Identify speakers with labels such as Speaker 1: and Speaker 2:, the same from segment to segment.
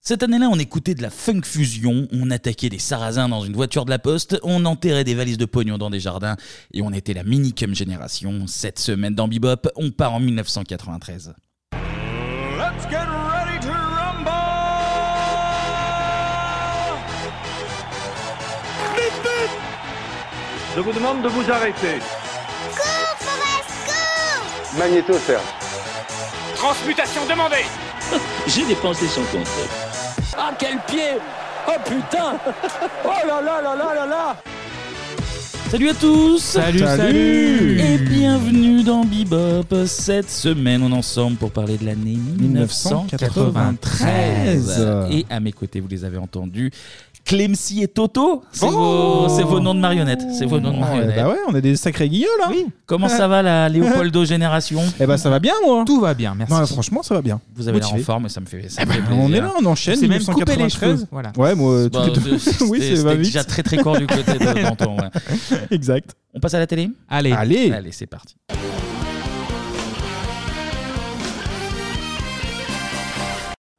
Speaker 1: Cette année-là, on écoutait de la funk fusion, on attaquait des sarrasins dans une voiture de la poste, on enterrait des valises de pognon dans des jardins, et on était la minicum génération. Cette semaine dans Bebop, on part en 1993.
Speaker 2: Let's get ready to rumble! Vite, vite!
Speaker 3: Je vous demande de vous arrêter.
Speaker 2: Cours, Forest, cours!
Speaker 3: Magnéto, Serge.
Speaker 2: Transmutation demandée!
Speaker 4: J'ai dépensé son compte.
Speaker 2: Ah, quel pied! Oh putain! Oh là là là là là là!
Speaker 1: Salut à tous Salut,
Speaker 5: salut
Speaker 1: Et bienvenue dans Bebop. Cette semaine, on est ensemble pour parler de l'année 1993.
Speaker 5: 1993.
Speaker 1: Et à mes côtés, vous les avez entendus, Clemcy et Toto. C'est vos, c'est vos noms de marionnettes. C'est vos noms de
Speaker 5: Ouais,
Speaker 1: marionnettes.
Speaker 5: bah ouais, on est des sacrés guignols. Hein.
Speaker 1: Comment ça va la Léopoldo génération
Speaker 5: Eh bah ça va bien, moi.
Speaker 6: Tout va bien, merci.
Speaker 5: franchement, ça va bien.
Speaker 1: Vous avez l'air en
Speaker 5: Motivé.
Speaker 1: forme et ça me fait, ça
Speaker 5: Eh
Speaker 1: me fait
Speaker 5: ben,
Speaker 1: plaisir.
Speaker 5: on est là, on enchaîne.
Speaker 6: C'est même couper les
Speaker 5: 1993.
Speaker 6: cheveux, voilà.
Speaker 5: Ouais, moi,
Speaker 1: Bah,
Speaker 5: tout
Speaker 1: euh, c'était-
Speaker 5: Oui, c'est va
Speaker 1: c'était
Speaker 5: vite.
Speaker 1: déjà très très court du côté de Danton. ouais.
Speaker 5: Exact.
Speaker 1: On passe à la télé
Speaker 6: Allez.
Speaker 5: Allez.
Speaker 1: Allez, c'est parti.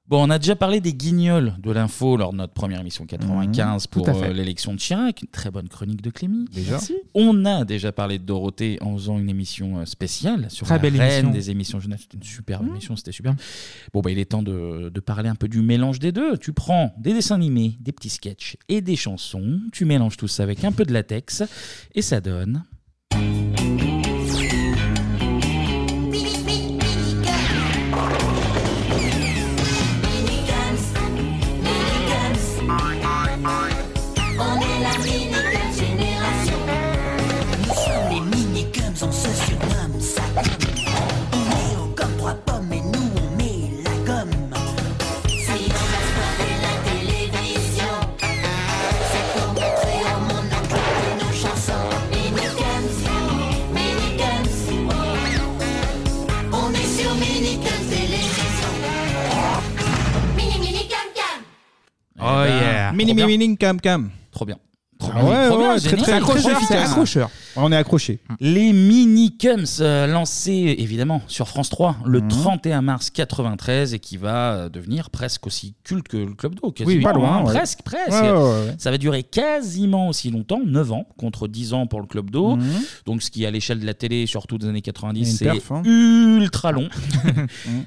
Speaker 1: Bon, on a déjà parlé des guignols de l'info lors de notre première émission 95
Speaker 5: Mmh,
Speaker 1: pour
Speaker 6: tout à fait.
Speaker 1: euh, l'élection de Chirac. Une très bonne chronique de Clémy.
Speaker 5: Déjà. Merci.
Speaker 1: On a déjà parlé de Dorothée en faisant une émission euh, spéciale sur
Speaker 6: Très
Speaker 1: la
Speaker 6: belle
Speaker 1: reine
Speaker 6: émission. Mmh.
Speaker 1: des émissions jeunesse. C'était une superbe émission, c'était superbe. Bon, bah, il est temps de, de parler un peu du mélange des deux. Tu prends des dessins animés, des petits sketchs et des chansons. Tu mélanges tout ça avec un peu de latex et ça donne...
Speaker 2: On est la minicum génération.
Speaker 7: Nous sommes les minicums, on se surnomme ça On est au comme trois pommes et nous on met la gomme.
Speaker 2: Si on va se parler la télévision, c'est pour montrer au monde notre joie et nos chansons. Minicums, minicums, on est sur minicums télévision. Mini minicum cam.
Speaker 1: Eh ben,
Speaker 6: Oh yeah.
Speaker 5: Mini
Speaker 1: Trop bien.
Speaker 5: mini cam cam.
Speaker 1: Trop bien. Trop
Speaker 5: Ah ouais,
Speaker 1: trop
Speaker 5: ouais,
Speaker 1: bien,
Speaker 5: ouais, très,
Speaker 1: génial. Mm.
Speaker 5: très, très
Speaker 6: Accrocheur, c'est
Speaker 5: efficace.
Speaker 6: accrocheur.
Speaker 5: On est accroché.
Speaker 1: Les minicums euh, lancés évidemment sur France 3 le
Speaker 5: Mm.
Speaker 1: 31 mars 93 et qui va euh, devenir presque aussi culte que le Club d'eau. quasiment,
Speaker 5: pas loin,
Speaker 1: hein,
Speaker 5: ouais.
Speaker 1: Presque, presque.
Speaker 5: Ouais, ouais, ouais.
Speaker 1: Ça va durer quasiment aussi longtemps, 9 ans contre 10 ans pour le Club d'eau.
Speaker 5: Mm.
Speaker 1: Donc ce qui à l'échelle de la télé, surtout des années 90,
Speaker 5: Une
Speaker 1: c'est
Speaker 5: perf, hein.
Speaker 1: ultra long.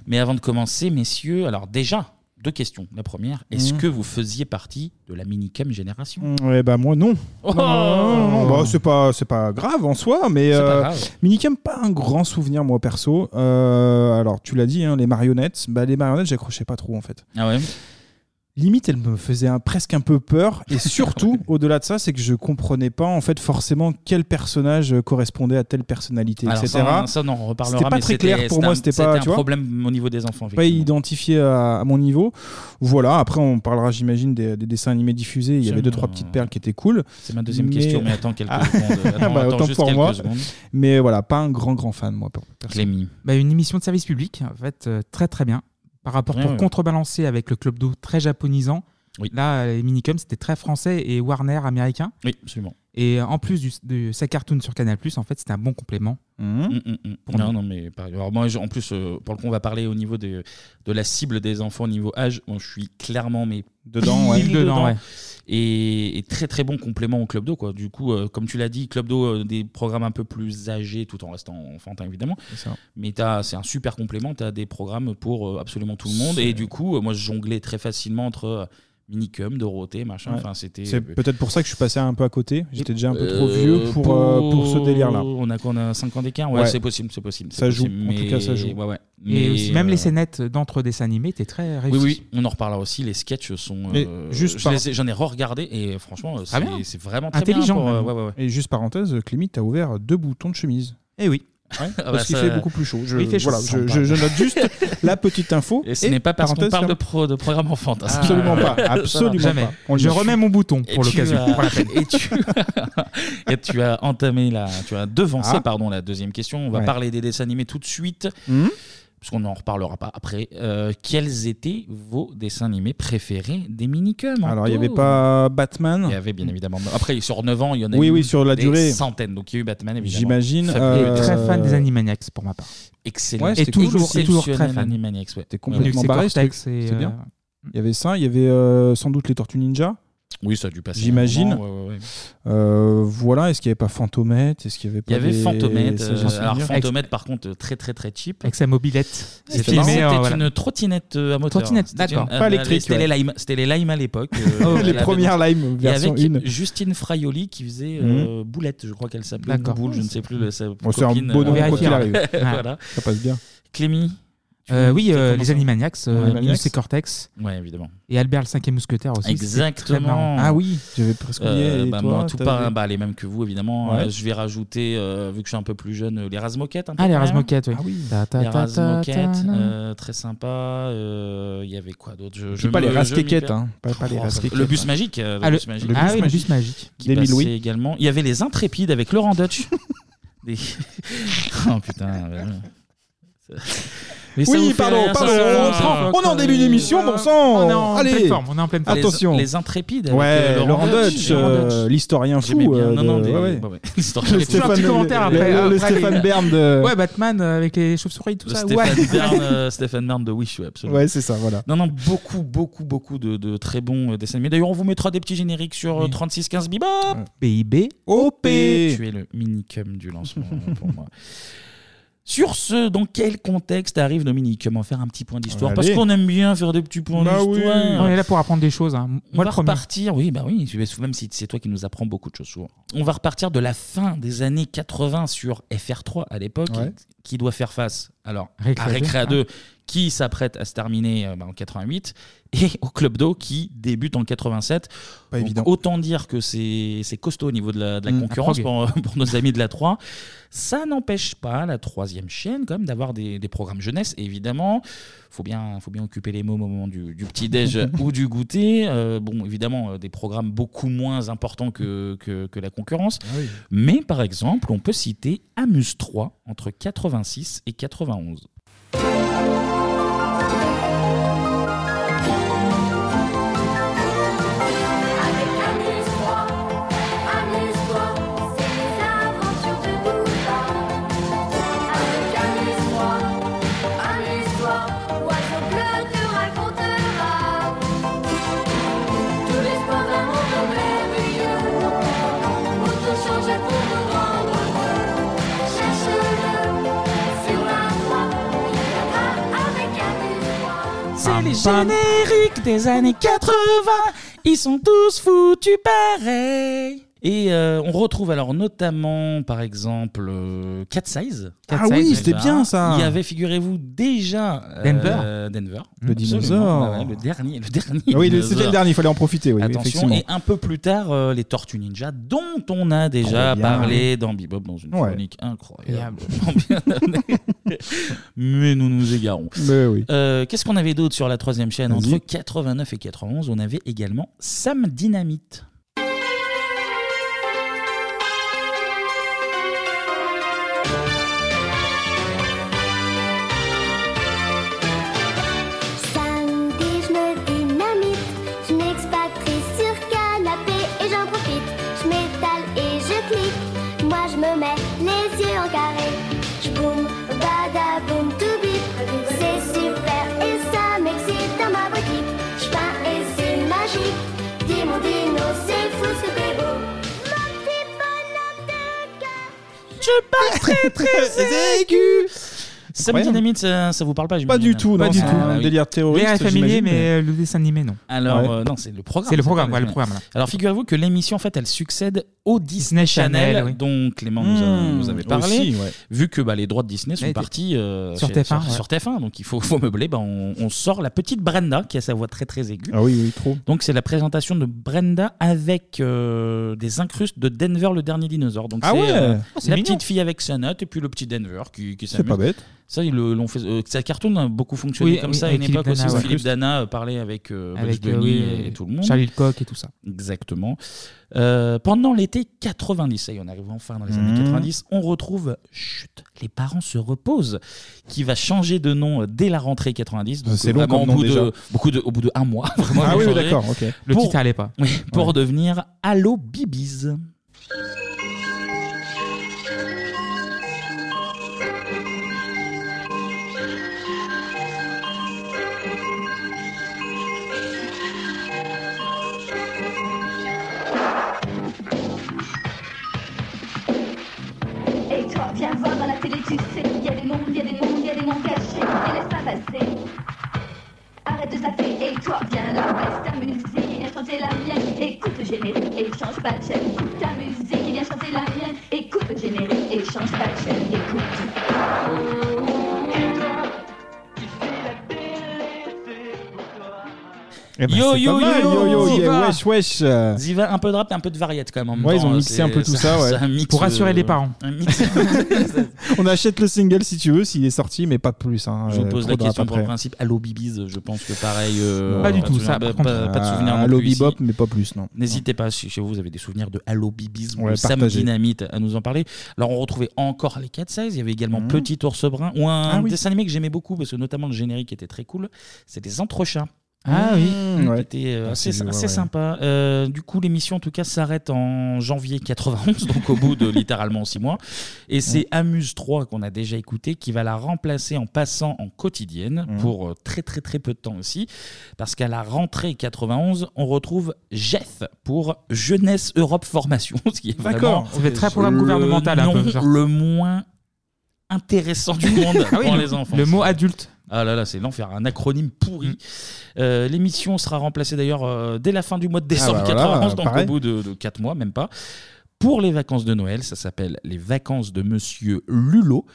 Speaker 1: Mais avant de commencer, messieurs, alors déjà, deux questions. La première, est-ce
Speaker 5: Mhm.
Speaker 1: que vous faisiez partie de la minicum génération
Speaker 5: Ouais, bah moi non.
Speaker 1: Oh.
Speaker 5: Non, non, non, non, bah, c'est pas c'est pas grave en soi, mais
Speaker 1: C'est pas
Speaker 5: euh,
Speaker 1: grave.
Speaker 5: Minicam pas un grand souvenir moi perso. Euh, alors tu l'as dit, hein, les marionnettes, bah les marionnettes j'accrochais pas trop en fait.
Speaker 1: Ah ouais
Speaker 5: limite elle me faisait un- presque un peu peur et surtout au-delà de ça c'est que je comprenais pas en fait forcément quel personnage euh, correspondait à telle personnalité
Speaker 1: Alors,
Speaker 5: etc
Speaker 1: Ça, ça, non, on en reparlera.
Speaker 5: C'était pas
Speaker 1: mais
Speaker 5: très clair pour
Speaker 1: c'était
Speaker 5: moi,
Speaker 1: un-
Speaker 5: c'était pas,
Speaker 1: un
Speaker 5: tu vois.
Speaker 1: problème au niveau des enfants.
Speaker 5: pas
Speaker 1: effectivement.
Speaker 5: identifié à, à mon niveau voilà après on parlera j'imagine des, des dessins animés diffusés il y avait deux trois petites perles qui étaient cool
Speaker 1: C'est ma deuxième
Speaker 5: Mais-
Speaker 1: question, mais attends quelques
Speaker 5: Ah.
Speaker 1: secondes. Attends,
Speaker 5: Bah,
Speaker 1: attends
Speaker 5: autant
Speaker 1: juste
Speaker 5: pour
Speaker 1: quelques
Speaker 5: moi.
Speaker 1: secondes.
Speaker 5: mais voilà pas un grand grand fan moi pour- perso.
Speaker 1: Clémy.
Speaker 6: Bah, une émission de service public, en fait, euh, très très bien. Par rapport
Speaker 1: Ouais,
Speaker 6: pour
Speaker 1: ouais.
Speaker 6: contrebalancer avec le club d'eau très japonisant.
Speaker 1: Oui.
Speaker 6: Là, euh, les minicums, c'était très français et Warner américain.
Speaker 1: Oui, absolument.
Speaker 6: Et euh, en plus du- de sa cartoon sur Canal+, en fait, c'était un bon complément.
Speaker 5: Mhm.
Speaker 1: Mm, mm, mm. Non, non, mais pareil. Alors, moi, je- en plus, euh, pour le coup, on va parler au niveau des- de la cible des enfants au niveau âge. Moi, je suis clairement mais
Speaker 5: dedans ouais.
Speaker 1: pile
Speaker 6: Dedans, ouais.
Speaker 1: Et, et très très bon complément au club d'eau quoi. Du coup, euh, comme tu l'as dit, club d'eau euh, des programmes un peu plus âgés tout en restant enfantin évidemment.
Speaker 5: C'est ça.
Speaker 1: Mais t'as- c'est un super complément, tu as des programmes pour euh, absolument tout le monde. Et du coup, euh, moi, je jonglais très facilement entre euh, Minicum, Dorothée, machin.
Speaker 5: Ouais.
Speaker 1: Enfin, c'était.
Speaker 5: c'est peut-être pour ça que je suis passé un peu à côté j'étais déjà un peu
Speaker 1: Euh,
Speaker 5: trop vieux pour euh, pour ce délire là
Speaker 1: On a quoi On a 5 ans d'écart Ah Ouais,
Speaker 5: Ouais.
Speaker 1: c'est possible, c'est possible.
Speaker 5: Ça
Speaker 1: c'est
Speaker 5: joue,
Speaker 1: possible,
Speaker 5: en tout cas, ça joue.
Speaker 1: Ouais, ouais.
Speaker 6: Et
Speaker 1: Mais,
Speaker 6: aussi, même
Speaker 1: euh,
Speaker 6: les scénettes d'entre dessins animés étaient très
Speaker 1: Oui,
Speaker 6: réussies.
Speaker 1: oui, on en reparlera aussi. Les sketchs sont.
Speaker 5: Mais
Speaker 1: euh,
Speaker 5: juste
Speaker 1: je
Speaker 5: par-
Speaker 1: les ai- J'en ai, re-regardé et franchement,
Speaker 5: Ah
Speaker 1: euh,
Speaker 6: Très bien.
Speaker 1: c'est c'est vraiment très
Speaker 6: Intelligent,
Speaker 1: Bien pour, euh,
Speaker 6: même.
Speaker 1: ouais, ouais, ouais.
Speaker 5: et juste parenthèse Clémy t'as ouvert deux boutons de chemise
Speaker 6: Et Eh oui.
Speaker 1: Ah bah,
Speaker 5: parce qu'il
Speaker 1: ça-
Speaker 5: fait beaucoup plus chaud je,
Speaker 6: Il fait chaud,
Speaker 5: voilà,
Speaker 6: ça
Speaker 5: je,
Speaker 6: sent pas.
Speaker 5: je- je note juste la petite info
Speaker 1: Et ce n'est pas parce qu'on
Speaker 5: parenthèse
Speaker 1: parle de,
Speaker 5: fermée.
Speaker 1: pro, de programme enfantin.
Speaker 6: Ah.
Speaker 5: Absolument pas,
Speaker 1: va.
Speaker 5: absolument
Speaker 6: Jamais.
Speaker 5: pas. On le
Speaker 6: Je
Speaker 5: dit.
Speaker 6: remets mon bouton pour
Speaker 1: Et tu
Speaker 6: l'occasion.
Speaker 1: as-
Speaker 6: pour la peine.
Speaker 1: Et tu, et tu as entamé la, tu as devancé
Speaker 5: Ah.
Speaker 1: pardon la deuxième question. On va
Speaker 5: Ouais.
Speaker 1: parler des dessins animés tout de suite,
Speaker 5: Mhm.
Speaker 1: parce qu'on en reparlera pas après. Euh, quels étaient vos dessins animés préférés des minicums
Speaker 5: Alors, il n'y
Speaker 1: Anto
Speaker 5: avait pas Batman,
Speaker 1: Il y avait bien évidemment. Après, sur 9 ans, il y en a
Speaker 5: Oui,
Speaker 1: eu
Speaker 5: oui, sur la
Speaker 1: des
Speaker 5: durée.
Speaker 1: centaines. Donc, il y a eu Batman, évidemment.
Speaker 5: j'imagine.
Speaker 1: Fabuleux.
Speaker 6: Et
Speaker 5: euh,
Speaker 6: très fan des Animaniacs pour ma part.
Speaker 1: Excellent.
Speaker 5: Ouais,
Speaker 6: Et
Speaker 5: c'était
Speaker 6: toujours,
Speaker 5: cool,
Speaker 6: et toujours très fan.
Speaker 1: Animaniacs, ouais.
Speaker 5: T'es
Speaker 1: Ouais, ouais.
Speaker 5: complètement barré, je
Speaker 6: Cortex et,
Speaker 5: c'est bien.
Speaker 6: euh,
Speaker 5: Il y avait ça, il y avait euh, sans doute les Tortues Ninja.
Speaker 1: Oui, ça a dû passer.
Speaker 5: J'imagine.
Speaker 1: un moment, ouais, ouais, ouais.
Speaker 5: Euh, voilà, est-ce qu'il n'y avait pas Fantomette Est-ce qu'il y avait
Speaker 1: Il y
Speaker 5: pas
Speaker 1: avait
Speaker 5: des-
Speaker 1: Fantomètre.
Speaker 5: ça,
Speaker 1: euh,
Speaker 5: j'en suis
Speaker 1: alors
Speaker 5: sûr.
Speaker 1: Fantomètre, par contre, très très très cheap.
Speaker 6: Avec sa mobilette.
Speaker 1: C'était
Speaker 6: filmé,
Speaker 1: c'était
Speaker 6: euh, voilà.
Speaker 1: une trottinette euh, à moteur.
Speaker 6: Trottinette,
Speaker 1: C'était
Speaker 6: d'accord.
Speaker 1: une- euh,
Speaker 5: Pas électrique,
Speaker 1: C'était
Speaker 5: ouais.
Speaker 1: les Lime. C'était les Lime à l'époque. euh,
Speaker 5: Oh,
Speaker 1: elle
Speaker 5: les
Speaker 1: avait
Speaker 5: premières
Speaker 1: dans-
Speaker 5: Lime,
Speaker 1: Et
Speaker 5: version
Speaker 1: avec
Speaker 5: 1.
Speaker 1: Justine Fraioli qui faisait euh, Boulette, je crois qu'elle s'appelait.
Speaker 6: D'accord.
Speaker 1: Boule, je ne sais plus. le- sa
Speaker 5: Bon, c'est un
Speaker 1: copine,
Speaker 5: bon
Speaker 1: euh,
Speaker 5: nom, quoi qu'il arrive.
Speaker 1: voilà.
Speaker 5: Ça passe bien.
Speaker 1: Clémy tu
Speaker 6: Euh,
Speaker 1: veux-
Speaker 6: oui,
Speaker 1: tu veux
Speaker 6: euh, les
Speaker 1: commencer
Speaker 6: Animaniacs, euh,
Speaker 5: Animaniacs.
Speaker 6: Minus et Cortex.
Speaker 1: Ouais, évidemment.
Speaker 6: Et Albert le cinquième mousquetaire aussi. c'était très
Speaker 1: Exactement.
Speaker 6: marrant.
Speaker 5: Ah oui, j'avais presque oublié.
Speaker 1: Euh,
Speaker 5: et
Speaker 1: bah,
Speaker 5: toi,
Speaker 1: moi, tout
Speaker 5: t'avais-
Speaker 1: pas, bah, les mêmes que vous, évidemment.
Speaker 5: Ouais.
Speaker 1: Euh, je vais rajouter, euh, vu que je suis un peu plus jeune, euh, les Razmoquettes. un peu
Speaker 6: Ah, les
Speaker 1: quand même.
Speaker 6: Razmoquettes, oui.
Speaker 5: Ah oui.
Speaker 6: Ta, ta,
Speaker 1: Les
Speaker 6: ta, ta,
Speaker 1: Razmoquettes,
Speaker 6: ta, na.
Speaker 1: euh, très sympa. Euh, Il y avait quoi d'autre je,
Speaker 5: Je dis pas
Speaker 1: me-
Speaker 5: les
Speaker 1: je m'y
Speaker 5: rasquéquettes,
Speaker 1: perds.
Speaker 5: hein. Pas, pas les
Speaker 1: Oh,
Speaker 5: rasquéquettes.
Speaker 1: le bus magique. euh, le
Speaker 6: Ah, le-
Speaker 1: bus magique.
Speaker 5: le
Speaker 6: Ah oui, le
Speaker 5: magique.
Speaker 6: bus magique.
Speaker 1: qui
Speaker 5: d'Émile
Speaker 1: passait
Speaker 5: Louis.
Speaker 1: également. Il y avait les intrépides avec Laurent Dutch. Des- Oh putain. ouais. Mais ça vous
Speaker 5: Oui,
Speaker 1: fait
Speaker 5: pardon,
Speaker 1: rien, ça,
Speaker 5: pardon.
Speaker 1: ça-
Speaker 5: On, prend- on est en début d'émission, bon
Speaker 6: On est
Speaker 5: sang.
Speaker 6: en pleine
Speaker 5: Allez.
Speaker 6: forme, on est en pleine forme.
Speaker 1: Les-
Speaker 5: Attention.
Speaker 1: Les intrépides. avec,
Speaker 5: Ouais,
Speaker 1: euh,
Speaker 5: Laurent Dutch, euh, l'historien
Speaker 1: J'aimais
Speaker 5: fou.
Speaker 1: bien.
Speaker 5: euh,
Speaker 1: non, non,
Speaker 5: de-
Speaker 1: des-
Speaker 5: ouais, ouais.
Speaker 1: ouais, ouais. L'histoire-
Speaker 5: Le
Speaker 1: j'avais toujours-
Speaker 5: Stéphane-
Speaker 6: petit commentaire
Speaker 5: le-
Speaker 6: après,
Speaker 5: le- le
Speaker 6: après
Speaker 5: Stéphane
Speaker 6: les-
Speaker 5: Bern de.
Speaker 6: Ouais, Batman euh, avec les chauves-souris, tout
Speaker 1: Le
Speaker 6: ça.
Speaker 1: Stéphane
Speaker 6: ouais.
Speaker 1: Bern, euh, Stéphane Bern de Wish, ouais, absolument.
Speaker 5: Ouais, c'est ça, voilà.
Speaker 1: Non, non, beaucoup, beaucoup, beaucoup de, de très bons euh, dessins animés. D'ailleurs, on vous mettra des petits génériques sur euh, 3615 Bebop.
Speaker 6: BIB.
Speaker 5: OP
Speaker 1: Tu es le minicum du lancement euh, pour moi. Sur ce, dans quel contexte arrive le minicum On va faire un petit point d'histoire. Parce
Speaker 5: Allez.
Speaker 1: qu'on aime bien faire des petits points
Speaker 5: Bah oui.
Speaker 1: d'histoire.
Speaker 6: On est là pour apprendre des choses. hein.
Speaker 1: On
Speaker 6: Moi,
Speaker 1: va
Speaker 6: le premier.
Speaker 1: repartir, oui, bah oui, même si c'est toi qui nous apprends beaucoup de choses souvent. On va repartir de la fin des années 80 sur FR3 à l'époque,
Speaker 5: Ouais.
Speaker 1: qui doit faire face alors
Speaker 6: Récréa
Speaker 1: à
Speaker 6: deux.
Speaker 1: Récréa
Speaker 6: Ah.
Speaker 1: 2, qui s'apprête à se terminer euh, bah, en 88, et au Club d'eau qui débute en 87.
Speaker 5: Pas
Speaker 1: Donc,
Speaker 5: évident.
Speaker 1: Autant dire que c'est c'est costaud au niveau de la, de la
Speaker 5: Mm,
Speaker 1: concurrence
Speaker 6: Mmh, à
Speaker 1: pour, pour nos amis de la 3. Ça n'empêche pas la troisième chaîne quand même d'avoir des, des programmes jeunesse. Et évidemment, faut bien, faut bien occuper les mômes au moment du, du petit déj ou du goûter. Euh, bon, évidemment, euh, des programmes beaucoup moins importants que, que, que la concurrence. Mais par exemple, on peut citer Amuse 3 entre 86 et 91.
Speaker 4: Avec Amuse-toi, amuse-toi, c'est les aventures de Bouba. Avec Amuse-toi, amuse-toi, Oiseau bleu te racontera. Tout l'espoir d'un monde merveilleux, pour te changer, pour nous rendre heureux. Cherche-le sur la croix, il viendra avec Amuse-toi.
Speaker 1: C'est les génériques des années 80, ils sont tous foutus pareil. Et euh, on retrouve alors notamment, par exemple, euh, Cat Size.
Speaker 5: Ah oui, c'était bien ça.
Speaker 1: Il y avait, figurez-vous, déjà euh, Denver.
Speaker 5: Le
Speaker 1: Absolument.
Speaker 5: dinosaure.
Speaker 1: Ouais, ouais, le dernier. Le dernier
Speaker 5: Ah oui, le-
Speaker 1: dinosaure.
Speaker 5: c'était le dernier, il fallait en profiter. Oui, oui,
Speaker 1: Attention,
Speaker 5: effectivement.
Speaker 1: et un peu plus tard, euh, les Tortues Ninja, dont on a déjà
Speaker 5: Trop bien.
Speaker 1: parlé dans Bebop, dans une
Speaker 5: Ouais.
Speaker 1: chronique incroyable. Mais nous nous égarons.
Speaker 5: Mais oui.
Speaker 1: Euh, qu'est-ce qu'on avait d'autre sur la troisième chaîne
Speaker 5: Vas-y.
Speaker 1: Entre 89 et 91, on avait également Sam Dynamite.
Speaker 4: Samedi, je me dynamite, je m'expatrie sur canapé et j'en profite. Je m'étale et je clique, moi je me mets les yeux en carré. Je boum, badaboum, tout bip, c'est super et ça m'excite dans ma boutique. Je peins et c'est magique, dis mon dino, c'est fou ce que t'es beau. Mon petit bonhomme de cœur.
Speaker 1: Je parle très très aigu Sam
Speaker 5: Incroyable.
Speaker 1: Dynamite, ça, ça vous parle pas
Speaker 5: Pas
Speaker 1: j'imagine
Speaker 5: du tout,
Speaker 6: Pas
Speaker 5: non,
Speaker 6: du
Speaker 5: c'est
Speaker 6: tout.
Speaker 5: un
Speaker 1: Ah, oui.
Speaker 5: délire terroriste.
Speaker 6: L'air est familier,
Speaker 5: j'imagine,
Speaker 6: mais euh, le dessin animé, non.
Speaker 1: Alors,
Speaker 5: Ouais.
Speaker 1: euh, non, c'est le programme.
Speaker 6: C'est le
Speaker 1: ça
Speaker 6: programme,
Speaker 1: s'appelle,
Speaker 6: ouais, le
Speaker 1: ouais.
Speaker 6: programme. là.
Speaker 1: Alors, figurez-vous que l'émission, en fait, elle succède au Disney,
Speaker 6: Disney
Speaker 1: Channel,
Speaker 6: Channel, oui.
Speaker 1: dont Clément nous, a-
Speaker 5: Mmh,
Speaker 1: nous avait parlé.
Speaker 5: aussi, ouais.
Speaker 1: Vu que bah, les droits de Disney sont
Speaker 6: Ouais,
Speaker 1: partis euh,
Speaker 6: sur
Speaker 1: chez-
Speaker 6: TF1,
Speaker 1: sur,
Speaker 6: ouais.
Speaker 1: sur TF1, donc il faut, faut meubler. Bah, on, on sort la petite Brenda, qui a sa voix très très aiguë.
Speaker 5: Ah oui, oui, trop.
Speaker 1: Donc c'est la présentation de Brenda avec euh, des incrustes de Denver le dernier dinosaure. Donc
Speaker 5: Ah
Speaker 1: c'est,
Speaker 5: ouais
Speaker 1: euh,
Speaker 6: Oh, c'est
Speaker 1: la
Speaker 6: mignon.
Speaker 1: petite fille avec sa note et puis le petit Denver qui, qui
Speaker 5: C'est
Speaker 1: s'amuse.
Speaker 5: pas bête.
Speaker 1: Ça ils le- l'ont fait. euh, ça cartoon a beaucoup fonctionné
Speaker 6: Oui,
Speaker 1: comme
Speaker 6: oui,
Speaker 1: ça à
Speaker 6: avec
Speaker 1: une époque
Speaker 6: Philippe
Speaker 1: aussi.
Speaker 6: Dana,
Speaker 1: où
Speaker 6: ouais.
Speaker 1: Philippe Dana euh, parlait avec, euh, Bugs
Speaker 6: Avec, euh,
Speaker 1: Bunny
Speaker 6: oui,
Speaker 1: et, et tout le monde.
Speaker 6: Charlie Lecoq et tout ça.
Speaker 1: Exactement. Euh, pendant l'été 90, ça y est, on arrive enfin dans les
Speaker 5: Mhm.
Speaker 1: années 90, on retrouve Chut, les parents se reposent, qui va changer de nom euh, dès la rentrée 90. Donc,
Speaker 5: C'est
Speaker 1: euh,
Speaker 5: long
Speaker 1: vraiment,
Speaker 5: comme
Speaker 1: au
Speaker 5: nom,
Speaker 1: bout
Speaker 5: déjà.
Speaker 1: de, beaucoup de, au bout de un mois. vraiment,
Speaker 5: Ah
Speaker 1: ils
Speaker 5: oui,
Speaker 1: ont
Speaker 5: oui,
Speaker 1: changé
Speaker 5: d'accord, ok.
Speaker 6: Le
Speaker 1: Pour-
Speaker 6: titre allait pas.
Speaker 1: pour devenir Allo Bibis.
Speaker 4: Allô,
Speaker 8: Viens là, reste ta musique et viens chanter la mienne. Écoute le générique et change pas de chaîne. Écoute ta musique et viens chanter la mienne. Écoute le générique et change pas de chaîne. Écoute.
Speaker 5: Eh ben,
Speaker 1: Yo,
Speaker 5: c'est
Speaker 1: yo,
Speaker 5: pas mal,
Speaker 1: yo,
Speaker 5: yo, yo,
Speaker 1: Ziva.
Speaker 5: yeah, wesh, wesh. euh.
Speaker 1: Ziva, un peu de rap et un peu de variette quand même. en même
Speaker 5: Ouais, ils
Speaker 1: temps,
Speaker 5: ont
Speaker 1: hein,
Speaker 5: mixé
Speaker 1: c'est-
Speaker 5: un peu tout ça, ouais.
Speaker 1: c'est un mix,
Speaker 5: Pour rassurer les parents.
Speaker 1: un mix.
Speaker 5: On achète le single si tu veux, s'il est sorti, mais pas plus. Hein.
Speaker 1: Je vous
Speaker 5: Euh,
Speaker 1: pose
Speaker 5: trop
Speaker 1: la
Speaker 5: de rap
Speaker 1: question pour
Speaker 5: après.
Speaker 1: le principe. Allo Bibis, je pense que pareil. euh,
Speaker 5: Pas du
Speaker 1: de
Speaker 5: tout,
Speaker 1: souvenir-
Speaker 5: ça,
Speaker 1: Pas,
Speaker 5: par
Speaker 1: pas-
Speaker 5: contre.
Speaker 1: pas de souvenir. non
Speaker 5: Allo
Speaker 1: plus ici.
Speaker 5: Bebop, Ah, mais pas plus, non.
Speaker 1: N'hésitez pas, si chez vous, vous avez des souvenirs de Allo Bibis ou
Speaker 5: Ouais,
Speaker 1: de Sam
Speaker 5: partagez.
Speaker 1: Dynamite à nous en parler. Alors, on retrouvait encore les 4 16. Il y avait également
Speaker 5: Mhm.
Speaker 1: Petit Ours Brun ou un
Speaker 5: Ah oui.
Speaker 1: dessin animé que j'aimais beaucoup parce que notamment le générique était très cool. C'est des Entrechats.
Speaker 5: Ah oui.
Speaker 1: Qui
Speaker 5: Ouais.
Speaker 1: était euh,
Speaker 5: Ah,
Speaker 1: assez,
Speaker 5: c'est- ouais,
Speaker 1: assez
Speaker 5: ouais.
Speaker 1: sympa. Euh, du coup, l'émission en tout cas s'arrête en janvier 91, donc au bout de littéralement 6 mois. Et c'est Amuse 3 qu'on a déjà écouté qui va la remplacer en passant en quotidienne
Speaker 5: Mhm.
Speaker 1: pour euh, très très très peu de temps aussi. Parce qu'à la rentrée 91, on retrouve Jeff pour Jeunesse Europe Formation, ce qui est vraiment
Speaker 5: D'accord.
Speaker 6: Ça fait très
Speaker 1: le
Speaker 6: programme gouvernemental un
Speaker 1: nom
Speaker 6: peu. genre.
Speaker 1: le moins intéressant du monde
Speaker 6: Ah oui,
Speaker 1: pour
Speaker 6: le-
Speaker 1: les enfants.
Speaker 6: Le mot adulte. Mm.
Speaker 1: Ah là là, c'est l'enfer, un acronyme pourri. Euh, L'émission sera remplacée d'ailleurs euh, dès la fin du mois de décembre
Speaker 5: Ah bah voilà,
Speaker 1: 91, donc
Speaker 5: pareil.
Speaker 1: au bout de, 4 mois, même pas. Pour les vacances de Noël, ça s'appelle les vacances de Monsieur Lulot.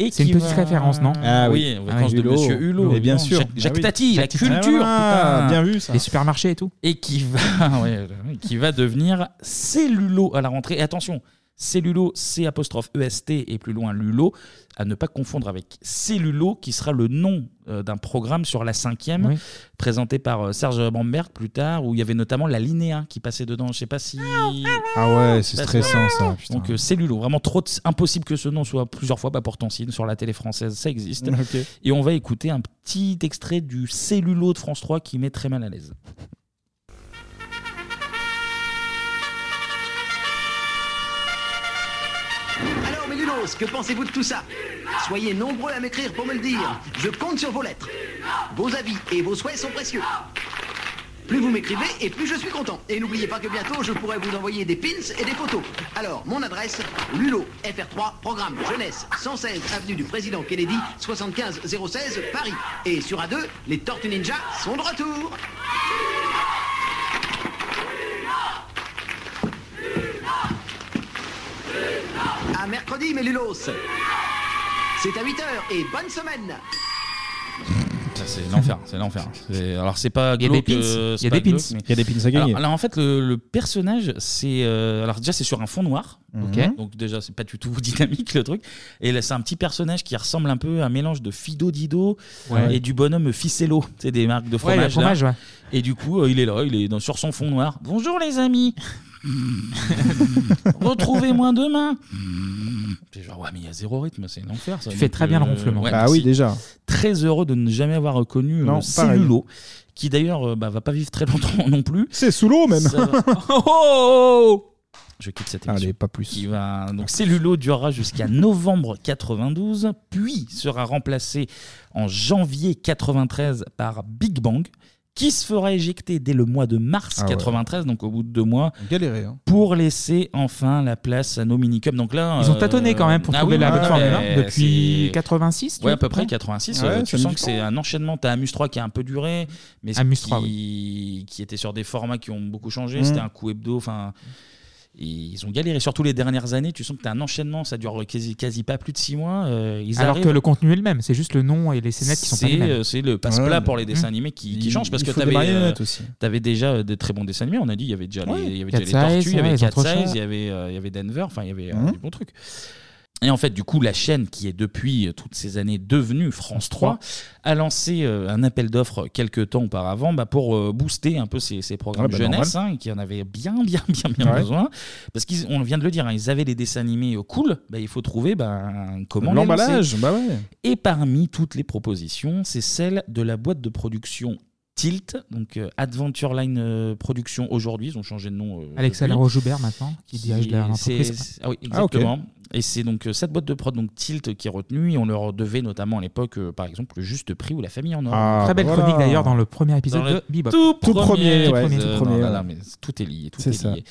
Speaker 1: et
Speaker 6: C'est
Speaker 1: qui
Speaker 6: une petite
Speaker 1: va-
Speaker 6: référence, non
Speaker 5: Ah
Speaker 1: oui,
Speaker 5: oui.
Speaker 1: vacances
Speaker 5: Ah oui,
Speaker 1: de
Speaker 5: Hulot.
Speaker 1: Monsieur Hulot.
Speaker 5: Mais bien
Speaker 1: évidemment.
Speaker 5: sûr.
Speaker 1: Jacques, Jacques
Speaker 5: Ah oui.
Speaker 1: Tati, la culture.
Speaker 5: Ah,
Speaker 1: putain.
Speaker 5: bien vu ça.
Speaker 6: Les supermarchés et tout.
Speaker 1: Et qui va, ouais, euh, qui va devenir Cellulo à la rentrée. Et attention, Cellulo, C apostrophe EST et plus loin Lulo, à ne pas confondre avec Cellulo, qui sera le nom euh, d'un programme sur la cinquième,
Speaker 6: Oui.
Speaker 1: présenté par euh, Serge Bamberg plus tard, où il y avait notamment la Linéa qui passait dedans. Je sais pas si.
Speaker 5: Ah ouais, c'est
Speaker 1: Parce que-
Speaker 5: stressant ça. putain.
Speaker 1: Donc euh, Cellulo, vraiment trop de- impossible que ce nom soit plusieurs fois, bah pourtant si, sur la télé française, ça existe.
Speaker 5: Ok.
Speaker 1: Et on va écouter un petit extrait du Cellulo de France 3 qui met très mal à l'aise.
Speaker 9: Alors, Mélulos, que pensez-vous de tout ça Soyez nombreux à m'écrire pour me le dire. Je compte sur vos lettres. Vos avis et vos souhaits sont précieux. Plus vous m'écrivez et plus je suis content. Et n'oubliez pas que bientôt, je pourrai vous envoyer des pins et des photos. Alors, mon adresse, Lulo, FR3, programme jeunesse, 116 avenue du Président Kennedy, 75 016, Paris. Et sur A2, les Tortues Ninja sont de retour. À mercredi, Mélulos. C'est à 8h et bonne semaine
Speaker 1: Ça, c'est l'enfer, c'est l'enfer. euh, C'est- Alors c'est pas
Speaker 6: Il y a
Speaker 1: glauque,
Speaker 6: des pins,
Speaker 1: euh,
Speaker 6: il y
Speaker 1: c'est
Speaker 6: a
Speaker 1: pas
Speaker 6: des pins.
Speaker 1: glauque, mais-
Speaker 5: Il y a des pins à gagner.
Speaker 1: Alors, alors, en fait le, le personnage c'est euh, alors déjà c'est sur un fond noir.
Speaker 6: Mhm.
Speaker 5: Ok.
Speaker 1: Donc déjà c'est pas du tout dynamique le truc. Et là c'est un petit personnage qui ressemble un peu à un mélange de Fido Dido
Speaker 6: Ouais.
Speaker 1: et du bonhomme Ficello, c'est des marques de fromage.
Speaker 6: Ouais, le fromage,
Speaker 1: là.
Speaker 6: ouais.
Speaker 1: Et du coup euh, il est là, il est dans- sur son fond noir. Bonjour les amis. Retrouvez-moi demain.
Speaker 6: Mmh.
Speaker 1: C'est genre ouais mais il y a zéro rythme, c'est l'enfer. ça.
Speaker 6: Tu fais
Speaker 1: Donc,
Speaker 6: très bien le
Speaker 1: euh,
Speaker 6: ronflement.
Speaker 1: ouais,
Speaker 5: bah
Speaker 1: merci
Speaker 5: oui, déjà.
Speaker 1: très heureux de ne jamais avoir reconnu
Speaker 5: Non,
Speaker 1: euh,
Speaker 5: pareil.
Speaker 1: Cellulo, qui d'ailleurs euh, bah, va pas vivre très longtemps non plus.
Speaker 5: C'est sous l'eau même.
Speaker 1: Ça va- Oh, oh, oh Je quitte cette émission.
Speaker 5: Allez, pas plus.
Speaker 1: Qui va... Donc Cellulo durera jusqu'à novembre 92, puis sera remplacé en janvier 93 par Big Bang, qui se fera éjecter dès le mois de mars
Speaker 5: Ah ouais.
Speaker 1: 93, donc au bout de deux mois,
Speaker 5: Galéré. Hein.
Speaker 1: pour laisser enfin la place à nos minicums. Donc là,
Speaker 6: Ils ont
Speaker 1: euh,
Speaker 6: tâtonné quand même pour
Speaker 1: ah
Speaker 6: trouver
Speaker 1: oui,
Speaker 6: la bonne
Speaker 1: ouais,
Speaker 6: formule. hein,
Speaker 1: ouais,
Speaker 6: Depuis
Speaker 1: c'est-
Speaker 6: 86 tu
Speaker 1: Ouais,
Speaker 6: vois,
Speaker 1: à peu près 86.
Speaker 5: Ouais,
Speaker 1: euh,
Speaker 5: ça
Speaker 1: tu sens
Speaker 5: me
Speaker 1: que
Speaker 5: dit
Speaker 1: c'est un enchaînement. T'as Amuse 3 qui a un peu duré, mais ce
Speaker 6: Amuse
Speaker 1: qui,
Speaker 6: 3,
Speaker 1: qui était sur des formats qui ont beaucoup changé.
Speaker 5: Mm.
Speaker 1: C'était un coup hebdo. Enfin, ils ont galéré. Surtout les dernières années, tu sens que t'as un enchaînement. Ça dure quasi, quasi pas plus de 6 mois. euh, ils
Speaker 6: Alors que
Speaker 1: arrivent.
Speaker 6: le contenu est le même, c'est juste le nom et les scénettes qui sont pas les
Speaker 1: C'est,
Speaker 6: mêmes.
Speaker 1: euh, c'est le passe-plat
Speaker 5: Ouais. hum.
Speaker 1: pour les dessins
Speaker 6: Mm.
Speaker 1: animés qui, qui change parce
Speaker 5: Il
Speaker 1: que
Speaker 5: faut des
Speaker 1: t'avais avais
Speaker 5: marionnettes aussi.
Speaker 1: déjà euh, des très bons dessins animés on a dit il y avait déjà
Speaker 5: Ouais.
Speaker 1: les, il y avait déjà les
Speaker 6: Cat Size,
Speaker 1: tortues il y
Speaker 6: ouais,
Speaker 1: avait
Speaker 6: les
Speaker 1: Cat
Speaker 6: entrechats.
Speaker 1: Size il y avait euh, il y avait Denver enfin il y avait euh,
Speaker 5: Mhm.
Speaker 1: des bons trucs et en fait, du coup, la chaîne qui est depuis euh, toutes ces années devenue France 3 a lancé euh, un appel d'offres quelques temps auparavant bah, pour euh, booster un peu ces, ces programmes
Speaker 5: Ouais, bah,
Speaker 1: jeunesse hein, et qui en avaient bien, bien, bien, bien
Speaker 5: Ouais.
Speaker 1: besoin. Parce qu'on vient de le dire, hein, ils avaient des dessins animés euh, cool, bah, il faut trouver bah, comment les lancer.
Speaker 5: L'emballage, bah ouais.
Speaker 1: Et parmi toutes les propositions, c'est celle de la boîte de production Tilt, donc euh, Adventure Line euh, Production aujourd'hui, ils ont changé de nom. euh, depuis.
Speaker 6: Alexandre Joubert maintenant, qui dirige la-
Speaker 1: C'est-
Speaker 6: l'entreprise.
Speaker 1: c'est- Ah oui,
Speaker 5: Ah, ok.
Speaker 1: exactement. Et c'est donc euh, cette boîte de prod, donc Tilt, qui est retenue. Et on leur devait notamment à l'époque, euh, par exemple, le juste prix ou la famille en or.
Speaker 5: Ah,
Speaker 6: Très belle
Speaker 5: bah voilà.
Speaker 6: chronique d'ailleurs dans le premier épisode
Speaker 1: Dans le
Speaker 6: de Bebop.
Speaker 1: Tout,
Speaker 5: Tout premier,
Speaker 1: euh,
Speaker 5: ouais, tout
Speaker 1: non,
Speaker 5: premier,
Speaker 1: non,
Speaker 5: ouais.
Speaker 1: non, mais tout est lié, tout
Speaker 5: C'est
Speaker 1: est
Speaker 5: ça.
Speaker 1: lié.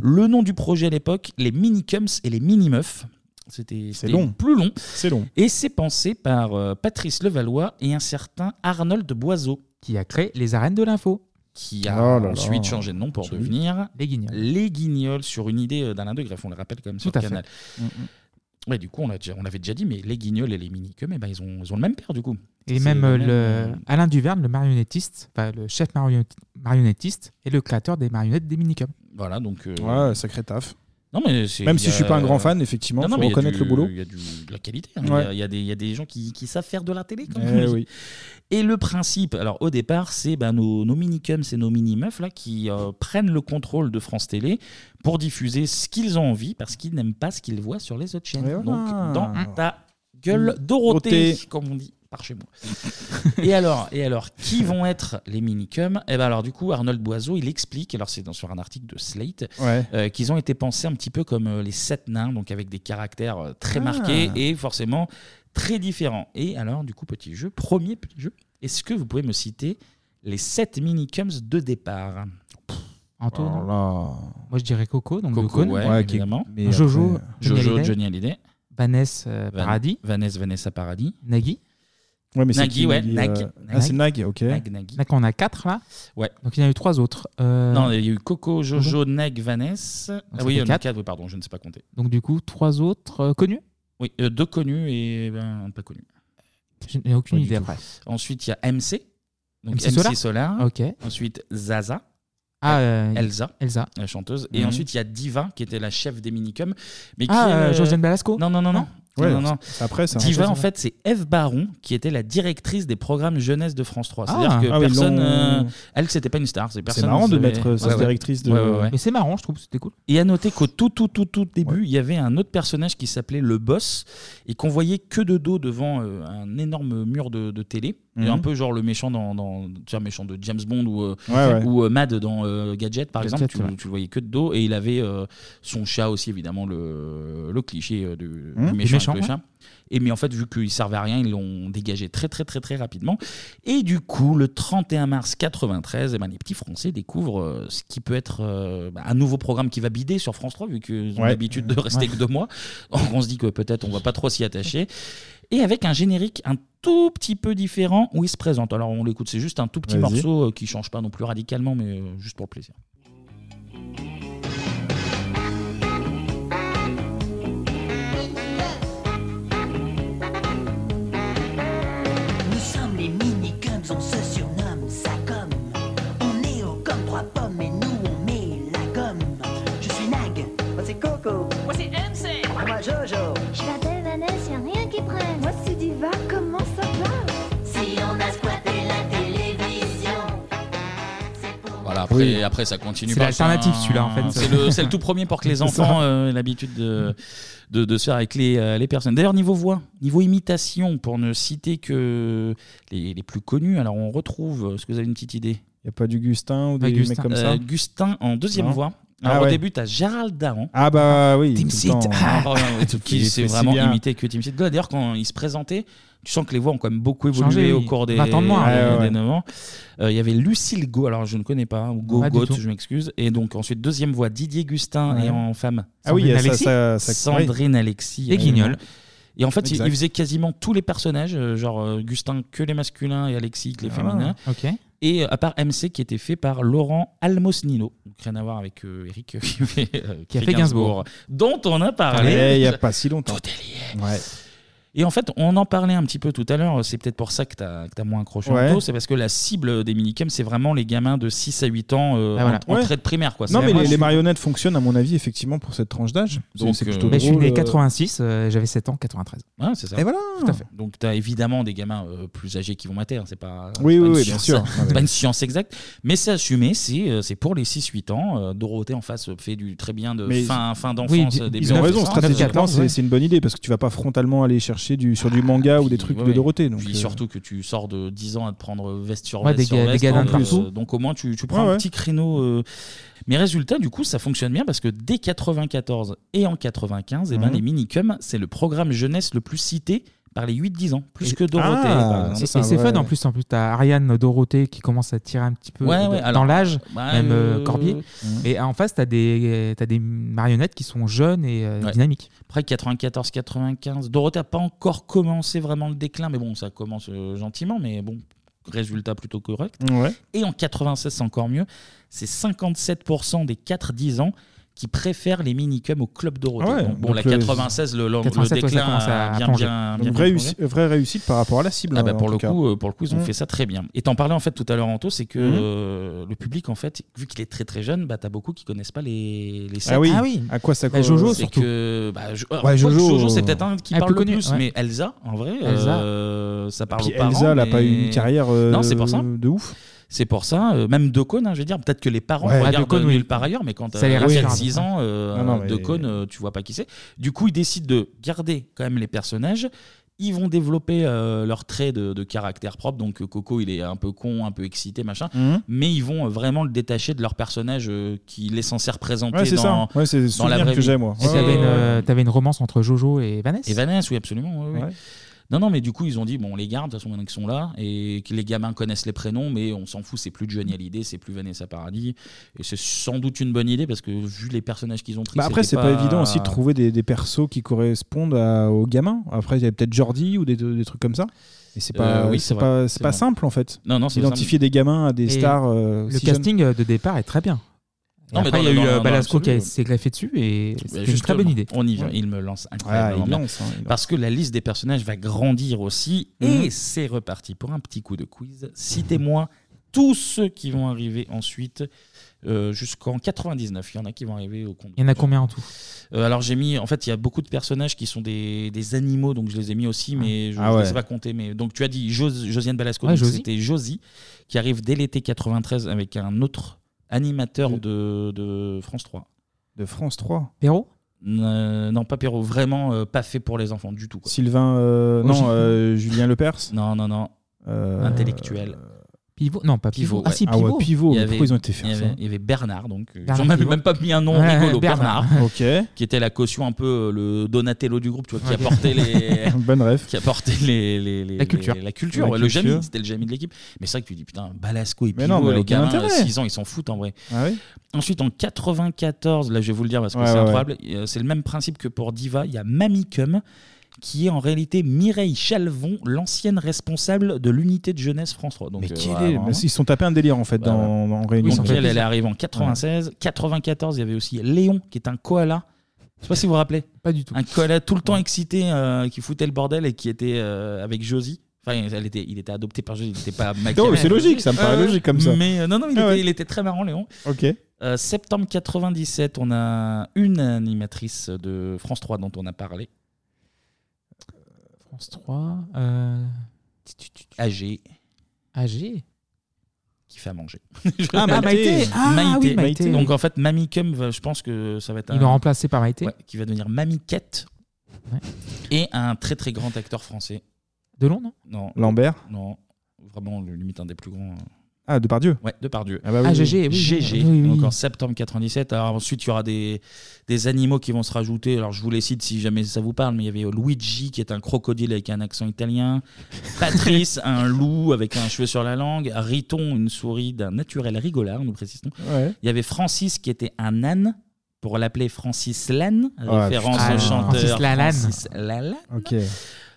Speaker 1: Le nom du projet à l'époque, les mini et les mini meufs. C'était
Speaker 5: C'est
Speaker 1: c'était
Speaker 5: long.
Speaker 1: plus long.
Speaker 5: C'est long.
Speaker 1: Et c'est pensé par euh, Patrice Levallois et un certain Arnold Boiseau. Qui a créé les arènes de l'info. Qui a
Speaker 5: Oh là là.
Speaker 1: ensuite changé de nom pour
Speaker 5: Joli.
Speaker 1: devenir Les Guignols. sur une idée euh, d'Alain de Greff, on le rappelle quand même sur
Speaker 5: à fait.
Speaker 1: Canal. Mm, Ouais, du coup, on, l'a déjà- on l'avait déjà dit, mais les Guignols et les Minicums, eh ben, ils, ont, ils ont le même père du coup.
Speaker 6: Et
Speaker 1: C'est
Speaker 6: même euh,
Speaker 1: même-
Speaker 6: le, Alain Duverne, le marionnettiste, enfin, le chef marion- marionnettiste et le créateur des marionnettes des Minicums.
Speaker 1: Voilà, donc. euh,
Speaker 5: Ouais, sacré taf.
Speaker 1: Non, mais c'est-
Speaker 5: Même
Speaker 1: il
Speaker 5: si
Speaker 1: y
Speaker 5: je suis
Speaker 1: a-
Speaker 5: pas un grand fan, effectivement,
Speaker 1: Non, non,
Speaker 5: faut
Speaker 1: mais il y a
Speaker 5: reconnaître
Speaker 1: du-
Speaker 5: le boulot.
Speaker 1: Il y a du- de la qualité. hein.
Speaker 5: Ouais.
Speaker 1: Il y a- il y, a des- il y a des gens qui, qui savent faire de la télé, comme
Speaker 5: Eh
Speaker 1: on dit.
Speaker 5: oui.
Speaker 1: Et le principe, alors au départ, c'est ben, nos, nos mini-cums et nos mini-meufs là, qui euh, prennent le contrôle de France Télé pour diffuser ce qu'ils ont envie parce qu'ils n'aiment pas ce qu'ils voient sur les autres chaînes. Donc, dans ta gueule Mmh. Dorothée,
Speaker 5: Dorothée.
Speaker 1: comme on dit par chez moi. et alors, et alors, qui vont être les minicums Eh ben alors du coup, Arnold Boiseau, il explique, alors c'est dans- sur un article de Slate,
Speaker 5: Ouais.
Speaker 1: euh, qu'ils ont été pensés un petit peu comme euh, les sept nains, donc avec des caractères euh, très
Speaker 5: Ah.
Speaker 1: marqués et forcément très différents. Et alors du coup, petit jeu, premier petit jeu, est-ce que vous pouvez me citer les sept minicums de départ
Speaker 6: Antoine
Speaker 5: Oh
Speaker 6: Moi, je dirais Coco, donc
Speaker 1: Coco,
Speaker 6: de Cône.
Speaker 1: ouais, Ouais, qui- évidemment. mais
Speaker 6: Jojo,
Speaker 1: après-
Speaker 5: euh,
Speaker 1: Jojo, Johnny Hallyday.
Speaker 6: Vanessa euh,
Speaker 1: Van-
Speaker 6: Paradis.
Speaker 1: Vanessa, Vanessa Paradis.
Speaker 6: Nagui.
Speaker 5: Ouais, mais c'est
Speaker 1: Nagui,
Speaker 5: qui,
Speaker 1: ouais,
Speaker 5: Nagui,
Speaker 1: Nag.
Speaker 5: euh, ah, c'est Nag, ok.
Speaker 1: Nag, Nagui.
Speaker 6: Donc, on a quatre là.
Speaker 1: Ouais.
Speaker 6: Donc, il y en a eu trois autres. Euh, Mhm.
Speaker 1: Non, il y a eu Coco, Jojo, Neg, Vanessa. Ah
Speaker 6: ça
Speaker 1: oui, il y
Speaker 6: fait
Speaker 1: en a
Speaker 6: quatre.
Speaker 1: quatre, oui, pardon, je ne sais pas compter.
Speaker 6: Donc, du coup, trois autres euh, connus.
Speaker 1: Oui, euh, deux connus et ben, un pas connu.
Speaker 6: Je n'ai aucune
Speaker 1: Pas du
Speaker 6: idée
Speaker 1: tout.
Speaker 6: après.
Speaker 1: Ensuite, il y a MC. Donc
Speaker 6: MC
Speaker 1: MC Solar.
Speaker 6: Solar. Ok.
Speaker 1: Ensuite, Zaza.
Speaker 6: Ah,
Speaker 1: El-
Speaker 6: euh,
Speaker 1: Elsa,
Speaker 6: Elsa.
Speaker 1: la chanteuse. Et
Speaker 6: Mhm.
Speaker 1: ensuite, il y a Diva, qui était la chef des minicums. Mais
Speaker 6: Ah,
Speaker 1: qui est,
Speaker 6: euh, Josiane Balasco
Speaker 1: Non, non, non, non.
Speaker 5: Ouais,
Speaker 1: non, non, non.
Speaker 5: c'est après, ça.
Speaker 1: Diva,
Speaker 5: Ah,
Speaker 1: en fait, c'est Eve Baron, qui était la directrice des programmes jeunesse de France 3. C'est-à-dire
Speaker 5: Ah.
Speaker 1: que
Speaker 5: Ah oui,
Speaker 1: personne.
Speaker 5: l'ont-
Speaker 1: euh, elle, c'était pas une star. C'est personne
Speaker 5: marrant de
Speaker 1: savait-
Speaker 5: mettre, euh, cette directrice de-
Speaker 1: Ouais, ouais, ouais.
Speaker 6: Mais c'est marrant, je trouve, c'était cool.
Speaker 1: Et à noter qu'au tout, tout, tout, tout début, il y avait un autre personnage qui s'appelait le boss et qu'on voyait que de dos devant euh, un énorme mur de, de télé. Et
Speaker 5: Mhm.
Speaker 1: un peu genre le méchant dans, dans- tu vois, méchant de James Bond ou, euh,
Speaker 5: Ouais, ouais.
Speaker 1: ou euh, Mad dans euh, Gadget, par
Speaker 5: Gadget,
Speaker 1: exemple. Tu,
Speaker 5: ouais.
Speaker 1: tu le voyais que de dos. Et il avait euh, son chat aussi, évidemment, le, le cliché euh, du, du
Speaker 5: Mhm. Du
Speaker 1: méchant,
Speaker 5: méchant,
Speaker 1: avec le
Speaker 5: ouais.
Speaker 1: chat. Et mais en fait, vu qu'il servait à rien, ils l'ont dégagé très, très, très, très rapidement. Et du coup, le 31 mars 93, eh ben, les petits Français découvrent euh, ce qui peut être euh, bah, un nouveau programme qui va bider sur France 3, vu qu'ils ont
Speaker 5: Ouais.
Speaker 1: l'habitude de rester
Speaker 5: Ouais.
Speaker 1: que deux mois. Donc, on se dit que peut-être on va pas trop s'y attacher. Et avec un générique un tout petit peu différent où il se présente. Alors on l'écoute, c'est juste un tout petit
Speaker 5: Vas-y.
Speaker 1: morceau euh, qui change pas non plus radicalement, mais euh, juste pour le plaisir.
Speaker 7: Nous sommes les minicums, on se surnomme Sacom. On est au comme trois pommes et nous on met la gomme. Je suis Nag. Moi c'est Coco. Moi c'est MC. Moi Jojo.
Speaker 8: Je m'appelle Vanessa, y'a rien qui prenne. Moi c'est Diva, comment ça va
Speaker 2: Si on a squatté la télévision,
Speaker 1: Voilà, après, après ça continue.
Speaker 6: C'est
Speaker 1: pas,
Speaker 6: l'alternative,
Speaker 1: un-
Speaker 6: celui-là, en fait.
Speaker 1: C'est le, c'est le tout premier pour que les
Speaker 6: C'est
Speaker 1: enfants
Speaker 6: ça.
Speaker 1: euh, aient l'habitude de, de, de se faire avec les, euh, les personnes. D'ailleurs, niveau voix, niveau imitation, pour ne citer que les, les plus connus, alors on retrouve, euh, est-ce que vous avez une petite idée
Speaker 5: Il n'y a pas d'Augustin ou des
Speaker 1: Augustin.
Speaker 5: mecs comme
Speaker 1: Euh,
Speaker 5: ça
Speaker 1: Augustin en deuxième
Speaker 5: Non.
Speaker 1: voix.
Speaker 5: Ah
Speaker 1: Alors au
Speaker 5: ouais.
Speaker 1: début, t'as Gérald Daran.
Speaker 5: Ah bah oui.
Speaker 1: Team
Speaker 5: tout le
Speaker 1: Seat.
Speaker 5: temps.
Speaker 1: Ah, pardon, oui,
Speaker 5: Tout le
Speaker 1: qui
Speaker 5: temps,
Speaker 1: s'est
Speaker 5: c'est
Speaker 1: vraiment
Speaker 5: bien.
Speaker 1: imité que Team Seat. D'ailleurs, quand il se présentait, tu sens que les voix ont quand même beaucoup évolué
Speaker 6: Changé,
Speaker 1: au
Speaker 6: oui.
Speaker 1: cours des,
Speaker 6: 20 ans de moins,
Speaker 1: des-
Speaker 5: ouais, ouais.
Speaker 1: des 9 ans. Euh, Il y avait Lucille Go, alors je ne connais pas, ou Go
Speaker 6: Pas du
Speaker 1: Goat,
Speaker 6: tout.
Speaker 1: je m'excuse. Et donc ensuite, deuxième voix, Didier Gustin
Speaker 5: Ouais.
Speaker 1: et en femme.
Speaker 5: Ah oui,
Speaker 1: Sandrine
Speaker 5: ça-
Speaker 1: Alexis.
Speaker 5: ça- ça-
Speaker 1: Sandrine Alexis.
Speaker 6: Et
Speaker 1: euh,
Speaker 6: Guignol.
Speaker 1: Et en fait, il,
Speaker 5: Exact.
Speaker 1: il faisait quasiment tous les personnages, euh, genre euh, Gustin que les masculins et Alexis que les
Speaker 5: Ah,
Speaker 1: féminins.
Speaker 6: Ok.
Speaker 1: Et euh, à part MC qui était fait par Laurent Almosnino, donc rien à voir avec euh, Eric euh, qui, fait, euh,
Speaker 6: Qui a fait Gainsbourg.
Speaker 1: dont on a parlé.
Speaker 5: Ouais, Il n'y a pas si longtemps.
Speaker 1: Tout est
Speaker 5: lié. Ouais.
Speaker 1: Et en fait, on en parlait un petit peu tout à l'heure, c'est peut-être pour ça que tu as, moins accroché
Speaker 5: Ouais.
Speaker 1: Anto, c'est parce que la cible des minicums, c'est vraiment les gamins de 6 à 8 ans euh,
Speaker 6: Ah, voilà.
Speaker 1: en, en
Speaker 5: Ouais.
Speaker 1: trait de primaire. Quoi.
Speaker 5: Non,
Speaker 1: C'est
Speaker 5: mais
Speaker 1: vraiment-
Speaker 5: les, les marionnettes fonctionnent, à mon avis, effectivement, pour cette tranche d'âge. C'est
Speaker 1: Donc,
Speaker 5: c'est
Speaker 1: euh,
Speaker 5: plutôt
Speaker 6: Mais je suis
Speaker 5: drôle,
Speaker 6: né
Speaker 5: euh,
Speaker 6: 86, euh, j'avais 7 ans, 93.
Speaker 1: Ouais, c'est ça.
Speaker 5: Et voilà.
Speaker 6: Tout à fait.
Speaker 1: Donc tu as évidemment des gamins euh, plus âgés qui vont mater, hein, c'est pas,
Speaker 5: Oui,
Speaker 1: c'est pas
Speaker 5: oui,
Speaker 1: une
Speaker 5: oui,
Speaker 1: science-
Speaker 5: bien sûr.
Speaker 1: c'est pas une science exacte, mais c'est assumé, c'est euh, c'est pour les 6-8 ans. Euh, Dorothée en face euh, fait du très bien de
Speaker 5: Mais
Speaker 1: fin, fin
Speaker 6: Oui,
Speaker 1: d'enfance.
Speaker 6: ils-
Speaker 1: euh, début
Speaker 5: Ils ont raison,
Speaker 1: adolescence.
Speaker 5: stratégiquement,
Speaker 6: 14,
Speaker 5: c'est
Speaker 6: ouais.
Speaker 5: c'est une bonne idée parce que tu vas pas frontalement aller chercher du, sur du manga ou des trucs
Speaker 1: Ouais,
Speaker 5: de
Speaker 1: ouais.
Speaker 5: Dorothée. Donc,
Speaker 1: Puis
Speaker 5: euh,
Speaker 1: surtout que tu sors de 10 ans à te prendre veste sur
Speaker 6: Ouais,
Speaker 1: veste.
Speaker 6: des
Speaker 1: sur
Speaker 6: ga- des
Speaker 1: veste,
Speaker 6: gadins
Speaker 1: en
Speaker 5: de
Speaker 1: plus.
Speaker 6: partout.
Speaker 1: Euh, donc au moins tu, tu prends
Speaker 5: Ouais,
Speaker 1: un
Speaker 5: ouais.
Speaker 1: petit créneau. euh. Mais résultat, du coup, ça fonctionne bien parce que dès 94 et en 95, eh ben,
Speaker 5: Mhm.
Speaker 1: les minicums, c'est le programme jeunesse le plus cité par les 8-10 ans, plus que Dorothée. bah, par
Speaker 6: Ah,
Speaker 1: exemple.
Speaker 6: et et c'est fun en plus. En plus, t'as Ariane Dorothée qui commence à tirer un petit peu
Speaker 1: Ouais,
Speaker 6: d-
Speaker 1: ouais,
Speaker 6: dans
Speaker 1: alors-
Speaker 6: l'âge,
Speaker 1: Bah,
Speaker 6: même euh,
Speaker 1: euh,
Speaker 6: Corbier.
Speaker 1: Mhm.
Speaker 6: Et en face, t'as des, t'as des marionnettes qui sont jeunes et euh,
Speaker 1: Ouais.
Speaker 6: dynamiques.
Speaker 1: Après 94-95, Dorothée n'a pas encore commencé vraiment le déclin, mais bon, ça commence euh, gentiment, mais bon, résultat plutôt correct.
Speaker 5: Ouais.
Speaker 1: Et en 96, c'est encore mieux, c'est 57% des 4-10 ans qui préfèrent les minicums au club Dorothée.
Speaker 5: Ah ouais,
Speaker 1: donc, bon,
Speaker 5: donc
Speaker 1: la
Speaker 5: le-
Speaker 1: 96, le, le- le
Speaker 5: 87, ouais, ça
Speaker 1: déclin
Speaker 5: commence à
Speaker 1: a bien,
Speaker 5: plonger.
Speaker 1: bien, bien
Speaker 5: Donc, vraie,
Speaker 1: progressé.
Speaker 5: réussi- vraie réussite par rapport à la cible.
Speaker 1: Ah bah,
Speaker 5: en
Speaker 1: pour, le
Speaker 5: tout cas.
Speaker 1: coup, euh, pour le coup, ils ont
Speaker 5: Mm.
Speaker 1: fait ça très bien. Et t'en parlais en fait tout à l'heure, Anto, c'est que
Speaker 5: Mm.
Speaker 1: euh, le public, en fait, vu qu'il est très très jeune, bah, t'as beaucoup qui connaissent pas les, les
Speaker 5: Ah
Speaker 1: sets.
Speaker 5: oui. Ah oui. À quoi ça
Speaker 1: Bah,
Speaker 5: correspond
Speaker 1: Jojo, c'est
Speaker 5: surtout.
Speaker 1: que. bah, je- alors,
Speaker 5: Ouais,
Speaker 1: je crois que
Speaker 5: Jojo, euh,
Speaker 1: Jojo, c'est peut-être un qui
Speaker 5: elle est
Speaker 1: parle
Speaker 5: plus
Speaker 1: le
Speaker 5: connue,
Speaker 1: plus,
Speaker 5: ouais.
Speaker 1: mais Elsa, en vrai,
Speaker 5: Elsa.
Speaker 1: euh, ça parle
Speaker 5: Puis
Speaker 1: aux parents,
Speaker 5: Elsa, elle a pas eu une
Speaker 1: mais-
Speaker 5: carrière, euh,
Speaker 1: non, c'est pour ça.
Speaker 5: de ouf.
Speaker 1: C'est pour ça, euh, même Decaune, hein, je veux dire, peut-être que les parents
Speaker 5: Ouais. Ah,
Speaker 1: regardent
Speaker 5: Decaune,
Speaker 1: Decaune,
Speaker 5: oui.
Speaker 1: par ailleurs, mais quand
Speaker 5: Ça les
Speaker 1: t'as
Speaker 5: rassure,
Speaker 1: 6
Speaker 5: hein.
Speaker 1: ans, euh,
Speaker 5: Non, non, mais-
Speaker 1: Decaune, euh, tu vois pas qui c'est. Du coup, ils décident de garder quand même les personnages. Ils vont développer euh, leurs traits de, de caractère propre. Donc euh, Coco, il est un peu con, un peu excité, machin.
Speaker 5: Mhm.
Speaker 1: Mais ils vont euh, vraiment le détacher de leur personnage euh, qui est censé représenter
Speaker 5: Ouais, c'est ça.
Speaker 1: dans,
Speaker 5: Ouais, c'est le
Speaker 1: dans la
Speaker 5: souvenir
Speaker 1: vraie
Speaker 5: que
Speaker 1: vie.
Speaker 5: j'ai, moi.
Speaker 6: Et t'avais une, euh, t'avais une romance entre Jojo et Vanessa.
Speaker 1: Et Vanessa, oui, absolument. oui, oui.
Speaker 6: Ouais.
Speaker 1: Non, non, mais du coup, ils ont dit, bon, on les garde, de toute façon, maintenant qu'ils sont là, et que les gamins connaissent les prénoms, mais on s'en fout, c'est plus Johnny Hallyday, c'est plus Vanessa Paradis. Et c'est sans doute une bonne idée, parce que vu les personnages qu'ils ont pris.
Speaker 5: Bah après,
Speaker 1: c'était
Speaker 5: c'est pas... évident aussi de trouver des, des persos qui correspondent à- aux gamins. Après, il y a peut-être Jordi ou des, des trucs comme ça. Et c'est pas,
Speaker 1: Euh, oui,
Speaker 5: c'est
Speaker 1: c'est
Speaker 5: pas,
Speaker 1: vrai,
Speaker 5: c'est
Speaker 1: c'est
Speaker 5: pas
Speaker 1: vrai.
Speaker 5: simple en fait.
Speaker 1: Non, non, c'est pas
Speaker 5: Identifier des gamins à des
Speaker 6: Et
Speaker 5: stars. euh,
Speaker 6: le
Speaker 5: si
Speaker 6: casting euh, de départ est très bien. Et
Speaker 1: Non, mais
Speaker 6: après,
Speaker 1: dans
Speaker 6: il y a
Speaker 1: le-
Speaker 6: eu
Speaker 1: dans
Speaker 6: euh,
Speaker 1: le-
Speaker 6: Balasco
Speaker 1: dans
Speaker 6: qui a-
Speaker 1: l'absolu.
Speaker 6: s'est greffé dessus et
Speaker 1: Bah,
Speaker 6: c'est une très bonne
Speaker 1: justement,
Speaker 6: idée.
Speaker 1: On y vient, il me lance
Speaker 5: Ah, il
Speaker 1: incroyablement. bien.
Speaker 5: lance, hein, il lance.
Speaker 1: Parce que la liste des personnages va grandir aussi,
Speaker 6: Mhm.
Speaker 1: et c'est reparti pour un petit coup de quiz. Citez-moi tous ceux qui vont arriver ensuite. euh, jusqu'en 99, il y en a qui vont arriver au compte.
Speaker 6: Il y en a combien en tout
Speaker 1: Euh, alors j'ai mis, en fait, il y a beaucoup de personnages qui sont des, des animaux, donc je les ai mis aussi, mais je ne
Speaker 5: Ah ouais.
Speaker 1: les ai pas comptés. Mais donc tu as dit Jos- Josiane Balasco,
Speaker 5: Ouais,
Speaker 1: donc
Speaker 5: Josie.
Speaker 1: c'était Josie qui arrive dès l'été 93 avec un autre animateur de, de France 3.
Speaker 5: De France 3.
Speaker 6: Perrault
Speaker 1: Non, pas Perrault, vraiment euh, pas fait pour les enfants du tout. quoi.
Speaker 5: Sylvain. euh,
Speaker 1: Roger.
Speaker 5: non, euh, Julien Lepers.
Speaker 1: Non, non, non.
Speaker 5: Euh,
Speaker 1: Intellectuel.
Speaker 6: Pivot Non, pas Pivot. Ah, si,
Speaker 5: Ah ouais,
Speaker 6: Pivot.
Speaker 5: Pivot,
Speaker 1: Il y
Speaker 5: mais pourquoi ils ont été faire
Speaker 1: il y
Speaker 5: ça
Speaker 1: avait- Il y avait Bernard, donc. euh,
Speaker 6: Bernard
Speaker 1: ils n'ont même,
Speaker 6: Pivot.
Speaker 1: même pas mis un nom
Speaker 6: Ouais,
Speaker 1: rigolo,
Speaker 6: Bernard.
Speaker 1: Bernard.
Speaker 5: Ok.
Speaker 1: Qui était la caution un peu euh, le Donatello du groupe, tu vois, qui
Speaker 5: Ok.
Speaker 1: apportait les.
Speaker 5: Bonne ref.
Speaker 1: Qui apportait les, les- les-
Speaker 5: La culture.
Speaker 1: les- la culture,
Speaker 5: La
Speaker 1: ouais,
Speaker 5: culture.
Speaker 1: le Jamy, c'était le Jamy de l'équipe. Mais c'est vrai que tu dis, putain, Balasco et
Speaker 5: Mais
Speaker 1: Pivot,
Speaker 5: non, mais
Speaker 1: les
Speaker 5: aucun
Speaker 1: gamins, euh,
Speaker 5: intérêt.
Speaker 1: 6 ans, ils s'en foutent en vrai.
Speaker 5: Ah oui
Speaker 1: Ensuite, en 94, là je vais vous le dire parce que
Speaker 5: Ouais,
Speaker 1: c'est
Speaker 5: ouais,
Speaker 1: improbable, euh, c'est le même principe que pour Diva, il y a Mamicum qui est en réalité Mireille Chalvon, l'ancienne responsable de l'unité de jeunesse France 3. Donc,
Speaker 5: Mais
Speaker 1: euh,
Speaker 5: quel
Speaker 1: voilà,
Speaker 5: est-
Speaker 1: vraiment. Bah,
Speaker 5: mais Ils sont tapés un délire en fait
Speaker 1: Ouais,
Speaker 5: dans, en réunion.
Speaker 1: Donc elle, elle est arrivée en 96. 94, il y avait aussi Léon, qui est un koala. Je sais pas si vous vous rappelez.
Speaker 6: Pas du tout.
Speaker 1: Un koala tout le temps excité, euh, qui foutait le bordel et qui était euh, avec Josie. Enfin, elle était, il était adopté par Josie, il n'était pas maquillé.
Speaker 5: Non, mais c'est logique, ça me paraît
Speaker 1: Euh,
Speaker 5: logique comme ça.
Speaker 1: Mais euh, non, non, il,
Speaker 5: Ah
Speaker 1: était,
Speaker 5: ouais.
Speaker 1: il était très marrant, Léon.
Speaker 5: Ok.
Speaker 1: Euh, septembre 97, on a une animatrice de France 3 dont on a parlé,
Speaker 6: France 3. Euh...
Speaker 1: âgée,
Speaker 6: AG
Speaker 1: qui fait à manger.
Speaker 6: Ah, Maïté. Ah, oui, Maïté.
Speaker 1: Donc en fait, Mamie Cum, va- je pense que ça va être
Speaker 6: Ils
Speaker 1: un-
Speaker 6: l'ont remplacé par Maïté.
Speaker 1: Ouais, qui va devenir Mamie Quête. Et un très très grand acteur français.
Speaker 6: Delon, non
Speaker 1: Non.
Speaker 5: Lambert
Speaker 1: Non. Vraiment, le- limite un des plus grands. euh,
Speaker 5: Ah, Depardieu
Speaker 1: Ouais, Depardieu.
Speaker 5: Ah bah oui, Ah, oui. GG, oui,
Speaker 1: GG.
Speaker 5: oui, oui.
Speaker 1: Donc en septembre 97. Alors ensuite, il y aura des, des animaux qui vont se rajouter. Alors je vous les cite si jamais ça vous parle, mais il y avait Luigi qui est un crocodile avec un accent italien. Patrice, un loup avec un cheveu sur la langue. Riton, une souris d'un naturel rigolard, nous précisons.
Speaker 5: Ouais.
Speaker 1: Il y avait Francis qui était un âne. Pour l'appeler Francis Lannes,
Speaker 5: Ah,
Speaker 1: référence
Speaker 5: putain.
Speaker 1: au chanteur
Speaker 5: Francis Lalanne.
Speaker 1: Francis Lalanne.
Speaker 5: Ok.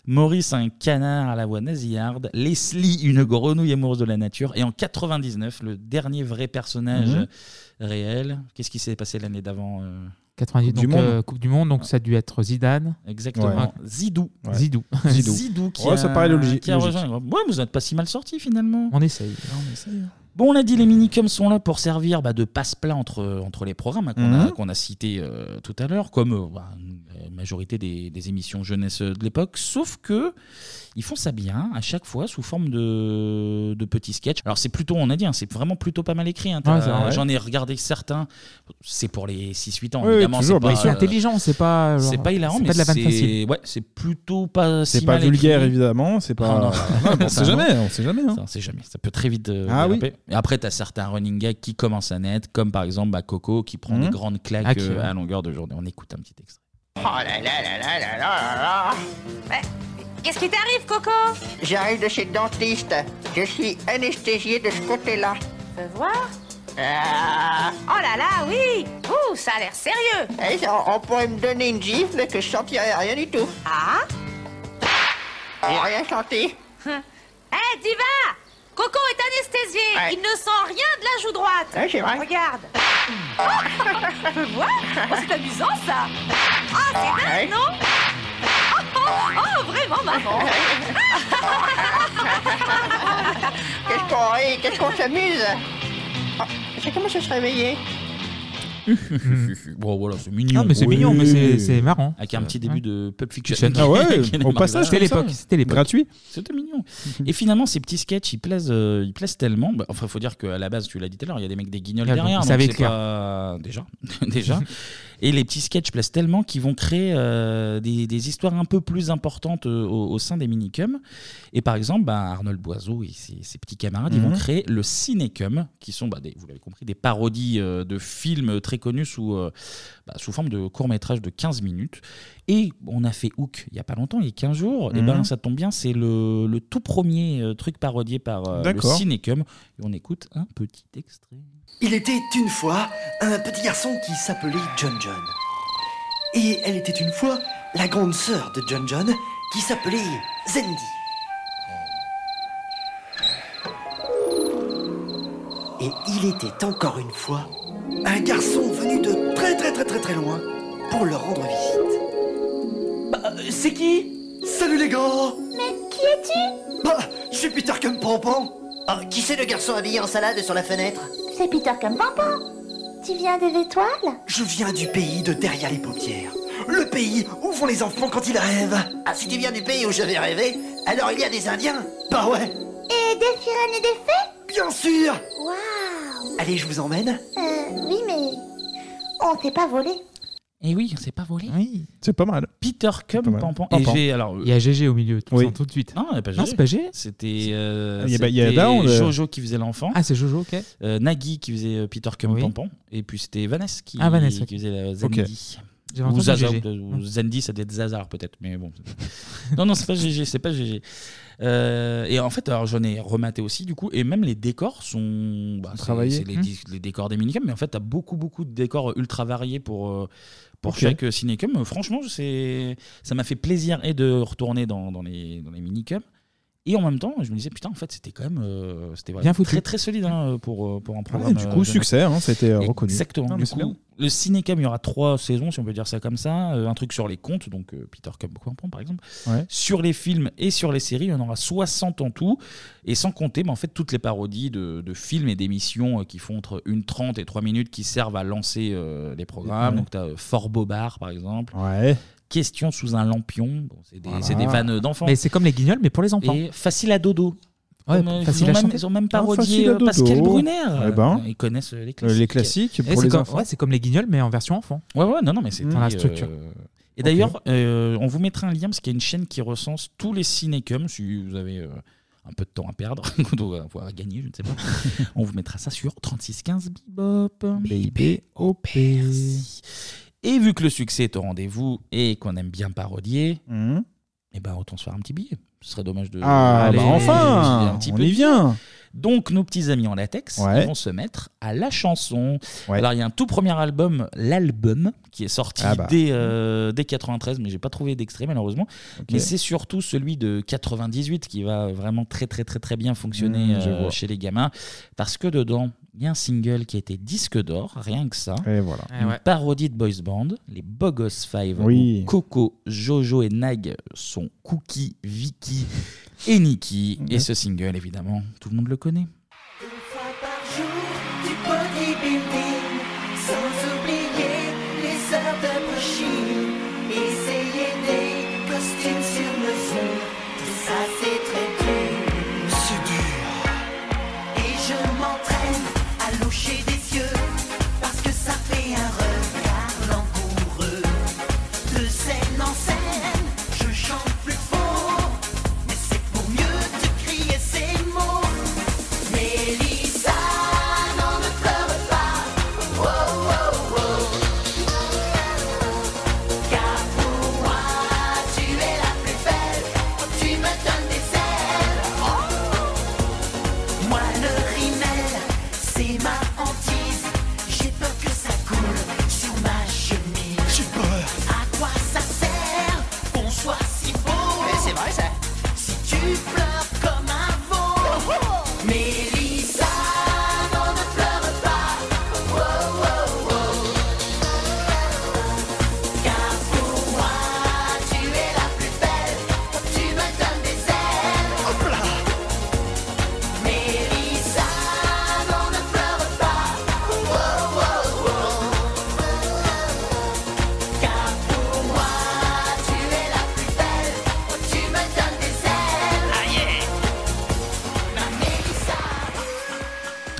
Speaker 1: Maurice, un canard à la voix nasillarde. Leslie, une grenouille amoureuse de la nature. Et en 99, le dernier vrai personnage
Speaker 6: Mhm.
Speaker 1: réel. Qu'est-ce qui s'est passé l'année d'avant euh
Speaker 6: 98,
Speaker 1: Coupe
Speaker 6: donc,
Speaker 1: du monde.
Speaker 6: euh, Coupe du Monde, donc ça a dû être Zidane.
Speaker 1: Exactement. Zidou.
Speaker 6: Ouais. Zidou.
Speaker 1: Zidou. qui
Speaker 6: Ouais,
Speaker 1: a,
Speaker 6: ça paraît logi-
Speaker 1: qui a
Speaker 6: logique.
Speaker 1: rejoint. Ouais, vous n'êtes pas si mal sorti finalement.
Speaker 6: On essaye. hein.
Speaker 1: Bon, on l'a dit, les minicums sont là pour servir bah, de passe-plat entre, entre les programmes hein, qu'on a-
Speaker 5: Mhm.
Speaker 1: qu'on a, cités euh, tout à l'heure, comme euh, bah, la majorité des, des émissions jeunesse euh, de l'époque, sauf que ils font ça bien à chaque fois sous forme de, de petits sketchs. Alors c'est plutôt, on a dit, hein, c'est vraiment plutôt pas mal écrit. hein. T'as-
Speaker 6: Ouais, c'est vrai.
Speaker 1: J'en ai regardé certains, c'est pour les 6-8 ans,
Speaker 6: Oui, oui,
Speaker 1: évidemment.
Speaker 6: toujours,
Speaker 1: c'est
Speaker 6: bah, ils sont
Speaker 1: euh,
Speaker 6: intelligents, c'est pas, genre,
Speaker 1: C'est pas hilarant,
Speaker 6: c'est
Speaker 1: mais
Speaker 6: pas de la vanne
Speaker 1: c'est-
Speaker 6: facile.
Speaker 1: Ouais, c'est plutôt pas.
Speaker 5: C'est
Speaker 1: si
Speaker 5: pas
Speaker 1: mal écrit.
Speaker 5: vulgaire, évidemment, c'est pas-
Speaker 1: Ah, non.
Speaker 5: Ah, bon, on sait
Speaker 1: Ah, non.
Speaker 5: jamais, on sait jamais, hein.
Speaker 1: Ça, on sait jamais. Ça peut très vite. euh,
Speaker 5: Ah oui.
Speaker 1: déraper. Et après, t'as certains running gags qui commencent à naître, comme par exemple bah, Coco qui prend
Speaker 5: Mhm.
Speaker 1: des grandes claques
Speaker 5: Ah, qui-
Speaker 1: euh,
Speaker 4: Oh
Speaker 1: à longueur de journée. On écoute un petit extrait.
Speaker 10: Oh là là là là là là là là. Eh,
Speaker 11: Qu'est-ce qui t'arrive, Coco
Speaker 7: J'arrive de chez le dentiste. Je suis anesthésié de ce côté-là.
Speaker 11: Fais voir.
Speaker 7: Ah.
Speaker 11: Oh là là, oui Ouh, ça a l'air sérieux
Speaker 7: Eh, on, on pourrait me donner une gifle que je sentirais rien du tout.
Speaker 11: Ah
Speaker 7: J'ai rien senti.
Speaker 11: Hum. Hé, t'y vas Coco est anesthésié Il ne sent rien de la joue droite
Speaker 7: Ouais, c'est vrai.
Speaker 11: Regarde oh, Fais voir Oh, C'est amusant, ça Ah, c'est dingue,
Speaker 7: Ouais.
Speaker 11: non oh, oh, oh, vraiment marrant
Speaker 7: Qu'est-ce qu'on rit, qu'est-ce qu'on s'amuse Ah, C'est comment ça se réveiller
Speaker 1: bon, voilà, c'est mignon.
Speaker 6: Ah, mais c'est
Speaker 1: Oui.
Speaker 6: mignon, mais c'est- c'est marrant.
Speaker 1: Avec un petit début de Pulp Fiction.
Speaker 5: Ah ouais,
Speaker 1: Qui est
Speaker 5: au
Speaker 1: marrant.
Speaker 5: passage,
Speaker 1: C'était
Speaker 5: comme ça.
Speaker 1: l'époque. C'était l'époque.
Speaker 5: Gratuit.
Speaker 1: C'était mignon. Et finalement, ces petits sketchs, ils plaisent, euh, ils plaisent tellement. Bah, enfin, faut dire qu'à la base, tu l'as dit tout à l'heure, il y a des mecs des guignols
Speaker 6: Ah,
Speaker 1: derrière.
Speaker 6: ils
Speaker 1: donc
Speaker 6: savaient
Speaker 1: c'est
Speaker 6: écrire.
Speaker 1: pas- Déjà. déjà. Et les petits sketchs plaisent tellement qu'ils vont créer euh, des, des histoires un peu plus importantes euh, au, au sein des minicums. Et par exemple, bah, Arnold Boiseau et ses, ses petits camarades, ils vont
Speaker 6: Mhm.
Speaker 1: créer le Cinécum, qui sont, bah, des- vous l'avez compris, des parodies euh, de films très connus sous, euh, bah, sous forme de courts-métrages de 15 minutes. Et on a fait Hook il n'y a pas longtemps, il y a 15 jours. Et
Speaker 6: Mhm.
Speaker 1: ben ça tombe bien, c'est le, le tout premier euh, truc parodié par euh, le
Speaker 6: D'accord.
Speaker 1: Cinécum. Et on écoute un petit extrait.
Speaker 12: Il était une fois un petit garçon qui s'appelait John John. Et elle était une fois la grande sœur de John John qui s'appelait Zendy. Et il était encore une fois un garçon venu de très très très très très loin pour leur rendre visite. Bah, euh, c'est qui Salut les gars
Speaker 4: Mais qui es-tu
Speaker 12: Bah, je suis Peter comme Pampan.
Speaker 13: Ah, qui c'est le garçon habillé en salade sur la fenêtre
Speaker 4: C'est Peter comme papa. Tu viens de l'étoile
Speaker 12: Je viens du pays de derrière les paupières. Le pays où vont les enfants quand ils rêvent.
Speaker 13: Ah, si tu viens du pays où je vais rêver, alors il y a des Indiens
Speaker 12: Bah ouais,
Speaker 4: Et des sirènes et des fées
Speaker 12: bien sûr
Speaker 4: Waouh
Speaker 12: Allez, je vous emmène.
Speaker 4: Euh, oui, mais. On s'est pas volé.
Speaker 1: Et oui, on s'est pas volé.
Speaker 6: Oui.
Speaker 5: C'est pas mal.
Speaker 1: Peter Cum, Pampan. Et j'ai- alors, euh,
Speaker 6: Il y a GG au milieu, tout,
Speaker 1: Oui.
Speaker 6: tout de suite.
Speaker 1: Non, il y a pas
Speaker 6: Non,
Speaker 1: GG.
Speaker 6: c'est pas GG.
Speaker 1: C'était euh,
Speaker 6: Il y a- bah, il y a
Speaker 1: c'était
Speaker 6: Down, euh.
Speaker 1: Jojo qui faisait l'enfant.
Speaker 6: Ah, c'est Jojo, ok.
Speaker 1: Euh, Nagui qui faisait euh, Peter Cum
Speaker 6: Oui.
Speaker 1: Pampan. Et puis c'était Vanessa qui,
Speaker 6: Ah, Vanessa,
Speaker 1: qui
Speaker 6: ok.
Speaker 1: faisait la
Speaker 6: Ok.
Speaker 1: Zendi.
Speaker 6: J'avais
Speaker 1: Ou
Speaker 6: entendu
Speaker 1: Zaza,
Speaker 6: GG.
Speaker 1: ou- ou Zendi, ça devait être Zazar peut-être, mais bon. non, non, c'est pas GG, c'est pas GG. Euh, et en fait, alors j'en ai rematé aussi du coup, et même les décors sont bah, c'est-
Speaker 5: Travaillés.
Speaker 1: C'est les,
Speaker 6: Hum.
Speaker 5: Mhm.
Speaker 1: dis- les décors des minicums, mais en fait, t'as beaucoup beaucoup de décors euh, ultra variés pour euh, pour
Speaker 5: Ok.
Speaker 1: chaque euh, cinécum. Euh, Franchement, c'est ça m'a fait plaisir et de retourner dans, dans les dans les minicums. Et en même temps, je me disais putain, en fait, c'était quand même euh, c'était
Speaker 5: Bien
Speaker 1: vraiment
Speaker 5: foutu.
Speaker 1: très très solide hein, pour euh, pour un
Speaker 5: Ouais,
Speaker 1: programme.
Speaker 5: du
Speaker 1: euh,
Speaker 5: coup,
Speaker 1: jeune.
Speaker 5: succès, hein, ça a été euh, reconnu.
Speaker 1: Exactement.
Speaker 5: Non, mais
Speaker 1: Du
Speaker 5: c'est
Speaker 1: coup,
Speaker 5: bien.
Speaker 1: le Cinécam, il y aura trois saisons, si on peut dire ça comme ça. Euh, un truc sur les contes, donc euh, Peter Campoin, par exemple.
Speaker 5: Ouais.
Speaker 1: Sur les films et sur les séries, il y en aura 60 en tout. Et sans compter, bah, en fait, toutes les parodies de, de films et d'émissions euh, qui font entre 1h30 et 3 minutes qui servent à lancer euh, les programmes.
Speaker 5: Ouais.
Speaker 1: Donc, tu as Fort Bobard, par exemple.
Speaker 5: Ouais.
Speaker 1: Question sous un lampion. Bon, c'est des,
Speaker 6: Voilà.
Speaker 1: c'est des vannes d'enfants.
Speaker 6: Mais c'est comme les guignols, mais pour les enfants.
Speaker 1: Et facile à dodo.
Speaker 6: Ouais,
Speaker 1: Comme, euh,
Speaker 6: facile
Speaker 1: ils, ont
Speaker 6: à
Speaker 1: même,
Speaker 6: chanter.
Speaker 1: ils ont même
Speaker 6: Ah,
Speaker 1: parodié
Speaker 6: facile à
Speaker 1: euh, Pascal
Speaker 6: dodo.
Speaker 1: Brunner.
Speaker 6: Eh ben.
Speaker 1: ils connaissent euh, les
Speaker 6: Euh,
Speaker 1: classiques.
Speaker 6: les classiques
Speaker 1: Et
Speaker 6: pour
Speaker 1: c'est
Speaker 6: les
Speaker 1: comme-
Speaker 6: enfants.
Speaker 1: ouais,
Speaker 6: c'est comme les guignols, mais en version enfant.
Speaker 1: Ouais, ouais, non, non, mais c'est
Speaker 6: Dans la
Speaker 1: très,
Speaker 6: structure.
Speaker 1: euh, Et d'ailleurs, euh, on vous mettra un lien parce qu'il y a une chaîne qui recense tous les cinécums. Si vous avez euh, un peu de temps à perdre, ou à- ou à gagner, je ne sais pas, on vous mettra ça sur 3615 Bebop. B-I-B-O-P. Et vu que le succès est au rendez-vous et qu'on aime bien parodier, eh ben autant se faire un petit billet. Ce serait dommage de.
Speaker 5: Hmm. Ah, bah enfin,
Speaker 1: se faire
Speaker 5: on y vient.
Speaker 1: Donc, nos petits amis en latex
Speaker 5: Ouais.
Speaker 1: ils vont se mettre à la chanson. Alors, il y a un tout premier album, l'album, qui est sorti
Speaker 5: Ah bah.
Speaker 1: dès, euh, dès 93, mais j'ai pas trouvé d'extrait malheureusement. Mais c'est surtout celui de 98 qui va vraiment très très très très bien fonctionner
Speaker 5: Mmh, je
Speaker 1: euh,
Speaker 5: vois.
Speaker 1: chez les gamins, parce que dedans, il y a un single qui a été disque d'or, rien que ça.
Speaker 5: Et voilà.
Speaker 1: Une parodie de boys band, les Bogos Five,
Speaker 5: Oui.
Speaker 1: où Coco, Jojo et Nag sont Cookie, Vicky et Nikki. Et ce single, évidemment, tout le monde le connaît.
Speaker 4: Du bodybuilding, sans oublier les heures de brushing, essayer des costumes sur mesure, tout ça c'est très dur. C'est dur. Et je m'entraîne à loucher des yeux, parce que ça fait un regard langoureux. De scène en scène, je chante plus fort, mais c'est pour mieux de crier ces mots. Mais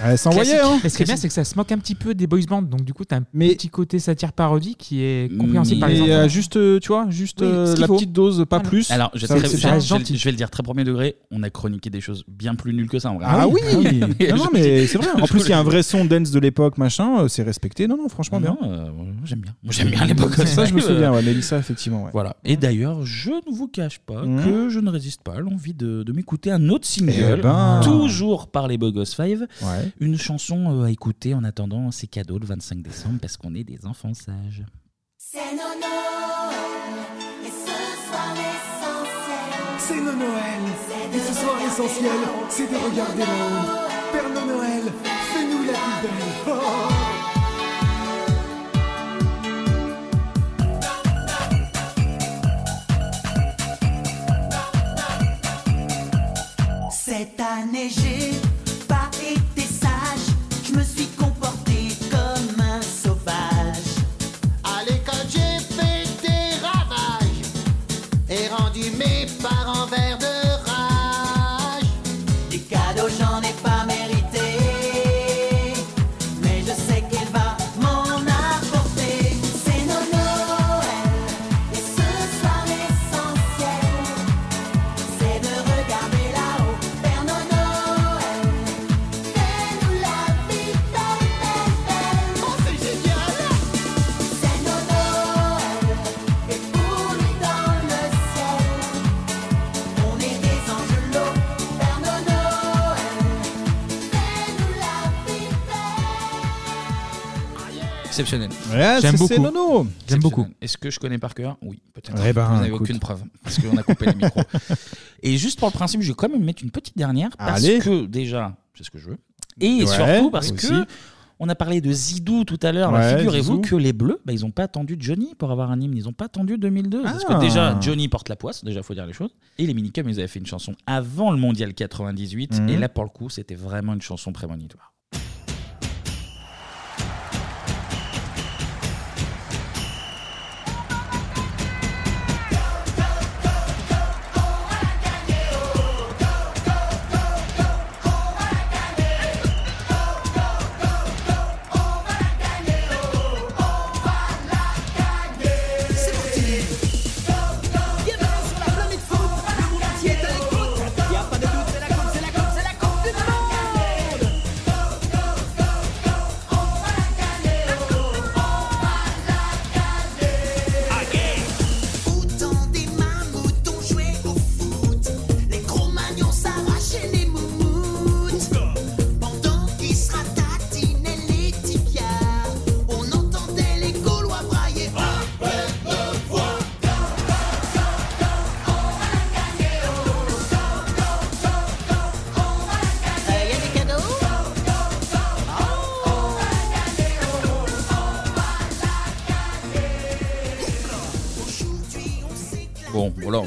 Speaker 5: elle s'envoyait, hein.
Speaker 6: Mais ce qui est bien, c'est que ça se moque un petit peu des boys bands. Donc, du coup, t'as un petit côté satire parodie qui est compréhensible par les
Speaker 5: Mais,
Speaker 6: enfants.
Speaker 5: euh, juste, euh, tu vois, juste
Speaker 6: Oui,
Speaker 5: euh,
Speaker 6: ce qu'il
Speaker 5: la
Speaker 6: faut.
Speaker 5: petite dose, pas
Speaker 6: Voilà.
Speaker 5: plus.
Speaker 1: Alors, je,
Speaker 5: Ça-
Speaker 1: très-
Speaker 5: c'est
Speaker 1: je-
Speaker 5: pas-
Speaker 1: je- je vais le dire très premier degré, on a chroniqué des choses bien plus nulles que ça en vrai.
Speaker 5: Ah oui,
Speaker 1: Je-
Speaker 5: non, non, mais c'est vrai. En plus, il y a un vrai son dance de l'époque, machin, euh, c'est respecté. Non, non, franchement, bien.
Speaker 1: j'aime bien. euh, Moi, j'aime bien l'époque.
Speaker 5: Ça, je me
Speaker 1: Ouais,
Speaker 5: souviens,
Speaker 1: euh,
Speaker 5: ouais, Mélissa, effectivement. ouais.
Speaker 1: Voilà. Et d'ailleurs, je ne vous cache pas
Speaker 5: Mhm.
Speaker 1: que je ne résiste pas à l'envie de, de m'écouter un autre single,
Speaker 5: Eh ben.
Speaker 1: toujours par les Bogos 5.
Speaker 5: Ouais.
Speaker 1: Une chanson euh, à écouter en attendant ces cadeaux le 25 décembre parce qu'on est des enfants sages.
Speaker 14: C'est nos Noël, et ce soir l'essentiel.
Speaker 12: C'est nos Noël. Et ce soir, l'essentiel, c'est de regarder là-haut. Père Noël, fais-nous la plus belle. Oh.
Speaker 4: Cette année, j'ai pas été sage. Je me suis comporté comme un sauvage.
Speaker 15: À l'école, j'ai fait des ravages et rendu mes parents verts de rage.
Speaker 4: Des cadeaux, j'en ai pas mérité. Mais je sais qu'il va m'en apporter. C'est nos Noël.
Speaker 14: Et ce soir l'essentiel, c'est de regarder là-haut. Père Noël, fais-nous la vie belle, belle, belle. Oh, c'est génial! C'est nos Noël, et pour lui dans le ciel, on est des angelots. Père Noël, fais-nous la vie
Speaker 1: Exceptionnel.
Speaker 5: Ouais, J'aime c'est- c'est beaucoup. Nono. J'aime
Speaker 1: Exceptionnel.
Speaker 5: beaucoup.
Speaker 1: Est-ce que je connais par cœur Oui, peut-être.
Speaker 5: Eh ben,
Speaker 1: Vous n'avez
Speaker 5: écoute.
Speaker 1: aucune preuve parce qu'on a coupé les micros. Et juste pour le principe, je vais quand même mettre une petite dernière parce
Speaker 5: Allez.
Speaker 1: que déjà, c'est ce que je veux. Et
Speaker 5: Ouais,
Speaker 1: surtout parce
Speaker 5: aussi.
Speaker 1: que on a parlé de Zidou tout à l'heure. Bah,
Speaker 5: Ouais,
Speaker 1: Figurez-vous
Speaker 5: Zizou.
Speaker 1: que les Bleus, bah, ils n'ont pas attendu Johnny pour avoir un hymne. Ils n'ont pas attendu 2002. Parce
Speaker 5: Ah.
Speaker 1: que déjà, Johnny porte la poisse. Déjà, faut dire les choses. Et les Minicums, ils avaient fait une chanson avant le Mondial 98.
Speaker 5: Mhm.
Speaker 1: Et là, pour le coup, c'était vraiment une chanson prémonitoire.
Speaker 15: C'est parti Viens maintenant sur la planète foot Le monde entier est à l'écoute Y'a pas de doute, c'est la coupe, c'est la coupe, c'est la coupe du monde
Speaker 4: Autant des mamoutons jouaient au foot. Les gros magnons s'arrachaient les moumoutes. Pendant qu'ils se ratatinaient les tibias, on entendait les Gaulois brailler.
Speaker 15: Y'a des cadeaux
Speaker 1: Bon, voilà.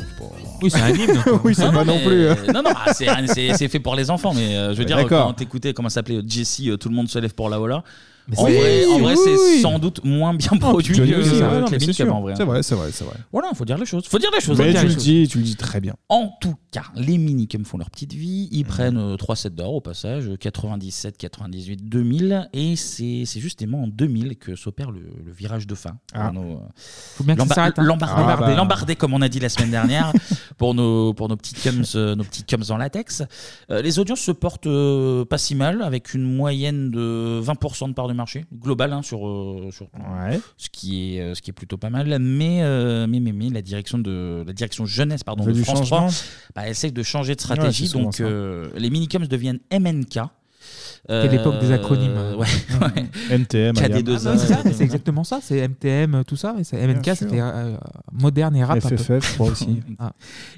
Speaker 6: Oui, c'est un hymne.
Speaker 5: Oui, c'est pas non
Speaker 1: mais-
Speaker 5: plus.
Speaker 1: Non, non, ah, c'est un- c'est c'est fait pour les enfants, mais euh, je veux
Speaker 5: Ouais,
Speaker 1: dire,
Speaker 5: d'accord.
Speaker 1: quand t'écoutais, comment ça s'appelait euh, Jessie, euh, tout le monde se lève pour la Walla.
Speaker 5: Mais
Speaker 1: En
Speaker 5: c'est-
Speaker 1: vrai, en
Speaker 5: Oui,
Speaker 1: vrai
Speaker 5: oui,
Speaker 1: c'est
Speaker 5: oui.
Speaker 1: sans doute moins bien
Speaker 5: Oh,
Speaker 1: produit
Speaker 5: Johnny
Speaker 1: que,
Speaker 5: aussi,
Speaker 1: euh,
Speaker 5: ouais, non,
Speaker 1: que les
Speaker 5: mais c'est
Speaker 1: Minicums,
Speaker 5: sûr.
Speaker 1: en vrai.
Speaker 5: C'est vrai, c'est vrai, c'est vrai.
Speaker 1: Voilà, faut dire les choses. Faut dire les choses. faut
Speaker 5: Mais
Speaker 1: dire
Speaker 5: tu
Speaker 1: les
Speaker 5: le
Speaker 1: choses.
Speaker 5: dis, tu le dis très bien. Mhm.
Speaker 1: En tout cas, les Minicums font leur petite vie. Ils prennent euh, 3 sets d'or au passage, euh, 97, 98, 2000. Et c'est c'est justement en 2000 que s'opère le, le virage de fin.
Speaker 6: Ah.
Speaker 1: Pour nos, euh,
Speaker 6: Faut bien que ça
Speaker 1: l'emba-
Speaker 6: s'arrête, hein.
Speaker 1: l'embardé,
Speaker 6: Ah, bah.
Speaker 1: l'embardé, comme on a dit la semaine dernière, pour nos, pour nos petits cums, euh, nos petits cums en latex. Euh, les audiences se portent euh, pas si mal, avec une moyenne de 20% de part de marché, global, hein, sur, euh, sur ce, qui est, euh, ce qui est plutôt pas mal. Mais, euh, mais, mais, mais la, direction de, la direction jeunesse pardon,
Speaker 5: Veut
Speaker 1: de
Speaker 5: du
Speaker 1: France 3
Speaker 5: changement.
Speaker 1: bah, essaie de changer de
Speaker 5: Ouais,
Speaker 1: stratégie.
Speaker 5: c'est souvent
Speaker 1: donc
Speaker 5: ça.
Speaker 1: euh, les minicums deviennent MNK.
Speaker 6: C'était l'époque des acronymes.
Speaker 1: Euh,
Speaker 6: hein.
Speaker 1: Ouais, ouais.
Speaker 5: MTM,
Speaker 1: KD2A.
Speaker 6: Ah, non, c'est ça, mais c'est exactement ça. C'est MTM, tout ça. Et c'est- MNK,
Speaker 1: sûr.
Speaker 6: c'était euh, moderne et rap. un peu.
Speaker 5: FFF, moi aussi.
Speaker 6: Ah.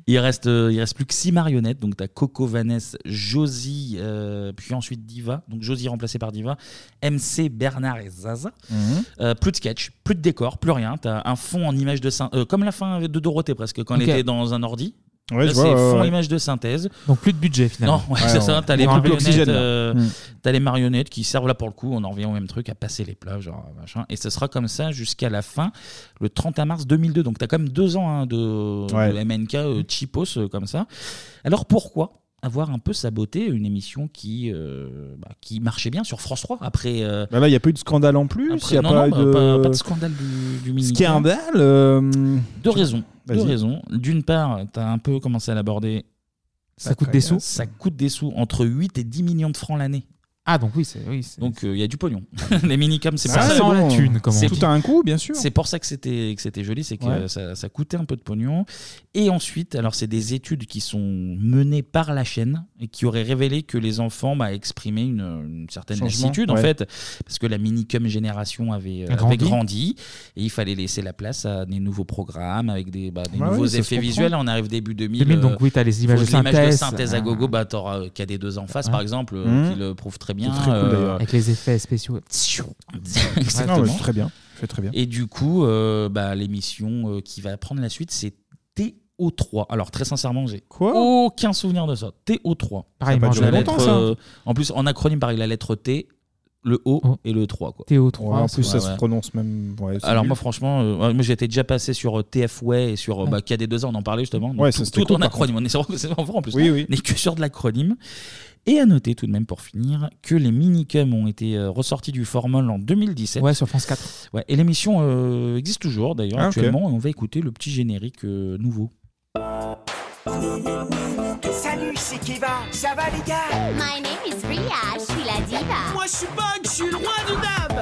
Speaker 1: Il reste, euh, il reste plus que six marionnettes. Donc, tu as Coco Vaness, Josie, euh, puis ensuite Diva. Donc, Josie remplacée par Diva, MC, Bernard et Zaza.
Speaker 5: Mhm.
Speaker 1: Euh, plus de sketch, plus de décor, plus rien. Tu as un fond en image de synthèse, comme la fin de Dorothée presque, quand
Speaker 6: Ok.
Speaker 1: elle était dans un ordi.
Speaker 6: Ouais,
Speaker 1: Là,
Speaker 6: je
Speaker 1: c'est
Speaker 6: vois, ouais,
Speaker 1: fond
Speaker 6: ouais.
Speaker 1: image de synthèse.
Speaker 6: Donc, plus de budget, finalement.
Speaker 1: Non, ouais,
Speaker 6: Ouais,
Speaker 1: c'est
Speaker 6: on-
Speaker 1: ça. T'as
Speaker 6: on
Speaker 1: les
Speaker 6: aura un peu
Speaker 1: marionnettes,
Speaker 6: l'oxygène, là.
Speaker 1: euh,
Speaker 6: Mm.
Speaker 1: t'as les marionnettes qui servent là pour le coup. On en revient au même truc, à passer les plages, genre, machin. Et ce sera comme ça jusqu'à la fin, le 31 mars 2002. Donc t'as quand même deux ans hein, de,
Speaker 5: Ouais.
Speaker 1: de MNK euh, cheapos euh, comme ça. Alors pourquoi avoir un peu saboté une émission qui, euh, bah, qui marchait bien sur France 3 après. euh,
Speaker 5: Bah là, il n'y a pas eu de scandale en plus.
Speaker 1: Après,
Speaker 5: il y a
Speaker 1: non,
Speaker 5: pas,
Speaker 1: non,
Speaker 5: eu de...
Speaker 1: pas- pas de scandale du- du Minitel.
Speaker 5: Scandale euh,
Speaker 1: Deux raisons. Deux
Speaker 5: Vas-y.
Speaker 1: raisons. D'une part, tu as un peu commencé à l'aborder.
Speaker 6: Ça coûte des sous
Speaker 1: Ça coûte des sous, entre 8 et 10 millions de francs l'année.
Speaker 6: Ah, donc oui, c'est. Oui, c'est-
Speaker 1: Donc euh, il y a du pognon. les minicums, c'est
Speaker 6: Ça
Speaker 1: pas
Speaker 6: sent la thune, comment on dit. Tout a
Speaker 5: un coût, bien sûr.
Speaker 1: C'est pour ça que c'était que c'était joli, c'est que
Speaker 6: Ouais.
Speaker 1: ça, ça coûtait un peu de pognon. Et ensuite, alors c'est des études qui sont menées par la chaîne et qui auraient révélé que les enfants bah, exprimaient une, une certaine
Speaker 6: Changement,
Speaker 1: lassitude en
Speaker 6: ouais.
Speaker 1: fait, parce que la minicum génération avait, euh,
Speaker 6: A grandi.
Speaker 1: avait grandi et il fallait laisser la place à des nouveaux programmes avec des, bah, des
Speaker 6: Ouais,
Speaker 1: nouveaux
Speaker 6: oui, ça se
Speaker 1: effets
Speaker 6: comprend.
Speaker 1: visuels. On arrive début 2000.
Speaker 6: 2000, donc oui, t'as les
Speaker 1: faut
Speaker 6: images de
Speaker 1: de l'image
Speaker 6: synthèse. Ah.
Speaker 1: synthèse à gogo, bah t'auras euh, KD2 en face
Speaker 6: Ouais.
Speaker 1: par exemple, euh,
Speaker 5: Mm.
Speaker 6: Mhm.
Speaker 1: qui le prouve très
Speaker 6: C'est
Speaker 1: bien.
Speaker 6: très cool,
Speaker 1: euh,
Speaker 6: d'ailleurs. Avec les effets spéciaux.
Speaker 1: Exactement.
Speaker 5: Ah ouais, très bien. Fait très bien.
Speaker 1: Et du coup, euh, bah, l'émission euh, qui va prendre la suite, c'est TO3. Alors, très sincèrement, j'ai aucun souvenir de ça. TO3.
Speaker 6: Pareil,
Speaker 1: Ça va
Speaker 6: moi,
Speaker 1: durer euh,
Speaker 6: j'ai longtemps, ça.
Speaker 1: en plus, en acronyme, pareil, la lettre T, le O
Speaker 6: Oh.
Speaker 1: et le 3. Quoi.
Speaker 5: Ouais, en plus, ça se prononce même. ouais, c'est
Speaker 1: Alors
Speaker 5: nul.
Speaker 1: moi franchement, euh, ouais, moi j'étais déjà passé sur euh, TFWay et sur euh, bah, KD2A, on en parlait justement. Donc,
Speaker 5: Ouais, ça,
Speaker 1: tout,
Speaker 5: c'était
Speaker 1: tout
Speaker 5: cool,
Speaker 1: en
Speaker 5: par
Speaker 1: acronyme,
Speaker 5: contre.
Speaker 1: on est sur- c'est en vrai en plus.
Speaker 5: Oui, oui.
Speaker 1: On est que sur de l'acronyme. Et à noter tout de même pour finir que les minicums ont été euh, ressortis du formol en 2017.
Speaker 6: Ouais, sur France 4.
Speaker 1: Ouais, et l'émission euh, existe toujours d'ailleurs
Speaker 6: Ah, ok.
Speaker 1: actuellement et on va écouter le petit générique euh, nouveau.
Speaker 11: Salut, c'est Keva. Ça va, les gars My name is Ria. Je suis la diva. Moi, je suis Bug. Je suis le roi du dab.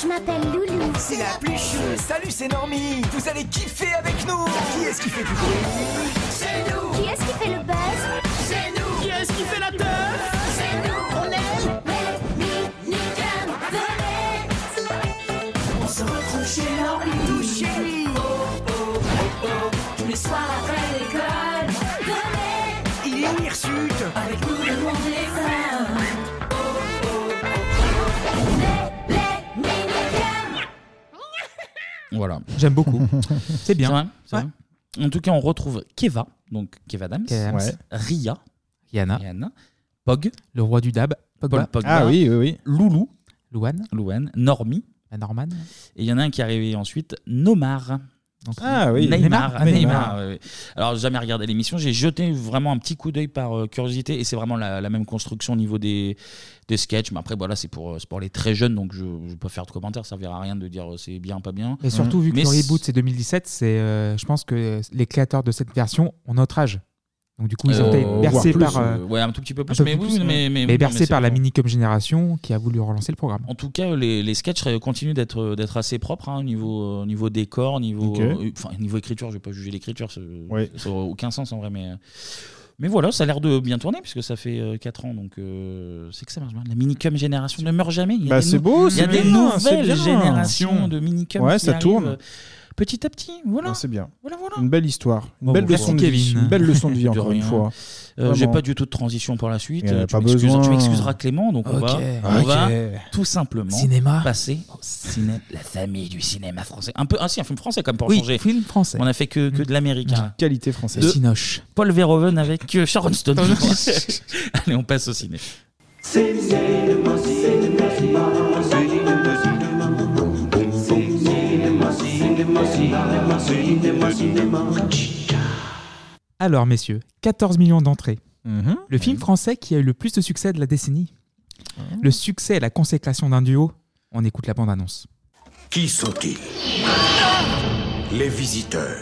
Speaker 11: Je m'appelle Loulou. C'est la plus chou. Salut, c'est Normie. Vous allez kiffer avec nous. Qui est-ce qui fait du bruit C'est nous. Qui est-ce qui fait le buzz C'est nous. Qui est-ce qui fait la teuf C'est nous. On aime les minicums. Venez. On se retrouve chez Normie. Tout chez lui. Oh, oh, oh, oh. Tous les soirs après l'école. Venez. Il est hirsute Avec nous le monde est Oh, frères oh,
Speaker 1: Voilà.
Speaker 6: J'aime beaucoup. C'est bien.
Speaker 1: vrai, c'est vrai. En tout cas, on retrouve Keva, donc Keva Dams,
Speaker 6: Keva Adams. Ouais.
Speaker 1: Ria,
Speaker 6: Rihanna.
Speaker 1: Pog.
Speaker 6: Le roi du dab. Pogba.
Speaker 1: Paul Pogba.
Speaker 5: Ah
Speaker 6: Ah
Speaker 1: Loulou.
Speaker 6: Louane.
Speaker 1: Louane. Normie.
Speaker 6: Norman.
Speaker 1: Et il y en a un qui est arrivé ensuite, Nomar.
Speaker 6: Donc,
Speaker 5: Ah oui.
Speaker 1: Neymar.
Speaker 5: Neymar.
Speaker 1: Neymar,
Speaker 5: Neymar.
Speaker 1: ouais, ouais. Alors, j'ai jamais regardé l'émission. J'ai jeté vraiment un petit coup d'œil par euh, curiosité. Et c'est vraiment la, la même construction au niveau des, des sketchs. Mais après, voilà, c'est pour, euh, c'est pour les très jeunes. Donc, je ne vais pas faire de commentaires. Ça ne servira à rien de dire euh, c'est bien, pas bien. Mmh.
Speaker 6: Et surtout, vu que
Speaker 1: Mais
Speaker 6: le reboot c'est 2017, c'est, euh, je pense que les créateurs de cette version ont notre âge. Donc du coup, ils ont
Speaker 1: Euh,
Speaker 6: été bercés
Speaker 1: voire plus,
Speaker 6: par. euh,
Speaker 1: euh, ouais, un tout petit peu plus, mais oui,
Speaker 6: ouais.
Speaker 1: mais- mais-
Speaker 6: Mais bercés
Speaker 1: mais
Speaker 6: par
Speaker 1: c'est
Speaker 6: la
Speaker 1: bon.
Speaker 6: minicom génération qui a voulu relancer le programme.
Speaker 1: En tout cas, les, les sketchs euh, continuent d'être d'être assez propres hein, au niveau euh, niveau décor, niveau
Speaker 6: Ok.
Speaker 1: euh, enfin niveau écriture. Je vais pas juger l'écriture, ça ça n'a aucun sens en vrai, mais euh, mais voilà, ça a l'air de bien tourner puisque ça fait 4 ans, donc euh, c'est que ça marche bien. La minicum génération ne meurt jamais. Il y a
Speaker 5: Bah,
Speaker 1: des
Speaker 5: c'est
Speaker 1: nou-
Speaker 5: beau,
Speaker 1: il y a
Speaker 5: c'est
Speaker 1: des
Speaker 5: bien, c'est
Speaker 1: nouvelles
Speaker 5: bien.
Speaker 1: générations de minicum.
Speaker 5: Ouais,
Speaker 1: qui
Speaker 5: ça
Speaker 1: arrivent,
Speaker 5: tourne.
Speaker 1: euh, Petit à petit, voilà.
Speaker 5: c'est bien.
Speaker 1: Voilà,
Speaker 5: Une belle histoire. Une
Speaker 1: Bon,
Speaker 5: belle
Speaker 1: bon,
Speaker 5: leçon de
Speaker 1: merci,
Speaker 5: vie.
Speaker 1: Kevin.
Speaker 5: Une belle leçon de vie,
Speaker 1: De
Speaker 5: encore
Speaker 1: rien.
Speaker 5: une fois.
Speaker 1: Euh, J'ai
Speaker 5: Vraiment.
Speaker 1: pas du tout de transition pour la suite.
Speaker 5: Il y en a
Speaker 1: Euh,
Speaker 5: pas
Speaker 1: tu m'excuses-
Speaker 5: besoin.
Speaker 1: Tu m'excuseras Clément, donc on, va,
Speaker 5: Ok.
Speaker 1: on
Speaker 5: Ok.
Speaker 1: va tout simplement
Speaker 5: Cinéma.
Speaker 1: passer au ciné la famille du cinéma français. Un peu, ah si, un film français comme pour
Speaker 6: Oui,
Speaker 1: changer.
Speaker 6: film français.
Speaker 1: On a fait que, que de l'américain.
Speaker 5: Qualité française.
Speaker 1: De
Speaker 6: Cinoche.
Speaker 1: Paul Verhoeven avec euh, Sharon Stone. je crois. Allez, on passe au ciné.
Speaker 6: Alors messieurs, 14 millions d'entrées.
Speaker 1: Mhm.
Speaker 6: Le film français qui a eu le plus de succès de la décennie. Le succès et la consécration d'un duo. On écoute la bande-annonce.
Speaker 16: Qui sont-ils Les visiteurs.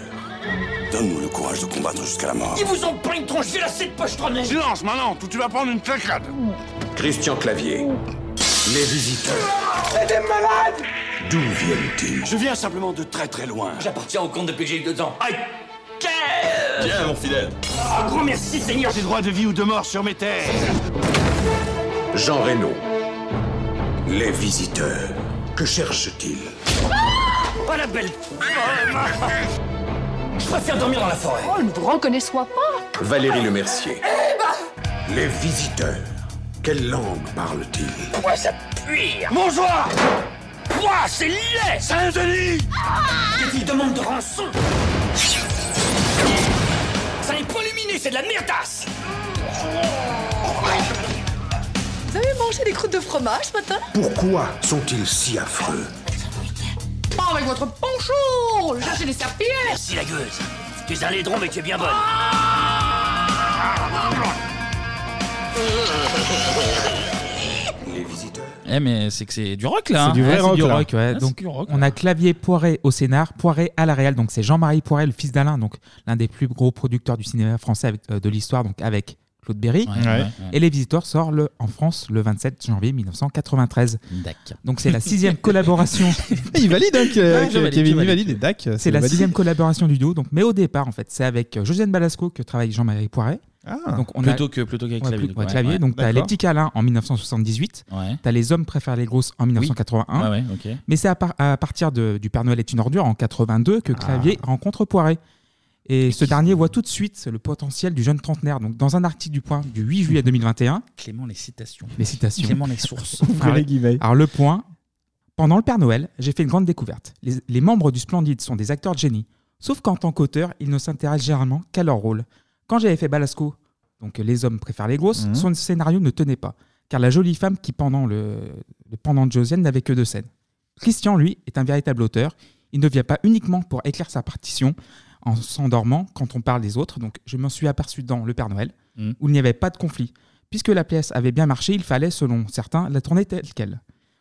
Speaker 16: Donne-nous le courage de combattre jusqu'à la mort.
Speaker 11: Ils vous ont pris une tronche, j'ai assez de Mmh. pochetronnée Silence maintenant, tu vas prendre une claquade
Speaker 16: Christian Clavier. Les visiteurs.
Speaker 11: C'est des malades
Speaker 16: D'où viennent-ils Je viens simplement de très très loin.
Speaker 11: J'appartiens au compte depuis que j'ai eu deux ans Aïe Tiens mon fidèle Un grand merci Seigneur
Speaker 16: J'ai droit de vie ou de mort sur mes terres. Jean Reno. Les visiteurs. Que cherchent-ils
Speaker 11: Oh la belle Je préfère dormir dans la forêt
Speaker 17: Oh, ne vous reconnaissez-moi pas
Speaker 16: Valérie Le Mercier.
Speaker 17: Eh ben,
Speaker 16: Les visiteurs. Quelle langue parlent-ils
Speaker 11: Moi ça pue Bonjour Moi c'est laid Saint-Denis Qu'est-ce qu'il demande de rançon Ça n'est pas luminé, c'est de la merdasse
Speaker 17: Vous avez mangé des croûtes de fromage ce matin
Speaker 16: Pourquoi sont-ils si affreux
Speaker 17: Pas avec votre poncho Cherchez des serpillères
Speaker 11: Merci la gueuse Tu es un laidron mais tu es bien bonne
Speaker 16: Les visiteurs.
Speaker 1: Eh, mais c'est que c'est du rock là.
Speaker 6: C'est
Speaker 1: hein.
Speaker 6: du vrai
Speaker 1: Ouais,
Speaker 6: rock.
Speaker 1: c'est
Speaker 6: ouais.
Speaker 1: Ah, c'est
Speaker 6: donc,
Speaker 1: du rock.
Speaker 6: on a Clavier Poiret au scénar, Poiret à la réal. Donc, c'est Jean-Marie Poiret, le fils d'Alain, donc l'un des plus gros producteurs du cinéma français avec- euh, de l'histoire, donc avec Claude Berry. Euh,
Speaker 1: Ouais, ouais, ouais.
Speaker 6: Et Les Visiteurs sort le, en France le 27 janvier 1993.
Speaker 1: Dac.
Speaker 6: Donc, c'est la sixième collaboration.
Speaker 5: Il valide, hein, que- que- Kevin, il valide. Dac, euh, c'est
Speaker 6: C'est la
Speaker 5: validé.
Speaker 6: sixième collaboration du duo. Donc, mais au départ, en fait, c'est avec euh, Josiane Balasco que travaille Jean-Marie Poiret.
Speaker 5: Ah.
Speaker 6: donc on a-
Speaker 1: Plutôt que- plutôt qu'avec
Speaker 6: Ouais,
Speaker 1: Clavier,
Speaker 6: plus-
Speaker 1: donc,
Speaker 6: ouais,
Speaker 1: ouais.
Speaker 6: clavier.
Speaker 1: Ouais.
Speaker 6: Donc t'as les
Speaker 1: D'accord.
Speaker 6: petits câlins en 1978.
Speaker 1: Ouais. Ah
Speaker 6: T'as les hommes préfèrent les grosses en 1981.
Speaker 1: Ouais, ouais, ok.
Speaker 6: Mais c'est à, par- à partir de- du Père Noël est une ordure en 82
Speaker 5: Ah.
Speaker 6: que Clavier rencontre Poiret. Et, ce dernier voit tout de suite le potentiel du jeune trentenaire. Donc dans un article du Point du 8
Speaker 5: Mhm.
Speaker 6: juillet 2021,
Speaker 1: Clément, les citations.
Speaker 6: les citations.
Speaker 1: Clément, les sources.
Speaker 6: Alors, alors, le point. Pendant le Père Noël, j'ai fait une grande découverte. Les, les membres du Splendide sont des acteurs de génie. Sauf qu'en tant qu'auteur, ils ne s'intéressent généralement qu'à leur rôle. Quand j'avais fait Balasco, donc euh, Les hommes préfèrent les grosses,
Speaker 1: Mhm.
Speaker 6: son scénario ne tenait pas. Car la jolie femme qui, pendant le, le pendant de Josiane, n'avait que deux scènes. Christian, lui, est un véritable auteur. Il ne vient pas uniquement pour écrire sa partition en s'endormant quand on parle des autres. Donc, je m'en suis aperçu dans Le Père Noël,
Speaker 1: Mhm.
Speaker 6: où il n'y avait pas de conflit. Puisque la pièce avait bien marché, il fallait, selon certains, la tourner telle qu'elle.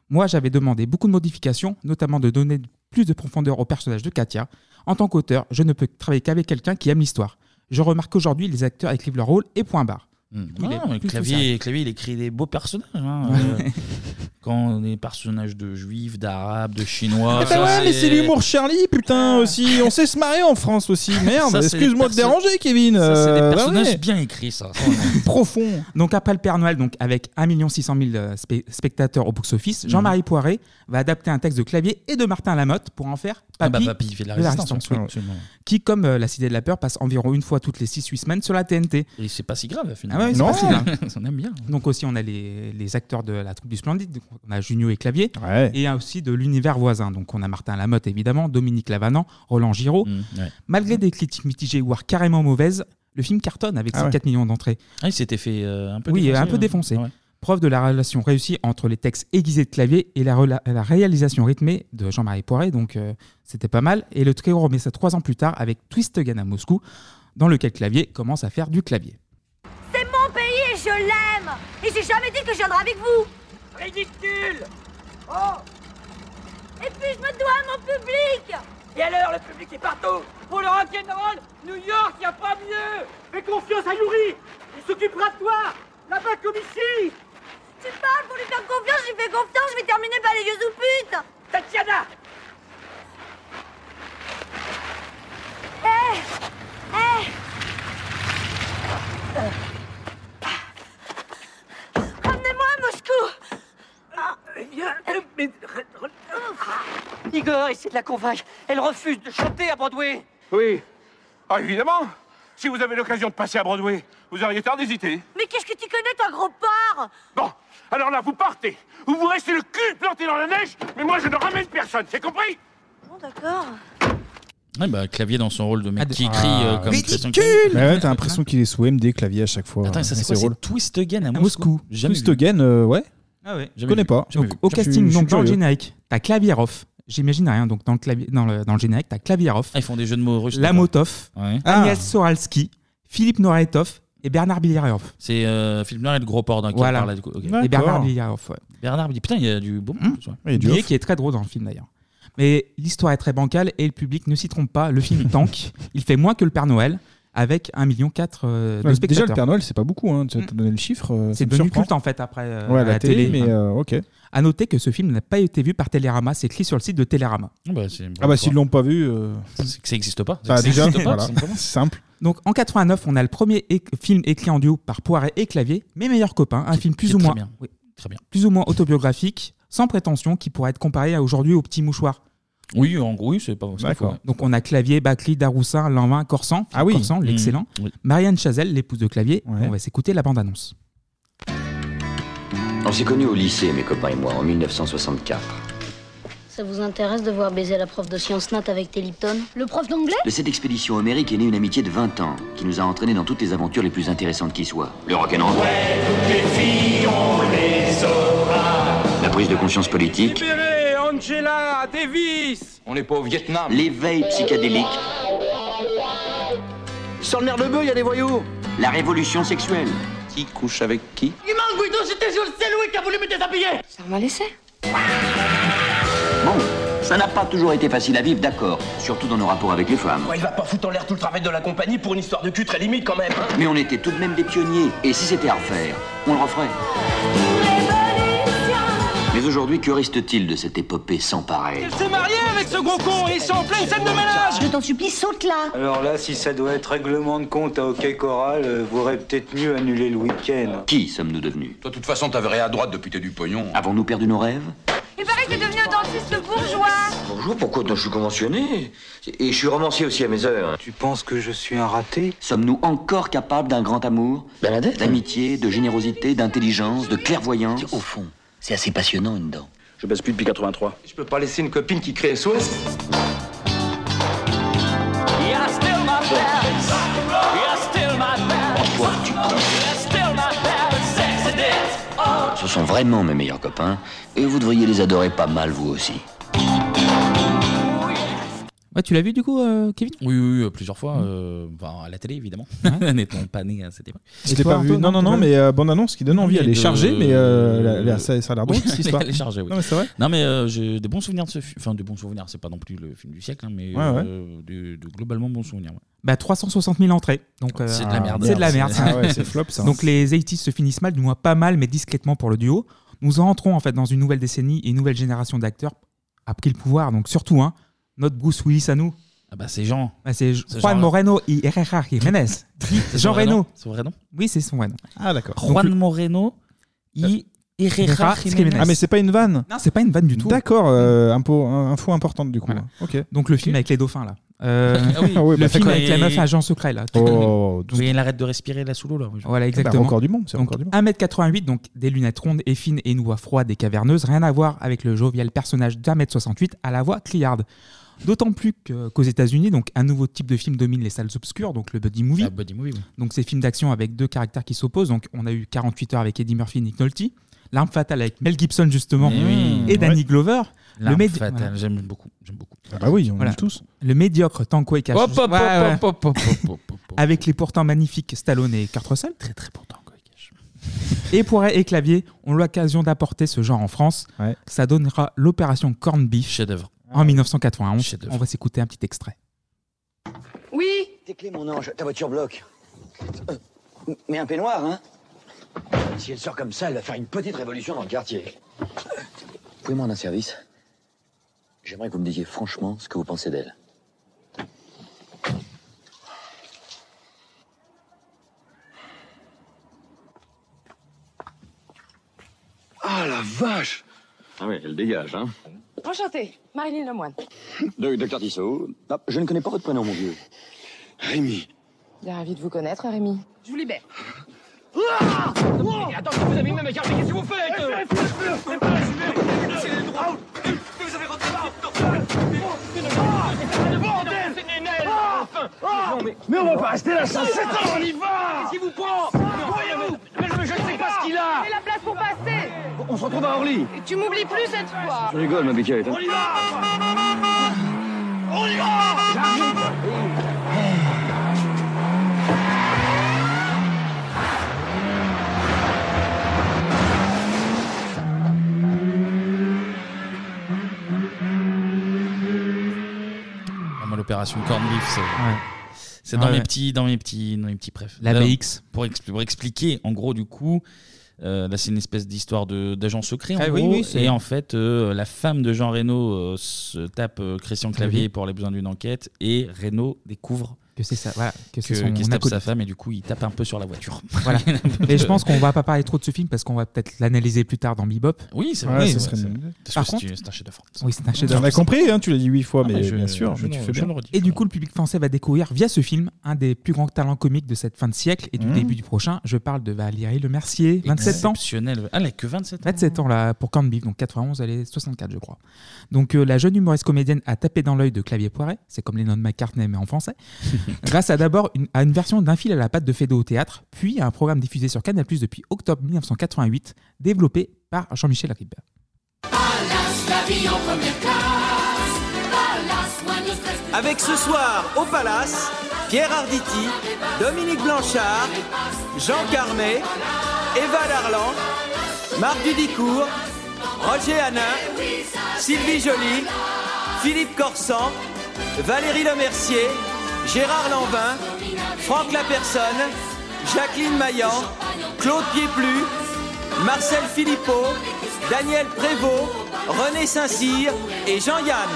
Speaker 6: Moi, j'avais demandé beaucoup de modifications, notamment de donner plus de profondeur au personnage de Katia. En tant qu'auteur, je ne peux travailler qu'avec quelqu'un qui aime l'histoire. Je remarque qu'aujourd'hui, les acteurs écrivent leur rôle et point barre. Du coup, il est
Speaker 1: Ah, mais
Speaker 6: plutôt
Speaker 1: clavier, clavier, il écrit des beaux personnages. hein,
Speaker 6: Ouais.
Speaker 1: euh, quand des personnages de juifs, d'arabes, de chinois.
Speaker 5: Ah bah
Speaker 1: ça,
Speaker 5: ouais, mais c'est l'humour Charlie, putain aussi. On sait se marrer en France aussi. Merde,
Speaker 1: Ça, c'est
Speaker 5: excuse-moi de
Speaker 1: des perso-
Speaker 5: déranger, Kevin.
Speaker 1: Ça, c'est des
Speaker 5: Euh, bah
Speaker 1: personnages
Speaker 5: ouais.
Speaker 1: bien écrits, ça.
Speaker 5: Profond.
Speaker 6: Donc après le Père Noël, donc avec 1 600 000 euh, spe- spectateurs au box-office,
Speaker 1: Mhm.
Speaker 6: Jean-Marie Poiré va adapter un texte de Clavier et de Martin Lamotte pour en faire Papy,
Speaker 1: Ah bah, Papy, il fait de la résistance, hein,
Speaker 6: oui.
Speaker 1: absolument.
Speaker 6: qui, comme euh, La Cité de la Peur, passe environ une fois toutes les 6-8 semaines sur la TNT.
Speaker 1: Et c'est pas si grave,
Speaker 6: Ah
Speaker 1: finalement.
Speaker 6: ouais, c'est
Speaker 1: Non.
Speaker 6: pas hein. si grave.
Speaker 1: On aime bien.
Speaker 6: Donc aussi, on a les, les acteurs de la troupe du Splendide, donc on a Junio et Clavier, et un aussi de l'univers voisin. Donc on a Martin Lamotte, évidemment, Dominique Lavanant, Roland Giraud.
Speaker 1: Mm, ouais.
Speaker 6: Malgré des critiques mitigées, voire carrément mauvaises, le film cartonne avec
Speaker 1: Ah ouais.
Speaker 6: 104 millions d'entrées.
Speaker 1: Ah, il s'était fait euh, un peu
Speaker 6: Oui,
Speaker 1: défoncer,
Speaker 6: un peu
Speaker 1: hein.
Speaker 6: défoncé. Preuve de la relation réussie entre les textes aiguisés de clavier et la, rela- la réalisation rythmée de Jean-Marie Poiret, donc euh, c'était pas mal. Et le trio remet ça trois ans plus tard avec Twist Gun à Moscou, dans lequel clavier commence à faire du clavier.
Speaker 10: C'est mon pays et je l'aime Et j'ai jamais dit que je viendrai avec vous
Speaker 11: Ridicule Oh
Speaker 10: Et puis je me dois à mon public
Speaker 11: Et alors, le public est partout Pour le rock'n'roll, New York, y a pas mieux Fais confiance à Yuri Il s'occupera de toi Là-bas comme ici
Speaker 10: Tu parles pour lui faire confiance, je lui fais confiance, je vais terminer par les yeux ou pute
Speaker 11: Tatiana
Speaker 10: Eh Eh Ramenez-moi à Moscou
Speaker 11: Viens, mais...
Speaker 18: Ah,
Speaker 11: Igor essaie de la convaincre. Elle refuse de chanter à Broadway.
Speaker 3: Oui. Ah, évidemment. Si vous avez l'occasion de passer à Broadway, vous auriez tort d'hésiter.
Speaker 10: Mais qu'est-ce que tu connais, toi, gros porc
Speaker 3: Bon, alors là, vous partez. Ou vous restez le cul planté dans la neige, mais moi, je ne ramène personne. C'est compris
Speaker 10: Bon, d'accord.
Speaker 1: Ouais, bah, clavier dans son rôle de mec qui crie
Speaker 5: Ah,
Speaker 1: euh,
Speaker 5: ouais.
Speaker 1: comme Christian
Speaker 5: Ridicule Mais Bah ouais, t'as l'impression qu'il est sous MD clavier à chaque fois.
Speaker 1: Attends, ça c'est quoi
Speaker 5: drôle.
Speaker 1: C'est Twist Again à
Speaker 5: Moscou.
Speaker 1: Moscou. Jamais
Speaker 5: Twist
Speaker 1: vu.
Speaker 5: again, euh, ouais.
Speaker 1: Ah ouais.
Speaker 5: Je
Speaker 1: Jamais
Speaker 5: connais
Speaker 1: vu.
Speaker 5: pas.
Speaker 1: Jamais
Speaker 6: Donc,
Speaker 1: vu.
Speaker 6: au
Speaker 1: Je
Speaker 6: casting,
Speaker 1: suis- je
Speaker 6: donc
Speaker 1: suis
Speaker 6: dans le
Speaker 1: curieux.
Speaker 6: générique, t'as Klavierov. J'imagine rien, donc dans le, clavier, dans le, dans le générique, t'as Klavierov.
Speaker 1: ils font des jeux de mots russes.
Speaker 6: Lamotov,
Speaker 1: Ouais.
Speaker 6: Agnès Soralski, Philippe Noretov et Bernard Bilirov.
Speaker 1: C'est euh, Philippe Noir et le gros porc d'un
Speaker 6: Voilà.
Speaker 1: parle. ok.
Speaker 6: Et Bernard Bilirov, ouais.
Speaker 1: Bernard Blier. Putain, il y a du bon.
Speaker 6: Mmh. Il qui est très drôle dans le film d'ailleurs. Mais l'histoire est très bancale et le public ne s'y trompe pas. Le film tank, il fait moins que le Père Noël avec 1,4 million euh, de
Speaker 5: Ouais,
Speaker 6: spectateurs.
Speaker 5: déjà, le Père Noël, c'est pas beaucoup. Hein. Tu as donné le chiffre. euh, ça
Speaker 6: C'est
Speaker 5: me
Speaker 6: devenu
Speaker 5: surprend.
Speaker 6: culte en fait après euh,
Speaker 5: Ouais,
Speaker 6: à
Speaker 5: la, télé, mais euh, ok.
Speaker 6: À noter que ce film n'a pas été vu par Télérama, c'est écrit sur le site de Télérama.
Speaker 5: Ah bah s'ils l'ont pas vu, euh,
Speaker 1: C'est que ça n'existe pas.
Speaker 5: Bah,
Speaker 1: Ça
Speaker 5: déjà,
Speaker 1: existe pas,
Speaker 5: voilà,
Speaker 1: tout simplement.
Speaker 5: c'est simple.
Speaker 6: Donc en 89, on a le premier é- film écrit en duo par Poiret et Clavier, Mes meilleurs copains, un film plus
Speaker 1: qui est
Speaker 6: ou
Speaker 1: très
Speaker 6: moins
Speaker 1: bien. Très bien.
Speaker 6: plus ou moins autobiographique, sans prétention, qui pourrait être comparé à aujourd'hui au petit mouchoir.
Speaker 1: Oui, en gros, oui, c'est pas c'est pas faux. ouais.
Speaker 6: Donc on a Clavier, Bacli, Daroussin, Lanvin, Corsan, ah
Speaker 1: oui.
Speaker 6: Corsan,
Speaker 1: Mmh.
Speaker 6: l'excellent,
Speaker 1: Oui.
Speaker 6: Marianne Chazelle, l'épouse de Clavier. On va s'écouter la bande-annonce.
Speaker 19: On s'est connus au lycée, mes copains et moi, en 1964.
Speaker 20: Ça vous intéresse de voir baiser la prof de sciences nat avec tes Lipton Le prof d'anglais
Speaker 19: De cette expédition homérique est née une amitié de 20 ans, qui nous a entraînés dans toutes les aventures les plus intéressantes qui soient. Le rock'n'roll,
Speaker 2: Les filles, on les aura.
Speaker 19: la prise de conscience politique,
Speaker 11: Libérez Angela Davis
Speaker 19: on n'est pas au Vietnam, l'éveil psychédélique,
Speaker 9: Sans le nerf de bœuf, il y a des voyous
Speaker 19: la révolution sexuelle.
Speaker 21: Qui couche avec qui
Speaker 11: Il manque Guido, c'était Jules, c'est Louis qui a voulu me déshabiller Ça m'a laissé
Speaker 21: Bon, ça n'a pas toujours été facile à vivre, d'accord. Surtout dans nos rapports avec les femmes.
Speaker 12: Ouais, il va pas foutre en l'air tout le travail de la compagnie pour une histoire de cul très limite quand même. hein.
Speaker 21: Mais on était tout de même des pionniers, et si c'était à refaire, on le referait. Mais aujourd'hui, que reste-t-il de cette épopée sans pareil
Speaker 12: Il s'est marié avec ce gros con et ils sont en pleine scène de ménage
Speaker 22: Je t'en supplie, saute là
Speaker 23: Alors là, si ça doit être règlement de compte à OK Coral, euh, vaudrait peut-être mieux annuler le week-end.
Speaker 21: Qui sommes-nous devenus
Speaker 24: Toi, de toute façon, t'avais à droite depuis tes du pognon.
Speaker 21: Avons-nous perdu nos rêves
Speaker 18: Il paraît que t'es devenu un dentiste bourgeois
Speaker 24: Bonjour, pourquoi je suis conventionné Et je suis romancier aussi à mes heures.
Speaker 21: Tu penses que je suis un raté Sommes-nous encore capables d'un grand amour D'amitié, de générosité, d'intelligence, de clairvoyance Au fond, c'est assez passionnant une dent.
Speaker 24: Je baisse plus depuis 83.
Speaker 12: Je peux pas laisser une copine qui crée SOS.
Speaker 4: You're still my balance. You're still my balance. You're still my balance. Sex and dance. Oh,
Speaker 21: Ce sont vraiment mes meilleurs copains, et vous devriez les adorer pas mal vous aussi.
Speaker 6: Ouais, tu l'as vu du coup, euh, Kevin Mm.
Speaker 1: Oui, oui, oui, plusieurs fois. euh, enfin, à la télé, évidemment. N'étant pas né à cette époque.
Speaker 5: Je l'ai pas vu. Non, non, non, mais euh, bande-annonce qui
Speaker 1: Ah
Speaker 5: donne envie. Elle est chargée, mais euh, la- la- ça, ça a l'air bon,
Speaker 1: Oui,
Speaker 5: cette histoire.
Speaker 1: Elle est chargée, oui.
Speaker 5: Non, mais c'est vrai.
Speaker 1: Non, mais euh, j'ai des bons souvenirs de ce film. Enfin, des bons souvenirs, c'est pas non plus le film du siècle, hein, mais
Speaker 5: Ouais, ouais.
Speaker 1: euh, de, de globalement bons souvenirs. ouais.
Speaker 6: Bah 360 000 entrées. Donc, euh,
Speaker 1: Oh, C'est de la merde.
Speaker 6: C'est de la merde.
Speaker 1: Ah ouais, c'est flop, ça.
Speaker 6: Donc les 80 se finissent mal, du moins pas mal, mais discrètement pour le duo. Nous entrons en fait dans une nouvelle décennie et une nouvelle génération d'acteurs a pris le pouvoir. Donc surtout, hein, notre Bruce Willis à nous.
Speaker 1: Ah bah c'est Jean.
Speaker 6: Bah, c'est
Speaker 1: C'est
Speaker 6: Juan
Speaker 1: Jean-
Speaker 6: Moreno y Herrera Jiménez. Dit
Speaker 1: C'est
Speaker 6: Jean
Speaker 1: son vrai nom
Speaker 6: Reno.
Speaker 1: C'est son vrai nom
Speaker 6: Oui, c'est son vrai nom.
Speaker 5: Ah d'accord. Euh.
Speaker 1: Juan Moreno y Herrera Jiménez.
Speaker 5: Ah mais c'est pas une vanne.
Speaker 6: Non, c'est pas une vanne du tout. Mm.
Speaker 5: D'accord, euh, impo- un- info importante du coup. Ok.
Speaker 6: Donc le film avec les dauphins là. Euh,
Speaker 5: Ah oui. Ah oui,
Speaker 6: le
Speaker 5: bah,
Speaker 6: film
Speaker 5: d'accord.
Speaker 6: avec la
Speaker 5: Et-
Speaker 6: meuf agent secret là.
Speaker 5: Oh, Eh ben,
Speaker 1: Oui, elle arrête de respirer là sous l'eau. là.
Speaker 6: Voilà,
Speaker 1: Ah bah,
Speaker 6: exactement.
Speaker 1: record
Speaker 5: du monde, c'est
Speaker 6: donc, 1m88, donc des lunettes rondes et fines et une voix froide et caverneuse, rien à voir avec le jovial personnage d'1m68 à la voix criarde. D'autant plus que- qu'aux États-Unis, donc un nouveau type de film domine les salles obscures, donc le buddy
Speaker 1: Ah,
Speaker 6: movie. Donc ces films d'action avec deux caractères qui s'opposent. Donc on a eu 48 heures avec Eddie Murphy et Nick Nolte, L'arme fatale avec Mel Gibson justement
Speaker 1: Eh oui.
Speaker 6: et Danny
Speaker 1: Ouais.
Speaker 6: Glover.
Speaker 1: L'arme
Speaker 6: médi-
Speaker 1: fatale,
Speaker 6: voilà.
Speaker 1: j'aime beaucoup. J'aime beaucoup.
Speaker 5: Ah oui, on
Speaker 6: Voilà.
Speaker 5: aime tous.
Speaker 6: Le médiocre Tankway Cash.
Speaker 1: Hop, hop, hop, hop, hop, hop,
Speaker 6: Avec les pourtant magnifiques Stallone et Kurt Russell. Très très bon Et Poiret et Clavier ont l'occasion d'apporter ce genre en France. Ça donnera l'opération Corn Beef.
Speaker 1: Chef-d'œuvre.
Speaker 6: En 1991. On va s'écouter un petit extrait.
Speaker 22: Oui
Speaker 25: Tes clés, mon ange, ta voiture bloque. Euh, mais un peignoir, hein Si elle sort comme ça, elle va faire une petite révolution dans le quartier.
Speaker 21: Pouvez-moi en un service J'aimerais que vous me disiez franchement ce que vous pensez d'elle.
Speaker 24: Ah la vache Ah oui, elle dégage, hein
Speaker 26: Enchantée, Marilyn Lemoine.
Speaker 21: De, docteur Tissot Ah, Je ne connais pas votre prénom, mon vieux.
Speaker 24: Rémi.
Speaker 26: Bien ravi de vous connaître, Rémi. Je vous libère.
Speaker 12: Ah Oh Mais Attends, vous avez même un quartier, qu'est-ce que vous faites euh Vous avez rentré Bordel C'est des naines, enfin Mais non, mais-
Speaker 4: Mais on va pas rester là, ça, c'est trop, on y
Speaker 12: Qu'est-ce qu'il vous prend Voyez-vous Mais je- je ne sais pas ce qu'il a
Speaker 26: la place pour passer
Speaker 24: On se retrouve à Orly.
Speaker 26: Tu m'oublies plus cette fois
Speaker 24: Je rigole, ma biquette. hein.
Speaker 4: On y va
Speaker 1: Vraiment, l'opération Corn Beef, c'est. C'est dans,
Speaker 6: Ouais,
Speaker 1: mes
Speaker 6: ouais.
Speaker 1: petits, dans mes petits, dans mes petits préf.
Speaker 6: La
Speaker 1: Alors,
Speaker 6: BX.
Speaker 1: Pour, expli- pour expliquer, en gros, du coup, euh, là, c'est une espèce d'histoire de- d'agent secret. En
Speaker 6: Ah
Speaker 1: gros,
Speaker 6: oui, oui, c'est-
Speaker 1: et en fait, euh, la femme de Jean Reno euh, se tape euh, Christian Clavier
Speaker 6: Clavier.
Speaker 1: pour les besoins d'une enquête, et Reno découvre
Speaker 6: Que c'est ça, voilà, que
Speaker 1: que
Speaker 6: c'est son
Speaker 1: qu'il se tape
Speaker 6: acolyte.
Speaker 1: sa femme, et du coup, il tape un peu sur la voiture.
Speaker 6: Voilà.
Speaker 1: Il y a un peu
Speaker 6: Et
Speaker 1: de-
Speaker 6: je pense qu'on va pas parler trop de ce film parce qu'on va peut-être l'analyser plus tard dans Bebop.
Speaker 1: Oui, c'est vrai, c'est vrai, c'est vrai. Parce
Speaker 6: Par
Speaker 1: que
Speaker 6: contre,
Speaker 1: c'est- c'est un chef-d'œuvre.
Speaker 6: Oui, c'est un chef
Speaker 5: On a compris, hein, tu l'as dit huit fois, mais, bien sûr,
Speaker 6: Ah, je
Speaker 5: mais tu fais bien.
Speaker 6: Et du coup, le public français va découvrir via ce film un des plus grands talents comiques de cette fin de siècle et du
Speaker 1: Mmh.
Speaker 6: début du prochain. Je parle de Valérie Le Mercier, 27 ans.
Speaker 1: Exceptionnel. Ah, elle a que 27 ans.
Speaker 6: 27 ans là pour Corned Beef, donc 91, elle est 64 je crois. Donc euh, la jeune humoriste comédienne a tapé dans l'œil de Clavier Poiret, c'est comme les noms de McCartney mais en français, grâce à d'abord une, à une version d'un fil à la patte de Fédé au théâtre, puis à un programme diffusé sur Canal+, depuis octobre 1988, développé par Jean-Michel Ribert.
Speaker 4: Balance la vie en première classe. Balance, loin de stress.
Speaker 27: Avec ce soir au Palace,
Speaker 28: Pierre Arditi, Dominique Blanchard, Jean Carmet, Eva Darlan, Marc Dudicourt, Roger Hanin, Sylvie Joly, Philippe Corsan, Valérie Lemercier, Gérard Lanvin, Franck Lapersonne, Jacqueline Maillan, Claude Pieplu, Marcel Philippot, Daniel Prévost, René Saint-Cyr et Jean-Yann.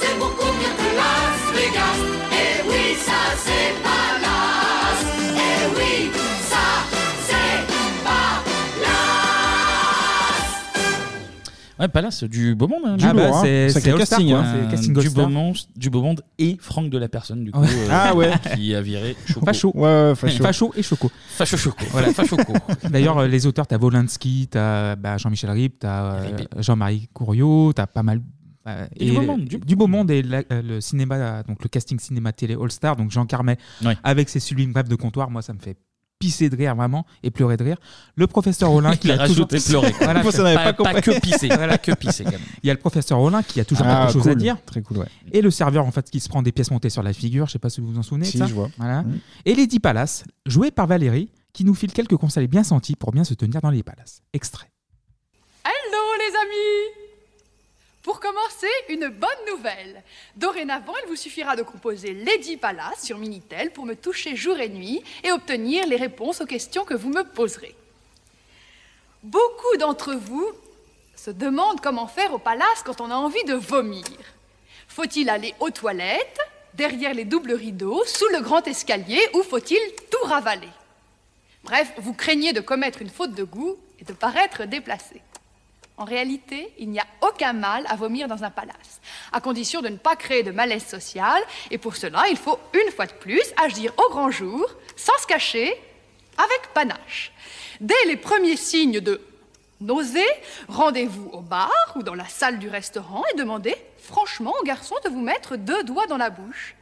Speaker 2: c'est beaucoup mieux que Las Vegas. Et oui, ça c'est pas Las. Et oui, ça c'est pas Las.
Speaker 1: Ouais, Palace, du beau monde. hein.
Speaker 6: Du Ah bah, lourd, hein. c'est- Sacré c'est casting, All-Star, hein. quoi. C'est casting
Speaker 1: du,
Speaker 6: All-Star.
Speaker 1: beau monde, du beau monde et Franck de la personne, du coup.
Speaker 6: Ouais.
Speaker 1: euh,
Speaker 6: Ah ouais.
Speaker 1: Qui a viré Choco.
Speaker 6: Facho.
Speaker 1: Ouais, ouais,
Speaker 6: facho.
Speaker 1: facho.
Speaker 6: et Choco.
Speaker 1: Facho Choco. Voilà, Facho Choco.
Speaker 6: D'ailleurs, euh, les auteurs, t'as Volinsky, t'as bah, Jean-Michel Rip, t'as euh, Jean-Marie Couriot, t'as pas mal. euh,
Speaker 1: Et du beau
Speaker 6: le-
Speaker 1: monde,
Speaker 6: du, beau monde et la- euh, le cinéma, euh, donc le casting cinéma télé All Star, donc Jean Carmet
Speaker 1: Ouais.
Speaker 6: avec ses sublimes rêves de comptoir, moi ça me fait pisser de rire vraiment et pleurer de rire. Le professeur Olin qui
Speaker 1: Il a
Speaker 6: toujours
Speaker 1: rajouté pleurer. Moi, ça n'avait pas compris. Voilà.
Speaker 6: Il y a le professeur Olin qui a toujours
Speaker 5: Ah,
Speaker 6: quelque chose à
Speaker 5: cool.
Speaker 6: dire.
Speaker 5: Très cool, ouais.
Speaker 6: Et le serveur, en fait, qui se prend des pièces montées sur la figure. Je sais pas si vous vous en souvenez. de
Speaker 5: Si,
Speaker 6: ça.
Speaker 5: je vois. Mmh.
Speaker 6: Voilà. Et Lady Palace, jouée par Valérie, qui nous file quelques conseils bien sentis pour bien se tenir dans les palaces. Extrait.
Speaker 26: Hello les amis Pour commencer, une bonne nouvelle. Dorénavant, il vous suffira de composer Lady Palace sur Minitel pour me toucher jour et nuit et obtenir les réponses aux questions que vous me poserez. Beaucoup d'entre vous se demandent comment faire au palace quand on a envie de vomir. Faut-il aller aux toilettes, derrière les doubles rideaux, sous le grand escalier ou faut-il tout ravaler Bref, vous craignez de commettre une faute de goût et de paraître déplacé. En réalité, il n'y a aucun mal à vomir dans un palace, à condition de ne pas créer de malaise social, et pour cela, il faut une fois de plus agir au grand jour, sans se cacher, avec panache. Dès les premiers signes de nausée, rendez-vous au bar ou dans la salle du restaurant et demandez franchement au garçon de vous mettre deux doigts dans la bouche.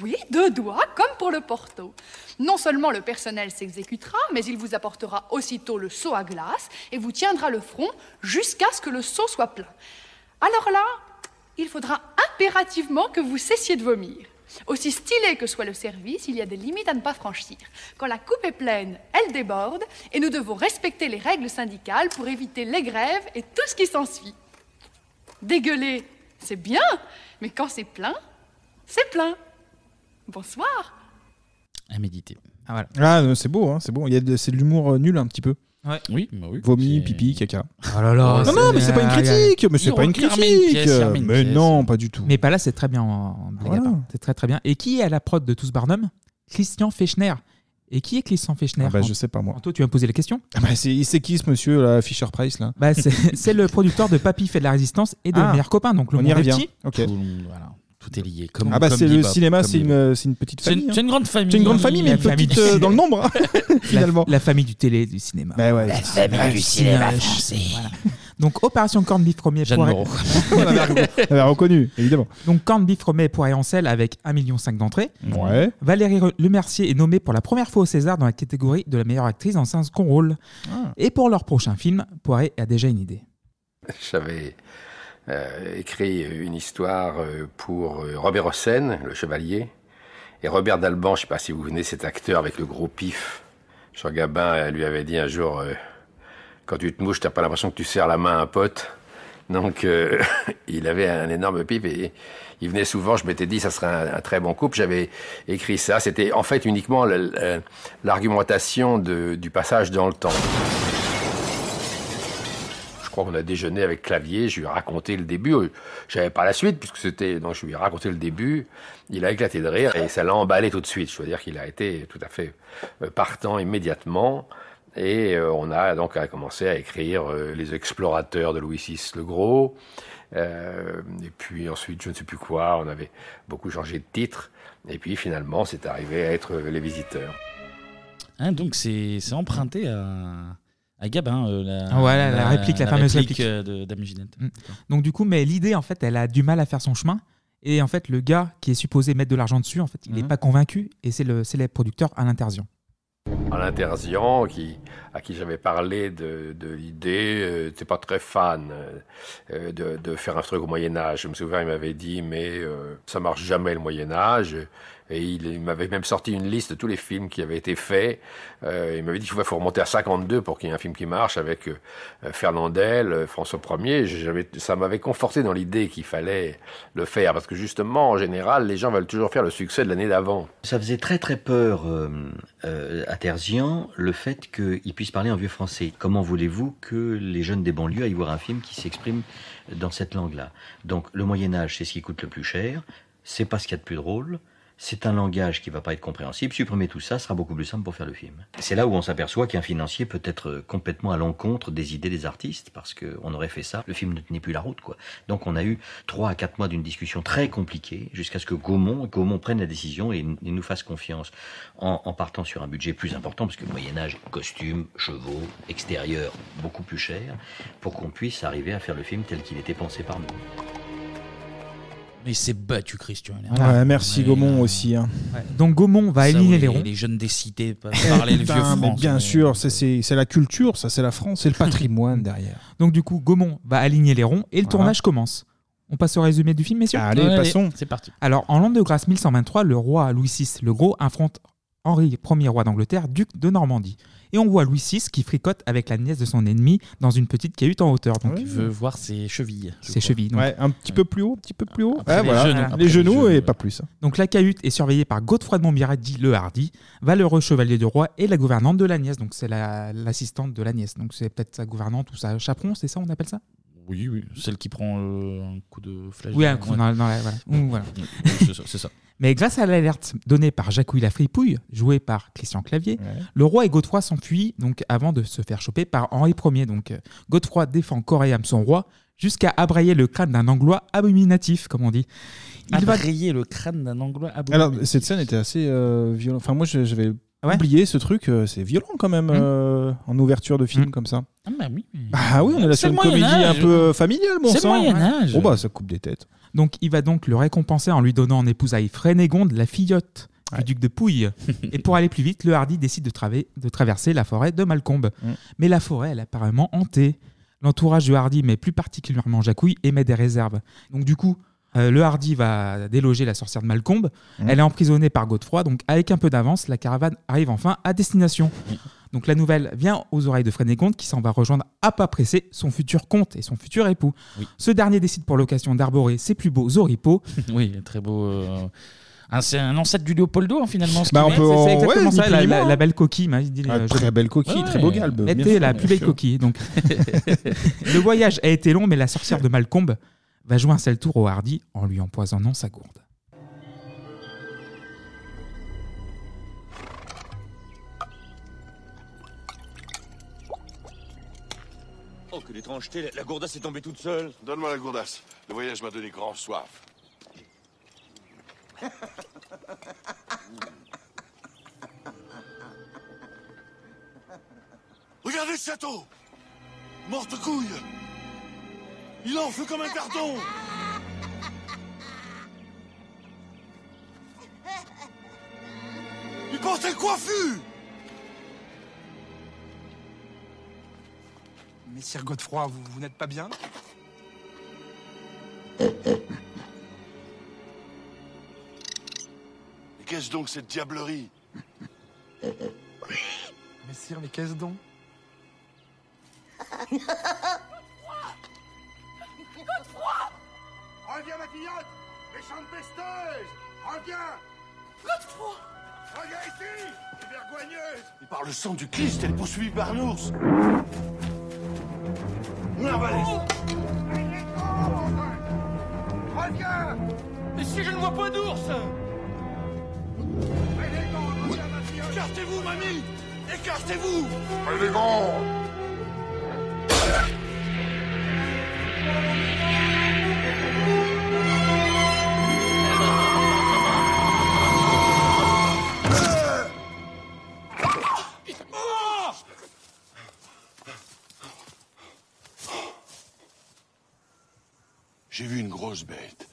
Speaker 26: Oui, deux doigts, comme pour le Porto. Non seulement le personnel s'exécutera, mais il vous apportera aussitôt le seau à glace et vous tiendra le front jusqu'à ce que le seau soit plein. Alors là, il faudra impérativement que vous cessiez de vomir. Aussi stylé que soit le service, il y a des limites à ne pas franchir. Quand la coupe est pleine, elle déborde et nous devons respecter les règles syndicales pour éviter les grèves et tout ce qui s'ensuit. Dégueuler, c'est bien, mais quand c'est plein, c'est plein. Bonsoir.
Speaker 1: À méditer.
Speaker 6: Ah, voilà.
Speaker 5: Ah, non, c'est beau, hein, c'est bon. Il y a de- c'est de l'humour euh, nul un petit peu.
Speaker 6: Ouais. Oh
Speaker 1: Oui, bah oui.
Speaker 5: Vomi, pipi, caca. non,
Speaker 6: Ah c'est-
Speaker 5: non, mais c'est pas une critique, mais c'est
Speaker 6: Il
Speaker 5: pas une
Speaker 6: regarde
Speaker 5: critique.
Speaker 6: une pièce, il remet une
Speaker 5: mais
Speaker 6: pièce.
Speaker 5: non, pas du tout.
Speaker 6: Mais Palace, c'est très bien en, en blague à
Speaker 5: Voilà.
Speaker 6: part. C'est très très bien. Et qui est à la prod de Tous Barnum Christian Fechner. Et qui est Christian Fechner
Speaker 5: Ah bah, je sais pas, moi.
Speaker 6: Anto, tu vas me poser la question
Speaker 5: Ah bah, c'est c'est qui ce monsieur, là, Fisher Price, là
Speaker 6: Bah, c'est c'est le producteur de Papy fait de la résistance et de
Speaker 5: Ah.
Speaker 6: Meilleur Copain, donc le
Speaker 5: On y
Speaker 6: monde est
Speaker 5: revient.
Speaker 6: petit.
Speaker 5: Ok.
Speaker 1: Tout est lié. Comme,
Speaker 5: Ah bah
Speaker 1: comme
Speaker 5: c'est le
Speaker 1: Bebop,
Speaker 5: cinéma,
Speaker 1: comme
Speaker 5: c'est une,
Speaker 1: Bebop.
Speaker 5: euh, c'est une petite
Speaker 1: C'est une-
Speaker 5: famille. hein.
Speaker 1: c'est une grande famille.
Speaker 5: C'est une grande famille, mais
Speaker 1: La
Speaker 5: une
Speaker 1: famille
Speaker 5: petite
Speaker 1: du
Speaker 5: euh,
Speaker 1: cinéma.
Speaker 5: dans le nombre, hein, finalement.
Speaker 6: La, la famille du télé, du cinéma.
Speaker 5: Bah ouais. La famille du cinéma
Speaker 6: français. Donc, Opération Corned Beef premier
Speaker 5: Jeanne
Speaker 6: poiré-
Speaker 5: Moreau. On avait reconnu- on avait reconnu, évidemment.
Speaker 6: Donc, Corned Beef remet poiré en sel avec 1,5 million d'entrées.
Speaker 5: Ouais.
Speaker 6: Valérie Re- Lemercier est nommée pour la première fois au César dans la catégorie de la meilleure actrice dans un second rôle.
Speaker 5: Ah.
Speaker 6: Et pour leur prochain film, Poiré a déjà une idée.
Speaker 29: J'avais euh, écrit une histoire euh, pour euh, Robert Hossein, le chevalier, et Robert Dalban, je sais pas si vous venez, cet acteur avec le gros pif. Jean Gabin euh, lui avait dit un jour, euh, quand tu te mouches, t'as pas l'impression que tu serres la main à un pote. Donc, euh, il avait un énorme pif et il venait souvent. Je m'étais dit, ça serait un, un très bon couple. J'avais écrit ça. C'était en fait uniquement le- le- l'argumentation de- du passage dans le temps. Je crois qu'on a déjeuné avec Clavier, je lui ai raconté le début. Euh, J'avais pas la suite, puisque c'était. Donc je lui ai raconté le début. Il a éclaté de rire et ça l'a emballé tout de suite. Je veux dire qu'il a été tout à fait euh, partant immédiatement. Et euh, on a donc euh, commencé à écrire euh, Les Explorateurs de Louis VI le Gros. Euh, et puis ensuite, je ne sais plus quoi, on avait beaucoup changé de titre. Et puis finalement, c'est arrivé à être euh, Les Visiteurs.
Speaker 1: Hein, donc c'est c'est emprunté à, à Gabin, euh, la,
Speaker 6: Ah ouais, la- la réplique, la fameuse réplique.
Speaker 1: euh, de Dame Ginette.
Speaker 6: Mm. Donc du coup, mais l'idée, en fait, elle a du mal à faire son chemin. Et en fait,
Speaker 5: Mm-hmm.
Speaker 6: le gars qui est supposé mettre de l'argent dessus, en fait, il n'est
Speaker 1: Mhm.
Speaker 6: pas convaincu. Et c'est le célèbre producteur Alain Terzian.
Speaker 29: En l'interrogeant, qui, à qui j'avais parlé de, de l'idée, euh, n'était pas très fan euh, de, de faire un truc au Moyen-Âge. Je me souviens, il m'avait dit, mais euh, ça marche jamais le Moyen-Âge. Et il, il m'avait même sorti une liste de tous les films qui avaient été faits. Euh, il m'avait dit qu'il faut remonter à 52 pour qu'il y ait un film qui marche avec euh, Fernandel, euh, François Ier. J'avais- Ça m'avait conforté dans l'idée qu'il fallait le faire. Parce que justement, en général, les gens veulent toujours faire le succès de l'année d'avant.
Speaker 19: Ça faisait très très peur euh, euh, à Terzian le fait qu'il puisse parler en vieux français. Comment voulez-vous que les jeunes des banlieues aillent voir un film qui s'exprime dans cette langue-là Donc le Moyen Âge, c'est ce qui coûte le plus cher, c'est pas ce qu'il y a de plus drôle, c'est un langage qui va pas être compréhensible, supprimer tout ça sera beaucoup plus simple pour faire le film. C'est là où on s'aperçoit qu'un financier peut être complètement à l'encontre des idées des artistes, parce qu'on aurait fait ça, le film ne tenait plus la route. quoi. Donc on a eu trois à quatre mois d'une discussion très compliquée, jusqu'à ce que Gaumont, Gaumont prenne la décision et, et nous fasse confiance, en, en partant sur un budget plus important, parce que le Moyen-Âge, costumes, chevaux, extérieur, beaucoup plus cher, pour qu'on puisse arriver à faire le film tel qu'il était pensé par nous.
Speaker 1: Mais c'est battu, Christian. Il est
Speaker 5: Ouais, merci Gaumont aussi. hein.
Speaker 6: Donc Gaumont va
Speaker 1: euh, Ça,
Speaker 6: éliminer
Speaker 1: oui,
Speaker 6: les
Speaker 1: les,
Speaker 6: ronds. ben,
Speaker 1: les jeunes des cités peuvent
Speaker 5: Eh,
Speaker 1: parler le
Speaker 5: putain,
Speaker 1: vieux euh,
Speaker 5: mais
Speaker 1: franc.
Speaker 5: Bien sûr, ça, c'est c'est la culture, ça c'est la France, c'est le patrimoine derrière.
Speaker 6: Donc du coup, Gaumont va aligner les ronds et le tournage commence. On passe au résumé du film, messieurs
Speaker 5: Allez, Allez, passons.
Speaker 1: c'est parti.
Speaker 6: Alors, en l'an de grâce 1123, le roi Louis VI le Gros affronte Henri, premier roi d'Angleterre, duc de Normandie. Et on voit Louis VI qui fricote avec la nièce de son ennemi dans une petite cahute en hauteur. Donc,
Speaker 1: Il veut voir ses chevilles. je
Speaker 6: ses
Speaker 1: crois.
Speaker 6: chevilles. donc.
Speaker 5: Ouais, un petit peu plus haut, un petit peu plus haut.
Speaker 6: Après
Speaker 5: Ouais,
Speaker 6: les
Speaker 5: voilà.
Speaker 6: genoux.
Speaker 5: Voilà.
Speaker 6: Après
Speaker 5: les
Speaker 6: les
Speaker 5: genoux
Speaker 6: genoux,
Speaker 5: et
Speaker 6: ouais.
Speaker 5: pas plus. hein.
Speaker 6: Donc la cahute est surveillée par Godefroy de Montmirail, dit le Hardy, valeureux chevalier du roi et la gouvernante de la nièce. Donc c'est la- l'assistante de la nièce. Donc c'est peut-être sa gouvernante ou sa chaperon, c'est ça on appelle ça
Speaker 1: Oui, oui. Celle qui prend euh, un coup de flash.
Speaker 6: Oui, un coup dans- dans la- voilà. Ouh, voilà.
Speaker 1: Oui, c'est ça, C'est ça.
Speaker 6: Mais grâce à l'alerte donnée par Jacouille la Fripouille, jouée par Christian Clavier, le roi et Godefroy s'enfuient donc avant de se faire choper par Henri Ier. Donc euh, Godefroy défend corps et âme son roi jusqu'à abrayer le crâne d'un Anglois abominatif, comme on dit.
Speaker 1: Il va rayer le crâne d'un Anglois à
Speaker 5: Alors, cette scène était assez euh, violente. Enfin, moi, je- j'avais
Speaker 6: Ah
Speaker 5: oublié ce truc. euh, C'est violent quand même
Speaker 6: Mmh.
Speaker 5: euh, en ouverture de film comme ça.
Speaker 1: Ah, bah oui.
Speaker 5: Ah oui, on est là sur
Speaker 1: C'est le
Speaker 5: une comédie un
Speaker 1: Moyen-Âge.
Speaker 5: peu euh, familiale, bon
Speaker 1: C'est le
Speaker 5: sang.
Speaker 1: Moyen-Âge.
Speaker 5: Bon, bah, ça coupe des têtes.
Speaker 6: Donc il va donc le récompenser en lui donnant en épouse à Frénégonde, la fillotte du duc de Pouille. et pour aller plus vite, le Hardy décide de, traver- de traverser la forêt de Malcombe.
Speaker 5: Mm.
Speaker 6: Mais la forêt, elle est apparemment hantée. L'entourage du Hardy, mais plus particulièrement Jacouille, émet des réserves. Donc du coup, euh, le Hardy va déloger la sorcière de Malcombe.
Speaker 1: Mm.
Speaker 6: Elle est emprisonnée par Godefroy, donc avec un peu d'avance, la caravane arrive enfin à destination. Donc la nouvelle vient aux oreilles de Frénégonde qui s'en va rejoindre à pas pressé son futur comte et son futur époux. Ce dernier décide pour l'occasion d'arborer ses plus beaux oripeaux.
Speaker 1: Oui, très beau. euh, un- C'est un ancêtre du Léopoldo, hein, finalement. ce
Speaker 6: Bah,
Speaker 1: qu'il
Speaker 6: on
Speaker 1: est.
Speaker 6: peut-
Speaker 1: C'est- c'est
Speaker 6: ouais,
Speaker 1: exactement
Speaker 6: ni
Speaker 1: ça,
Speaker 6: plus
Speaker 1: la-
Speaker 6: ni
Speaker 1: la-
Speaker 6: moins.
Speaker 1: la belle
Speaker 6: coquille. m'a dit,
Speaker 5: Ah,
Speaker 6: euh,
Speaker 5: très
Speaker 6: je-
Speaker 5: belle coquille, très beau galbe, bien
Speaker 6: Mettez
Speaker 5: sûr,
Speaker 6: la
Speaker 5: bien
Speaker 6: plus belle
Speaker 5: sûr.
Speaker 6: coquille. Donc, le voyage a été long, mais la sorcière de Malcombe va jouer un sale tour au Hardy en lui empoisonnant sa gourde.
Speaker 30: Oh, que d'étrangeté, la- la gourdasse est tombée toute seule.
Speaker 4: Donne-moi la gourdasse. Le voyage m'a donné grand soif.
Speaker 30: Regardez le château Morte couille Il est en feu comme un carton Il portait le coiffu
Speaker 11: Messire Godefroy, vous, vous n'êtes pas bien
Speaker 4: Mais qu'est-ce donc cette diablerie
Speaker 11: Messire, mais qu'est-ce donc
Speaker 30: Godefroy Reviens, ma fillette Méchante pesteuse Reviens Godefroy Reviens ici C'est vergogneuse
Speaker 4: Et par le sang du Christ, elle est poursuivie par un ours.
Speaker 30: Reviens Mais si je ne vois pas d'ours Écartez-vous, mamie Écartez-vous
Speaker 2: Oh,
Speaker 4: J'ai vu une grosse bête.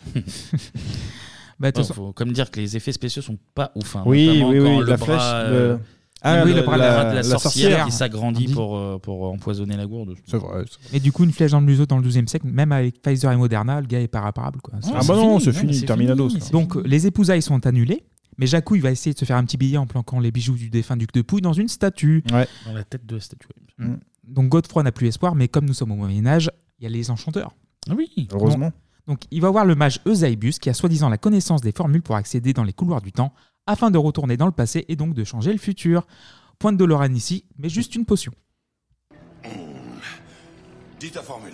Speaker 6: Bah, de toute
Speaker 1: Ouais, faut quand même dire que les effets spéciaux sont pas ouf. hein,
Speaker 5: Oui,
Speaker 1: notamment
Speaker 5: oui,
Speaker 1: quand
Speaker 5: oui,
Speaker 1: le
Speaker 5: la
Speaker 1: bras,
Speaker 5: flèche.
Speaker 1: euh,
Speaker 5: le- Ah,
Speaker 1: oui,
Speaker 5: le-
Speaker 1: le bras de
Speaker 5: la-
Speaker 1: la, de la
Speaker 5: la
Speaker 1: sorcière,
Speaker 5: sorcière.
Speaker 1: qui s'agrandit pour, euh, pour empoisonner la gourde.
Speaker 5: C'est vrai.
Speaker 6: Et du coup, une flèche dans le museau dans le 12e siècle, même avec Pfizer et Moderna, le gars est paraparable. Quoi.
Speaker 5: Ah, bah non, c'est fini, terminados. là.
Speaker 6: Donc euh, les épousailles sont annulées, mais Jacou il va essayer de se faire un petit billet en planquant les bijoux du défunt duc de Pouille dans une statue.
Speaker 1: Dans la tête de la statue.
Speaker 6: Mm. Donc Godefroy n'a plus espoir, mais comme nous sommes au Moyen Âge, il y a les enchanteurs.
Speaker 1: Ah Oui,
Speaker 5: Heureusement.
Speaker 6: Donc, il va voir le mage Eusebius qui a soi-disant la connaissance des formules pour accéder dans les couloirs du temps afin de retourner dans le passé et donc de changer le futur. Pointe de Lorraine ici, mais juste une potion.
Speaker 31: Dis ta formule.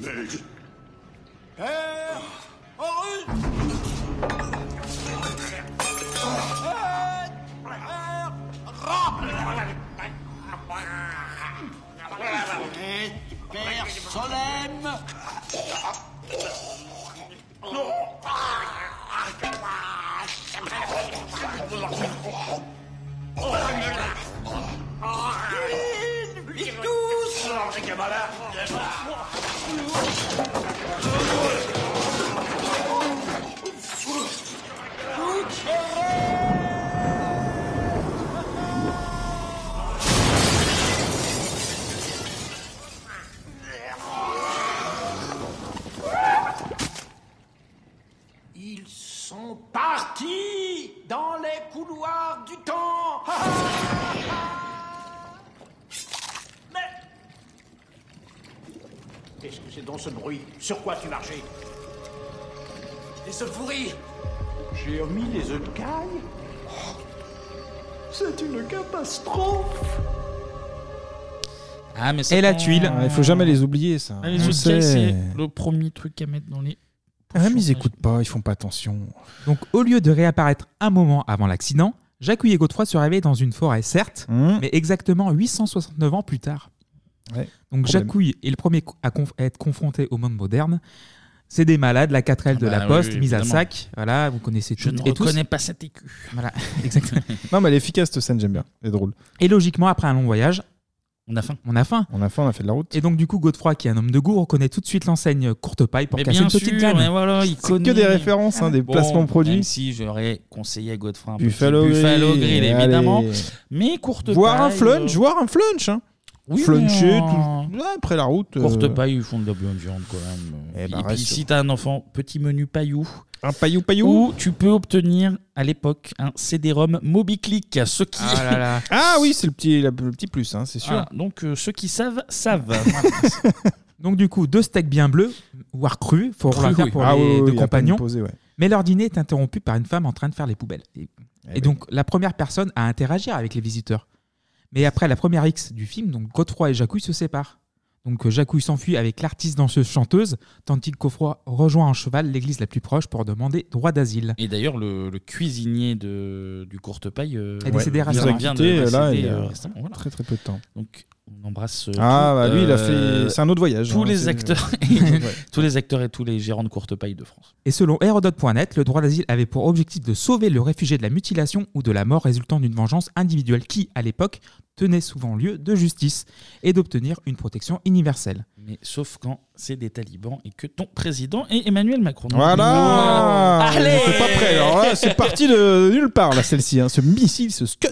Speaker 30: Mec
Speaker 31: Père Henri
Speaker 30: Père Solem
Speaker 4: Ils sont partis dans les couloirs du temps.
Speaker 30: Qu'est-ce que c'est dans ce bruit Sur quoi tu marchais
Speaker 4: Et ce pourri.
Speaker 30: J'ai omis les œufs de caille C'est une catastrophe
Speaker 1: Ah, mais
Speaker 5: Et la tuile. Ah, il faut jamais les oublier, ça.
Speaker 1: Ah, les
Speaker 5: On
Speaker 1: œufs de
Speaker 5: sait.
Speaker 1: caille, c'est le premier truc à mettre dans les.
Speaker 5: Ah, mais ils écoutent pas, ils font pas attention.
Speaker 6: Donc, au lieu de réapparaître un moment avant l'accident, Jacouille et Godefroy se réveillent dans une forêt, certes,
Speaker 5: Mmh.
Speaker 6: mais exactement 869 ans plus tard. Donc,
Speaker 5: Problème.
Speaker 6: Jacouille est le premier co- à, conf- à être confronté au monde moderne. C'est des malades, la 4L de
Speaker 5: Ah bah
Speaker 6: la
Speaker 5: oui,
Speaker 6: poste,
Speaker 5: oui,
Speaker 6: mise à
Speaker 5: évidemment.
Speaker 6: sac. Voilà, vous connaissez
Speaker 5: Je
Speaker 6: toutes
Speaker 5: ne
Speaker 6: et tous.
Speaker 5: reconnais
Speaker 1: pas cette écu.
Speaker 6: Voilà, exactement.
Speaker 5: non, mais elle est efficace, cette scène, j'aime bien. Elle est drôle.
Speaker 6: Et logiquement, après un long voyage,
Speaker 1: on a faim.
Speaker 6: On a faim.
Speaker 5: On a faim, on a fait de la route.
Speaker 6: Et donc, du coup, Godefroy, qui est un homme de goût, reconnaît tout de suite l'enseigne Courte Paille pour
Speaker 1: Mais
Speaker 6: casser
Speaker 1: Eh bien
Speaker 6: une
Speaker 1: sûr,
Speaker 6: petite gamme.
Speaker 1: mais voilà, il
Speaker 5: C'est que
Speaker 1: connaît.
Speaker 5: des références, hein, des placements produits.
Speaker 1: Même si j'aurais conseillé à Godefroy un
Speaker 5: Buffalo
Speaker 1: petit Buffalo
Speaker 5: Grill,
Speaker 1: Grill,
Speaker 5: allez.
Speaker 1: évidemment. Mm. Mais courte
Speaker 5: Voir un
Speaker 1: paille,
Speaker 5: flunch,
Speaker 1: euh,
Speaker 5: voir un flunch. Hein.
Speaker 1: Oui,
Speaker 5: Fluncher,
Speaker 1: mais
Speaker 5: tout- ouais, après la route.
Speaker 1: Courte
Speaker 5: euh,
Speaker 1: paille, ils font de la bonne viande quand même. Et,
Speaker 5: bah,
Speaker 1: puis
Speaker 5: reste-
Speaker 1: si t'as un enfant, petit menu paillou.
Speaker 5: Un paillou paillou.
Speaker 1: Où tu peux obtenir à l'époque un CD-ROM MobiClick. Ceux qui.
Speaker 5: Ah, là, là. Ah oui, c'est le petit, la- le petit plus, hein, c'est sûr.
Speaker 1: Voilà, donc euh, ceux qui savent, savent.
Speaker 6: Donc, du coup, deux steaks bien bleus, voire crus, faut
Speaker 5: Crus,
Speaker 6: en faire
Speaker 5: oui.
Speaker 6: pour
Speaker 5: Ah
Speaker 6: les
Speaker 5: oui, oui,
Speaker 6: deux
Speaker 5: oui, à peine
Speaker 6: compagnons.
Speaker 5: posé, ouais.
Speaker 6: Mais leur dîner est interrompu par une femme en train de faire les poubelles. Et,
Speaker 5: Eh oui.
Speaker 6: donc, la première personne à interagir avec les visiteurs. Mais après la première X du film, donc Godefroy et Jacouille se séparent. Donc, euh, Jacouille s'enfuit avec l'artiste danseuse chanteuse, tandis que Godefroy rejoint en cheval l'église la plus proche pour demander droit d'asile.
Speaker 1: Et d'ailleurs, le, le cuisinier de, du courte paille euh,
Speaker 6: Est décédé
Speaker 1: vient
Speaker 6: récemment.
Speaker 1: de- vient de
Speaker 5: Quitté, là,
Speaker 1: décéder,
Speaker 5: il y a
Speaker 1: euh, récemment, voilà.
Speaker 5: très très peu de temps.
Speaker 1: Donc, on embrasse. euh,
Speaker 5: Ah,
Speaker 1: tout,
Speaker 5: bah, lui, il a
Speaker 1: euh,
Speaker 5: fait- c'est un autre voyage,
Speaker 1: Tous
Speaker 5: hein,
Speaker 1: les
Speaker 5: c'est-
Speaker 1: acteurs,
Speaker 5: Ouais.
Speaker 1: tous les acteurs et tous les gérants de courte paille de France.
Speaker 6: Et selon Herodot.net, le droit d'asile avait pour objectif de sauver le réfugié de la mutilation ou de la mort résultant d'une vengeance individuelle qui, à l'époque, tenait souvent lieu de justice et d'obtenir une protection universelle.
Speaker 1: Mais sauf quand c'est des talibans et que ton président est Emmanuel Macron. euh,
Speaker 5: Voilà
Speaker 1: Allez
Speaker 5: C'est pas prêt, alors là, c'est parti de nulle part, là, celle-ci, hein, ce missile, ce scud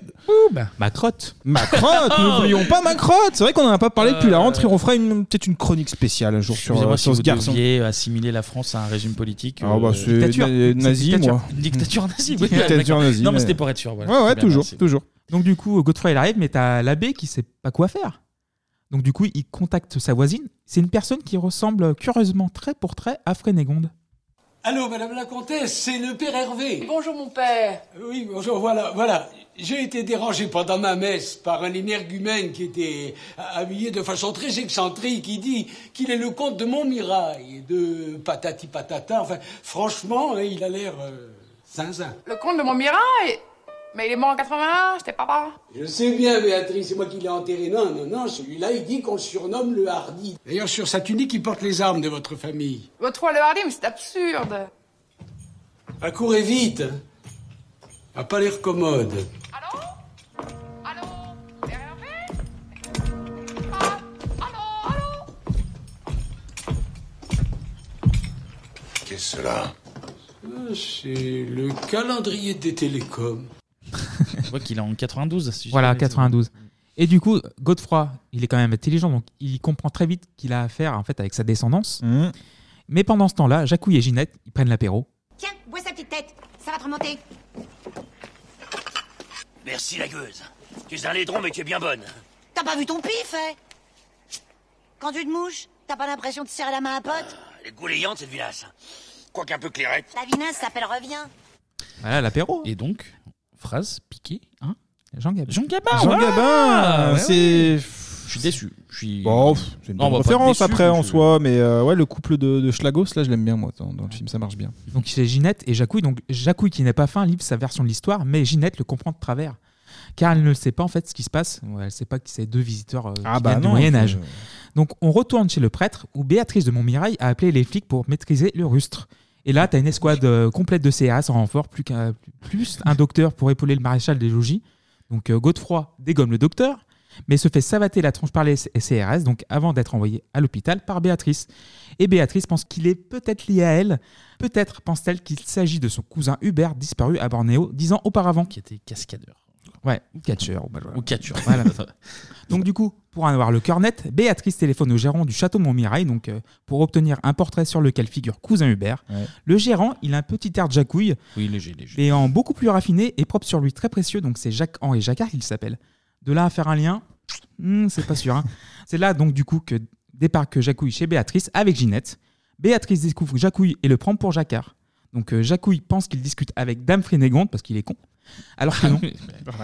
Speaker 6: Ma crotte
Speaker 5: Ma crotte N'oublions pas ma crotte C'est vrai qu'on en a pas parlé depuis la
Speaker 1: Euh,
Speaker 5: rentrée, on fera une- peut-être une chronique spéciale un jour sur,
Speaker 1: Excusez-moi
Speaker 5: euh,
Speaker 1: si
Speaker 5: sur
Speaker 1: vous
Speaker 5: ce garçon.
Speaker 1: deviez euh, assimiler la France à un régime politique.
Speaker 5: Ah bah, c'est Dictature. na- C'est nazi, dictature. moi.
Speaker 1: Une dictature nazie. oui,
Speaker 5: Dictature
Speaker 1: d'accord.
Speaker 5: nazie,
Speaker 1: Non, mais
Speaker 5: mais-
Speaker 1: c'était pour être sûr. voilà.
Speaker 5: Ouais, ouais,
Speaker 1: Très bien,
Speaker 5: toujours,
Speaker 1: merci.
Speaker 5: toujours.
Speaker 6: Donc du coup, Godefroy il arrive, mais t'as l'abbé qui sait pas quoi faire. Donc du coup, il contacte sa voisine. C'est une personne qui ressemble curieusement trait pour trait à Frénégonde.
Speaker 32: Allô, madame la comtesse, c'est le père Hervé.
Speaker 33: Bonjour mon père.
Speaker 32: Oui, bonjour, voilà, voilà. J'ai été dérangé pendant ma messe par un émergumène qui était habillé de façon très excentrique. Il dit qu'il est le comte de Montmirail, de patati patata. Enfin, franchement, hein, il a l'air euh, zinzin.
Speaker 26: Le comte de Montmirail Mais il est mort en 81, j'étais papa.
Speaker 32: Je sais bien, Béatrice, c'est moi qui l'ai enterré. Non, non, non, celui-là, il dit qu'on le surnomme le Hardy. D'ailleurs, sur sa tunique, il porte les armes de votre famille.
Speaker 26: Votre fois le hardi, mais c'est absurde.
Speaker 32: Accourez vite. hein. À Ah, pas l'air commode.
Speaker 31: Qu'est-ce que cela
Speaker 8: Euh, C'est le calendrier des télécoms.
Speaker 1: Je vois qu'il est en 92. si je
Speaker 6: Voilà,
Speaker 1: dis pas de
Speaker 6: 92.
Speaker 5: Mm.
Speaker 6: Et du coup, Godefroy, il est quand même intelligent, donc il comprend très vite qu'il a affaire en fait avec sa descendance.
Speaker 5: Mm.
Speaker 6: Mais pendant ce temps-là, Jacouille et Ginette, ils prennent l'apéro.
Speaker 3: Tiens, bois sa petite tête, ça va te remonter.
Speaker 21: Merci la gueuse. Tu es un laidron mais tu es bien bonne.
Speaker 3: T'as pas vu ton pif, hein Quand tu te mouches, t'as pas l'impression de serrer la main à un pote
Speaker 21: Elle est goulayante cette vilasse. Quoique un peu clairette.
Speaker 3: La vinasse s'appelle Reviens.
Speaker 1: Voilà, l'apéro. Et donc, phrase piquée, hein
Speaker 6: Jean Gabin.
Speaker 1: Jean Gabin,
Speaker 5: Jean
Speaker 1: voilà Ah
Speaker 5: Gabin,
Speaker 1: Ouais,
Speaker 5: c'est-
Speaker 1: ouais. Je suis déçu. Je suis...
Speaker 5: Bon, Oh, pff, c'est une
Speaker 1: Non, on
Speaker 5: bonne
Speaker 1: va pas être
Speaker 5: référence
Speaker 1: déçu,
Speaker 5: après
Speaker 1: mais
Speaker 5: en
Speaker 1: je-
Speaker 5: soi, mais euh, ouais, le couple de, de Schlagos, là, je l'aime bien, moi, dans, dans le film, ça marche bien.
Speaker 6: Donc c'est Ginette et Jacouille. Donc Jacouille qui n'est pas fin livre sa version de l'histoire, mais Ginette le comprend de travers. Car elle ne sait pas en fait ce qui se passe. Ouais, Elle ne sait pas que c'est deux visiteurs euh,
Speaker 5: Ah
Speaker 6: qui
Speaker 5: bah
Speaker 6: viennent du
Speaker 5: non,
Speaker 6: Moyen
Speaker 5: faut-
Speaker 6: Âge. Donc on retourne chez le prêtre où Béatrice de Montmirail a appelé les flics pour maîtriser le rustre. Et là, tu as une escouade euh, complète de CRS en renfort, plus, qu'un- plus un docteur pour épauler le maréchal des logis. Donc euh, Godefroy dégomme le docteur, mais se fait savater la tronche par les CRS, donc avant d'être envoyé à l'hôpital par Béatrice. Et Béatrice pense qu'il est peut-être lié à elle, peut-être pense-t-elle qu'il s'agit de son cousin Hubert disparu à Bornéo dix ans auparavant. Qui
Speaker 1: était cascadeur.
Speaker 6: Ouais, ou catcheur. Ou,
Speaker 1: Ou catcheur.
Speaker 6: Voilà. donc du coup, pour en avoir le cœur net, Béatrice téléphone au gérant du château Montmirail donc, euh, pour obtenir un portrait sur lequel figure cousin Hubert. Le gérant, il a un petit air de jacouille,
Speaker 1: Oui, léger, léger.
Speaker 6: et en beaucoup plus raffiné et propre sur lui, très précieux. Donc c'est Jacques-Henri Jacquard qu'il s'appelle. De là à faire un lien, hmm, c'est pas sûr. hein. c'est là donc du coup que départ que Jacouille chez Béatrice avec Ginette. Béatrice découvre Jacouille et le prend pour Jacquard. Donc euh, Jacouille pense qu'il discute avec Dame Frénégonde parce qu'il est con. Alors que non.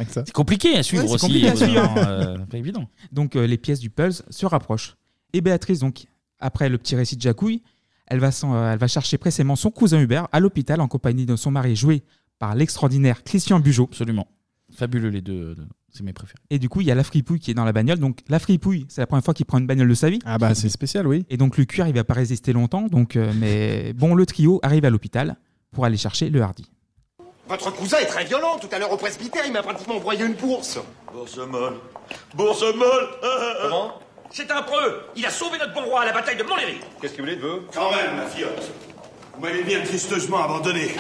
Speaker 1: C'est compliqué à suivre
Speaker 6: Ouais, c'est
Speaker 1: aussi,
Speaker 6: compliqué à
Speaker 1: euh,
Speaker 6: suivre.
Speaker 1: euh, pas évident.
Speaker 6: Donc euh, les pièces du puzzle se rapprochent. Et Béatrice, donc, après le petit récit de Jacouille, elle va, s'en- euh, elle va chercher précédemment son cousin Hubert à l'hôpital en compagnie de son mari joué par l'extraordinaire Christian Bugeaud.
Speaker 1: Absolument. Fabuleux les deux. euh, C'est mes préférés.
Speaker 6: Et du coup, il y a la fripouille qui est dans la bagnole. Donc, la fripouille, c'est la première fois qu'il prend une bagnole de sa vie.
Speaker 5: Ah bah, c'est spécial, oui.
Speaker 6: Et donc, le cuir, il va pas résister longtemps. Donc, euh, mais bon, le trio arrive à l'hôpital pour aller chercher le Hardy.
Speaker 16: Votre cousin est très violent. Tout à l'heure au presbytère, il m'a pratiquement broyé une bourse.
Speaker 21: Bourse molle. Bourse molle. Comment C'est un preux. Il a sauvé notre bon roi à la bataille de Montlhéry.
Speaker 16: Qu'est-ce que vous voulez de vous
Speaker 30: Quand même, ma fiotte. Vous m'avez bien tristeusement abandonné.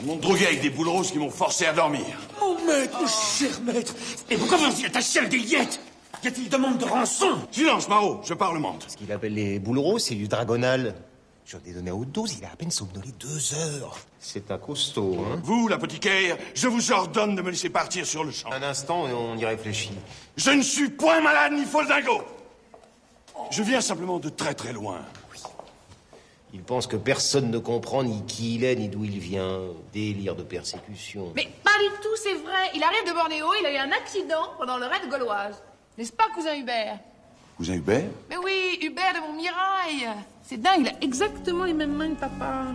Speaker 30: Ils m'ont drogué avec des boules roses qui m'ont forcé à dormir.
Speaker 21: Mon maître, mon cher maître. Mais pourquoi vous vous y attachez avec des liettes Y a-t-il demande de rançon
Speaker 16: Silence, Marot, je parlemente. Ce qu'il appelle les bouleaux, c'est du dragonal. J'en ai donné à haute dose, il a à peine somnolé deux heures. C'est un costaud, hein
Speaker 30: Vous, l'apothicaire, je vous ordonne de me laisser partir sur le champ.
Speaker 16: Un instant, et on y réfléchit.
Speaker 30: Je ne suis point malade ni foldingo. Je viens simplement de très très loin.
Speaker 16: Il pense que personne ne comprend ni qui il est, ni d'où il vient. Délire de persécution.
Speaker 26: Mais pas du tout, c'est vrai. Il arrive de Bornéo, il a eu un accident pendant le raid gauloise. N'est-ce pas, cousin Hubert
Speaker 30: Cousin Hubert
Speaker 26: Mais oui, Hubert de Montmirail. C'est dingue, il a exactement les mêmes mains que papa.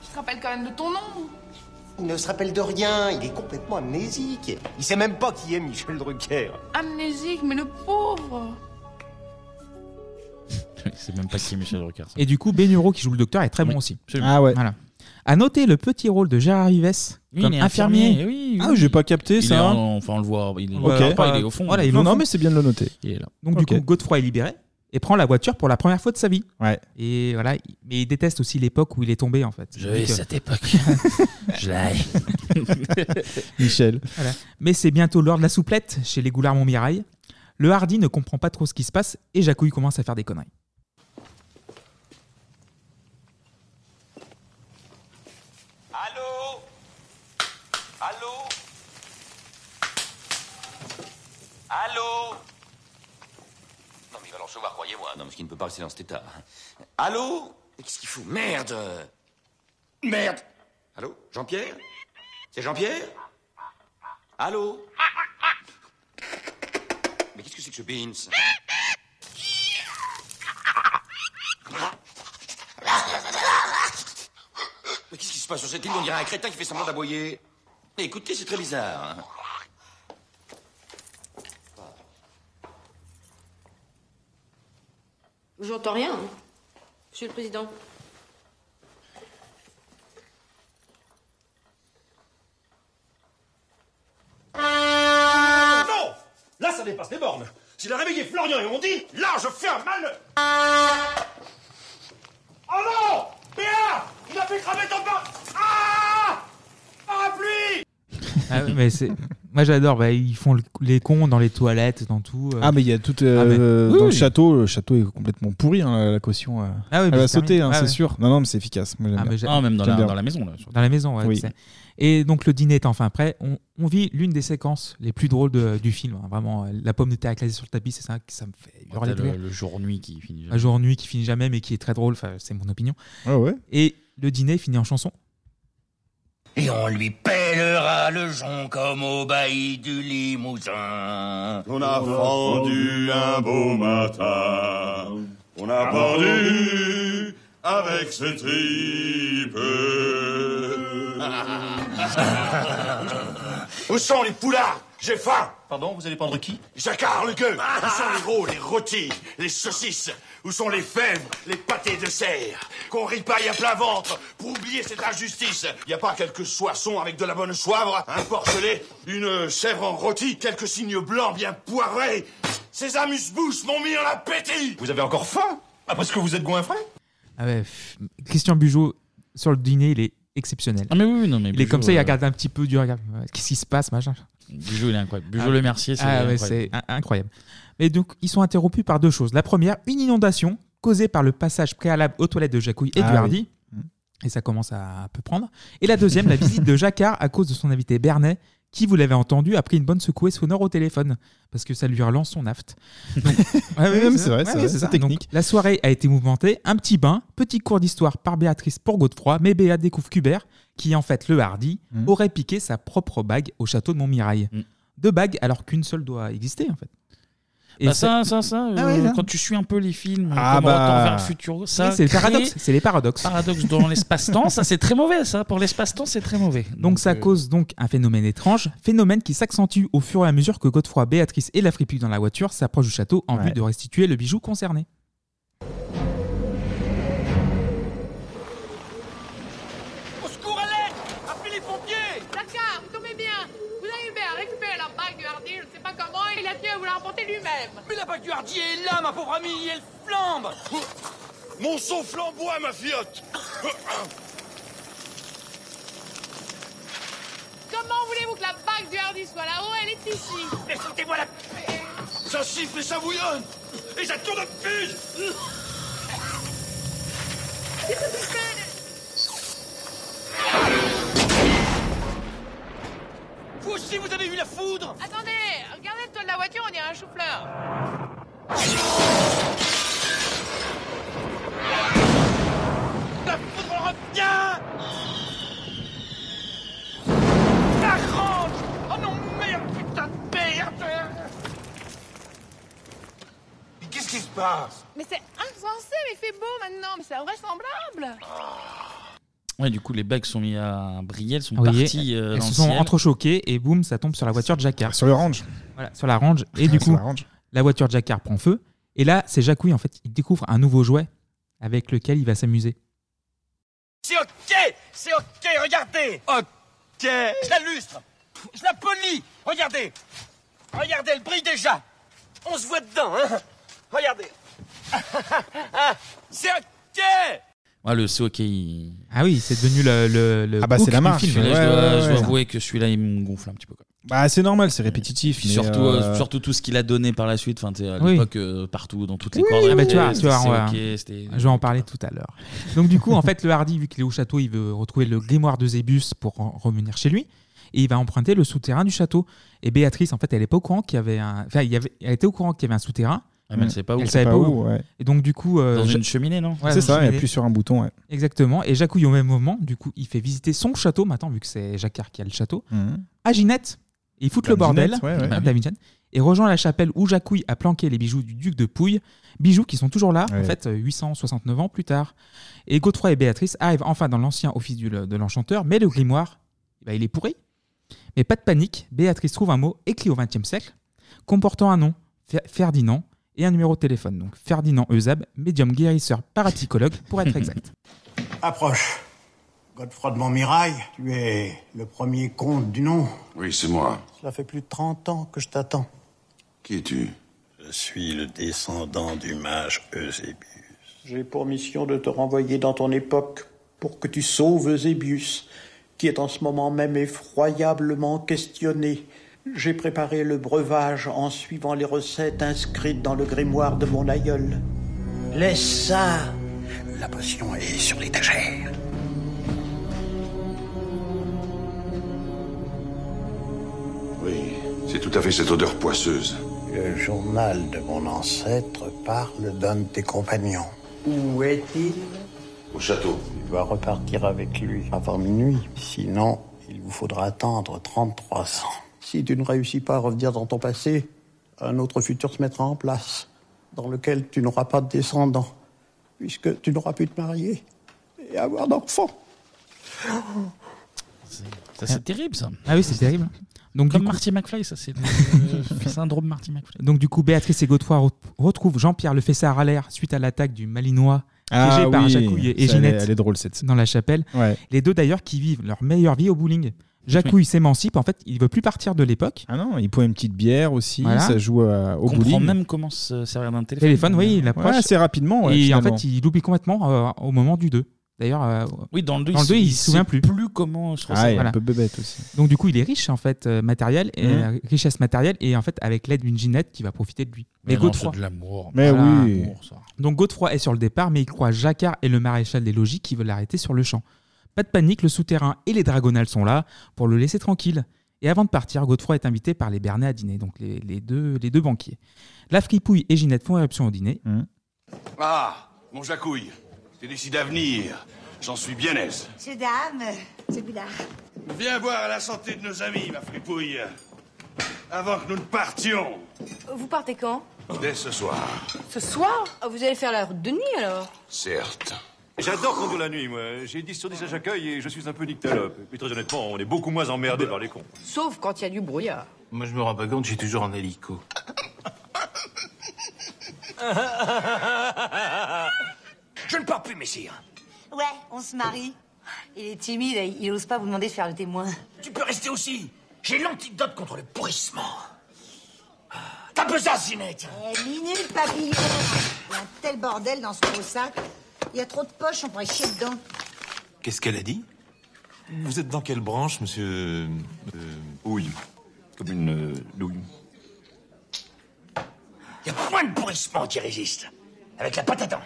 Speaker 26: Tu te rappelles quand même de ton nom
Speaker 16: Il ne se rappelle de rien, il est complètement amnésique. Il sait même pas qui est Michel Drucker.
Speaker 26: Amnésique, mais le pauvre.
Speaker 1: C'est même pas qui est Michel Drucker.
Speaker 6: Et du coup, Benuro qui joue le docteur est très bon aussi. Ah ouais. Voilà. À noter le petit rôle de Gérard Rives
Speaker 1: Oui,
Speaker 6: comme
Speaker 1: il est
Speaker 6: infirmier.
Speaker 1: infirmier, oui, Ah, oui. j'ai pas capté
Speaker 6: Il
Speaker 1: ça.
Speaker 6: est en-
Speaker 1: enfin, on le voit. Il est,
Speaker 6: Ok.
Speaker 1: on le voit pas, il est au fond.
Speaker 6: Voilà, il est
Speaker 1: non,
Speaker 6: au
Speaker 1: non,
Speaker 6: fond.
Speaker 1: mais
Speaker 5: c'est bien de le noter.
Speaker 1: Il est là.
Speaker 6: Donc du
Speaker 1: Ok.
Speaker 6: coup, Godefroy est libéré et prend la voiture pour la première fois de sa vie. Et voilà, il- mais il déteste aussi l'époque où il est tombé en fait.
Speaker 1: Je
Speaker 6: Donc,
Speaker 1: hais
Speaker 6: euh,
Speaker 1: cette époque. Je la hais.
Speaker 5: Michel.
Speaker 6: Voilà. Mais c'est bientôt l'heure de la souplette chez les Goulards Montmirail. Le Hardy ne comprend pas trop ce qui se passe et Jacouille commence à faire des conneries.
Speaker 12: Allô Allô Allô
Speaker 21: Non, mais il va l'en recevoir, croyez-moi. Non, parce qu'il ne peut pas rester dans cet état. hein. Allô Mais Qu'est-ce qu'il fout Merde Merde Allô Jean-Pierre C'est Jean-Pierre Allô Mais qu'est-ce que c'est que ce Beans Mais qu'est-ce qui se passe sur cette île On dirait un crétin qui fait semblant d'aboyer. Mais écoutez, c'est très bizarre. hein.
Speaker 34: J'entends rien, hein, monsieur le président.
Speaker 30: Non Là, ça dépasse les bornes. S'il a réveillé Florian et on dit, là, je fais un malheur. Oh non
Speaker 4: Béa Il a fait cramer ton pain Ah Parapluie
Speaker 6: Ah oui, mais c'est. Moi j'adore, bah, ils font le- les cons dans les toilettes, dans tout. euh.
Speaker 5: Ah, mais il y a tout
Speaker 6: Ah, mais-
Speaker 5: euh,
Speaker 6: Oui,
Speaker 5: dans le
Speaker 6: oui.
Speaker 5: château. Le château est complètement pourri. hein, la caution, euh,
Speaker 6: Ah oui,
Speaker 5: elle
Speaker 1: bah,
Speaker 6: mais
Speaker 5: va
Speaker 6: c'est
Speaker 5: sauter,
Speaker 6: terminé.
Speaker 5: hein,
Speaker 6: Ah
Speaker 5: c'est
Speaker 6: ouais.
Speaker 5: sûr. Non, non, mais c'est efficace. Moi, j'aime
Speaker 6: Ah,
Speaker 5: bien.
Speaker 6: mais j'ai-
Speaker 5: J'aime bien.
Speaker 6: Dans la maison, ouais.
Speaker 5: Oui.
Speaker 6: tu sais. Et donc le dîner est enfin prêt. On, on vit l'une des séquences les plus drôles de- du film. hein. Vraiment, euh, la pomme de terre éclatée sur le tapis, c'est ça que ça me fait
Speaker 1: Ouais,
Speaker 6: hurler
Speaker 1: t'as
Speaker 6: de
Speaker 1: le-
Speaker 6: rire.
Speaker 1: le jour-nuit qui finit jamais.
Speaker 6: Un jour-nuit qui finit jamais, mais qui est très drôle. Enfin, c'est mon opinion.
Speaker 5: Ah ouais.
Speaker 6: Et le dîner finit en chanson.
Speaker 10: Et on lui pèlera le jonc comme au bailli du Limousin.
Speaker 30: On a vendu un beau matin. On a vendu avec ses tripes. Où sont les poulards J'ai faim Pardon, vous allez prendre qui Ah. Jacquard, le gueux Où sont les gros, les rôtis, les saucisses Où sont les fèves, les pâtés de serre Qu'on ripaille à plein ventre pour oublier cette injustice Y a pas quelques soissons avec de la bonne soivre Un porcelet, une chèvre en rôti, quelques signes blancs bien poivrés Ces amuse-bouches m'ont mis en appétit Vous avez encore faim Après ce que vous êtes goinfré
Speaker 6: Ah ouais, pff, Christian Bugeaud sur le dîner, il est exceptionnel.
Speaker 1: Ah mais oui, oui, non mais
Speaker 6: il est
Speaker 1: Bugeaud,
Speaker 6: comme ça, il
Speaker 1: euh,
Speaker 6: regarde un petit peu du regard. Ouais, Qu'est-ce qui se passe, machin.
Speaker 1: Bugeaud, il est incroyable. Bugeaud
Speaker 6: Ah,
Speaker 1: le Mercier, c'est
Speaker 6: ah ouais,
Speaker 1: incroyable.
Speaker 6: c'est in- incroyable. Mais donc, ils sont interrompus par deux choses. La première, une inondation causée par le passage préalable aux toilettes de Jacouille et
Speaker 1: Ah
Speaker 6: du
Speaker 1: oui.
Speaker 6: Hardy. Et ça commence à un peu prendre. Et la deuxième, la visite de Jacquard à cause de son invité Bernet, qui, vous l'avez entendu, a pris une bonne secouée sonore au téléphone, parce que ça lui relance son aft. Donc- Ouais, ouais,
Speaker 5: Oui, mais c'est vrai,
Speaker 6: ouais,
Speaker 5: c'est
Speaker 6: ouais,
Speaker 5: vrai,
Speaker 6: c'est
Speaker 5: c'est
Speaker 6: ça.
Speaker 5: technique.
Speaker 6: Donc, la soirée a été mouvementée, un petit bain, petit cours d'histoire par Béatrice pour Godefroy, mais Béa découvre qu'Hubert, qui en fait le hardi,
Speaker 5: Mm.
Speaker 6: aurait piqué sa propre bague au château de Montmirail. Deux bagues alors qu'une seule doit exister en fait.
Speaker 1: Bah ça, ça, ça,
Speaker 6: Ah
Speaker 1: euh,
Speaker 6: ouais, ça.
Speaker 1: quand tu suis un peu les films,
Speaker 6: Ah
Speaker 1: comment
Speaker 6: bah.
Speaker 1: autant vers le futur, ça.
Speaker 6: Oui, c'est le
Speaker 1: crée-
Speaker 6: paradoxe, c'est les paradoxes.
Speaker 1: Paradoxe dans l'espace-temps, ça c'est très mauvais, ça. Pour l'espace-temps, c'est très mauvais.
Speaker 6: Donc ça
Speaker 1: euh,
Speaker 6: cause donc un phénomène étrange, phénomène qui s'accentue au fur et à mesure que Godefroy, Béatrice et la fripule dans la voiture s'approchent du château en vue de restituer le bijou concerné.
Speaker 12: Au secours à l'aide Appelez les pompiers
Speaker 26: D'accord, vous tombez bien. Vous avez bien récupéré la bague du Hardy, je ne sais pas comment, il a tenu à vous la remporter lui-même.
Speaker 12: Mais la bague du Hardy est là, ma pauvre amie, elle flambe
Speaker 30: Mon sang flamboie, ma fiotte
Speaker 26: Comment voulez-vous que la bague du Hardy soit là-haut Elle est ici.
Speaker 30: Mais sautez-moi la... Ça siffle et ça bouillonne Et ça tourne de fuse
Speaker 12: Vous aussi, vous avez eu la foudre
Speaker 26: Attendez, regardez le toit de la voiture, on dirait un chou-fleur.
Speaker 12: La foudre en revient La grange Oh non, merde, putain de merde
Speaker 30: Mais qu'est-ce qui se passe
Speaker 26: Mais c'est insensé, mais il fait beau maintenant, mais c'est invraisemblable.
Speaker 1: Ouais, du coup, les bagues sont mis à briller, elles sont
Speaker 6: Vous voyez,
Speaker 1: parties euh,
Speaker 6: elles
Speaker 1: dans
Speaker 6: se
Speaker 1: le
Speaker 6: sont
Speaker 1: ciel.
Speaker 6: entrechoquées et boum, ça tombe sur la voiture de Jacquard.
Speaker 5: Sur le range.
Speaker 6: Voilà, sur la range. Et du
Speaker 5: Sur
Speaker 6: coup,
Speaker 5: la range.
Speaker 6: la voiture de Jacquard prend feu. Et là, c'est Jacouille en fait, il découvre un nouveau jouet avec lequel il va s'amuser.
Speaker 12: C'est ok C'est ok, regardez Ok Je la lustre Je la polis Regardez Regardez, elle brille déjà On se voit dedans, hein Regardez C'est ok
Speaker 1: Ouais, Ah, le c'est ok. il-
Speaker 6: Ah oui, c'est devenu le. le, le
Speaker 5: Ah bah, c'est
Speaker 6: hook
Speaker 5: la
Speaker 6: du
Speaker 5: marque.
Speaker 6: film.
Speaker 1: Celui-là, je
Speaker 5: Ouais,
Speaker 1: dois,
Speaker 5: ouais,
Speaker 1: je dois
Speaker 5: ouais.
Speaker 1: avouer que celui-là, il me gonfle un petit peu. quoi.
Speaker 5: Bah, c'est normal, c'est répétitif.
Speaker 1: Puis
Speaker 5: mais,
Speaker 1: surtout,
Speaker 5: euh,
Speaker 1: euh, surtout tout ce qu'il a donné par la suite. Enfin, tu sais, à
Speaker 5: Oui.
Speaker 1: l'époque, euh, partout, dans toutes les
Speaker 6: Oui,
Speaker 1: cordes.
Speaker 6: ah bah, tu vois, tu vois, on va-
Speaker 1: c'était
Speaker 6: je vais en parler tout à l'heure. Donc du coup, en fait, le Hardy, vu qu'il est au château, il veut retrouver le grimoire de Zébus pour en- revenir chez lui. Et il va emprunter le souterrain du château. Et Béatrice, en fait, elle est pas au courant qu'il y avait un. Enfin, il y avait... elle était au courant qu'il y avait un souterrain.
Speaker 1: Ah, mais elle sait pas où.
Speaker 6: Elle savait
Speaker 1: Pas
Speaker 6: pas
Speaker 1: où,
Speaker 6: où.
Speaker 1: ouais.
Speaker 6: Et donc du coup, euh,
Speaker 1: Dans
Speaker 6: Ja-
Speaker 1: une cheminée, non
Speaker 6: Ouais, dans
Speaker 5: c'est
Speaker 6: une
Speaker 5: ça, il
Speaker 6: cheminée.
Speaker 5: appuie sur un bouton. Ouais.
Speaker 6: Exactement. Et Jacouille, au même moment, du coup, il fait visiter son château, maintenant, vu que c'est Jacquard qui a le château,
Speaker 5: Mhm.
Speaker 6: à Ginette. Et il fout le
Speaker 5: Dame
Speaker 6: bordel,
Speaker 5: Ginette, ouais, ouais.
Speaker 6: Dame Ginette, et rejoint la chapelle où Jacouille a planqué les bijoux du duc de Pouille, bijoux qui sont toujours là, en
Speaker 5: Ouais.
Speaker 6: fait, euh, 869 ans plus tard. Et Godefroy et Béatrice arrivent enfin dans l'ancien office du- de l'enchanteur, mais le grimoire, bah, il est pourri. Mais pas de panique, Béatrice trouve un mot écrit au XXe siècle, comportant un nom, Fer- Ferdinand, et un numéro de téléphone. Donc Ferdinand Eusab, médium guérisseur parapsychologue, pour être exact.
Speaker 35: Approche. Godefroy de Montmirail, tu es le premier comte du nom.
Speaker 30: Oui, c'est moi.
Speaker 35: Cela fait plus de 30 ans que je t'attends.
Speaker 30: Qui es-tu
Speaker 20: Je suis le descendant du mage Eusébius.
Speaker 7: J'ai pour mission de te renvoyer dans ton époque pour que tu sauves Zébius, qui est en ce moment même effroyablement questionné. J'ai préparé le breuvage en suivant les recettes inscrites dans le grimoire de mon aïeul. Laisse ça La potion est sur l'étagère.
Speaker 30: Oui, c'est tout à fait cette odeur poisseuse.
Speaker 35: Le journal de mon ancêtre parle d'un de tes compagnons.
Speaker 7: Où est-il
Speaker 35: Au château. Tu dois repartir avec lui avant minuit. Sinon, il vous faudra attendre 33 ans. Si tu ne réussis pas à revenir dans ton passé, un autre futur se mettra en place, dans lequel tu n'auras pas de descendants, puisque tu n'auras pu te marier et avoir d'enfants.
Speaker 1: Ça, c'est terrible, ça.
Speaker 6: Ah oui, c'est terrible. Donc,
Speaker 1: Comme
Speaker 6: du coup-
Speaker 1: Marty McFly, ça, c'est le Euh, syndrome Marty McFly.
Speaker 6: Donc du coup, Béatrice et Godefroy re- retrouvent Jean-Pierre le fessard à l'air suite à l'attaque du Malinois
Speaker 5: Ah
Speaker 6: dirigé par
Speaker 5: oui,
Speaker 6: Jacouille et
Speaker 5: ça, elle est-
Speaker 6: Ginette
Speaker 5: elle est drôle, cette scène.
Speaker 6: dans la chapelle.
Speaker 5: Ouais.
Speaker 6: Les deux d'ailleurs qui vivent leur meilleure vie au bowling. Jacouille s'émancipe, en fait, il veut plus partir de l'époque.
Speaker 5: Ah non, il boit une petite bière aussi,
Speaker 6: Voilà.
Speaker 5: ça joue euh, au
Speaker 1: On comprend
Speaker 5: bowling.
Speaker 1: même comment se servir d'un téléphone.
Speaker 6: Téléphone, oui, il approche.
Speaker 5: Ouais, assez rapidement, ouais,
Speaker 6: et en
Speaker 5: finalement.
Speaker 6: fait, il oublie complètement euh, au moment du 2. D'ailleurs, euh,
Speaker 1: Oui, dans le 2, il,
Speaker 6: il se souvient
Speaker 1: plus.
Speaker 6: plus.
Speaker 1: plus comment se
Speaker 6: Ah, il est
Speaker 1: resserre.
Speaker 6: un peu
Speaker 5: bébête aussi. Hum.
Speaker 6: Donc du coup, il est riche en fait euh, matériel et
Speaker 1: Mhm.
Speaker 6: euh, richesse matérielle et en fait avec l'aide d'une Ginette qui va profiter de lui.
Speaker 1: Mais
Speaker 6: Mais,
Speaker 1: non,
Speaker 6: Godefroy.
Speaker 1: c'est de l'amour.
Speaker 5: Mais oui. Amour,
Speaker 6: Donc Godefroy est sur le départ, mais il croit Jacquard et le maréchal des logis qui veulent l'arrêter sur le champ. Pas de panique, le souterrain et les dragonnales sont là pour le laisser tranquille. Et avant de partir, Godefroy est invité par les Bernets à dîner, donc les, les deux, les deux banquiers. La fripouille et Ginette font éruption au dîner.
Speaker 5: Mmh.
Speaker 30: Ah, mon Jacouille, t'es décidé à venir. J'en suis bien aise.
Speaker 3: Ces dames, celui-là.
Speaker 30: Viens voir à la santé de nos amis, ma fripouille. Avant que nous ne partions.
Speaker 34: Vous partez quand
Speaker 30: Dès ce soir.
Speaker 34: Ce soir Ah, Vous allez faire la route de nuit alors
Speaker 30: Certes.
Speaker 9: J'adore conduire la nuit, moi. J'ai 10 sur 10 à chaque œil et je suis un peu nyctalope. Puis très honnêtement, on est beaucoup moins emmerdé par les cons.
Speaker 34: Sauf quand il y a du brouillard.
Speaker 9: Moi, je me rends pas compte, j'ai toujours un hélico.
Speaker 7: Je ne pars plus, messire.
Speaker 3: Ouais, on se marie. Il est timide, et il n'ose pas vous demander de faire le témoin.
Speaker 7: Tu peux rester aussi. J'ai l'antidote contre le pourrissement. Ah,
Speaker 3: T'as besoin, Ginette Eh, Minute, papillon Il y a un tel bordel dans ce gros sac. Il y a trop de poches, on pourrait chier dedans.
Speaker 9: Qu'est-ce qu'elle a dit Vous êtes dans quelle branche, monsieur. euh, Houille Comme une euh, douille.
Speaker 7: Il y a moins de pourrissement qui résiste. Avec la pâte à dents.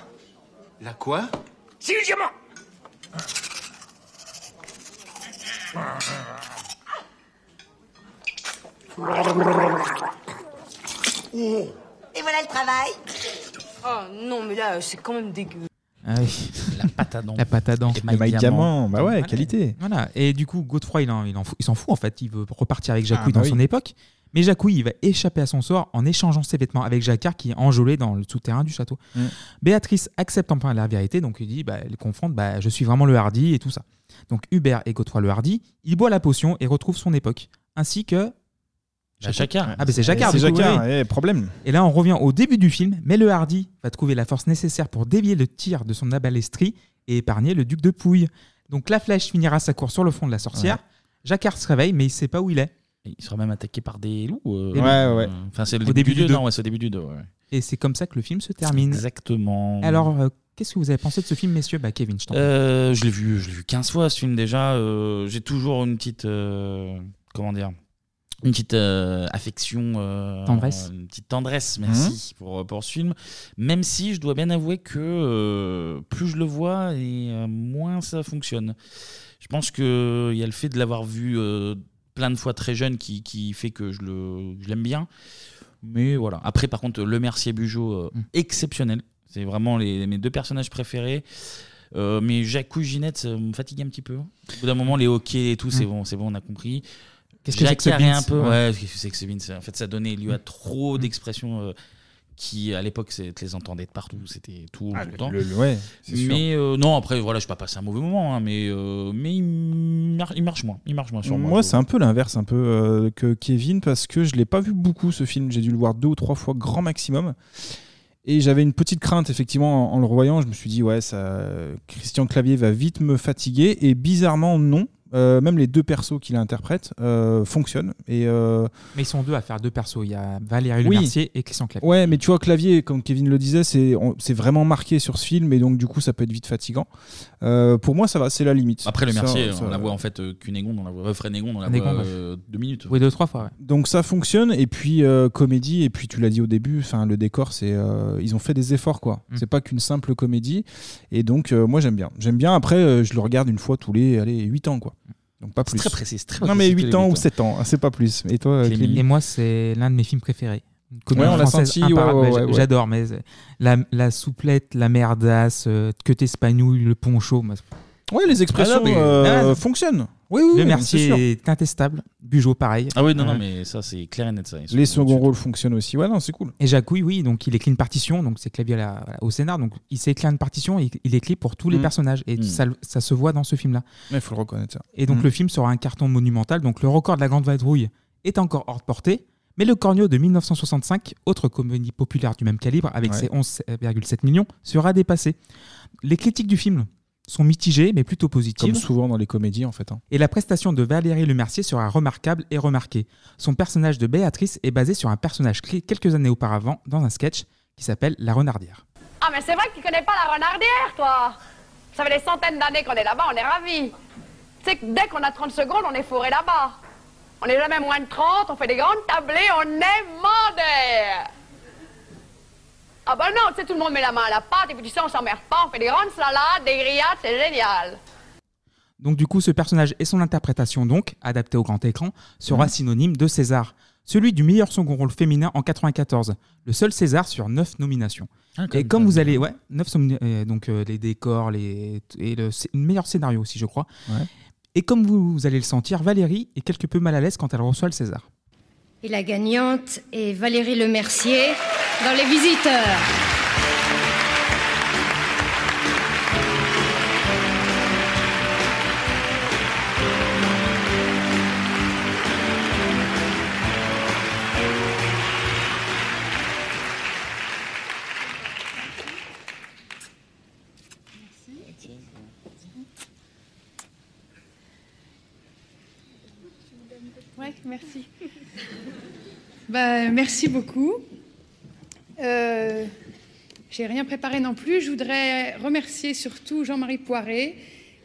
Speaker 9: La quoi
Speaker 7: C'est le diamant
Speaker 34: Et voilà le travail Oh non, mais là, c'est quand même dégueu.
Speaker 1: La pâte à dents.
Speaker 6: Ah La pâte à dents.
Speaker 1: Les mailles
Speaker 5: diamants. diamants, bah ouais, qualité.
Speaker 6: Voilà. Et du coup, Godefroy, il en- il en fout- il s'en fout en fait. Il veut repartir avec Jacouille
Speaker 5: Ah, bah
Speaker 6: dans son
Speaker 5: oui.
Speaker 6: époque. Mais Jacouille, il va échapper à son sort en échangeant ses vêtements avec Jacquard qui est enjolé dans le souterrain du château.
Speaker 1: Mmh.
Speaker 5: Mm.
Speaker 6: Béatrice accepte enfin la vérité, donc il dit, bah, elle confronte, bah, je suis vraiment le Hardy et tout ça. Donc Hubert et Godefroy le Hardy, ils boivent la potion et retrouvent son époque, ainsi que
Speaker 1: Bah, Jacquard.
Speaker 6: Ah, bah, c'est Jacquard.
Speaker 5: C'est
Speaker 6: du coup,
Speaker 5: Jacquard,
Speaker 6: oui.
Speaker 5: eh, problème.
Speaker 6: Et là, on revient au début du film, mais le Hardy va trouver la force nécessaire pour dévier le tir de son abalestrie et épargner le duc de Pouille. Donc la flèche finira sa course sur le front de la sorcière.
Speaker 1: Ouais.
Speaker 6: Jacquard se réveille, mais il sait pas où il est.
Speaker 1: Il sera même attaqué par des loups. euh,
Speaker 6: Des loups.
Speaker 1: euh, Enfin, c'est le
Speaker 6: Au début
Speaker 1: début,
Speaker 6: du
Speaker 1: du
Speaker 6: deux.
Speaker 1: 2. Ouais, c'est le début du 2. Ouais.
Speaker 6: Et c'est comme ça que le film se termine.
Speaker 1: Exactement.
Speaker 6: Alors, euh, qu'est-ce que vous avez pensé de ce film, messieurs bah, Kevin, je t'en prie.
Speaker 1: Euh, je l'ai vu, je l'ai vu 15 fois ce film déjà. Euh, j'ai toujours une petite, euh, comment dire, une petite euh, affection, euh,
Speaker 6: Tendresse. Mmh.
Speaker 1: une petite tendresse, merci pour pour ce film. Même si je dois bien avouer que euh, plus je le vois et euh, moins ça fonctionne. Je pense que il y a le fait de l'avoir vu euh, plein de fois très jeune qui, qui fait que je le je l'aime bien. Mais voilà. Après, par contre, Le Mercier Bugeaud, euh, exceptionnel. C'est vraiment les, mes deux personnages préférés. Euh, mais Jacou Ginette ça me fatigue un petit peu. Euh, Au bout d'un moment, les hockey et tout, c'est
Speaker 6: Mm.
Speaker 1: bon, c'est bon, on a compris.
Speaker 6: Qu'est-ce que c'est Hmm. que ce
Speaker 1: Jacquard est un
Speaker 6: Beans
Speaker 1: peu.
Speaker 6: Ouais.
Speaker 1: Ouais, qu'est-ce que c'est que ce Beans En fait, ça donnait lieu à trop d'expressions euh, qui, à l'époque, c'est- tu les entendais de partout. C'était tout,
Speaker 5: Ah,
Speaker 1: tout le
Speaker 5: le-
Speaker 1: temps.
Speaker 5: le- ouais, c'est sûr.
Speaker 1: mais euh, non, après, voilà, je ne pas passé un mauvais moment, hein, mais, euh, mais il, mar- il marche moins. Il marche moins hein, sur moi.
Speaker 5: Moi, c'est un peu l'inverse un peu euh, que Kevin parce que je l'ai pas vu beaucoup ce film. J'ai dû le voir deux ou trois fois grand maximum. Et j'avais une petite crainte effectivement en, en le revoyant. Je me suis dit ouais, ça, Christian Clavier va vite me fatiguer. Et bizarrement non. euh, même les deux persos qu'il interprète euh, fonctionnent. Et, euh,
Speaker 6: Mais ils sont deux à faire deux persos. Il y a Valérie Ah, Le
Speaker 5: Oui.
Speaker 6: Mercier et Christian Clavier.
Speaker 5: Ouais, mais tu vois, clavier, comme Kevin le disait, c'est on- c'est vraiment marqué sur ce film et donc du coup, ça peut être vite fatigant. Euh, pour moi, ça va, c'est la limite.
Speaker 1: Après, le
Speaker 5: Ça-
Speaker 1: Mercier,
Speaker 5: ça-
Speaker 1: on la voit en fait euh, qu'une égonde, on la voit Fred Négon, on la
Speaker 6: Négon,
Speaker 1: voit
Speaker 6: ouais.
Speaker 1: euh, deux minutes.
Speaker 6: Oui, deux, trois fois. ouais.
Speaker 5: Donc ça fonctionne et puis euh, comédie et puis tu l'as dit au début, enfin le décor c'est euh, ils ont fait des efforts quoi.
Speaker 6: Mm.
Speaker 5: C'est pas qu'une simple comédie et donc euh, moi j'aime bien. J'aime bien après euh, je le regarde une fois tous les allez 8 ans quoi. Donc pas plus.
Speaker 6: très précis, c'est très
Speaker 5: Non mais
Speaker 6: précis,
Speaker 5: 8
Speaker 6: tous les
Speaker 5: ans
Speaker 6: huit
Speaker 5: ou
Speaker 6: ans.
Speaker 5: 7 ans, hein, c'est pas plus. Et toi euh, Clémy
Speaker 6: Et moi, c'est l'un de mes films préférés. Une comédie
Speaker 5: Ouais, on l'a
Speaker 6: française
Speaker 5: senti, ouais,
Speaker 6: imparable,
Speaker 5: ouais,
Speaker 6: j'a-
Speaker 5: ouais, ouais.
Speaker 6: J'adore, mais la, la souplette, la merdasse, euh, que t'espanouilles, le poncho. moi, c'est-
Speaker 5: Ouais, les expressions
Speaker 6: Ah non, mais-
Speaker 5: euh,
Speaker 6: Ah,
Speaker 5: fonctionnent. Oui oui,
Speaker 6: le
Speaker 5: oui, c'est
Speaker 6: Mercier
Speaker 5: sûr.
Speaker 6: est, intestable. Bugeaud, pareil.
Speaker 1: Ah oui, non, non,
Speaker 6: Euh,
Speaker 1: mais ça, c'est clair et net, ça. Ils sont-
Speaker 5: Les seconds rôles fonctionnent aussi. Ouais non, c'est cool.
Speaker 6: Et Jacouille, oui, donc il écrit une partition, donc c'est clavier à la- voilà, au scénar, donc il sait écrire une partition, et il écrit pour tous les
Speaker 5: Mm.
Speaker 6: personnages, et
Speaker 5: Mm.
Speaker 6: ça, le- ça se voit dans ce film-là.
Speaker 5: Mais faut le reconnaître ça.
Speaker 6: Et donc
Speaker 5: Mm.
Speaker 6: le film sera un carton monumental, donc le record de la Grande Vadrouille est encore hors de portée, mais le Cornio de 1965, autre comédie populaire du même calibre, avec
Speaker 5: Ouais.
Speaker 6: ses 11,7 millions, sera dépassé. Les critiques du film sont mitigées, mais plutôt positives.
Speaker 5: Comme souvent dans les comédies en fait. hein.
Speaker 6: Et la prestation de Valérie Lemercier sera remarquable et remarquée. Son personnage de Béatrice est basé sur un personnage créé quelques années auparavant dans un sketch qui s'appelle La Renardière.
Speaker 2: Ah, mais c'est vrai que tu connais pas la renardière, toi. Ça fait des centaines d'années qu'on est là-bas, on est ravis. Tu sais que dès qu'on a 30 secondes, on est fourré là-bas. On est jamais moins de 30, on fait des grandes tablées, on est mandé. Ah ben non, tu sais, tout le monde met la main à la pâte et puis tu sais, on s'emmerde pas, on fait des grandes salades, des grillades, c'est génial.
Speaker 6: Donc du coup, ce personnage et son interprétation donc, adaptée au grand écran, sera
Speaker 5: Mhm.
Speaker 6: synonyme de César, celui du meilleur second rôle féminin en 94, le seul César sur 9 nominations.
Speaker 1: Ah,
Speaker 6: et comme vous allez, ouais, 9 donc euh, les décors, les et le, sc- le meilleur scénario aussi, je crois.
Speaker 5: Ouais.
Speaker 6: Et comme vous, vous allez le sentir, Valérie est quelque peu mal à l'aise quand elle reçoit le César.
Speaker 20: Et la gagnante est Valérie Lemercier dans Les Visiteurs.
Speaker 36: Ouais, merci. Bah, merci beaucoup. Euh, J'ai rien préparé non plus. Je voudrais remercier surtout Jean-Marie Poiré,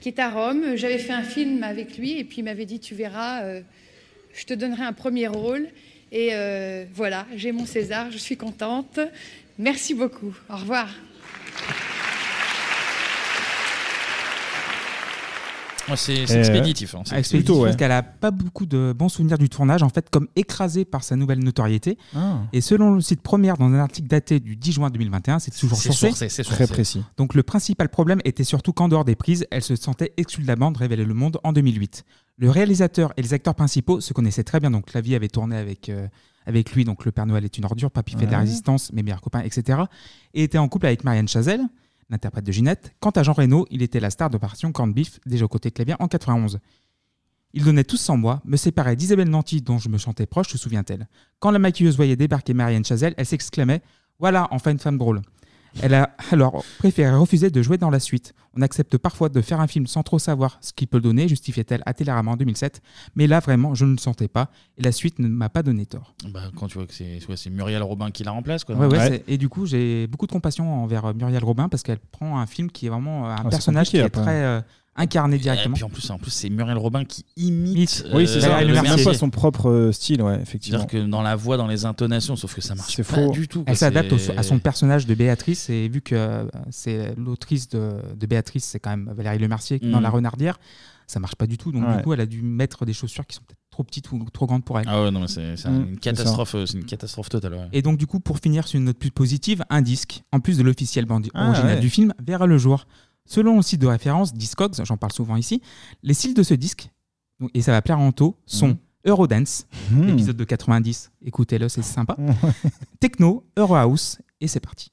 Speaker 36: qui est à Rome. J'avais fait un film avec lui et puis il m'avait dit Tu verras, euh, je te donnerai un premier rôle. Et euh, voilà, j'ai mon César, je suis contente. Merci beaucoup. Au revoir.
Speaker 1: Ouais, c'est c'est
Speaker 6: Euh,
Speaker 1: expéditif. hein, c'est
Speaker 6: expéditif
Speaker 1: expéditif.
Speaker 6: parce qu'elle a pas beaucoup de bons souvenirs du tournage, en fait, comme écrasée par sa nouvelle notoriété.
Speaker 1: Ah.
Speaker 6: Et selon le site Première, dans un article daté du 10 juin 2021, c'est toujours
Speaker 1: C'est
Speaker 6: sourcé.
Speaker 1: sourcé, c'est sourcé. Très précis.
Speaker 6: Mmh. Donc le principal problème était surtout qu'en dehors des prises, elle se sentait exclue de la bande révélée Le Monde en 2008. Le réalisateur et les acteurs principaux se connaissaient très bien, donc Clavier avait tourné avec, euh, avec lui, donc Le Père Noël est une ordure, Papy fait de la
Speaker 1: Ouais.
Speaker 6: résistance, Mes meilleurs copains, etc. Et était en couple avec Marianne Chazelle, l'interprète de Ginette. Quant à Jean Reno, il était la star d'Opération Corned Beef, déjà aux côtés de Clavier en 91. Il donnait tous sans moi, me séparait d'Isabelle Nanty, dont je me chantais proche, se souvient-elle. Quand la maquilleuse voyait débarquer Marianne Chazelle, elle s'exclamait Voilà, enfin une femme drôle. Elle a alors préféré refuser de jouer dans la suite. On accepte parfois de faire un film sans trop savoir ce qu'il peut donner, justifiait-elle à Télérama en 2007. Mais là, vraiment, je ne le sentais pas, et la suite ne m'a pas donné tort.
Speaker 1: Bah, quand tu vois que c'est ouais, c'est Muriel Robin qui la remplace.
Speaker 5: Bah,
Speaker 1: Quoi,
Speaker 6: Ouais, ouais, c'est- Et du coup, j'ai beaucoup de compassion envers euh, Muriel Robin parce qu'elle prend un film qui est vraiment euh, un
Speaker 5: Ah,
Speaker 1: c'est
Speaker 6: personnage qui est
Speaker 1: compliqué, après.
Speaker 6: très euh, incarné Bah, directement.
Speaker 1: Et puis en plus, en plus c'est Muriel Robin qui imite.
Speaker 5: Oui, c'est ça.
Speaker 1: Valérie
Speaker 5: C'est même
Speaker 1: Lemercier.
Speaker 5: pas son propre euh, style, ouais, effectivement.
Speaker 1: C'est-à-dire que dans la voix, dans les intonations, sauf que ça marche pas du tout. quoi,
Speaker 6: Elle s'adapte au-
Speaker 1: c'est-
Speaker 6: à son personnage de Béatrice et vu que euh, c'est l'autrice de, de Béatrice, c'est quand même Valérie Lemercier
Speaker 1: Mhm.
Speaker 6: dans La Renardière, ça marche pas du tout. Donc
Speaker 1: Ouais.
Speaker 6: du coup, elle a dû mettre des chaussures qui sont peut-être trop petites ou trop grandes pour elle.
Speaker 1: Ah ouais, non, mais c'est c'est
Speaker 6: Mm,
Speaker 1: une
Speaker 6: c'est
Speaker 1: catastrophe, euh, c'est une catastrophe totale. ouais.
Speaker 6: Et donc du coup, pour finir sur une note plus positive, un disque, en plus de l'officiel bande
Speaker 1: Ah,
Speaker 6: original
Speaker 1: ouais.
Speaker 6: du film, verra le jour. Selon le site de référence Discogs, j'en parle souvent ici, les styles de ce disque, donc- et ça va plaire à Anto, sont
Speaker 5: Mhm.
Speaker 6: Eurodance,
Speaker 5: Mhm.
Speaker 6: épisode de 90, écoutez-le, c'est sympa, Techno, Eurohouse, et c'est parti.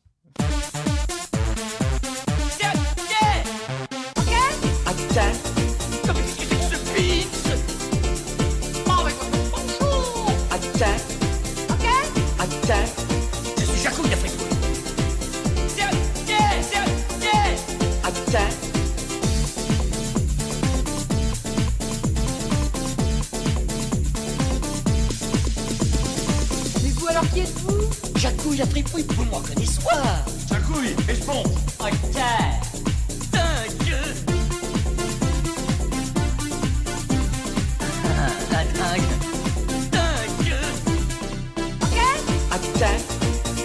Speaker 11: Attends. Comme qu'est-ce que c'est que ce beat Oh, mais bonjour Attends. Ok Attends. Je suis Jacouille de Fribourg. C'est ok, c'est ok Attends.
Speaker 4: Jacouille à tripouille, vous m'en connaissez pas. Jacouille, esponge. Ok. Dingue. Ah, la dingue. Dingue. Ok. Ah putain.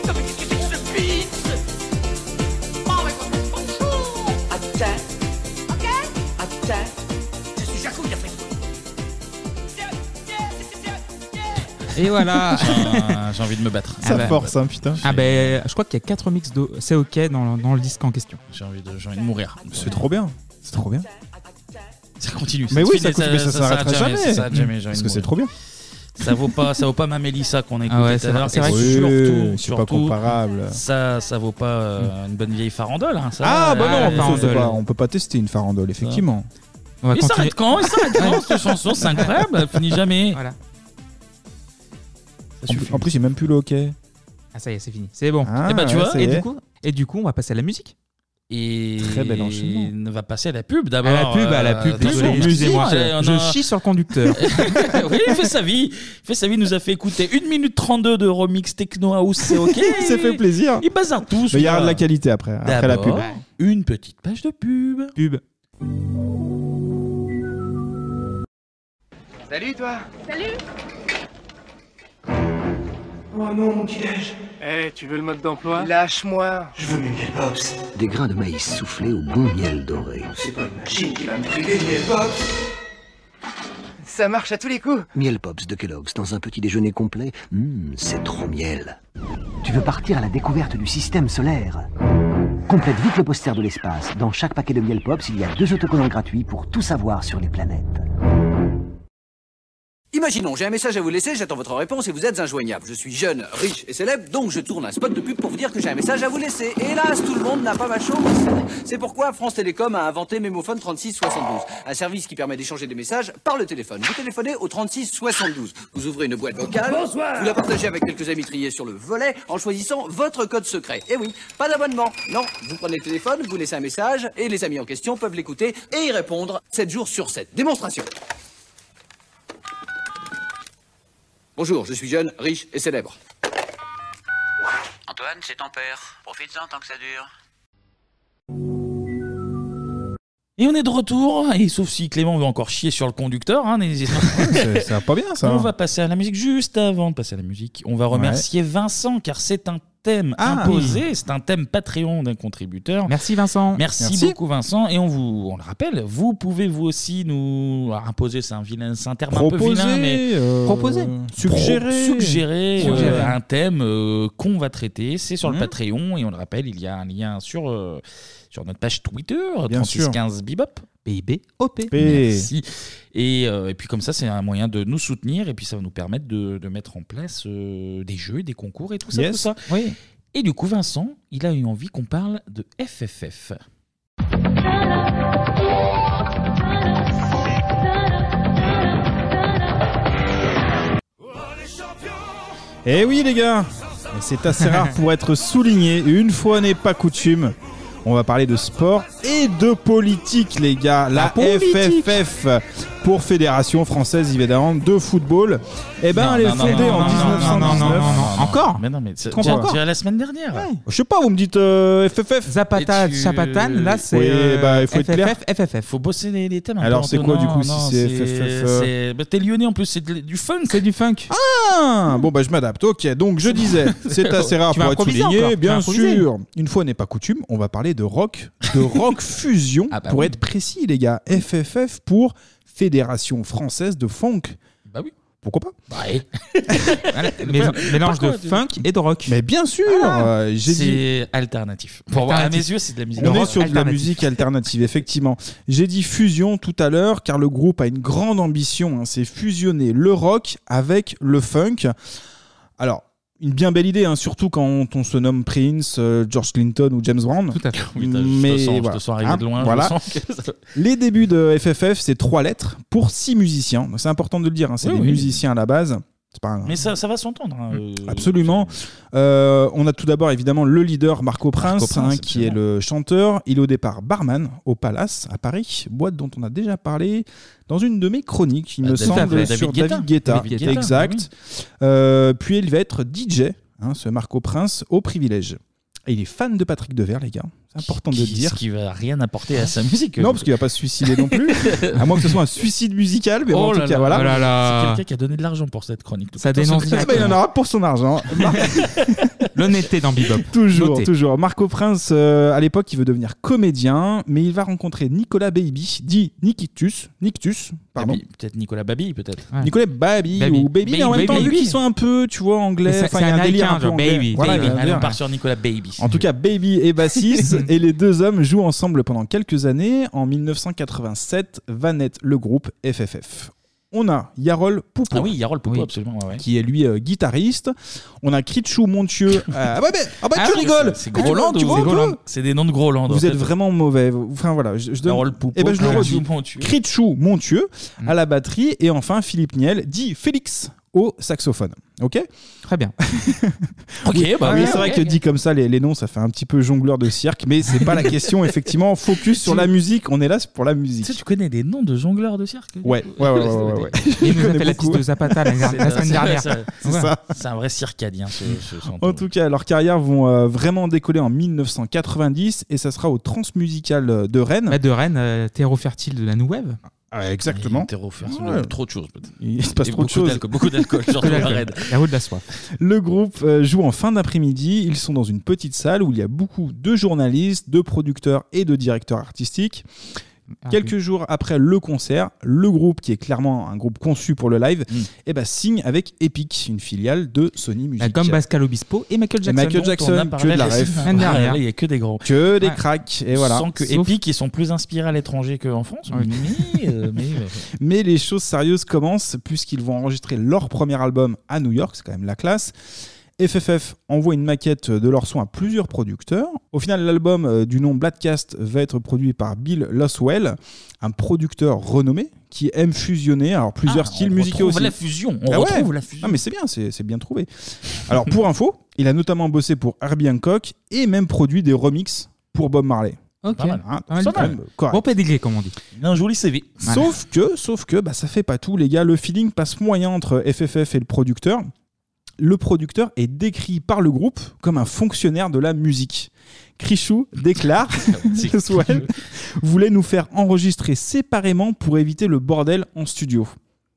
Speaker 4: Non, mais qu'est-ce que c'est que ce pizza Oh, mais quoi, c'est pas chaud. Ah putain. Ok. Ah putain. Je suis Jacouille à tripouille.
Speaker 6: Et voilà.
Speaker 1: J'ai- J'ai envie de me battre.
Speaker 5: Ça force, hein, putain.
Speaker 6: Ah ben, je crois qu'il y a 4 mix de C'est OK dans, dans le disque en question.
Speaker 1: J'ai envie, de- j'ai envie de mourir.
Speaker 5: C'est trop bien. C'est trop bien.
Speaker 1: Ça continue.
Speaker 5: Mais
Speaker 1: Euh, ça
Speaker 5: oui, ça
Speaker 1: finit,
Speaker 5: continue, mais ça s'arrêtera jamais.
Speaker 1: Ça s'arrête jamais.
Speaker 6: Mm.
Speaker 5: Mmh.
Speaker 1: j'ai envie
Speaker 5: Parce
Speaker 1: de
Speaker 5: que c'est
Speaker 1: mourir.
Speaker 5: trop bien.
Speaker 1: Ça vaut pas, ça vaut pas ma Mélissa qu'on a écouté
Speaker 6: Ah ouais,
Speaker 1: tout
Speaker 6: c'est
Speaker 1: à
Speaker 6: vrai-
Speaker 1: l'heure.
Speaker 6: c'est
Speaker 1: Et
Speaker 6: vrai que-
Speaker 1: surtout,
Speaker 6: Oui,
Speaker 5: c'est pas
Speaker 1: surtout,
Speaker 5: comparable.
Speaker 1: Ça, ça vaut pas euh, une bonne vieille farandole. hein, ça.
Speaker 5: Ah, bah non,
Speaker 1: Euh,
Speaker 5: on peut, pas, on peut pas tester une farandole, effectivement.
Speaker 6: On va
Speaker 1: Il s'arrête quand Il s'arrête quand cette chanson C'est incroyable, elle finit jamais.
Speaker 6: Voilà.
Speaker 5: En, plus- en plus, il n'y a même plus le hockey.
Speaker 6: Ah ça y est, c'est fini. C'est bon.
Speaker 1: Eh
Speaker 5: Ah,
Speaker 6: et ben tu
Speaker 5: ouais,
Speaker 6: vois,
Speaker 5: ça y
Speaker 6: et du
Speaker 5: est.
Speaker 6: coup, et du coup, on va passer à la musique.
Speaker 1: Et
Speaker 6: Très bel enchaînement.
Speaker 1: on va passer à la pub d'abord.
Speaker 6: À la pub, à la
Speaker 1: Euh,
Speaker 6: pub,
Speaker 1: désolé,
Speaker 6: désolé, excusez-moi.
Speaker 1: allez, on
Speaker 6: Je
Speaker 1: a-
Speaker 6: chie sur le conducteur.
Speaker 1: oui, il fait sa vie. Il fait sa vie, il nous a fait écouter 1 minute 32 de remix techno house, c'est ok.
Speaker 5: Ça fait plaisir.
Speaker 1: Il bazarde tous.
Speaker 5: Mais il y aura
Speaker 1: quoi.
Speaker 5: de la qualité après, après la pub.
Speaker 1: D'abord, Une petite page de pub.
Speaker 6: Pub.
Speaker 4: Salut toi Salut
Speaker 37: Oh non, mon petit-déj. Eh, tu veux le mode d'emploi Lâche-moi. Je veux mes miel pops.
Speaker 21: Des grains de maïs soufflés au bon miel doré.
Speaker 37: C'est pas une machine qui va me priver de miel pops. Ça marche à tous les coups.
Speaker 21: Miel Pops de Kellogg's dans un petit déjeuner complet. Hum, c'est trop miel. Tu veux partir à la découverte du système solaire Complète vite le poster de l'espace. Dans chaque paquet de Miel Pops, il y a deux autocollants gratuits pour tout savoir sur les planètes.
Speaker 12: Imaginons, j'ai un message à vous laisser, j'attends votre réponse et vous êtes injoignable. Je suis jeune, riche et célèbre, donc je tourne un spot de pub pour vous dire que j'ai un message à vous laisser. Hélas, tout le monde n'a pas ma chance. C'est pourquoi France Télécom a inventé Mémophone 3672, un service qui permet d'échanger des messages par le téléphone. Vous téléphonez au 3672, vous ouvrez une boîte vocale,
Speaker 4: Bonsoir.
Speaker 12: vous la partagez avec quelques amis triés sur le volet en choisissant votre code secret. Et oui, pas d'abonnement. Non, vous prenez le téléphone, vous laissez un message et les amis en question peuvent l'écouter et y répondre 7 jours sur 7. Démonstration. Bonjour, je suis jeune, riche et célèbre.
Speaker 9: Antoine, c'est ton père. Profites-en tant que ça dure.
Speaker 1: Et on est de retour, et sauf si Clément veut encore chier sur le conducteur, hein, n'hésite
Speaker 5: c'est- ça va pas bien, ça.
Speaker 1: On va passer à la musique juste avant de passer à la musique. On va remercier Vincent car c'est un thème
Speaker 6: Ah,
Speaker 1: imposé, c'est un thème Patreon d'un contributeur.
Speaker 6: Merci
Speaker 5: Mm.
Speaker 6: Vincent.
Speaker 1: Merci, beaucoup Vincent et on vous on le rappelle, vous pouvez vous aussi nous alors, imposer c'est un vilain c'est un terme un peu
Speaker 5: Proposer,
Speaker 1: vilain mais
Speaker 5: euh, Proposer. suggérer.
Speaker 1: suggérer, euh,
Speaker 5: Suggérer.
Speaker 1: un thème euh, qu'on va traiter, c'est sur le
Speaker 5: Mhm.
Speaker 1: Patreon et on le rappelle, il y a un lien sur euh, sur notre page Twitter
Speaker 5: Bien sûr.
Speaker 1: 3615 Bibop BIB OP.
Speaker 5: P.
Speaker 1: Merci. Et, euh, et puis comme ça, c'est un moyen de nous soutenir et puis ça va nous permettre de, de mettre en place euh, des jeux, des concours et tout ça.
Speaker 5: Yes.
Speaker 1: tout ça.
Speaker 6: Oui.
Speaker 1: Et du coup, Vincent, il a eu envie qu'on parle de FFF.
Speaker 5: Eh oui les gars, Et c'est assez rare pour être souligné, et une fois n'est pas coutume. On va parler de sport et de politique les gars, la,
Speaker 6: politique.
Speaker 5: FFF pour Fédération Française évidemment de football. Eh ben
Speaker 1: Non,
Speaker 5: elle est
Speaker 1: non, non,
Speaker 5: fondée
Speaker 1: non,
Speaker 5: en
Speaker 1: non, non,
Speaker 5: 1919.
Speaker 1: non, non, non, non, non.
Speaker 5: Encore
Speaker 1: Mais non mais
Speaker 5: Tu
Speaker 1: c'est
Speaker 5: te comprends encore
Speaker 1: la semaine dernière.
Speaker 5: Je sais pas, vous me dites euh, FFF
Speaker 6: Zapata, Chapatan, là c'est
Speaker 5: Oui,
Speaker 6: euh,
Speaker 5: bah, il faut être clair.
Speaker 6: FFF, FFF.
Speaker 1: Faut bosser les, les thèmes. un
Speaker 5: Alors,
Speaker 1: peu,
Speaker 5: c'est quoi,
Speaker 1: Antonin.
Speaker 5: du coup, si
Speaker 1: Non,
Speaker 5: c'est FFF, euh
Speaker 1: c'est- bah, T'es lyonnais en plus, c'est de- du funk.
Speaker 6: C'est du funk.
Speaker 5: Ah Bon bah je m'adapte. OK, donc je disais, c'est assez rare
Speaker 1: Tu vas
Speaker 5: pour être
Speaker 1: improviser encore,
Speaker 5: souligné
Speaker 1: tu vas
Speaker 5: bien
Speaker 1: improviser.
Speaker 5: sûr. Une fois n'est pas coutume, on va parler de rock, de rock fusion pour
Speaker 1: Ah bah oui.
Speaker 5: être précis les gars. FFF pour Fédération française de funk.
Speaker 1: Bah oui.
Speaker 5: Pourquoi pas
Speaker 6: Mais- mélange de funk et de rock.
Speaker 5: Mais bien sûr, euh, j'ai dit.
Speaker 1: C'est alternatif. Pour moi, à mes yeux, c'est de la musique.
Speaker 5: On est sur de la musique alternative, effectivement. J'ai dit fusion tout à l'heure, car le groupe a une grande ambition. hein, c'est fusionner le rock avec le funk. Alors, une bien belle idée, hein, surtout quand on se nomme Prince, euh, George Clinton ou James Brown. Tout
Speaker 6: à fait.
Speaker 1: Mais je te sens, je te sens arriver
Speaker 5: Hein,
Speaker 1: de loin. je
Speaker 5: voilà.
Speaker 1: sens que ça-
Speaker 5: Les débuts de FFF, c'est trois lettres pour six musiciens. Donc, C'est important de le dire, hein, c'est
Speaker 1: Oui,
Speaker 5: des
Speaker 1: oui.
Speaker 5: musiciens à la base. C'est pas un-
Speaker 1: Mais ça, ça va s'entendre. hein, euh,
Speaker 5: Absolument. Euh, on a tout d'abord évidemment le leader Marco Prince,
Speaker 1: Marco Prince,
Speaker 5: hein, qui est le chanteur. Il est au départ barman au Palace à Paris, boîte dont on a déjà parlé dans une de mes chroniques, il
Speaker 1: Bah,
Speaker 5: me
Speaker 1: David-
Speaker 5: semble,
Speaker 1: David
Speaker 5: sur
Speaker 1: Guetta.
Speaker 5: David Guetta.
Speaker 1: David Guetta,
Speaker 5: exact. Euh, puis il va être DJ hein, ce Marco Prince au privilège. Et il est fan de Patrick Devers, les gars. C'est important de le dire.
Speaker 1: Ce qui va rien apporter à sa musique. euh.
Speaker 5: Non, parce qu'il va pas se suicider non plus. à moins que ce soit un suicide musical, mais bon,
Speaker 1: Oh
Speaker 5: en tout
Speaker 1: là
Speaker 5: cas,
Speaker 1: là,
Speaker 5: voilà.
Speaker 1: oh là là. C'est quelqu'un qui a donné de l'argent pour cette chronique.
Speaker 5: Ça dénonce. Ah bah, il en
Speaker 1: hein.
Speaker 5: aura pour son argent.
Speaker 6: L'honnêteté dans Bebop.
Speaker 5: Toujours,
Speaker 6: Noté.
Speaker 5: toujours. Marco Prince, euh, à l'époque, il veut devenir comédien, mais il va rencontrer Nicolas Baby, dit Nikitus, Nictus, pardon.
Speaker 1: Babi, Peut-être Nicolas Babi, peut-être.
Speaker 5: Nicolas Baby, ou Baby, mais en même temps, vu qu'ils sont un peu, tu vois, anglais, enfin, il y a un délire un peu anglais. Voilà, il y a un
Speaker 1: Allez,
Speaker 5: délire.
Speaker 1: on part sur Nicolas Baby.
Speaker 5: En tout cas, Baby et Bassis et les deux hommes jouent ensemble pendant quelques années. En 1987, va naître le groupe FFF. On a Yarol Poupo.
Speaker 1: Ah oui, Yarol Poupo, absolument. ouais, ouais.
Speaker 5: Qui est lui euh, guitariste. On a Krichou Montieux. euh, ah bah, bah, ah bah, tu
Speaker 1: oui,
Speaker 5: rigoles
Speaker 1: C'est
Speaker 5: Ah, tu-
Speaker 1: Groland,
Speaker 5: tu vois un peu
Speaker 1: C'est des noms de Groland.
Speaker 5: Vous êtes vraiment mauvais. Vous- Enfin voilà, je, je donne.
Speaker 1: Yarol Poupo,
Speaker 5: Eh ben, je le Mm.
Speaker 1: Krichou
Speaker 5: redis.
Speaker 1: Montieux.
Speaker 5: Krichou Montieux à la batterie et enfin Philippe Niel dit Félix au saxophone. Ok
Speaker 6: Très bien.
Speaker 1: ok,
Speaker 5: oui,
Speaker 1: bah
Speaker 5: oui,
Speaker 1: oui,
Speaker 5: c'est vrai
Speaker 1: ok,
Speaker 5: que
Speaker 1: ok.
Speaker 5: dit comme ça, les, les noms, ça fait un petit peu jongleur de cirque, mais c'est pas la question, effectivement. Focus sur la musique, on est là pour la musique.
Speaker 1: Tu sais, tu connais des noms de jongleurs de cirque
Speaker 5: Ouais, ouais, ouais, ouais. ouais, ouais.
Speaker 6: Il
Speaker 5: Je
Speaker 6: nous a
Speaker 5: connais
Speaker 6: fait la
Speaker 5: beaucoup.
Speaker 6: piste de Zapata la, la semaine dernière.
Speaker 1: C'est
Speaker 5: Ouais.
Speaker 1: ça. C'est un vrai circadien, ce, ce centre.
Speaker 5: En tout cas, leurs carrières vont euh, vraiment décoller en 1990 et ça sera au Transmusical euh, de Rennes. Ah,
Speaker 6: Bah, de Rennes, euh, terreau fertile de la New Wave.
Speaker 5: exactement. Ouais.
Speaker 1: Trop de choses, peut-être.
Speaker 5: Il se passe
Speaker 1: Et
Speaker 5: trop de
Speaker 1: beaucoup
Speaker 5: choses.
Speaker 1: d'alcool- Beaucoup d'alcool, genre
Speaker 5: Que
Speaker 1: de la
Speaker 5: d'alcool.
Speaker 1: raid.
Speaker 6: La route de la soif.
Speaker 5: Le groupe euh, joue en fin d'après-midi. Ils sont dans une petite salle où il y a beaucoup de journalistes, de producteurs et de directeurs artistiques.
Speaker 6: Ah,
Speaker 5: Quelques jours après le concert, le groupe, qui est clairement un groupe conçu pour le live,
Speaker 6: Hmm.
Speaker 5: eh ben, signe avec Epic, une filiale de Sony Music.
Speaker 6: Bah, Comme Pascal Obispo et Michael
Speaker 5: Et
Speaker 6: Jackson. dont on
Speaker 5: Michael
Speaker 6: a
Speaker 5: Jackson,
Speaker 6: parlé
Speaker 5: que de la
Speaker 6: la
Speaker 5: ref.
Speaker 6: semaine dernière.
Speaker 1: Ah, là, il y a que des gros.
Speaker 5: Que des
Speaker 1: Ouais.
Speaker 5: cracks, et voilà.
Speaker 1: Sans que
Speaker 5: Sauf-
Speaker 1: Epic, ils sont plus inspirés à l'étranger qu'en France. Mais, euh, mais, euh,
Speaker 5: Mais les choses sérieuses commencent puisqu'ils vont enregistrer leur premier album à New York, c'est quand même la classe. FFF envoie une maquette de leur son à plusieurs producteurs. Au final, l'album euh, du nom Bladcast va être produit par Bill Loswell, un producteur renommé qui aime fusionner alors plusieurs
Speaker 1: Ah,
Speaker 5: styles
Speaker 1: on
Speaker 5: musicaux
Speaker 1: retrouve
Speaker 5: aussi.
Speaker 1: la fusion, on retrouve la fusion.
Speaker 5: Ah, mais c'est bien, c'est c'est bien trouvé. Alors pour info, il a notamment bossé pour Herbie Hancock et même produit des remixes pour Bob Marley.
Speaker 6: Ok.
Speaker 5: Pas mal, hein.
Speaker 6: Pas mal
Speaker 5: C'est
Speaker 6: du
Speaker 5: quand
Speaker 6: tout.
Speaker 5: même correct.
Speaker 6: Bon pédigré, comme on dit.
Speaker 1: Il a un joli CV.
Speaker 5: Sauf que, sauf que, bah, ça fait pas tout, les gars. Le feeling passe moyen entre FFF et le producteur. Le producteur est décrit par le groupe comme un fonctionnaire de la musique. Krichou déclare que Swell voulait nous faire enregistrer séparément pour éviter le bordel en studio.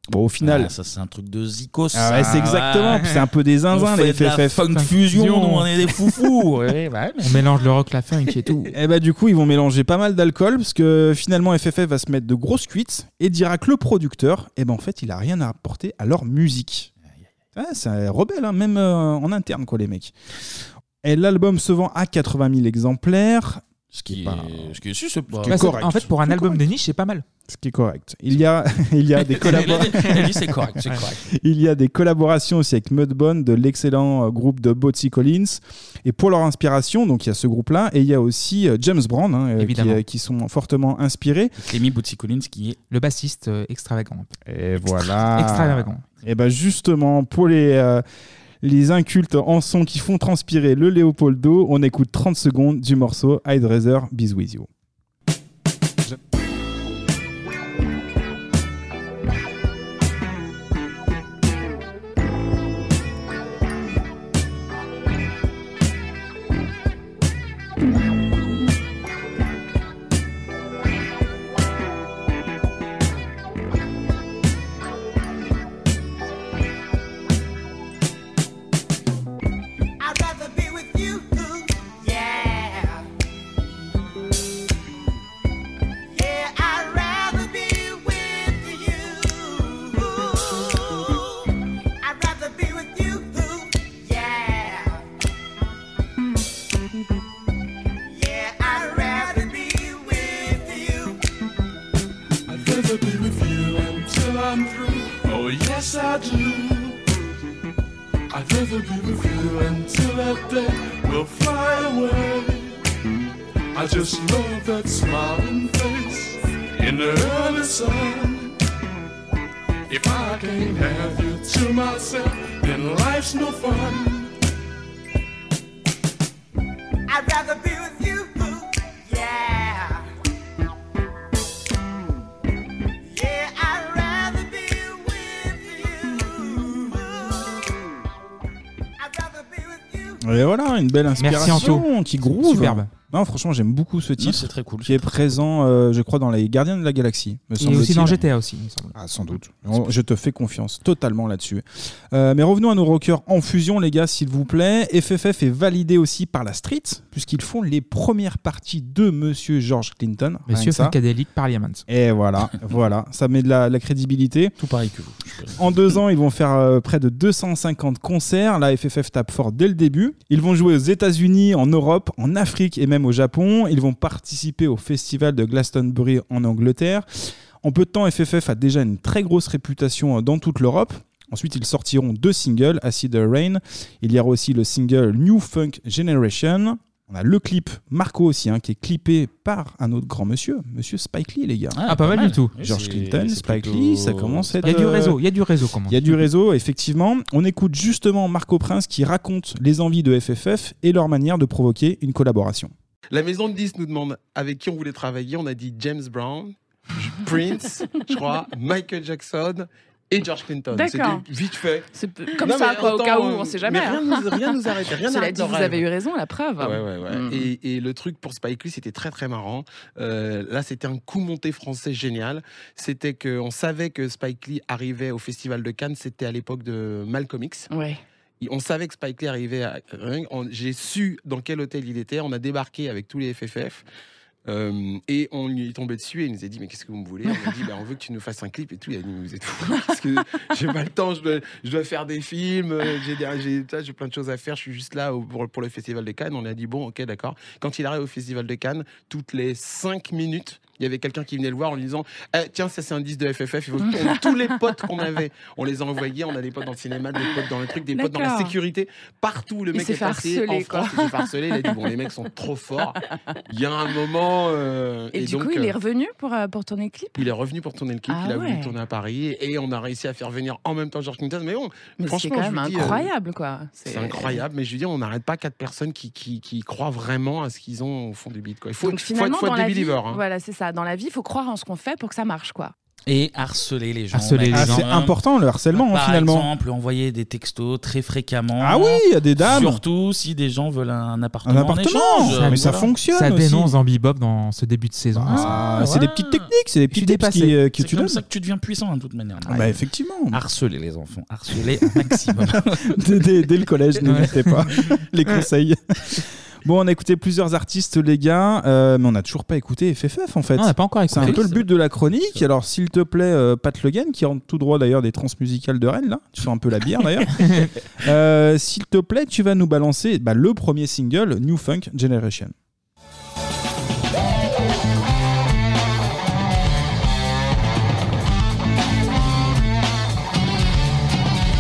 Speaker 5: Bon, au final,
Speaker 1: Ah, ça, c'est un truc de zikos.
Speaker 5: Ah ouais,
Speaker 1: ça.
Speaker 5: c'est exactement,
Speaker 1: Ouais.
Speaker 5: puis c'est un peu des zinzins,
Speaker 1: On
Speaker 5: les
Speaker 1: fait de la
Speaker 5: FFF.
Speaker 1: funk fusion, nous, on est des foufous. Ouais, ouais, mais-
Speaker 6: On mélange le rock, la funk et tout.
Speaker 5: Et bah du coup, ils vont mélanger pas mal d'alcool parce que finalement FFF va se mettre de grosses cuites et dira que le producteur, eh ben en fait, il a rien à apporter à leur musique. Ouais, c'est rebelle, hein, même euh, en interne quoi les mecs. Et l'album se vend à 80 000 exemplaires.
Speaker 1: Ce qui est, ce qui est, si, c'est pas-
Speaker 5: qui est correct.
Speaker 6: Bah, En fait, pour un
Speaker 5: C'est
Speaker 6: album de niche, c'est pas mal.
Speaker 5: Ce qui est correct. Il y a, il y a des collaborations.
Speaker 1: Il a dit- il a dit c'est correct, c'est correct.
Speaker 5: Il y a des collaborations aussi avec Mudbone, de l'excellent euh, groupe de Bootsy Collins. Et pour leur inspiration, donc il y a ce groupe-là, et il y a aussi euh, James Brown, hein, euh, qui,
Speaker 6: Évidemment.
Speaker 5: euh, qui sont fortement inspirés.
Speaker 1: Clémy Bootsy-Collins qui est
Speaker 6: le bassiste euh, extravagant.
Speaker 5: Et voilà.
Speaker 6: Extravagant.
Speaker 5: Et Ah. ben justement, pour les, euh, les incultes en son qui font transpirer le Léopoldo, on écoute 30 secondes du morceau I'd Rather Be With You.
Speaker 11: I'd rather be with you. Yeah. Yeah, I'd rather be with you. I'd rather be with you. Yeah. Yeah, I'd rather be with you.
Speaker 4: I'd rather be with you until I'm through. Oh yes, I do. I'd rather be with you until that day will fly away. I just love that smiling face in the early sun. If I can't have you to myself, then life's no fun.
Speaker 11: I'd rather be with you. Yeah. Yeah, I'd rather be with you. I'd rather be with
Speaker 5: ben voilà, une belle
Speaker 6: Merci,
Speaker 5: inspiration
Speaker 6: Anto.
Speaker 5: qui groove.
Speaker 6: Superbe.
Speaker 5: Non, franchement, j'aime beaucoup ce titre.
Speaker 1: c'est très cool.
Speaker 5: Qui est présent, euh, je crois, dans les Gardiens de la Galaxie. Me
Speaker 6: Et
Speaker 5: semble
Speaker 6: aussi dans GTA aussi, il me semble.
Speaker 5: Ah, sans doute. On- Je te fais confiance totalement là-dessus. Euh, mais revenons à nos rockers en fusion, les gars, s'il vous plaît. FFF est validé aussi par la Street, puisqu'ils font les premières parties de Monsieur George Clinton. rien
Speaker 6: Monsieur
Speaker 5: que ça.
Speaker 6: Funkadelic Parliament.
Speaker 5: Et voilà, voilà, ça met de la, la crédibilité.
Speaker 1: Tout pareil que vous.
Speaker 5: En deux ans, ils vont faire euh, près de 250 concerts. La FFF tape fort dès le début. Ils vont jouer aux États-Unis, en Europe, en Afrique et même au Japon. Ils vont participer au festival de Glastonbury en Angleterre. En peu de temps, FFF a déjà une très grosse réputation euh, dans toute l'Europe. Ensuite, ils sortiront deux singles, Acid Rain. Il y aura aussi le single New Funk Generation. On a le clip Marco aussi, hein, qui est clippé par un autre grand monsieur, monsieur Spike Lee, les gars.
Speaker 6: Ah, Ah, pas pas mal mal. du tout. Oui,
Speaker 5: George
Speaker 6: c'est-
Speaker 5: Clinton,
Speaker 6: c'est
Speaker 5: Spike
Speaker 6: plutôt-
Speaker 5: Lee, ça commence à
Speaker 6: Il y a
Speaker 5: être,
Speaker 6: du
Speaker 5: euh,
Speaker 6: réseau, il y a du réseau, comment
Speaker 5: Il y a du réseau, effectivement. On écoute justement Marco Prince qui raconte les envies de FFF et leur manière de provoquer une collaboration.
Speaker 8: La maison de 10 nous demande avec qui on voulait travailler. On a dit James Brown, Prince, je crois, Michael Jackson et George Clinton.
Speaker 10: D'accord.
Speaker 8: C'était vite fait.
Speaker 10: C'est p- comme ça, quoi, au cas où, on sait jamais.
Speaker 8: euh, Mais rien
Speaker 10: hein.
Speaker 8: nous, rien nous arrête. Rien
Speaker 10: Cela
Speaker 8: n'arrête
Speaker 10: dit,
Speaker 8: leur
Speaker 10: vous
Speaker 8: rêve.
Speaker 10: avez eu raison, la preuve.
Speaker 8: Ouais, ouais, ouais.
Speaker 10: Mm.
Speaker 8: Et, et le truc pour Spike Lee, c'était très très marrant. Euh, là, c'était un coup monté français génial. C'était que on savait que Spike Lee arrivait au Festival de Cannes. C'était à l'époque de Malcolm X. Et On savait que Spike Lee arrivait à Ring. On- J'ai su dans quel hôtel il était. On a débarqué avec tous les FFF. Euh, et on lui est tombé dessus et il nous a dit mais qu'est-ce que vous me voulez On a dit bah, on veut que tu nous fasses un clip et tout. Il a dit mais vous êtes fous hein, parce que j'ai pas le temps, je dois, je dois faire des films, euh, j'ai des- j'ai ça, j'ai plein de choses à faire. Je suis juste là au- pour, pour le festival de Cannes. On a dit bon ok d'accord. Quand il arrive au festival de Cannes, toutes les cinq minutes il y avait quelqu'un qui venait le voir en lui disant Eh, Tiens, ça c'est un disque de FFF. Il faut... on- tous les potes qu'on avait, on les a envoyés. On a des potes dans le cinéma, des potes dans le truc, des potes dans la
Speaker 10: D'accord.
Speaker 8: sécurité. Partout où le
Speaker 10: Il
Speaker 8: mec
Speaker 10: s'est
Speaker 8: est
Speaker 10: fait
Speaker 8: passé en
Speaker 10: harceler, quoi.
Speaker 8: France, il s'est fait harceler. Il a dit Bon, les mecs sont trop forts. Il y a un moment. euh,
Speaker 10: Et, du
Speaker 8: donc,
Speaker 10: coup, il est
Speaker 8: euh,
Speaker 10: revenu pour, euh, pour tourner le clip
Speaker 8: il est revenu pour tourner le clip,
Speaker 10: Ah
Speaker 8: il a voulu
Speaker 10: ouais.
Speaker 8: tourner à Paris et on a réussi à faire venir en même temps George Clinton. Mais bon,
Speaker 10: Mais c'est
Speaker 8: franchement,
Speaker 10: quand
Speaker 8: je
Speaker 10: même
Speaker 8: vous dis, euh,
Speaker 10: incroyable, quoi.
Speaker 8: c'est incroyable, mais je veux dire, on n'arrête pas quatre personnes qui, qui, qui croient vraiment à ce qu'ils ont au fond du beat. Quoi. Il faut,
Speaker 10: Donc
Speaker 8: faut
Speaker 10: finalement,
Speaker 8: être, faut être
Speaker 10: dans
Speaker 8: des
Speaker 10: la vie,
Speaker 8: believers, hein.
Speaker 10: voilà, c'est ça. Dans la vie, il faut croire en ce qu'on fait pour que ça marche, quoi.
Speaker 1: Et harceler les gens.
Speaker 5: Harceler
Speaker 1: par
Speaker 5: les gens.
Speaker 1: exemple.
Speaker 5: Ah, c'est important, le harcèlement, hein,
Speaker 1: par
Speaker 5: finalement.
Speaker 1: exemple, envoyer des textos très fréquemment.
Speaker 5: Ah oui, il y a des dames. Ah,
Speaker 1: Surtout si des gens veulent un appartement. en échange. Voilà.
Speaker 6: Ça dénonce dans Bebop dans ce début de saison.
Speaker 1: Ah,
Speaker 5: c'est des petites techniques, c'est des
Speaker 6: Je suis
Speaker 5: petites tips
Speaker 6: dépassé.
Speaker 5: qui, euh, que
Speaker 1: C'est
Speaker 5: tu
Speaker 1: comme
Speaker 5: donnes.
Speaker 1: ça que tu deviens puissant hein, de toute manière.
Speaker 5: Ah bah, effectivement.
Speaker 1: Harceler les enfants, harceler un maximum.
Speaker 5: dès, dès- dès le collège, n'hésitez
Speaker 1: Ouais.
Speaker 5: pas. Les conseils. Bon, on a écouté plusieurs artistes, les gars, euh, mais on n'a toujours pas écouté FFF en fait.
Speaker 6: Non, on n'a pas encore
Speaker 5: C'est
Speaker 6: écouté.
Speaker 5: un peu le but de la chronique. Alors, s'il te plaît, euh, Pat Le Guen, qui rentre tout droit d'ailleurs des transmusicales de Rennes, là, tu sens un peu la bière d'ailleurs. Euh, s'il te plaît, tu vas nous balancer bah, le premier single, New Funk Generation.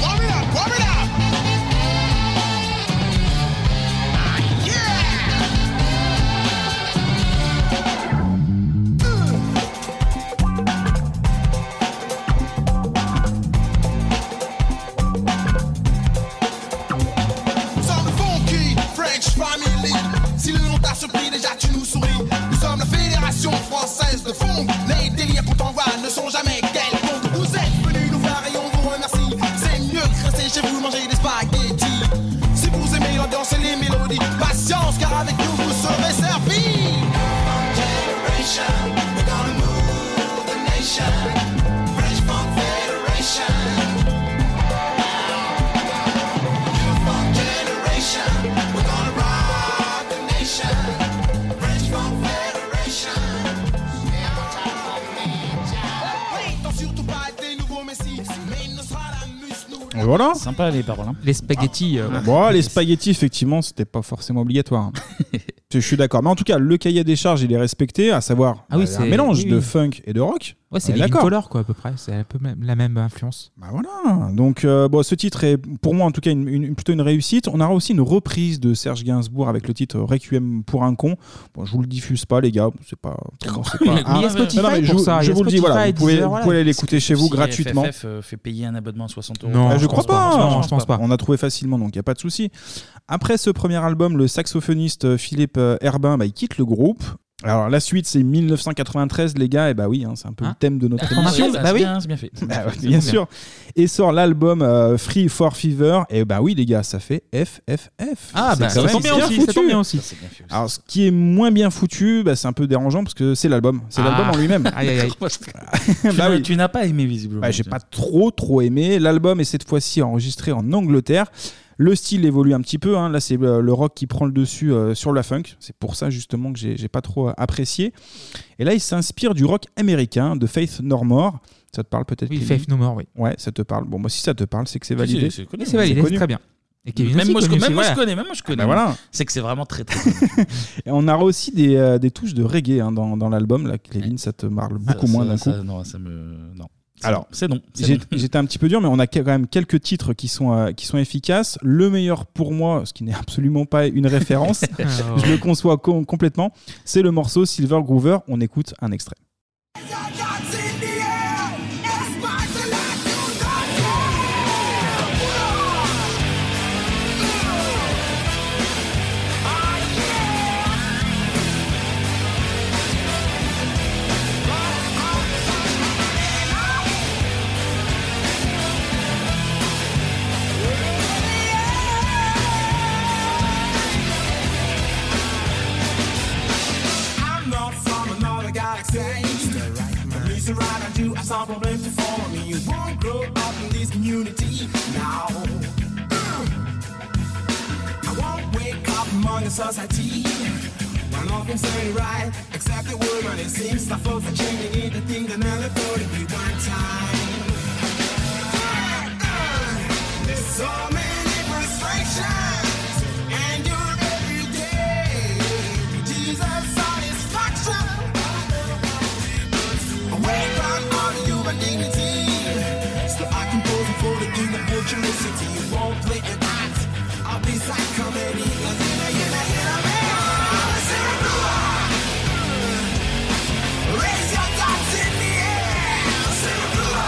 Speaker 11: Warm it up, warm it up.
Speaker 4: Nous sommes le funky French Family. Si le nom t'a surpris, déjà tu nous souris. Nous sommes la fédération française de fond. Les délires qu'on t'envoie ne sont jamais quelconques. Vous êtes venus nous voir et on vous remercie. C'est mieux que rester chez vous manger des spaghettis. Si vous aimez l'ambiance et les mélodies, patience car avec nous vous serez servis. Generation, we're gonna move the nation. French Funk Federation. generation. We're gonna rock the nation. French Funk Federation. Prétends surtout pas être les nouveaux messies, mais il ne sera la muse, nous.
Speaker 5: Voilà. Ah.
Speaker 1: Sympa les paroles. hein.
Speaker 6: Les spaghettis. euh,
Speaker 5: Bon, les spaghettis, effectivement, c'était pas forcément obligatoire. hein. Je suis d'accord. Mais en tout cas, le cahier des charges, il est respecté, à savoir
Speaker 6: Ah oui,
Speaker 5: euh, un
Speaker 6: c'est-
Speaker 5: mélange
Speaker 6: oui,
Speaker 5: de
Speaker 6: oui.
Speaker 5: funk et de rock.
Speaker 6: Ouais, c'est
Speaker 5: On est
Speaker 6: Living
Speaker 5: d'accord.
Speaker 6: Color, quoi, à peu près. C'est un peu même- la même influence.
Speaker 5: Bah voilà. Ah, Donc, euh, bon, ce titre est pour moi en tout cas une- une- plutôt une réussite. On aura aussi une reprise de Serge Gainsbourg avec le titre Requiem pour un con. Bon, je vous le diffuse pas, les gars. C'est pas. pour moi, c'est
Speaker 6: Mais il y a Spotify
Speaker 5: mais je
Speaker 6: pour
Speaker 5: vous-
Speaker 6: ça, il y
Speaker 5: Je
Speaker 6: a
Speaker 5: vous le dis,
Speaker 6: Spotify,
Speaker 5: voilà. Vous pouvez,
Speaker 6: Deezer,
Speaker 5: vous pouvez aller
Speaker 6: voilà.
Speaker 5: l'écouter chez vous
Speaker 1: Si
Speaker 5: gratuitement.
Speaker 1: FFF euh, fait payer un abonnement à 60 euros. euh,
Speaker 5: Non,
Speaker 1: par
Speaker 5: Ah, je
Speaker 1: mois,
Speaker 5: crois pas. hein.
Speaker 1: Non, je pense pas.
Speaker 5: On a trouvé facilement, donc il n'y a pas de euh, souci. Après ce premier album, le saxophoniste Philippe euh, Herbin, bah, il quitte le groupe. Alors la suite c'est 1993 les gars et bah oui hein, c'est un peu le thème de notre émission.
Speaker 1: bah,
Speaker 5: Bah
Speaker 1: c'est
Speaker 5: oui.
Speaker 1: bien, c'est bien fait.
Speaker 5: Bah ouais, bien sûr. Et sort l'album euh, Free for Fever. Et bah oui, les gars, ça fait FFF.
Speaker 1: Ah,
Speaker 5: C'est
Speaker 1: bah,
Speaker 5: quand
Speaker 1: ça
Speaker 5: même
Speaker 1: tombe bien
Speaker 5: bien
Speaker 1: aussi,
Speaker 5: foutu.
Speaker 1: ça tombe bien aussi. Ça, Ah, c'est bien fait
Speaker 5: Alors, ce qui est moins bien foutu, bah, c'est un peu dérangeant parce que c'est l'album. C'est l'album
Speaker 1: Ah.
Speaker 5: en lui-même.
Speaker 1: Aïe, aïe, aïe.
Speaker 5: bah oui.
Speaker 1: Tu n'as pas aimé visiblement.
Speaker 5: Bah, j'ai pas trop trop aimé. L'album est cette fois-ci enregistré en Angleterre. Le style évolue un petit peu. hein. Là, c'est euh, le rock qui prend le dessus euh, sur la funk. C'est pour ça justement que j'ai j'ai pas trop euh, apprécié. Et là, il s'inspire du rock américain de Faith No More. Ça te parle peut-être
Speaker 6: Oui,
Speaker 5: Kevin
Speaker 6: Faith No More, oui.
Speaker 5: Ouais, ça te parle. Bon, moi, si ça te parle, c'est que c'est
Speaker 1: Si,
Speaker 5: validé.
Speaker 1: c'est connu.
Speaker 6: C'est validé,
Speaker 5: connu.
Speaker 6: c'est très bien. Et Kevin
Speaker 1: même
Speaker 6: aussi,
Speaker 1: moi, je,
Speaker 6: connu
Speaker 1: même
Speaker 6: aussi,
Speaker 1: moi, je
Speaker 6: voilà.
Speaker 1: connais, même moi je connais.
Speaker 5: bah voilà.
Speaker 1: C'est que c'est vraiment très très.
Speaker 5: Et on a aussi des, euh, des touches de reggae hein, dans, dans l'album. Là, Kevin, ça te parle beaucoup
Speaker 1: Ah, Ça-
Speaker 5: moins
Speaker 1: ça-
Speaker 5: d'un coup.
Speaker 1: ça- Non, ça me. Non.
Speaker 5: Alors,
Speaker 1: c'est non. c'est
Speaker 5: j'ai-
Speaker 1: non.
Speaker 5: J'étais un petit peu dur, mais on a quand même quelques titres qui sont, euh, qui sont efficaces. Le meilleur pour moi, ce qui n'est absolument pas une référence,
Speaker 6: Ah
Speaker 1: Oh.
Speaker 5: je le conçois com- complètement, c'est le morceau Silver Groover. On écoute un extrait.
Speaker 4: I'm not from another galaxy. Please around and do have some problems to follow me. You won't grow up in this community now. I won't wake up among the society. When nothing's ain't right, except the woman. It seems the folks are changing into things that never thought it'd be one time. There's so many frustrations, and you're every day. Jesus satisfaction. Wake up on human dignity. So I can pose for the in the futuristic. You won't play it right. I'll be like comedy. Raise your thoughts in the air.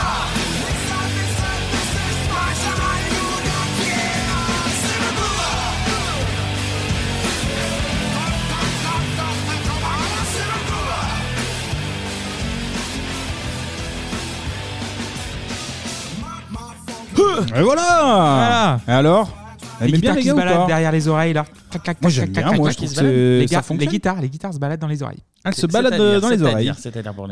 Speaker 5: Et voilà, Alors
Speaker 6: Les
Speaker 5: aimez bien
Speaker 6: guitares
Speaker 5: les
Speaker 6: qui
Speaker 5: gars
Speaker 6: se
Speaker 5: ou
Speaker 6: baladent
Speaker 5: pas
Speaker 6: derrière les oreilles, là. Clac, clac,
Speaker 5: Moi,
Speaker 6: clac, clac,
Speaker 5: j'aime bien,
Speaker 6: clac,
Speaker 5: moi,
Speaker 6: clac,
Speaker 5: je trouve
Speaker 6: qui
Speaker 5: que
Speaker 6: se baladent.
Speaker 5: c'est-
Speaker 6: Les
Speaker 5: ça
Speaker 6: gar- Les
Speaker 5: fonctionne.
Speaker 6: guitares, les guitares se baladent dans les oreilles.
Speaker 5: Elles se baladent euh, dans les oreilles.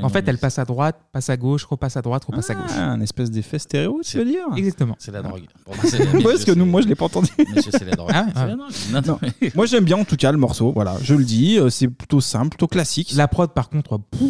Speaker 6: En fait, elles passent à droite, passent à gauche, repassent à droite, repassent à gauche.
Speaker 5: Ah, un espèce d'effet stéréo, tu veux dire
Speaker 6: Exactement.
Speaker 1: C'est la drogue. Bon, bah, c'est-
Speaker 5: Ouais, Parce
Speaker 1: messieurs,
Speaker 5: que nous, moi, je l'ai pas entendu.
Speaker 1: Monsieur, c'est la drogue.
Speaker 5: Ah ouais,
Speaker 1: C'est
Speaker 5: ouais.
Speaker 1: la drogue. Non, non.
Speaker 5: Non. Moi j'aime bien en tout cas le morceau, voilà, je le dis, euh, c'est plutôt simple, plutôt classique.
Speaker 6: La prod par contre, oh,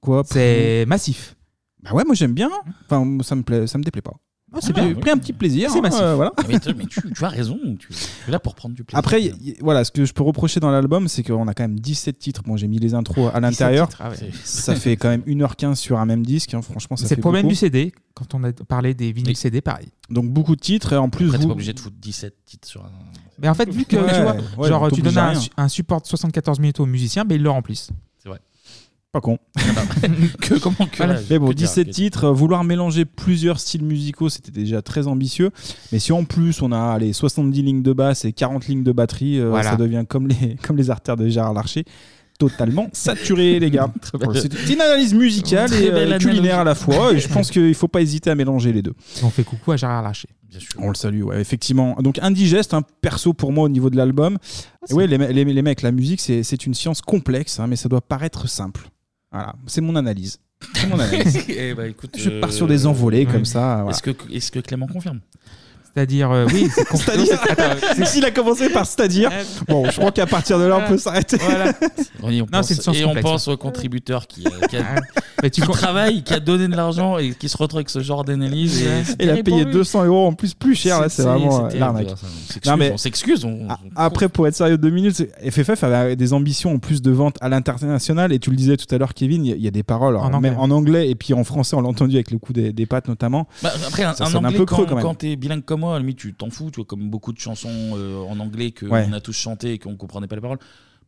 Speaker 5: quoi
Speaker 6: C'est massif.
Speaker 5: Bah ouais, moi j'aime bien, enfin ça me plaît, ça me déplaît pas.
Speaker 6: Ah, c'est
Speaker 5: J'ai
Speaker 1: Ah,
Speaker 6: bien.
Speaker 5: Ah, pris un petit plaisir.
Speaker 6: C'est
Speaker 5: hein,
Speaker 6: massif.
Speaker 5: euh, voilà.
Speaker 1: Mais, tu- mais tu, tu as raison. Tu, tu es là pour prendre du plaisir.
Speaker 5: Après, y- y- voilà, ce que je peux reprocher dans l'album, c'est qu'on a quand même 17 titres. Bon, j'ai mis les intros à l'intérieur.
Speaker 6: titres, ah ouais.
Speaker 5: Ça fait quand même 1h15 sur un même disque. hein, Franchement, ça
Speaker 6: C'est
Speaker 5: fait
Speaker 6: le problème
Speaker 5: beaucoup.
Speaker 6: du CD. Quand on a parlé des vinyles CD, pareil.
Speaker 5: Donc beaucoup de titres et en plus.
Speaker 1: Après, t'es
Speaker 5: vous-
Speaker 1: pas obligé de foutre 17 titres sur un.
Speaker 6: Mais en fait, vu que
Speaker 5: Ouais,
Speaker 6: tu vois,
Speaker 5: ouais, hein. on
Speaker 6: genre, tu
Speaker 5: t'oblige
Speaker 6: donnes
Speaker 5: à
Speaker 6: un,
Speaker 5: rien.
Speaker 6: su- un support de 74 minutes aux musiciens, ben ils le remplissent.
Speaker 1: C'est vrai.
Speaker 5: Pas con.
Speaker 1: que, comment que.
Speaker 5: Voilà. Mais bon,
Speaker 1: que dire,
Speaker 5: 17
Speaker 1: que dire.
Speaker 5: titres, euh, vouloir mélanger plusieurs styles musicaux, c'était déjà très ambitieux. Mais si en plus on a les 70 lignes de basse et 40 lignes de batterie, euh,
Speaker 6: Voilà.
Speaker 5: ça devient comme les, comme les artères de Gérard Larcher. Totalement saturé, les gars.
Speaker 6: belle-
Speaker 5: C'est une analyse musicale
Speaker 6: Très
Speaker 5: et
Speaker 6: belle
Speaker 5: euh,
Speaker 6: analogie.
Speaker 5: culinaire à la fois. Et je pense qu'il faut pas hésiter à mélanger les deux.
Speaker 6: On fait coucou à Gérard Larcher.
Speaker 5: On le salue, ouais, effectivement. Donc indigeste, un hein, perso pour moi au niveau de l'album.
Speaker 1: Ah,
Speaker 5: Et ouais, les, me- les- les mecs, la musique, c'est c'est une science complexe, hein, mais ça doit paraître simple. Voilà, c'est mon analyse. C'est mon analyse.
Speaker 1: Eh ben, écoute,
Speaker 5: Je pars
Speaker 1: euh,
Speaker 5: sur des envolées comme ça. voilà.
Speaker 1: Est-ce que, est que Clément confirme
Speaker 6: C'est-à-dire, euh, oui, c'est con-
Speaker 5: C'est-à-dire, s'il a commencé par c'est-à-dire,
Speaker 1: Euh,
Speaker 5: bon, je crois qu'à partir de là, on peut s'arrêter.
Speaker 1: On y-
Speaker 5: Non,
Speaker 1: on pense-
Speaker 5: c'est une science
Speaker 1: et on
Speaker 5: complexe,
Speaker 1: pense
Speaker 5: ouais.
Speaker 1: au contributeur qui, euh, qui a, qui travaille, qui a donné de l'argent et qui se retrouve avec ce genre d'analyse. et c'est
Speaker 5: Il a
Speaker 1: terrible
Speaker 5: payé
Speaker 1: pour lui.
Speaker 5: 200 euros en plus plus cher, là, c'est
Speaker 1: C'est-
Speaker 5: vraiment
Speaker 1: c'est
Speaker 5: euh,
Speaker 1: terrible,
Speaker 5: l'arnaque.
Speaker 1: ça. On s'excuse,
Speaker 5: Non, mais Ah.
Speaker 1: on s'excuse, on-
Speaker 5: a- Après, pour être sérieux deux minutes, c'est- FFF avait des ambitions en plus de vente à l'international, et tu le disais tout à l'heure, Kevin, il y a- il y, a des paroles alors,
Speaker 1: En
Speaker 5: même
Speaker 1: anglais.
Speaker 5: en anglais et puis en français, on l'a entendu avec le coup des, des pattes notamment.
Speaker 1: Bah, après, un,
Speaker 5: Ça
Speaker 1: un
Speaker 5: sonne
Speaker 1: anglais,
Speaker 5: un peu
Speaker 1: quand,
Speaker 5: creux quand même.
Speaker 1: quand t'es bilingue comme moi, à la limite, tu t'en fous, tu vois, comme beaucoup de chansons euh, en anglais que
Speaker 5: Ouais.
Speaker 1: on a tous chanté et qu'on comprenait pas les paroles.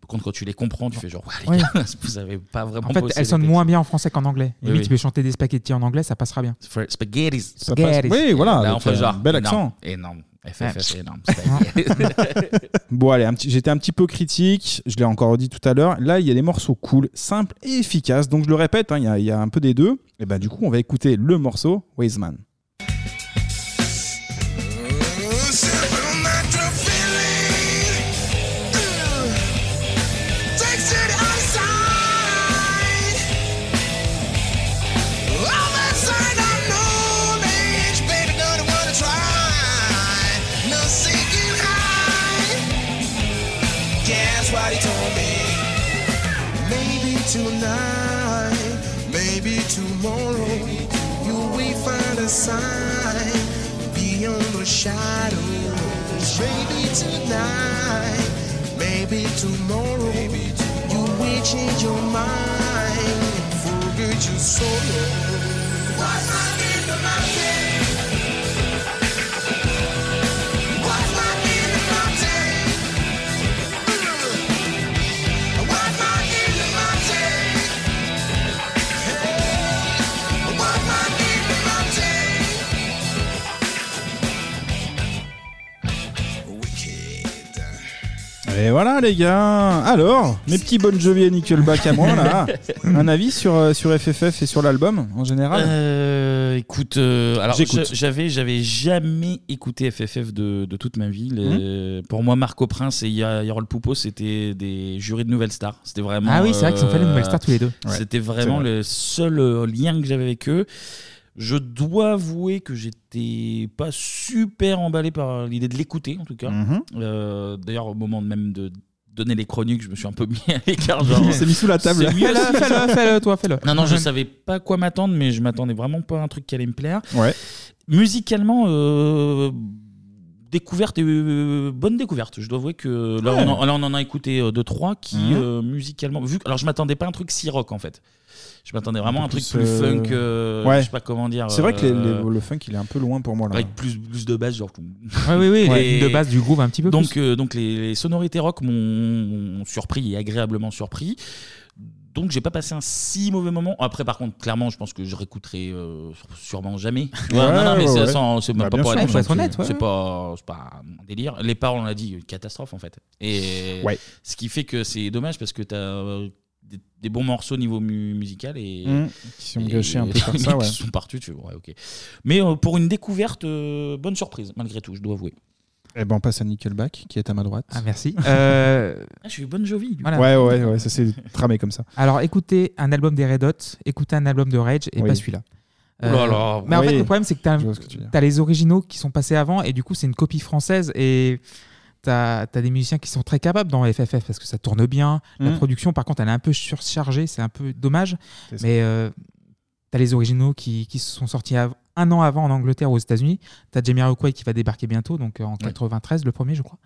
Speaker 1: Par contre, quand tu les comprends, tu fais genre, ouais, les
Speaker 6: Ouais.
Speaker 1: gars, vous avez pas vraiment
Speaker 6: En fait,
Speaker 1: bossé
Speaker 6: elles
Speaker 1: les
Speaker 6: sonnent moins bien en français qu'en anglais.
Speaker 1: Oui,
Speaker 6: Limite,
Speaker 1: oui.
Speaker 6: tu peux chanter des spaghettis en anglais, ça passera bien.
Speaker 1: Fr- Spaghettis.
Speaker 6: Ça passe. Spaghettis.
Speaker 5: Oui, voilà,
Speaker 1: Là, on
Speaker 5: avec,
Speaker 1: fait
Speaker 5: euh,
Speaker 1: genre.
Speaker 5: bel
Speaker 1: énorme,
Speaker 5: accent.
Speaker 1: Énorme.
Speaker 5: Ouais.
Speaker 1: FFF, c'est énorme. Spaghettis.
Speaker 5: bon, allez, un petit- j'étais un petit peu critique, je l'ai encore dit tout à l'heure. Là, il y a des morceaux cool, simples et efficaces. Donc, je le répète, hein, il y a- il y, a un peu des deux. Et ben, du coup, on va écouter le morceau Wazeman.
Speaker 4: Tonight, maybe tomorrow, you will find a sign beyond the shadows. Maybe tonight, maybe tomorrow, you will change your mind and forget your sorrow. What's my in the mountain? What's my in the mountain? What's my in the mountain? Hey, what's my in the mountain?
Speaker 5: Et voilà, les gars. Alors, mes petits Bon Jovi et Nickelback à moi, là. Un avis sur, euh, sur FFF et sur l'album en général
Speaker 1: Euh, écoute, euh, alors
Speaker 5: J'écoute.
Speaker 1: j'a- j'avais, j'avais jamais écouté FFF de, de toute ma vie. Les-
Speaker 6: Mmh.
Speaker 1: Pour moi, Marco Prince et Ya- Yarol Poupo, c'était des jurys de Nouvelle Star. C'était vraiment.
Speaker 6: Ah oui, c'est vrai qu'ils ont fait les
Speaker 1: euh,
Speaker 6: Nouvelles Stars tous les deux. Ouais.
Speaker 1: C'était vraiment
Speaker 6: C'est vrai.
Speaker 1: le seul euh, lien que j'avais avec eux. Je dois avouer que j'étais pas super emballé par l'idée de l'écouter, en tout cas.
Speaker 6: Mmh.
Speaker 5: Mhm.
Speaker 1: Euh, D'ailleurs, au moment même de donner les chroniques, je me suis un peu mis à l'écart. genre,
Speaker 5: Il s'est mis sous la table.
Speaker 1: c'est mieux
Speaker 5: Fais-le,
Speaker 1: si-
Speaker 5: fais-le, fais-le, toi, fais-le.
Speaker 1: Non, non, je
Speaker 6: Mmh.
Speaker 5: Mhm.
Speaker 1: savais pas à quoi m'attendre, mais je m'attendais vraiment pas à un truc qui allait me plaire.
Speaker 5: Ouais.
Speaker 1: Musicalement, euh, découverte et euh, bonne découverte. Je dois avouer que là,
Speaker 5: Ouais.
Speaker 1: on, en, là, on en a écouté euh, deux trois qui
Speaker 5: Mhm.
Speaker 1: euh, musicalement. Vu, que- alors, je m'attendais pas à un truc si rock en fait. Je m'attendais vraiment à un truc
Speaker 5: Plus,
Speaker 1: plus
Speaker 5: euh,
Speaker 1: funk. euh,
Speaker 5: ouais.
Speaker 1: Je sais pas comment dire.
Speaker 5: C'est vrai que les-
Speaker 1: euh,
Speaker 5: les- le funk, il est un peu loin pour moi, là.
Speaker 1: avec plus, plus de basse, genre.
Speaker 5: Ouais, oui, oui,
Speaker 1: Et-
Speaker 5: de basse, du groove un petit peu
Speaker 1: Donc,
Speaker 5: plus.
Speaker 1: euh, donc les, les sonorités rock m'ont- m'ont surpris et agréablement surpris. Donc j'ai pas passé un si mauvais moment. Après par contre clairement je pense que je réécouterai euh, sûrement jamais.
Speaker 5: Ouais,
Speaker 1: non non mais
Speaker 5: ouais,
Speaker 1: c'est
Speaker 5: ouais.
Speaker 1: sans- c'est même
Speaker 5: Bah,
Speaker 1: pas
Speaker 5: bien
Speaker 1: pour
Speaker 5: sûr,
Speaker 1: être
Speaker 5: faut être honnête,
Speaker 1: C'est
Speaker 5: ouais, ouais.
Speaker 1: pas c'est pas mon délire. Les paroles on l'a dit une catastrophe en fait. Et
Speaker 5: Ouais.
Speaker 1: ce qui fait que c'est dommage parce que t'as euh, des, des bons morceaux niveau mu- musical et
Speaker 5: Mmh, qui sont
Speaker 1: et-
Speaker 5: gâchés un peu comme ça,
Speaker 1: qui
Speaker 5: ouais.
Speaker 1: sont partis tu vois ouais, ok. Mais euh, pour une découverte euh, bonne surprise malgré tout je dois avouer.
Speaker 5: Eh ben, on passe à Nickelback, qui est à ma droite.
Speaker 6: Ah, merci. Euh,
Speaker 1: Ah, je suis bonne Jovi. du coup.
Speaker 6: Voilà.
Speaker 5: Ouais, ouais, ouais, ça s'est tramé comme ça.
Speaker 6: Alors écoutez un album des Red Hot, écoutez un album de Rage et
Speaker 5: Oui.
Speaker 6: pas celui-là. Euh,
Speaker 5: Ouh là là,
Speaker 6: mais en
Speaker 5: oui.
Speaker 6: fait le problème c'est que t'as
Speaker 5: Je vois ce que tu veux dire.
Speaker 6: as les originaux qui sont passés avant et du coup c'est une copie française et t'as as des musiciens qui sont très capables dans FFF parce que ça tourne bien. La
Speaker 5: Mm.
Speaker 6: production par contre elle est un peu surchargée, c'est un peu dommage.
Speaker 5: C'est ça.
Speaker 6: Mais euh, t'as les originaux qui, qui sont sortis av- un an avant en Angleterre ou aux États-Unis. T'as Jamie Rockway qui va débarquer bientôt, donc euh, en 93, le premier, je crois.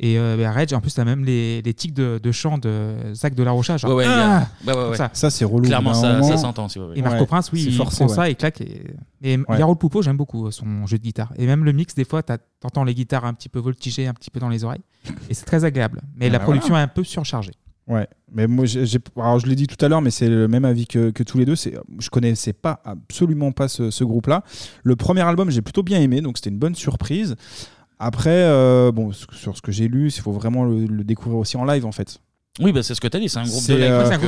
Speaker 6: Et euh, bah, Rage, en plus, t'as même les, les tics de, de chant de Zach de la Rocha. Genre,
Speaker 1: Ouais, ouais, il y a-
Speaker 6: Ah
Speaker 1: ouais, ouais,
Speaker 6: Comme
Speaker 1: ouais.
Speaker 6: ça,
Speaker 1: Ça, c'est relou, Clairement, mais à un ça- moment- ça s'entend, si, ouais, ouais.
Speaker 6: Et Marco
Speaker 1: Ouais,
Speaker 6: Prince, oui,
Speaker 1: c'est
Speaker 6: il
Speaker 1: forcé,
Speaker 6: prend ça
Speaker 1: ouais.
Speaker 6: et claque. Et, et
Speaker 1: Ouais.
Speaker 6: Yarol Poupo, j'aime beaucoup euh, son jeu de guitare. Et même le mix, des fois, t'as- t'entends les guitares un petit peu voltiger, un petit peu dans les oreilles. Et c'est très agréable. Mais
Speaker 5: Ah
Speaker 6: la
Speaker 5: bah
Speaker 6: production
Speaker 5: voilà.
Speaker 6: est un peu surchargée.
Speaker 5: Ouais, mais moi, j'ai, j'ai- alors je l'ai dit tout à l'heure, mais c'est le même avis que, que tous les deux. C'est, je connaissais pas absolument pas ce, ce groupe-là. Le premier album, j'ai plutôt bien aimé, donc c'était une bonne surprise. Après, euh, bon, sur- sur ce que j'ai lu, il faut vraiment le, le découvrir aussi en live, en fait.
Speaker 1: Oui, bah, c'est ce que t'as dit, c'est un groupe de
Speaker 5: C'est,
Speaker 1: live.
Speaker 5: euh,
Speaker 1: donc,
Speaker 5: C'est un
Speaker 1: euh,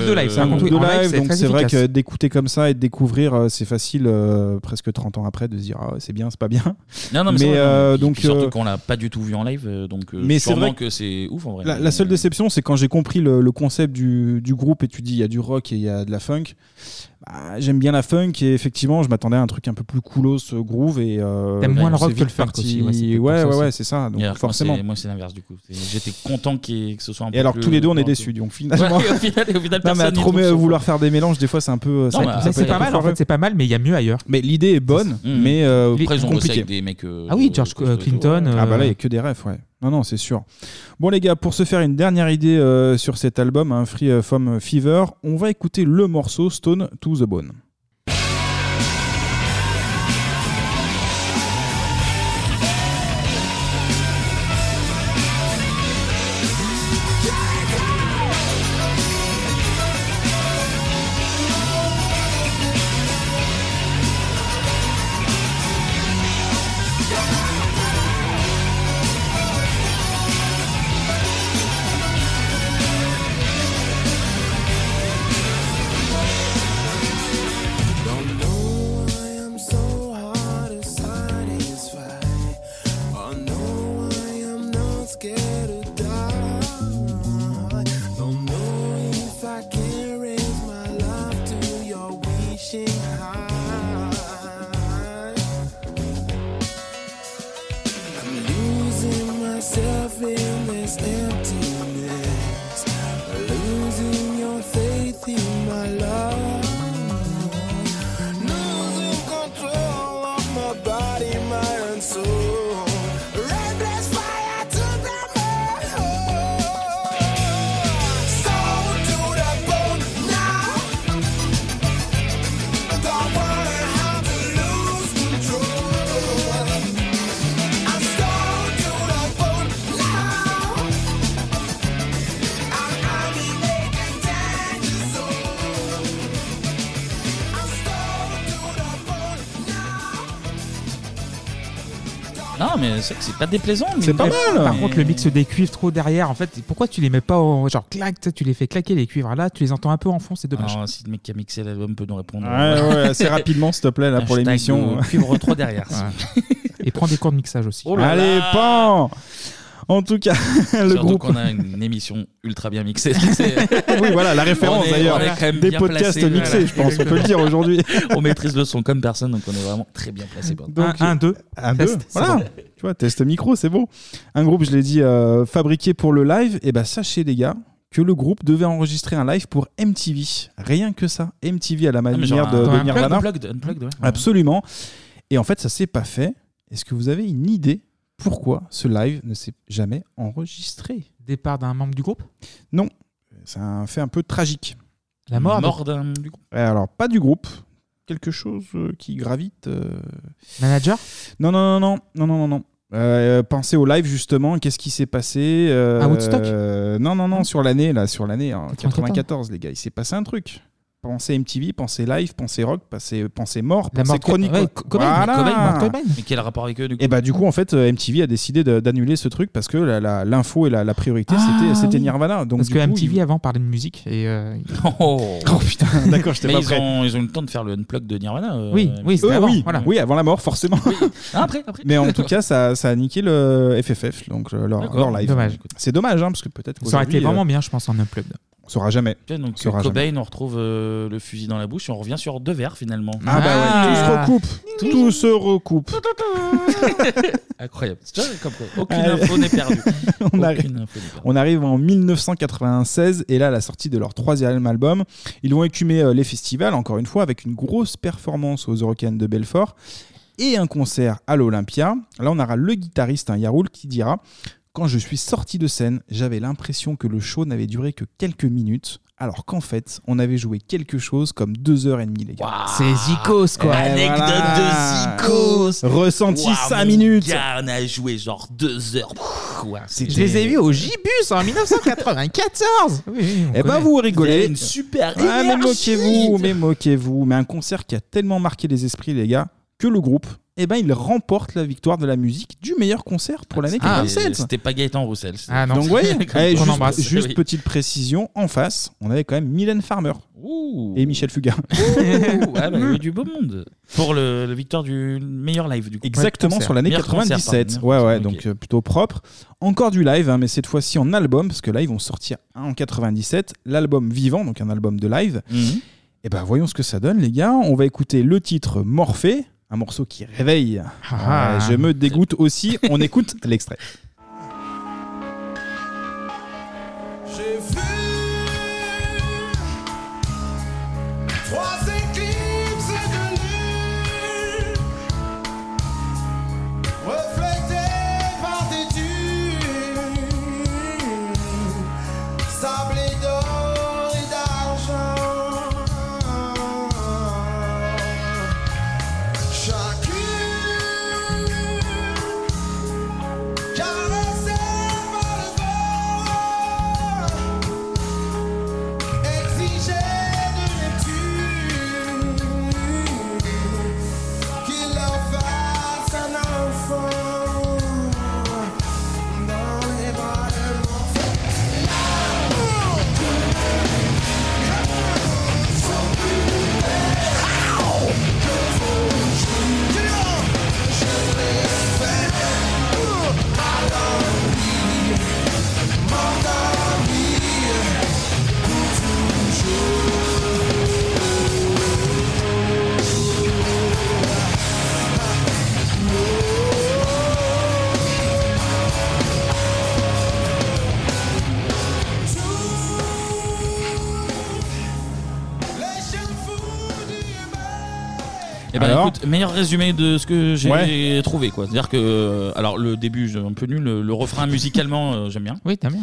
Speaker 5: groupe de live, donc c'est vrai que
Speaker 1: efficace.
Speaker 5: d'écouter comme ça et de découvrir, euh, c'est facile euh, presque 30 ans après de se dire ah, ouais, c'est bien, c'est pas bien.
Speaker 1: Non, non, mais,
Speaker 5: euh,
Speaker 1: donc.
Speaker 5: donc
Speaker 1: Surtout
Speaker 5: euh,
Speaker 1: qu'on l'a pas du tout vu en live, euh, donc. euh,
Speaker 5: mais c'est
Speaker 1: sûrement
Speaker 5: vrai
Speaker 1: que c'est ouf en vrai.
Speaker 5: La, la seule déception, c'est quand j'ai compris le, le concept du, du groupe et tu dis il y a du rock et il y a de la funk. Bah, J'aime bien la funk et effectivement, je m'attendais à un truc un peu plus coolos, euh, groove et. euh,
Speaker 6: T'aimes
Speaker 5: bon,
Speaker 6: moins le
Speaker 5: c'est
Speaker 6: rock que
Speaker 5: vite
Speaker 6: le funk
Speaker 5: parti.
Speaker 6: aussi, ouais, c'est
Speaker 5: Ouais,
Speaker 6: peut-être
Speaker 5: ouais,
Speaker 6: pour ça
Speaker 5: ouais,
Speaker 6: aussi.
Speaker 5: c'est ça. Donc
Speaker 1: Et alors, moi,
Speaker 5: forcément.
Speaker 1: c'est- Moi, c'est l'inverse du coup. C'est- J'étais content qu'il- que ce soit un
Speaker 5: Et alors que
Speaker 1: que
Speaker 5: tous les deux, on est déçus. Donc finalement,
Speaker 1: au final,
Speaker 5: non,
Speaker 1: au final
Speaker 5: mais à
Speaker 1: personne n'y
Speaker 5: trop
Speaker 1: trouve
Speaker 5: mieux
Speaker 1: son
Speaker 5: vouloir faire des mélanges, des fois, c'est un peu. euh, ça
Speaker 1: mais
Speaker 5: peut- ça
Speaker 1: après,
Speaker 5: peut
Speaker 1: c'est
Speaker 5: être
Speaker 1: pas
Speaker 5: un peu
Speaker 1: mal, en
Speaker 5: foireux.
Speaker 1: fait,
Speaker 6: C'est pas mal, mais il y a mieux ailleurs.
Speaker 5: Mais l'idée est bonne,
Speaker 1: Mmh.
Speaker 5: mais euh,
Speaker 1: Après, ils ont bossé
Speaker 5: compliquée.
Speaker 1: avec des mecs, euh,
Speaker 5: ah
Speaker 6: oui, George
Speaker 5: Clinton.
Speaker 6: Clinton,
Speaker 5: Ah bah là, il n'y
Speaker 6: euh,
Speaker 5: a que des refs, ouais. Non, non, c'est sûr. Bon, les gars, pour se faire une dernière idée euh, sur cet album, hein, Free From Fever, on va écouter le morceau Stone to the Bone.
Speaker 4: Can't go.
Speaker 1: Non, mais c'est que c'est pas déplaisant. mais-
Speaker 5: C'est pas mal.
Speaker 6: Par
Speaker 1: Mais-
Speaker 6: contre, le mix des cuivres trop derrière, en fait, pourquoi tu les mets pas en genre clac, tu sais, tu les fais claquer les cuivres Ah, là, tu les entends un peu en fond, c'est dommage.
Speaker 1: Alors, ah, si le mec qui a mixé l'album peut nous répondre.
Speaker 5: Ouais, ouais, assez rapidement, s'il te plaît, là, pour
Speaker 1: Hashtag,
Speaker 5: l'émission.
Speaker 1: euh, Cuivre 3 derrière.
Speaker 6: Ouais. Et prends des cours de mixage aussi.
Speaker 1: Oh là
Speaker 5: Allez,
Speaker 1: là.
Speaker 5: pan En tout cas, le
Speaker 1: Surtout
Speaker 5: groupe.
Speaker 1: qu'on a une émission ultra bien mixée. oui,
Speaker 5: voilà, la référence, d'ailleurs. Des podcasts mixés, je pense, on peut le dire aujourd'hui.
Speaker 1: on maîtrise le son comme personne, donc on est vraiment très bien placé. pour-
Speaker 5: Donc, Un, deux.
Speaker 1: Test, c'est
Speaker 5: Voilà.
Speaker 1: bon.
Speaker 5: Tu vois, test micro, c'est bon. Un groupe, je l'ai dit, euh, fabriqué pour le live. Et ben, sachez, les gars, que le groupe devait enregistrer un live pour MTV. Rien que ça. MTV à la
Speaker 1: mais genre
Speaker 5: manière
Speaker 1: un-
Speaker 5: de,
Speaker 1: un
Speaker 5: de Nirvana.
Speaker 1: unplugged, unplugged, ouais.
Speaker 5: Absolument. Et en fait, ça s'est pas fait. Est-ce que vous avez une idée pourquoi ce live ne s'est jamais enregistré
Speaker 6: Départ d'un membre du groupe
Speaker 5: Non. C'est un fait un peu tragique.
Speaker 6: La mort Mort
Speaker 1: d'un- du
Speaker 5: groupe Alors, pas du groupe. Quelque chose euh, qui gravite. euh.
Speaker 6: Manager
Speaker 5: Non, non, non, non, non, non, non, non. Euh, pensez au live justement, qu'est-ce qui s'est passé euh,
Speaker 6: À Woodstock
Speaker 5: euh, Non, non, non, sur l'année, là, sur l'année, en
Speaker 6: 94.
Speaker 5: 94, les gars, il s'est passé un truc. Pensez MTV, pensez live, pensez rock, pensez, pensez mort,
Speaker 6: La
Speaker 5: pensez
Speaker 6: mort de-
Speaker 5: chronique.
Speaker 6: ouais,
Speaker 5: quoi.
Speaker 6: Cobain,
Speaker 5: Voilà.
Speaker 6: Cobain, Cobain.
Speaker 1: Mais quel rapport avec eux du coup
Speaker 5: Et bah du coup en fait euh, MTV a décidé de- d'annuler ce truc parce que la- la- l'info et la, la priorité c'était c'était
Speaker 6: Ah oui.
Speaker 5: Nirvana. Donc
Speaker 6: Parce
Speaker 5: du
Speaker 6: que
Speaker 5: coup,
Speaker 6: MTV
Speaker 5: il-
Speaker 6: avant parlait de musique et. euh, il-
Speaker 1: Oh,
Speaker 5: putain, Ah, d'accord, j'étais
Speaker 1: Mais
Speaker 5: pas
Speaker 1: ils
Speaker 5: prêt.
Speaker 1: Ont, ils ont eu le temps de faire le unplug de Nirvana. euh,
Speaker 6: Oui, oui, c'était
Speaker 5: Euh,
Speaker 6: avant,
Speaker 5: oui,
Speaker 6: voilà.
Speaker 5: oui, avant la mort forcément.
Speaker 1: Ah, après, après.
Speaker 5: Mais en tout cas ça, ça a niqué le FFF donc le- leur,
Speaker 6: euh, D'accord.
Speaker 5: leur live.
Speaker 6: Dommage.
Speaker 5: C'est dommage hein, parce que peut-être
Speaker 6: Ça aurait été
Speaker 5: qu'aujourd'hui,
Speaker 6: vraiment
Speaker 5: euh,
Speaker 6: bien, je pense, en unplugged.
Speaker 5: On saura jamais.
Speaker 1: Tiens, donc
Speaker 5: Saura
Speaker 1: Cobain, on retrouve euh, le fusil dans la bouche et on revient sur deux verres finalement.
Speaker 5: Ah, bah ouais, tout se recoupe. Tout se recoupe.
Speaker 1: Incroyable. Tu vois, comme quoi, Aucune info n'est perdue.
Speaker 5: on,
Speaker 1: Aucune
Speaker 5: arrive,
Speaker 1: info n'est perdue.
Speaker 5: on arrive en 1996 et là, la sortie de leur troisième album, ils vont écumer euh, les festivals, encore une fois, avec une grosse performance aux Eurocaines de Belfort et un concert à l'Olympia. Là, on aura le guitariste, un Yaroul, qui dira Quand je suis sorti de scène, j'avais l'impression que le show n'avait duré que quelques minutes. Alors qu'en fait, on avait joué quelque chose comme deux heures et demie, les gars.
Speaker 6: C'est Zikos, quoi.
Speaker 1: Anecdote
Speaker 6: Ah.
Speaker 1: de Zikos.
Speaker 5: Ressenti
Speaker 1: Waouh,
Speaker 5: cinq
Speaker 1: mon
Speaker 5: minutes.
Speaker 1: gars, on a joué genre deux heures. Quoi,
Speaker 6: Je les ai vus au Gibus en 1994
Speaker 5: Eh ben vous rigolez.
Speaker 1: une super
Speaker 5: Ah, mais
Speaker 1: énergie.
Speaker 5: moquez-vous, mais moquez-vous. Mais un concert qui a tellement marqué les esprits, les gars, que le groupe, eh ben, il remporte la victoire de la musique du meilleur concert pour l'année
Speaker 1: Ah,
Speaker 5: 97.
Speaker 1: C'était pas Gaëtan Roussel. c'était-
Speaker 6: Ah,
Speaker 5: Donc, vous voyez, eh,
Speaker 1: On
Speaker 5: juste,
Speaker 1: embrasse.
Speaker 5: juste
Speaker 1: Oui.
Speaker 5: petite précision, en face, on avait quand même Mylène Farmer et Michel Fugain.
Speaker 1: Ouh, ah, bah, il y a eu du beau monde. Pour le, le victoire du meilleur live du coup.
Speaker 5: Exactement,
Speaker 1: Concert.
Speaker 5: sur l'année
Speaker 1: Meilleur concert,
Speaker 5: 97.
Speaker 1: pardon.
Speaker 5: Ouais, ouais, donc euh, plutôt propre. Encore du live, hein, mais cette fois-ci en album, parce que là, ils vont sortir un en 97, l'album Vivant, donc un album de live. Et ben, voyons ce que ça donne, les gars. On va écouter le titre Morphée, un morceau qui réveille.
Speaker 6: Ah.
Speaker 5: Ouais, je me dégoûte aussi. On écoute l'extrait.
Speaker 4: J'ai vu trois éclipses de lune reflétées par des dunes sablées d'or et d'argent. Chacune caressée par le Exigeait de Neptune qu'il leur fasse un enfant dans les bras de
Speaker 1: Eh ben,
Speaker 5: Alors
Speaker 1: écoute, meilleur résumé de ce que j'ai
Speaker 5: Ouais.
Speaker 1: trouvé quoi. C'est-à-dire que euh, alors le début j'ai un peu nul, le, le refrain musicalement euh, j'aime bien.
Speaker 6: Oui, t'as bien.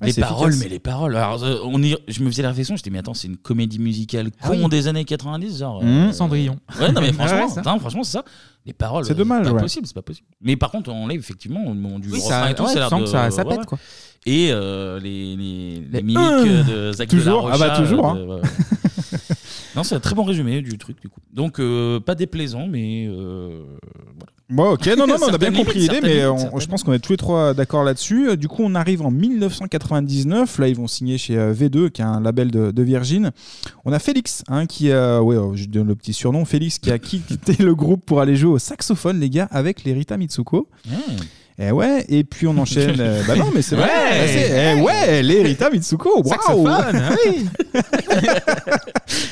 Speaker 1: Les
Speaker 6: Ouais, c'est
Speaker 1: paroles,
Speaker 6: efficace.
Speaker 1: mais les paroles. Alors, euh, on y- je me faisais la réflexion, j'étais mais attends, c'est une comédie musicale
Speaker 6: Ah
Speaker 1: con
Speaker 6: oui.
Speaker 1: des années 90 genre euh,
Speaker 6: Mmh. Cendrillon.
Speaker 1: Ouais, non mais
Speaker 6: Ah
Speaker 1: franchement,
Speaker 6: ouais, ça.
Speaker 1: putain, franchement c'est ça. Les paroles
Speaker 6: C'est
Speaker 1: euh,
Speaker 6: dommage,
Speaker 1: pas
Speaker 6: ouais.
Speaker 1: possible, c'est pas possible. Mais par contre, on l'a effectivement au moment du
Speaker 6: Oui,
Speaker 1: refrain
Speaker 6: ça-
Speaker 1: et tout,
Speaker 6: ouais,
Speaker 1: ça a
Speaker 6: tu
Speaker 1: l'air
Speaker 6: sens
Speaker 1: de-
Speaker 6: que ça- ça
Speaker 1: ouais,
Speaker 6: pète,
Speaker 1: ouais.
Speaker 6: quoi.
Speaker 1: Et euh, les, les, les mimiques
Speaker 5: euh,
Speaker 1: de Zach de la
Speaker 5: toujours, ah bah,
Speaker 1: Rocha, euh,
Speaker 5: toujours, hein.
Speaker 1: de- ouais, ouais. Non, c'est un très bon résumé du truc, du coup. Donc, euh, pas déplaisant, mais euh, voilà.
Speaker 5: Bon, Bah, ok, non, non, non, on a bien
Speaker 1: Certaines
Speaker 5: compris
Speaker 1: limites,
Speaker 5: l'idée,
Speaker 1: certaines
Speaker 5: mais on-
Speaker 1: limites,
Speaker 5: je pense qu'on est tous les trois d'accord là-dessus. Euh, Du coup, on arrive en 1999. Là, ils vont signer chez euh, V2, qui est un label de, de Virgin. On a Félix, hein, qui, euh, ouais, euh, je donne le petit surnom, Félix, qui a quitté le groupe pour aller jouer au saxophone, les gars, avec les Rita Mitsuko. Et Eh ouais, et puis on enchaîne. euh, bah non, mais c'est vrai.
Speaker 1: Ouais.
Speaker 5: bah c'est- eh ouais, les Rita Mitsuko. Waouh.
Speaker 1: Saxophone, ah oui.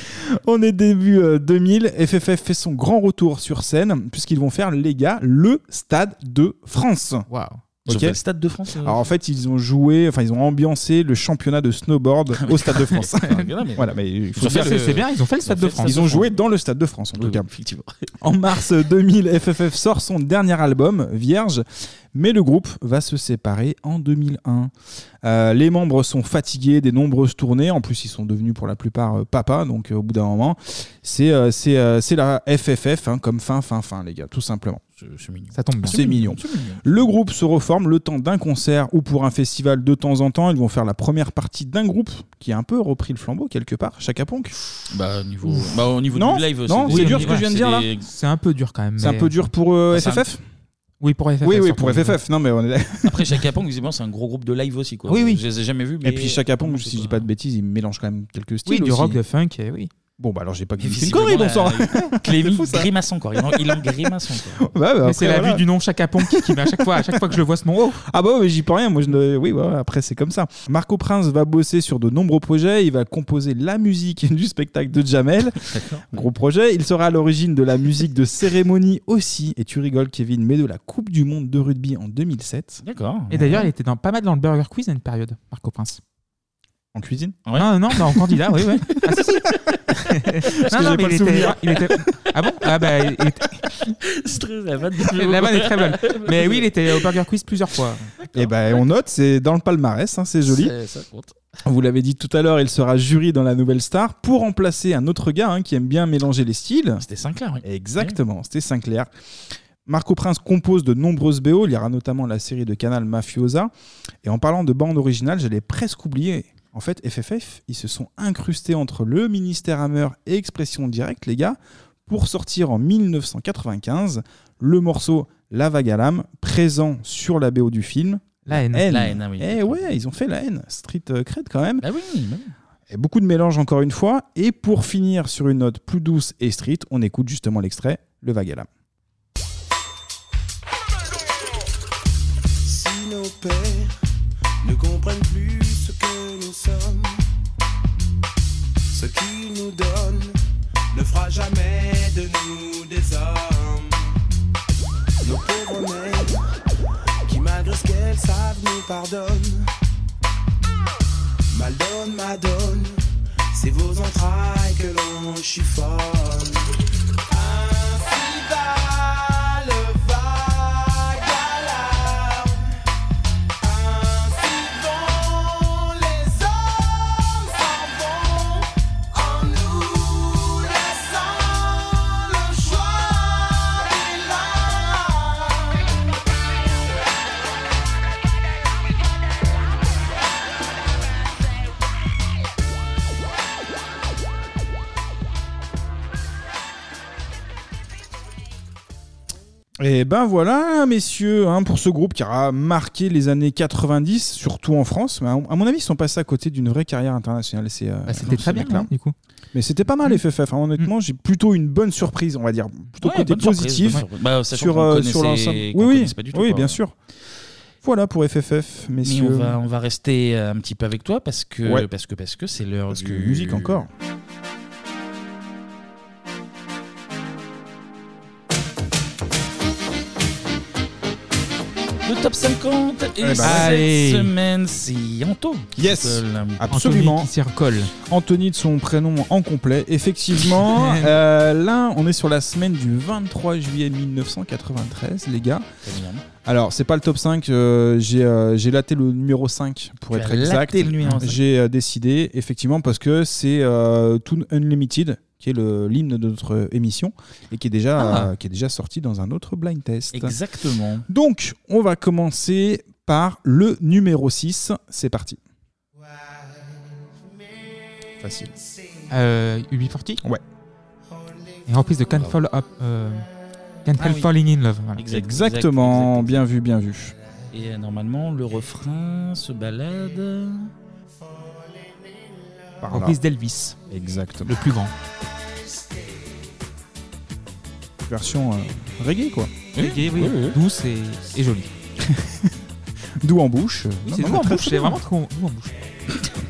Speaker 5: On est début euh, 2000, FFF fait son grand retour sur scène puisqu'ils vont faire les gars le Stade de France.
Speaker 6: Waouh.
Speaker 1: Ils ont fait le Stade de France, euh,
Speaker 5: Alors en fait, ils ont joué, enfin ils ont ambiancé le championnat de snowboard au Stade de France. voilà, mais il faut
Speaker 6: Ils ont fait
Speaker 5: dire
Speaker 6: le-
Speaker 5: que-
Speaker 6: c'est bien, ils ont fait le Stade de France.
Speaker 5: Ils ont joué dans le Stade de France en tout cas.
Speaker 1: Effectivement.
Speaker 5: En mars 2000, FFF sort son dernier album, Vierge, mais le groupe va se séparer en 2001. Euh, les membres sont fatigués des nombreuses tournées, en plus ils sont devenus pour la plupart euh, papa, donc euh, au bout d'un moment, c'est euh, c'est, euh, c'est la FFF hein, comme fin, fin, fin, les gars, tout simplement.
Speaker 1: C'est mignon.
Speaker 6: Ça tombe bien.
Speaker 5: C'est mignon. Le groupe se reforme le temps d'un concert ou pour un festival de temps en temps. Ils vont faire la première partie d'un groupe qui a un peu repris le flambeau quelque part, Chaka Ponk.
Speaker 1: Bah, au niveau,
Speaker 5: Ouf.
Speaker 1: bah, au niveau
Speaker 5: Non,
Speaker 1: du live,
Speaker 5: non,
Speaker 1: des-
Speaker 5: c'est dur
Speaker 1: des-
Speaker 5: ce que je viens de
Speaker 1: c'est
Speaker 5: dire, là.
Speaker 1: des-
Speaker 6: C'est un peu dur quand même.
Speaker 5: C'est un
Speaker 1: mais-
Speaker 5: peu dur pour euh,
Speaker 1: Bah, c'est un-
Speaker 5: FFF
Speaker 6: Oui, pour FFF.
Speaker 5: Oui, oui,
Speaker 1: surtout.
Speaker 5: pour FFF. Non, mais on est là.
Speaker 1: Après, Chaka Pong, visiblement, c'est un gros groupe de live aussi. Quoi.
Speaker 5: Oui, oui.
Speaker 1: Je les ai jamais vus. Mais...
Speaker 5: Et puis Chaka Ponk, si je dis pas de bêtises, il mélange quand même quelques styles.
Speaker 1: Oui, du
Speaker 5: aussi.
Speaker 1: rock, de
Speaker 6: funk, eh oui.
Speaker 5: Bon, bah alors j'ai pas
Speaker 1: Mais
Speaker 5: C'est une
Speaker 1: visiblement,
Speaker 5: connerie,
Speaker 1: la-
Speaker 5: bon sang.
Speaker 1: Clémy
Speaker 5: C'est fou, ça.
Speaker 1: Grimaçon, quoi. Il en, il en grimaçon, quoi.
Speaker 5: Ouais, bah,
Speaker 6: Mais
Speaker 5: après,
Speaker 6: c'est la
Speaker 5: voilà.
Speaker 6: vue du nom Chaka Ponk qui met à chaque fois, à chaque fois que je le vois ce nom. Oh
Speaker 5: Ah bah ouais, mais j'y peux rien. Moi, je ne... oui, voilà, après c'est comme ça. Marco Prince va bosser sur de nombreux projets. Il va composer la musique du spectacle de Jamel. Gros projet. Il sera à l'origine de la musique de cérémonie aussi. Et tu rigoles, Kevin, mais de la Coupe du Monde de rugby en 2007.
Speaker 1: D'accord.
Speaker 6: Et d'ailleurs, il était dans, pas mal dans le Burger Quiz à une période, Marco Prince.
Speaker 5: En cuisine
Speaker 6: Non, non, non, en candidat, oui, oui. Ah, si, si.
Speaker 5: que j'ai
Speaker 6: mais
Speaker 5: pas le
Speaker 6: il était,
Speaker 5: souvenir.
Speaker 6: il était- Ah bon Ah bah, il était-
Speaker 1: C'est très- la vanne
Speaker 6: la vanne est très bonne. Mais oui, il était au Burger Quiz plusieurs fois.
Speaker 5: Et ben on note, c'est dans le palmarès, hein, c'est joli.
Speaker 1: C'est- ça compte.
Speaker 5: Vous l'avez dit tout à l'heure, il sera jury dans la Nouvelle Star pour remplacer un autre gars hein, qui aime bien mélanger les styles.
Speaker 1: C'était Sinclair, oui.
Speaker 5: Exactement, c'était Sinclair. Marco Prince compose de nombreuses BO, il y aura notamment la série de Canal Mafiosa. Et en parlant de bande originale, j'allais presque oublier. En fait, FFF, ils se sont incrustés entre le ministère Hammer et Expression Directe, les gars, pour sortir en 1995 le morceau La Vague à l'âme, présent sur la BO du film.
Speaker 6: La haine.
Speaker 1: La haine, ah oui. Bah
Speaker 5: Eh ouais, ils ont fait la haine. Street euh, Cred quand même. Et beaucoup de mélanges encore une fois. Et pour finir sur une note plus douce et street, on écoute justement l'extrait Le Vague à l'âme.
Speaker 4: Si nos pères ne comprennent plus ce que nous sommes, ce qu'ils nous donnent ne fera jamais de nous des hommes. Nos pauvres mères, qui malgré ce qu'elles savent nous pardonnent, Maldonne, madone, c'est vos entrailles que l'on chiffonne. Ainsi va le vague à l'âme. Ainsi vont les hommes s'en vont en nous laissant le choix des larmes.
Speaker 5: Et ben voilà, messieurs, hein, pour ce groupe qui aura marqué les années 90, surtout en France. Mais à à mon avis, ils sont passés à côté d'une vraie carrière internationale. C'est,
Speaker 1: Bah,
Speaker 5: euh,
Speaker 6: c'était
Speaker 5: ce
Speaker 6: très bien,
Speaker 5: mec-là.
Speaker 6: hein, du coup.
Speaker 5: Mais c'était pas mal, FFF. hein, honnêtement, j'ai plutôt une bonne surprise, on va dire. Plutôt
Speaker 1: Mm. Ouais,
Speaker 5: côté
Speaker 1: bonne surprise,
Speaker 5: positif.
Speaker 1: bonne surprise. Bah, sachant
Speaker 5: sur
Speaker 1: qu'on
Speaker 5: euh,
Speaker 1: connaissait-
Speaker 5: sur l'ensemble. Oui,
Speaker 1: qu'on
Speaker 5: oui,
Speaker 1: connaissait pas du tout,
Speaker 5: oui
Speaker 1: quoi.
Speaker 5: bien sûr. Voilà pour FFF,
Speaker 1: Mais
Speaker 5: messieurs.
Speaker 1: on va, on va rester euh, un petit peu avec toi parce que
Speaker 5: Ouais.
Speaker 1: parce que parce que c'est l'heure
Speaker 5: Parce
Speaker 1: du
Speaker 5: que musique encore.
Speaker 1: Le top 50 et
Speaker 5: Eh
Speaker 6: bah,
Speaker 5: ben,
Speaker 1: cette
Speaker 5: allez.
Speaker 1: semaine c'est Anto. qui
Speaker 5: Yes,
Speaker 1: est seul.
Speaker 5: absolument.
Speaker 1: Anthony qui s'est-
Speaker 5: Anthony de son prénom en complet. Effectivement, euh, là, on est sur la semaine du 23 juillet 1993, les gars. Alors, c'est pas le top 5, euh, j'ai euh, j'ai laté le numéro 5 pour
Speaker 1: Tu
Speaker 5: être
Speaker 1: as
Speaker 5: exact.
Speaker 1: laté le numéro cinq.
Speaker 5: J'ai euh, décidé, effectivement, parce que c'est euh, Toon Unlimited, qui est le- l'hymne de notre émission, et qui est, déjà,
Speaker 1: Ah.
Speaker 5: euh, qui est déjà sorti dans un autre blind test.
Speaker 1: Exactement.
Speaker 5: Donc, on va commencer par le numéro 6. C'est parti. Facile.
Speaker 6: Euh, UB40
Speaker 5: Ouais.
Speaker 6: Et reprise de Can't Fall Up. euh, Can't
Speaker 1: Ah
Speaker 6: Help
Speaker 1: oui.
Speaker 6: Falling in Love. voilà.
Speaker 1: Exact,
Speaker 5: Exactement, bien vu, bien vu.
Speaker 1: Et euh, normalement, le refrain se balade.
Speaker 6: Par
Speaker 5: là.
Speaker 6: Reprise d'Elvis.
Speaker 5: Exactement.
Speaker 6: Le plus grand.
Speaker 5: Version euh, reggae, quoi.
Speaker 6: Reggae, oui. Douce et, et jolie.
Speaker 5: Doux en bouche. euh, non,
Speaker 6: c'est
Speaker 5: non,
Speaker 6: doux
Speaker 5: non,
Speaker 6: en
Speaker 5: très,
Speaker 6: bouche,
Speaker 5: très
Speaker 6: c'est
Speaker 5: bien.
Speaker 6: vraiment trop doux en bouche.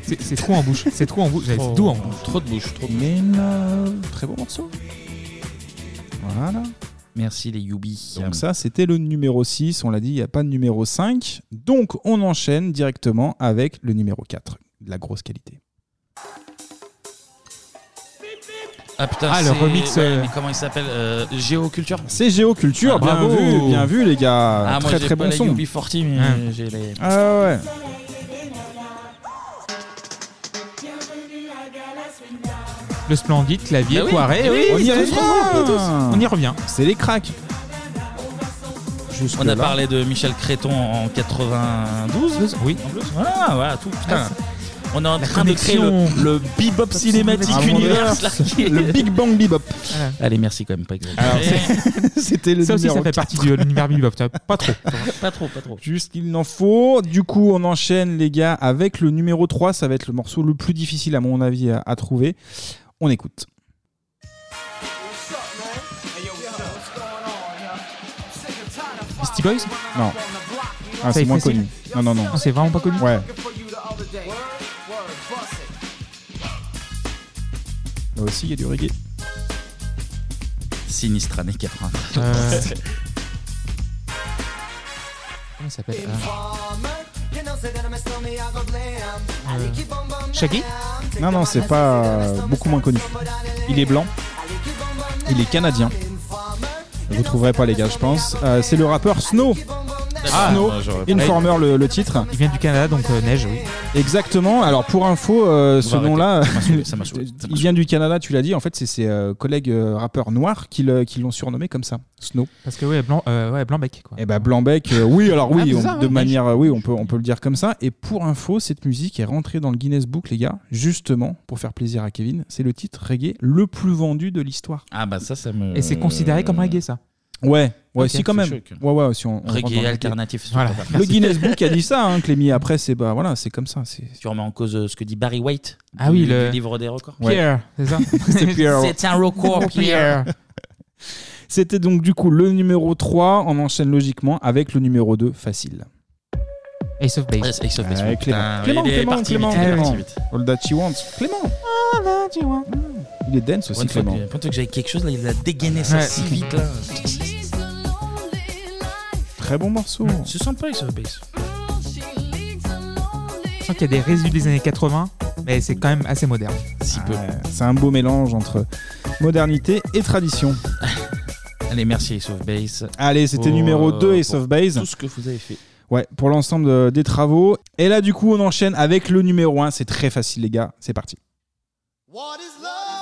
Speaker 6: C'est c'est trop en bouche, c'est trop en bouche, j'avais
Speaker 1: Oh.
Speaker 6: dit doux en bouche.
Speaker 1: Trop de bouche, trop de
Speaker 5: Mais euh, très bon morceau. Voilà.
Speaker 1: Merci les Yubi.
Speaker 5: Donc ça, c'était le numéro 6. On l'a dit, il n'y a pas de numéro 5. Donc, on enchaîne directement avec le numéro 4. De la grosse qualité.
Speaker 1: Ah putain,
Speaker 5: Ah, le
Speaker 1: c'est-
Speaker 5: remix,
Speaker 1: ouais,
Speaker 5: euh,
Speaker 1: mais comment il s'appelle euh, Géoculture
Speaker 5: C'est Géoculture,
Speaker 1: Ah,
Speaker 5: bien
Speaker 1: bravo.
Speaker 5: vu, bien vu les gars.
Speaker 1: Ah, moi,
Speaker 5: très
Speaker 1: j'ai
Speaker 5: très
Speaker 1: pas
Speaker 5: bon
Speaker 1: la
Speaker 5: son.
Speaker 1: UB40, mais
Speaker 5: Hein.
Speaker 1: j'ai les-
Speaker 5: Ah ouais.
Speaker 6: Le splendide clavier
Speaker 5: Bah oui,
Speaker 6: poiré,
Speaker 5: oui,
Speaker 6: oui,
Speaker 5: on y
Speaker 6: c'est
Speaker 5: revient.
Speaker 6: trop beau, On y revient.
Speaker 5: C'est les cracks.
Speaker 1: On
Speaker 5: là.
Speaker 1: a parlé de Michel Créton en 92
Speaker 6: Oui.
Speaker 1: En plus Voilà, voilà, tout, putain. On est en train de
Speaker 6: connexion.
Speaker 1: créer le, le bebop cinématique
Speaker 6: Ah, mon
Speaker 1: universe. là, qui est-
Speaker 5: Le Big Bang Bebop.
Speaker 1: Allez, merci quand même, pas
Speaker 6: Alors,
Speaker 5: c'est- C'était le
Speaker 6: Ça aussi, ça
Speaker 5: numéro
Speaker 6: fait partie du l'univers Bebop, tu vois, pas trop.
Speaker 1: Pas trop, pas trop.
Speaker 5: Juste qu'il n'en faut. Du coup, on enchaîne, les gars, avec le numéro 3. Ça va être le morceau le plus difficile, à mon avis, à, à trouver. On écoute.
Speaker 6: Beastie Boys
Speaker 5: Non. Ah,
Speaker 6: Ça
Speaker 5: c'est
Speaker 6: est
Speaker 5: moins
Speaker 6: facile.
Speaker 5: connu. Non, non, non.
Speaker 6: Non, Ah, c'est vraiment pas connu
Speaker 5: Ouais.
Speaker 1: Ah,
Speaker 5: Là aussi, il y a du reggae.
Speaker 1: Sinistre année 80.
Speaker 6: Euh. Comment ça s'appelle
Speaker 5: Shaggy Non, non, c'est pas euh, beaucoup moins connu. Il est blanc. Il est canadien. Vous trouverez pas les gars, je pense. Euh, c'est le rappeur Snow.
Speaker 6: Ah,
Speaker 5: Snow,
Speaker 6: ouais, j'aurais pas-
Speaker 5: Informer le, le titre.
Speaker 6: Il vient du Canada, donc euh, neige, oui.
Speaker 5: Exactement. Alors pour info, euh, ce
Speaker 6: va
Speaker 5: nom-là,
Speaker 6: arrêter. Ça m'a saoulé, ça m'a saoulé, ça m'a
Speaker 5: il vient du Canada, tu l'as dit. En fait, c'est ses euh, collègues euh, rappeurs noirs qui le- qui l'ont surnommé comme ça, Snow.
Speaker 6: Parce que ouais, blanc, euh, ouais, blanc bec. Quoi.
Speaker 5: Eh ben Blanbec, euh, oui, alors oui,
Speaker 6: Ah,
Speaker 5: on-
Speaker 6: bizarre,
Speaker 5: de
Speaker 6: hein.
Speaker 5: manière, euh, oui, on peut, on peut le dire comme ça. Et pour info, cette musique est rentrée dans le Guinness Book, les gars, justement pour faire plaisir à Kevin. C'est le titre reggae le plus vendu de l'histoire.
Speaker 1: Ah bah ça, ça me.
Speaker 6: Et c'est considéré comme reggae, ça
Speaker 5: Ouais, ouais,
Speaker 6: Ok.
Speaker 5: si quand même.
Speaker 1: C'est choc.
Speaker 5: Ouais, ouais, si on, on
Speaker 1: Reggae
Speaker 5: rentre dans le
Speaker 1: alternatif,
Speaker 5: reggae.
Speaker 1: c'est
Speaker 5: Voilà.
Speaker 1: pas mal.
Speaker 5: Le
Speaker 1: Merci.
Speaker 5: Guinness Book a dit ça, hein, Clémy. Après, c'est bah voilà, c'est comme ça. C'est
Speaker 1: Tu remets en cause euh, ce que dit Barry White.
Speaker 5: Ah
Speaker 1: du-
Speaker 5: oui, le-
Speaker 1: du livre des records.
Speaker 6: Pierre, c'est ça
Speaker 5: C'est Pierre.
Speaker 1: C'est un record, Pierre.
Speaker 5: C'était donc du coup le numéro 3. On enchaîne logiquement avec le numéro 2, facile.
Speaker 6: Ace of Base.
Speaker 1: Ace of Base.
Speaker 5: Ouais,
Speaker 1: Putain,
Speaker 5: Clément, Clément,
Speaker 1: il est
Speaker 5: Clément,
Speaker 1: parti
Speaker 5: Clément,
Speaker 1: vite, il est
Speaker 5: Clément.
Speaker 1: parti vite.
Speaker 5: All that she wants. Clément, il est dense aussi,
Speaker 1: Bonne fois,
Speaker 5: Clément.
Speaker 1: puis, pour toi que j'avais quelque chose, là, il a dégainé ça
Speaker 5: Ouais.
Speaker 1: si vite là.
Speaker 5: Très bon morceau.
Speaker 1: C'est sympa Ace of Base.
Speaker 6: Je sens qu'il y a des résidus des années 80, mais c'est quand même assez moderne.
Speaker 1: Si
Speaker 5: peu. C'est un beau mélange entre modernité et tradition.
Speaker 1: Allez, merci Ace of Base.
Speaker 5: Allez, c'était
Speaker 1: Pour,
Speaker 5: numéro
Speaker 1: euh,
Speaker 5: 2, Ace
Speaker 1: pour
Speaker 5: of Base.
Speaker 1: Tout ce que vous avez fait.
Speaker 5: Ouais, pour l'ensemble de- des travaux. Et là, du coup, on enchaîne avec le numéro 1. C'est très facile, les gars. C'est parti.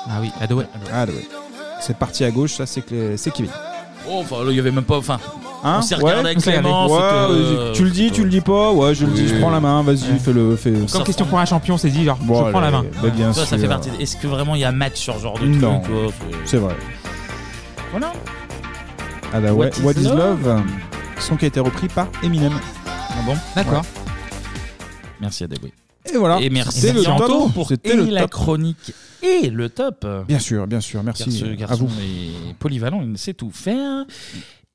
Speaker 6: Ah oui, Adoway.
Speaker 5: Adoway. C'est parti à gauche, ça, c'est que les- c'est Kevin.
Speaker 1: Oh, enfin, là, il y avait même pas. Enfin,
Speaker 5: Hein
Speaker 1: on s'est
Speaker 5: Ouais,
Speaker 1: regardé avec
Speaker 5: on s'est regardé.
Speaker 1: Clément.
Speaker 5: Ouais,
Speaker 1: c'était, euh,
Speaker 5: vas-y. tu le dis, tu le dis pas. Ouais, je le dis, je prends la main. Vas-y, fais-le. Fais...
Speaker 6: Comme question pour un champion, c'est dit genre, je prends la main.
Speaker 5: Bah, bien
Speaker 1: ça, ça
Speaker 5: sûr.
Speaker 1: fait partie. de- Est-ce que vraiment il y a match sur genre de
Speaker 5: Non.
Speaker 1: truc quoi, faut-
Speaker 5: C'est vrai.
Speaker 1: Voilà.
Speaker 5: Ah bah ouais,
Speaker 1: What is
Speaker 5: What is
Speaker 1: Love
Speaker 5: Love Son qui a été repris par Eminem.
Speaker 1: Ah bon
Speaker 5: D'accord.
Speaker 1: Merci à Degui.
Speaker 5: Et voilà.
Speaker 1: Et merci
Speaker 5: C'était le
Speaker 1: Anto
Speaker 5: top.
Speaker 1: pour
Speaker 5: C'était
Speaker 1: et
Speaker 5: le
Speaker 1: la
Speaker 5: top.
Speaker 1: chronique et le top.
Speaker 5: Bien sûr, bien sûr. Merci
Speaker 1: Car ce
Speaker 5: à
Speaker 1: garçon
Speaker 5: vous.
Speaker 1: est polyvalent, il sait tout faire.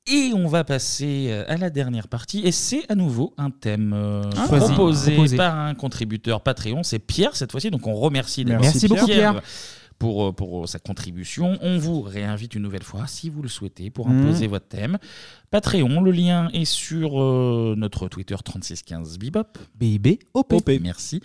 Speaker 1: Et on va passer euh, à la dernière partie. Et c'est à nouveau un thème euh,
Speaker 6: Ah. Choisi.
Speaker 1: proposé,
Speaker 6: Proposé.
Speaker 1: par un contributeur Patreon. C'est Pierre cette fois-ci. Donc on remercie les
Speaker 6: Merci beaucoup, Pierre.
Speaker 1: Pour, euh, pour euh, sa contribution. On vous réinvite une nouvelle fois, si vous le souhaitez, pour
Speaker 5: Mhm.
Speaker 1: imposer votre thème. Patreon, le lien est sur euh, notre Twitter 3615bibop.
Speaker 6: B-I-B-O-P.
Speaker 1: Merci.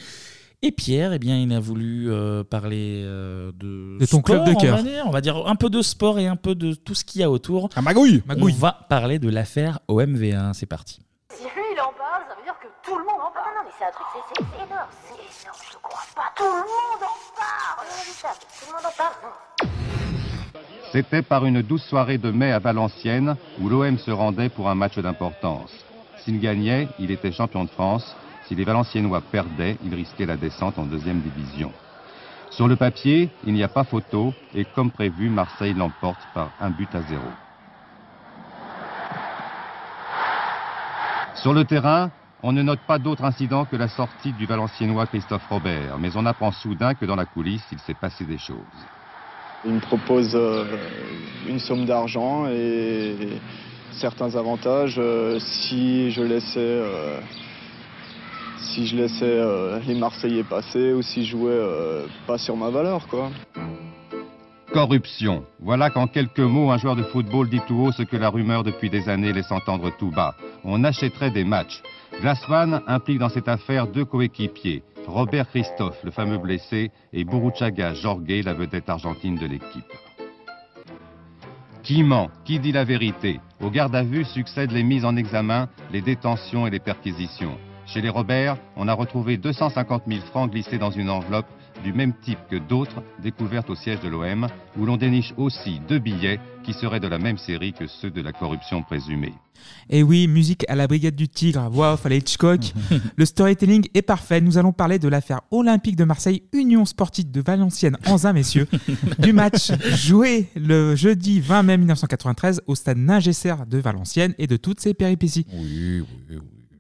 Speaker 1: Et Pierre, eh bien, il a voulu euh, parler euh, de,
Speaker 6: De ton
Speaker 1: sport,
Speaker 6: club de
Speaker 1: on
Speaker 6: cœur.
Speaker 1: va dire. On va dire un peu de sport et un peu de tout ce qu'il y a autour.
Speaker 5: À magouille.
Speaker 6: Ah, Magouille.
Speaker 1: On va parler de l'affaire OMV1. C'est parti.
Speaker 21: Si lui il en parle, ça veut dire que tout le monde en parle. Non, non, mais c'est un truc, c'est c'est énorme, c'est énorme, je te crois pas. Tout le monde en parle. Regardez ça, Tout le monde en parle.
Speaker 16: C'était par une douce soirée de mai à Valenciennes où l'OM se rendait pour un match d'importance. S'il gagnait, il était champion de France. Si les Valenciennois perdaient, il risquait la descente en deuxième division. Sur le papier, il n'y a pas photo et comme prévu, Marseille l'emporte par un but à zéro. Sur le terrain, on ne note pas d'autre incident que la sortie du Valenciennois Christophe Robert, mais on apprend soudain que dans la coulisse, il s'est passé des choses.
Speaker 35: Il me propose euh, une somme d'argent et certains avantages euh, si je laissais, euh, si je laissais euh, les Marseillais passer ou si je jouais euh, pas sur ma valeur. quoi.
Speaker 16: Corruption. Voilà qu'en quelques mots, un joueur de football dit tout haut ce que la rumeur depuis des années laisse entendre tout bas. On achèterait des matchs. Glassman implique dans cette affaire deux coéquipiers, Robert Christophe, le fameux blessé, et Buruchaga Jorge, la vedette argentine de l'équipe. Qui ment Qui dit la vérité Au garde à vue succèdent les mises en examen, les détentions et les perquisitions. Chez les Robert, on a retrouvé 250 000 francs glissés dans une enveloppe du même type que d'autres découvertes au siège de l'OM, où l'on déniche aussi deux billets qui seraient de la même série que ceux de la corruption présumée.
Speaker 6: Et Eh oui, musique à la Brigade du Tigre, voix off à la Hitchcock. Le storytelling est parfait. Nous allons parler de l'affaire olympique de Marseille, Union sportive de Valenciennes, Anzin, messieurs, du match joué le jeudi 20 mai 1993 au stade Ningesser de Valenciennes et de toutes ses péripéties.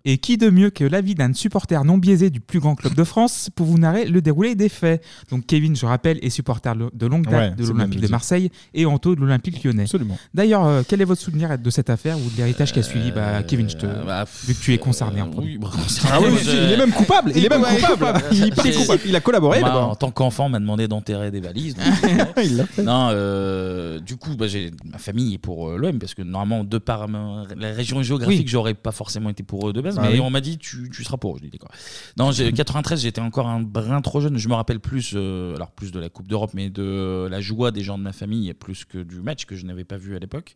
Speaker 6: Et qui de mieux que l'avis d'un supporter non biaisé du plus grand club de France pour vous narrer le déroulé des faits Donc Kevin, je rappelle, est supporter lo- de longue date
Speaker 5: Ouais,
Speaker 6: de
Speaker 5: c'est
Speaker 6: l'Olympique
Speaker 5: bien
Speaker 6: de
Speaker 5: dit.
Speaker 6: Marseille et Anto de l'Olympique lyonnais. D'ailleurs, euh, quel est votre souvenir de cette affaire ou de l'héritage qui a suivi
Speaker 5: Euh,
Speaker 6: bah, Kevin, je te... vu que tu es concerné hein, en premier.
Speaker 5: Ah oui,
Speaker 1: Je-
Speaker 5: il est même coupable, il est même coupable. Il est pas
Speaker 1: C'est-
Speaker 5: coupable, il a collaboré
Speaker 1: Moi,
Speaker 5: d'abord.
Speaker 1: En tant qu'enfant, on m'a demandé d'enterrer des valises. donc, non, euh, du coup, bah, j'ai ma famille est pour euh, l'OM parce que normalement, de par ma- la région géographique,
Speaker 6: Oui.
Speaker 1: j'aurais pas forcément été pour eux de base,
Speaker 6: Bah
Speaker 1: mais
Speaker 6: oui.
Speaker 1: on m'a dit tu, tu seras pour. eux. Je dis d'accord. Non, j'ai- 93, j'étais encore un brin trop jeune. Je me rappelle plus, euh, alors plus de la Coupe d'Europe, mais de la joie des gens de ma famille, plus que du match que je n'avais pas vu à l'époque.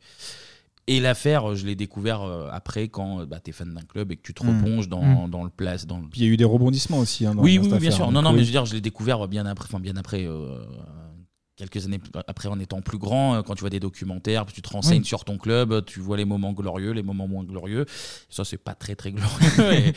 Speaker 1: Et l'affaire, je l'ai découvert euh, après quand tu es fan d'un club et que tu te
Speaker 5: Mm.
Speaker 1: replonges dans,
Speaker 5: Mm.
Speaker 1: dans le place, dans le
Speaker 5: Puis il y a eu des rebondissements aussi. hein, dans-
Speaker 1: oui,
Speaker 5: dans
Speaker 1: oui,
Speaker 5: cette
Speaker 1: oui, bien
Speaker 5: affaire,
Speaker 1: sûr.
Speaker 5: donc
Speaker 1: Non, non,
Speaker 5: oui.
Speaker 1: mais je veux dire, je l'ai découvert euh, bien après, enfin bien après, euh, quelques années après en étant plus grand, euh, quand tu vois des documentaires, puis tu te renseignes
Speaker 6: Oui.
Speaker 1: sur ton club, euh, tu vois les moments glorieux, les moments moins glorieux. Ça, c'est pas très, très glorieux. Et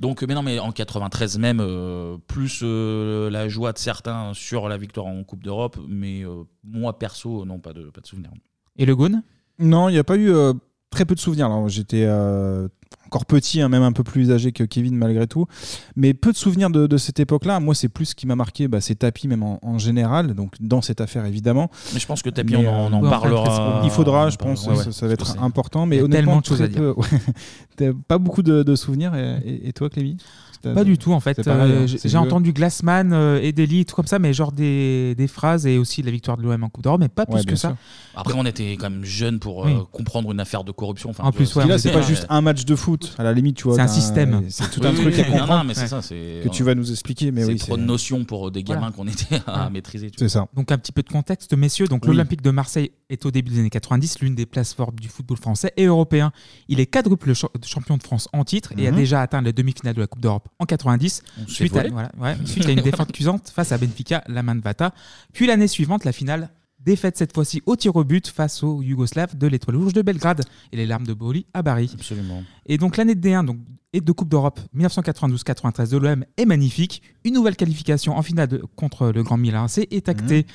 Speaker 1: donc, euh, mais non, mais en 93 même, euh, plus euh, la joie de certains sur la victoire en Coupe d'Europe, mais euh, moi perso, non, pas de, pas de souvenir.
Speaker 6: Et le Gaune
Speaker 5: Non, il n'y a pas eu euh, très peu de souvenirs. Alors, J'étais euh, encore petit, hein, même un peu plus âgé que Kevin malgré tout. Mais peu de souvenirs de, de cette époque-là. Moi, c'est plus ce qui m'a marqué, bah, c'est tapis même en, en général, donc dans cette affaire évidemment.
Speaker 1: Mais je pense que Tapi,
Speaker 5: Mais,
Speaker 1: on en- on en
Speaker 6: euh,
Speaker 5: ouais,
Speaker 1: parlera.
Speaker 5: Il faudra, je
Speaker 1: On en
Speaker 5: pense,
Speaker 1: parlera,
Speaker 5: ça,
Speaker 1: ouais,
Speaker 5: ça va
Speaker 1: parce
Speaker 5: être
Speaker 1: que c'est-
Speaker 5: important. Mais
Speaker 6: il y a tellement
Speaker 5: honnêtement,
Speaker 6: de choses
Speaker 5: très
Speaker 6: à dire.
Speaker 5: peu- ouais. T'as pas beaucoup de, de souvenirs. Et, et- et toi, Clémy
Speaker 6: Pas du tout en fait.
Speaker 5: Euh, C'est pareil,
Speaker 6: Euh,
Speaker 5: hein,
Speaker 6: j'ai
Speaker 5: c'est
Speaker 6: j'ai
Speaker 5: le-
Speaker 6: entendu Glassman euh, et Deli, tout comme ça, mais genre des, des phrases et aussi de la victoire de l'OM en Coupe d'Europe, mais pas plus que ça.
Speaker 1: Après, on était quand même jeunes pour euh,
Speaker 6: Oui.
Speaker 1: comprendre une affaire de corruption. Enfin,
Speaker 6: En plus,
Speaker 1: tu vois,
Speaker 6: ouais,
Speaker 5: Là, c'est pas
Speaker 1: Ouais.
Speaker 5: juste un match de foot. À la limite, tu vois.
Speaker 6: C'est un
Speaker 5: t'as
Speaker 6: système.
Speaker 5: C'est tout
Speaker 1: Oui,
Speaker 5: un
Speaker 1: oui,
Speaker 5: truc
Speaker 1: oui,
Speaker 5: à
Speaker 1: non, non,
Speaker 5: comprendre.
Speaker 1: mais c'est ça, c'est- euh,
Speaker 5: que tu vas nous expliquer. Mais
Speaker 1: c'est
Speaker 5: oui,
Speaker 1: trop de notions pour des gamins qu'on était à maîtriser. tu
Speaker 5: C'est
Speaker 1: vois.
Speaker 5: ça.
Speaker 6: Donc un petit peu de contexte, messieurs. Donc
Speaker 1: Oui.
Speaker 6: l'Olympique de Marseille est au début des années 90 l'une des places fortes du football français et européen. Il est quadruple cha- champion de France en titre et a
Speaker 1: Mhm.
Speaker 6: déjà atteint la demi-finale de la Coupe d'Europe en 90
Speaker 1: On s'est
Speaker 6: suite à,
Speaker 1: volé.
Speaker 6: voilà, ouais, suite à une défaite cuisante face à Benfica, la main de Vata. Puis l'année suivante, la finale. Défaite cette fois-ci au tir au but face aux Yougoslaves de l'Étoile Rouge de Belgrade et les larmes de Boli à Bari.
Speaker 1: Absolument.
Speaker 6: Et donc l'année de D1 donc, et de Coupe d'Europe 1992-93 de l'OM est magnifique. Une nouvelle qualification en finale de- contre le Grand Milan AC est
Speaker 1: Mhm.
Speaker 6: actée.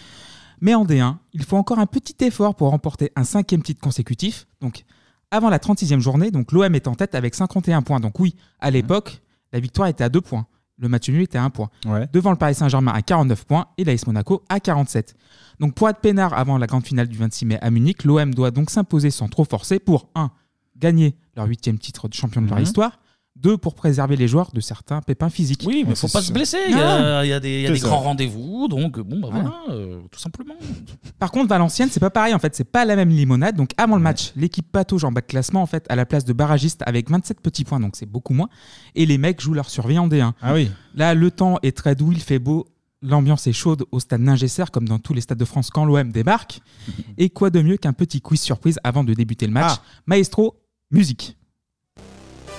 Speaker 6: Mais en D1, il faut encore un petit effort pour remporter un cinquième titre consécutif. Donc avant la 36e journée, donc l'OM est en tête avec 51 points. Donc oui, à l'époque, la victoire était à 2 points. Le match nul était à 1 point. Devant le Paris Saint-Germain à 49 points et l'AS Monaco à 47. Donc pour être peinard avant la grande finale du 26 mai à Munich, l'OM doit donc s'imposer sans trop forcer pour 1. Gagner leur huitième titre de champion de leur
Speaker 1: Mhm.
Speaker 6: histoire. 2. Pour préserver les joueurs de certains pépins physiques.
Speaker 1: Oui, mais faut pas se blesser. Il y a, il y a des, il y a des grands rendez-vous, donc bon, bah
Speaker 6: Voilà.
Speaker 1: voilà, euh, tout simplement.
Speaker 6: Par contre, Valenciennes, c'est pas pareil en fait, c'est pas la même limonade. Donc avant le match, l'équipe patauge en bas de classement en fait à la place de barragiste avec 27 petits points, donc c'est beaucoup moins. Et les mecs jouent leur survie en D1.
Speaker 5: Ah oui.
Speaker 6: Là, le temps est très doux, il fait beau, l'ambiance est chaude au stade Ningesser comme dans tous les stades de France quand l'OM débarque. Et quoi de mieux qu'un petit quiz surprise avant de débuter le
Speaker 5: Ah.
Speaker 6: match Maestro, musique. Alors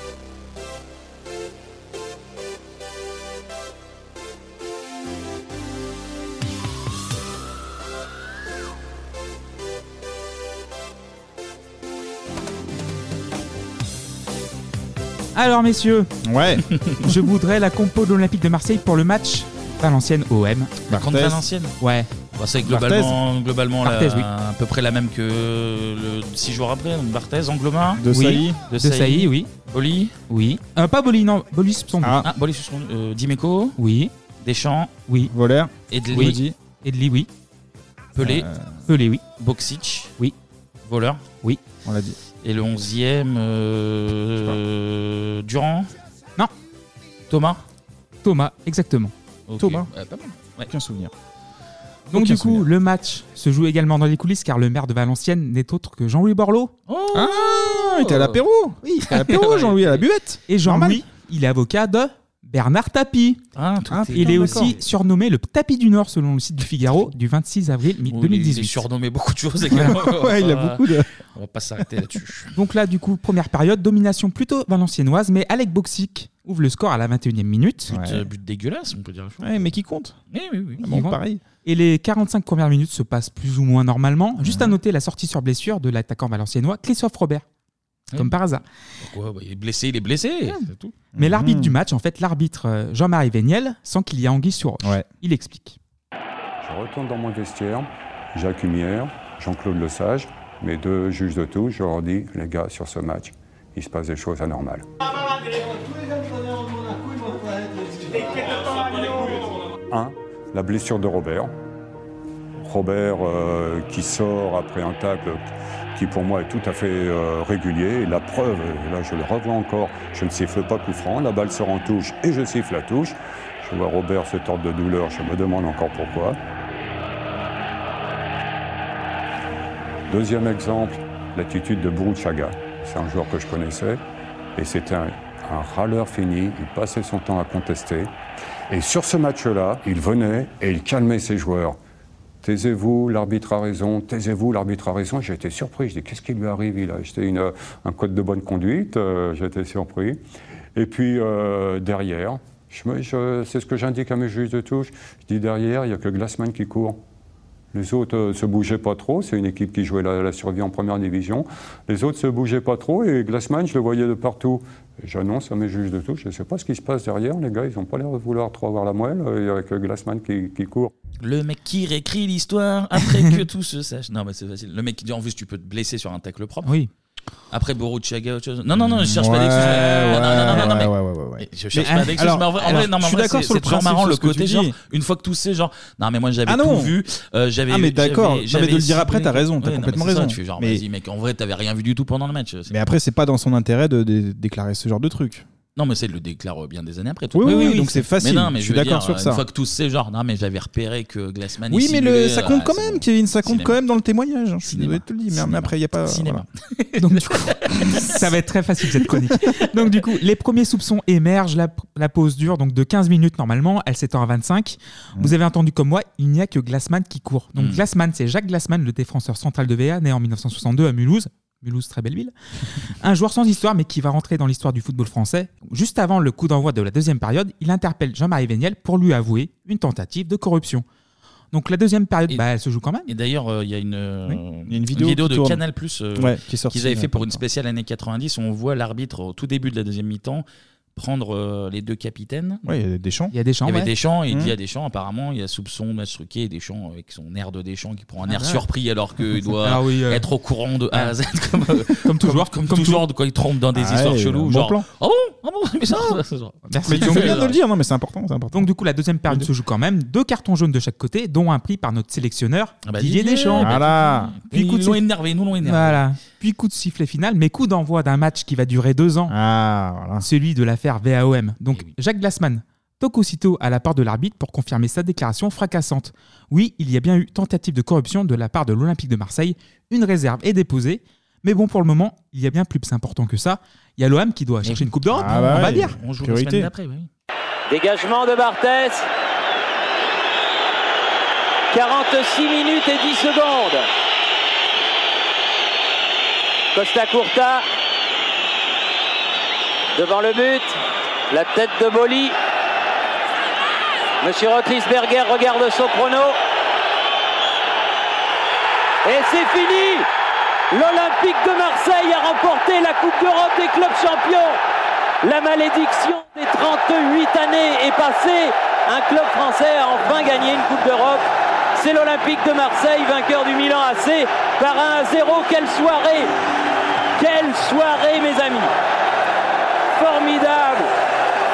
Speaker 6: messieurs,
Speaker 5: ouais.
Speaker 6: je voudrais la compo de l'Olympique de Marseille pour le match Valenciennes OM.
Speaker 1: La grande Valenciennes
Speaker 6: Ouais.
Speaker 1: Bah, c'est globalement,
Speaker 6: Barthez.
Speaker 1: globalement la-
Speaker 6: Barthez, oui.
Speaker 1: à peu près la même que le 6 jours après. Donc Barthez, Angloma,
Speaker 6: De
Speaker 1: Oui.
Speaker 6: Sailly.
Speaker 1: De
Speaker 6: De
Speaker 1: Sailly,
Speaker 6: Sailly, oui.
Speaker 1: Boli
Speaker 6: Oui. Euh, pas Boli, non. Boli suspendu.
Speaker 1: Ah, Boli suspendu. Euh, Dimeco
Speaker 6: Oui.
Speaker 1: Deschamps
Speaker 6: Oui.
Speaker 5: Voleur
Speaker 1: Edli
Speaker 6: Oui. Edli, oui. Euh,
Speaker 1: Pelé
Speaker 6: Pelé, oui.
Speaker 1: Boxic
Speaker 6: Oui.
Speaker 1: Voleur
Speaker 6: Oui.
Speaker 5: On l'a dit.
Speaker 1: Et le 11e, euh, Durand
Speaker 6: Non.
Speaker 1: Thomas
Speaker 6: Thomas, exactement.
Speaker 1: Ok.
Speaker 6: Thomas.
Speaker 1: Ouais, pas mal.
Speaker 5: Aucun souvenir.
Speaker 6: Donc
Speaker 5: Aucun
Speaker 6: du coup, le match se joue également dans les coulisses car le maire de Valenciennes n'est autre que Jean-Louis Borloo.
Speaker 1: Oh.
Speaker 5: Ah, il était à l'apéro.
Speaker 6: Oui,
Speaker 5: il était à l'apéro, Jean-Louis, à la buvette.
Speaker 6: Et Jean-Louis, il est avocat de Bernard Tapie.
Speaker 5: Ah,
Speaker 6: il
Speaker 5: putain,
Speaker 6: est
Speaker 5: d'accord.
Speaker 6: aussi surnommé le tapis du Nord selon le site du Figaro du 26 avril mi- 2018.
Speaker 1: Il est surnommé beaucoup de choses également. On va
Speaker 6: Ouais, il a
Speaker 1: pas-
Speaker 6: beaucoup de-
Speaker 1: On va pas s'arrêter là-dessus.
Speaker 6: Donc là, du coup, première période, domination plutôt valenciennoise, mais Alec Boxic ouvre le score à la 21e minute.
Speaker 1: But, euh, but dégueulasse, on peut dire.
Speaker 5: Ouais, mais qui compte
Speaker 1: Oui, oui, oui.
Speaker 6: Ah bon, pareil. Et les 45 premières minutes se passent plus ou moins normalement. Juste à noter la sortie sur blessure de l'attaquant valenciennois Christophe Robert, comme
Speaker 1: Ouais.
Speaker 6: par hasard.
Speaker 1: Pourquoi Bah, Il est blessé, il est blessé. c'est tout.
Speaker 6: Mais l'arbitre du match, en fait, l'arbitre euh, Jean-Marie Véniel, sent qu'il y a anguille sur roche. Il explique.
Speaker 3: Je retourne dans mon vestiaire, Jacques Humière, Jean-Claude Lesage, mes deux juges de tout, je leur dis, les gars, sur ce match, il se passe des choses anormales. Un, la blessure de Robert. Robert euh, qui sort après un tacle qui pour moi est tout à fait euh, régulier. Et la preuve, et là je le revois encore, je ne siffle pas coup franc, la balle sort en touche et je siffle la touche. Je vois Robert se tordre de douleur, je me demande encore pourquoi. Deuxième exemple, l'attitude de Bourouchaga. C'est un joueur que je connaissais et c'était un, un râleur fini. Il passait son temps à contester. Et sur ce match-là, il venait et il calmait ses joueurs. Taisez-vous, l'arbitre a raison, taisez-vous, l'arbitre a raison. J'ai été surpris, je dis qu'est-ce qui lui arrive Il a acheté une, un code de bonne conduite, euh, j'ai été surpris. Et puis euh, derrière, je me- je- c'est ce que j'indique à mes juges de touche, je dis derrière, il n'y a que Glassman qui court. Les autres euh, se bougeaient pas trop. C'est une équipe qui jouait la, la survie en première division. Les autres se bougeaient pas trop et Glassman, je le voyais de partout. Et J'annonce à mes juges de touche, je ne sais pas ce qui se passe derrière. Les gars, ils n'ont pas l'air de vouloir trop avoir la moelle. euh, Il n'y a que Glassman qui, qui court.
Speaker 1: Le mec qui réécrit l'histoire après que tout se sache. Non, mais c'est facile. Le mec qui dit en plus, tu peux te blesser sur un tacle propre.
Speaker 6: Oui.
Speaker 1: Après Boruchaga, autre chose. Non, non, non, je cherche
Speaker 5: Ouais,
Speaker 1: pas d'excuse.
Speaker 5: ouais,
Speaker 1: non, non, non, non,
Speaker 5: ouais,
Speaker 1: mais-
Speaker 5: ouais, ouais, ouais.
Speaker 1: Et Je cherche
Speaker 5: Mais,
Speaker 1: pas d'excuse.
Speaker 5: alors,
Speaker 1: Mais en vrai, en
Speaker 5: alors,
Speaker 1: vrai, non, mais
Speaker 5: je
Speaker 1: en
Speaker 5: suis
Speaker 1: vrai,
Speaker 5: d'accord
Speaker 1: c'est-
Speaker 5: sur le
Speaker 1: c'est toujours
Speaker 5: principe,
Speaker 1: marrant
Speaker 5: sur
Speaker 1: le
Speaker 5: ce que
Speaker 1: côté
Speaker 5: tu
Speaker 1: genre,
Speaker 5: dis.
Speaker 1: une fois que tout c'est genre, non, mais moi j'avais
Speaker 5: Ah non.
Speaker 1: tout vu. euh, j'avais
Speaker 5: Ah, mais
Speaker 1: j'avais-
Speaker 5: d'accord. Non, mais
Speaker 1: j'avais-
Speaker 5: de le dire après,
Speaker 1: j'avais-
Speaker 5: t'as raison, t'as
Speaker 1: Ouais, non, mais
Speaker 5: complètement
Speaker 1: c'est ça,
Speaker 5: raison.
Speaker 1: Tu fais genre,
Speaker 5: Mais-
Speaker 1: vas-y, mec, en vrai, t'avais rien vu du tout pendant le match. C'est-
Speaker 5: Mais après, c'est pas dans son intérêt de, dé- déclarer ce genre de truc.
Speaker 1: Non, mais c'est le déclare euh, bien des années après.
Speaker 5: Oui, oui, oui, donc c'est facile.
Speaker 1: Mais non, mais
Speaker 5: Je suis
Speaker 1: veux
Speaker 5: d'accord
Speaker 1: dire,
Speaker 5: sur ça.
Speaker 1: Une fois que tout c'est genre, non, mais j'avais repéré que Glassman.
Speaker 5: oui,
Speaker 1: il
Speaker 5: mais le,
Speaker 1: simulait,
Speaker 5: ça
Speaker 1: euh,
Speaker 5: compte quand
Speaker 1: c'est-
Speaker 5: même, Kevin, ça compte
Speaker 1: Cinéma.
Speaker 5: quand même dans le témoignage. hein. Je suis désolé de te le dire, mais- mais après, il n'y a pas.
Speaker 1: Cinéma.
Speaker 6: Donc, du coup, ça va être très facile cette chronique. Donc, du coup, les premiers soupçons émergent. La, la pause dure donc de 15 minutes normalement. Elle s'étend à 25. Vous avez entendu comme moi, il n'y a que Glassman qui court. Donc,
Speaker 1: Mm.
Speaker 6: Glassman, c'est Jacques Glassman, le défenseur central de VA, né en 1962 à Mulhouse. Mulhouse, très belle ville. Un joueur sans histoire, mais qui va rentrer dans l'histoire du football français. Juste avant le coup d'envoi de la deuxième période, il interpelle Jean-Marie Véniel pour lui avouer une tentative de corruption. Donc la deuxième période, bah, elle se joue quand même.
Speaker 1: Et d'ailleurs, euh, il y a une, euh,
Speaker 6: Oui.
Speaker 5: Il y a une vidéo qui
Speaker 1: de
Speaker 5: tourne.
Speaker 1: Canal Plus euh,
Speaker 5: Ouais, qui est sortie
Speaker 1: qu'ils avaient
Speaker 5: il y a
Speaker 1: fait pour
Speaker 5: pas
Speaker 1: une
Speaker 5: longtemps.
Speaker 1: spéciale années 90 où on voit l'arbitre au tout début de la deuxième mi-temps prendre euh, les deux capitaines.
Speaker 5: Ouais, il y a Deschamps. Hum.
Speaker 6: Il y a Deschamps,
Speaker 1: Il y avait
Speaker 6: ouais.
Speaker 1: Deschamps, et il
Speaker 6: Mhm.
Speaker 1: dit à Deschamps, apparemment, il y a soupçon d'instruquer Deschamps euh, avec son air de Deschamps qui prend un
Speaker 6: Ah
Speaker 1: air
Speaker 6: ouais.
Speaker 1: surpris alors qu'il doit
Speaker 5: Ah
Speaker 6: Alors oui, euh,
Speaker 1: être au courant de A à Z comme,
Speaker 6: comme toujours,
Speaker 1: comme, toujours de quoi il trompe dans des
Speaker 5: Ah
Speaker 1: histoires
Speaker 5: ouais,
Speaker 1: cheloues.
Speaker 5: bon
Speaker 1: genre,
Speaker 5: plan.
Speaker 1: Ah bon Ah bon Mais ça, ça, ça, ça.
Speaker 6: Merci.
Speaker 5: Mais tu
Speaker 6: Donc,
Speaker 5: fais bien de le dire, non, mais c'est important, c'est important.
Speaker 6: Donc du coup, la deuxième période se joue quand même. Deux cartons jaunes de chaque côté, dont un pris par notre sélectionneur
Speaker 1: Ah bah,
Speaker 6: Didier
Speaker 1: Didier,
Speaker 6: Deschamps.
Speaker 1: bah, Voilà. Ils l'ont énervé, nous l'ont énervé.
Speaker 6: Voilà. Puis coup de sifflet final, mais coup d'envoi d'un match qui va durer deux ans.
Speaker 5: Ah,
Speaker 6: Celui de l'affaire VAOM. Donc
Speaker 5: Eh
Speaker 6: Jacques Glassman toque aussitôt à la part de l'arbitre pour confirmer sa déclaration fracassante. Oui, il y a bien eu tentative de corruption de la part de l'Olympique de Marseille. Une réserve est déposée. Mais bon, pour le moment, il y a bien plus important que ça. Il y a l'OM qui doit chercher une coupe d'Europe,
Speaker 5: Ah bah
Speaker 6: on va
Speaker 5: ouais,
Speaker 6: dire.
Speaker 5: on joue la Priorité. semaine d'après,
Speaker 12: Dégagement de Barthez. 46 minutes et 10 secondes. Costa Curta devant le but. La tête de Boli. Monsieur Rotlisberger regarde son chrono. Et c'est fini L'Olympique de Marseille a remporté la Coupe d'Europe des clubs champions. La malédiction des 38 années est passée. Un club français a enfin gagné une Coupe d'Europe. C'est l'Olympique de Marseille, vainqueur du Milan AC par 1 à 0. Quelle soirée Quelle soirée, mes amis Formidable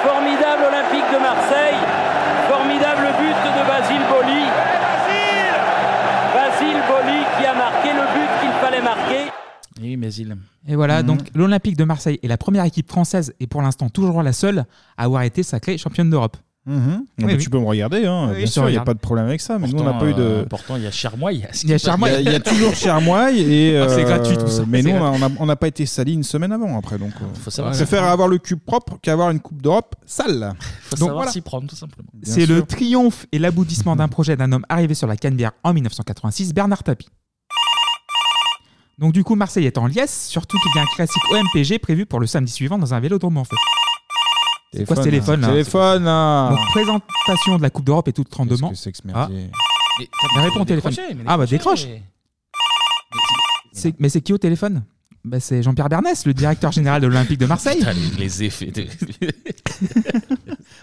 Speaker 12: Formidable Olympique de Marseille. Formidable but de Basile Boli. Basile Boli qui a marqué le but qu'il fallait marquer.
Speaker 1: Oui, mais
Speaker 5: Mm-hmm.
Speaker 1: il.
Speaker 6: Et voilà,
Speaker 1: Mhm.
Speaker 6: donc l'Olympique de Marseille est la première équipe française et pour l'instant toujours la seule à avoir été sacrée championne d'Europe.
Speaker 1: Ah bah
Speaker 5: Non, mais tu peux me regarder, hein. bien sûr, il n'y a pas de problème avec ça. Mais nous, on n'a
Speaker 1: Pourtant,
Speaker 5: pas eu
Speaker 1: euh,
Speaker 5: de.
Speaker 1: Pourtant, il y a Charmoy.
Speaker 6: Il y a Charmoy.
Speaker 5: Il y a- il y, a toujours Charmoy et
Speaker 1: Ah, c'est
Speaker 5: euh,
Speaker 1: gratuit, tout ça.
Speaker 5: Mais
Speaker 1: C'est
Speaker 5: nous, on a-
Speaker 1: gratuit.
Speaker 5: on a- on n'a pas été sali une semaine avant. Après, donc, euh, on
Speaker 1: savoir s'y
Speaker 5: préfère
Speaker 1: prendre.
Speaker 5: avoir le cube propre qu'avoir une coupe d'Europe sale.
Speaker 1: Faut
Speaker 5: donc
Speaker 1: savoir
Speaker 5: voilà.
Speaker 1: s'y prendre, tout simplement.
Speaker 6: C'est le triomphe et l'aboutissement d'un projet d'un homme arrivé sur la Canebière en 1986, Bernard Tapie. Donc du coup, Marseille est en liesse, surtout qu'il y a un classique OMPG prévu pour le samedi suivant dans un vélodrome en feu. C'est quoi ce téléphone
Speaker 5: Téléphone,
Speaker 6: là
Speaker 5: hein. Téléphone, hein.
Speaker 6: Donc présentation de la Coupe d'Europe et tout 32
Speaker 5: Qu'est-ce
Speaker 6: ans.
Speaker 5: que c'est que ce
Speaker 6: Ah.
Speaker 5: merdier
Speaker 1: Mais
Speaker 6: Mais réponds au téléphone.
Speaker 1: décrochez, mais
Speaker 6: Ah bah décroche
Speaker 1: décrochez.
Speaker 6: C'est- Mais c'est qui au téléphone bah, C'est Jean-Pierre Bernès, le directeur général de l'Olympique de Marseille.
Speaker 1: Putain, les- les effets de.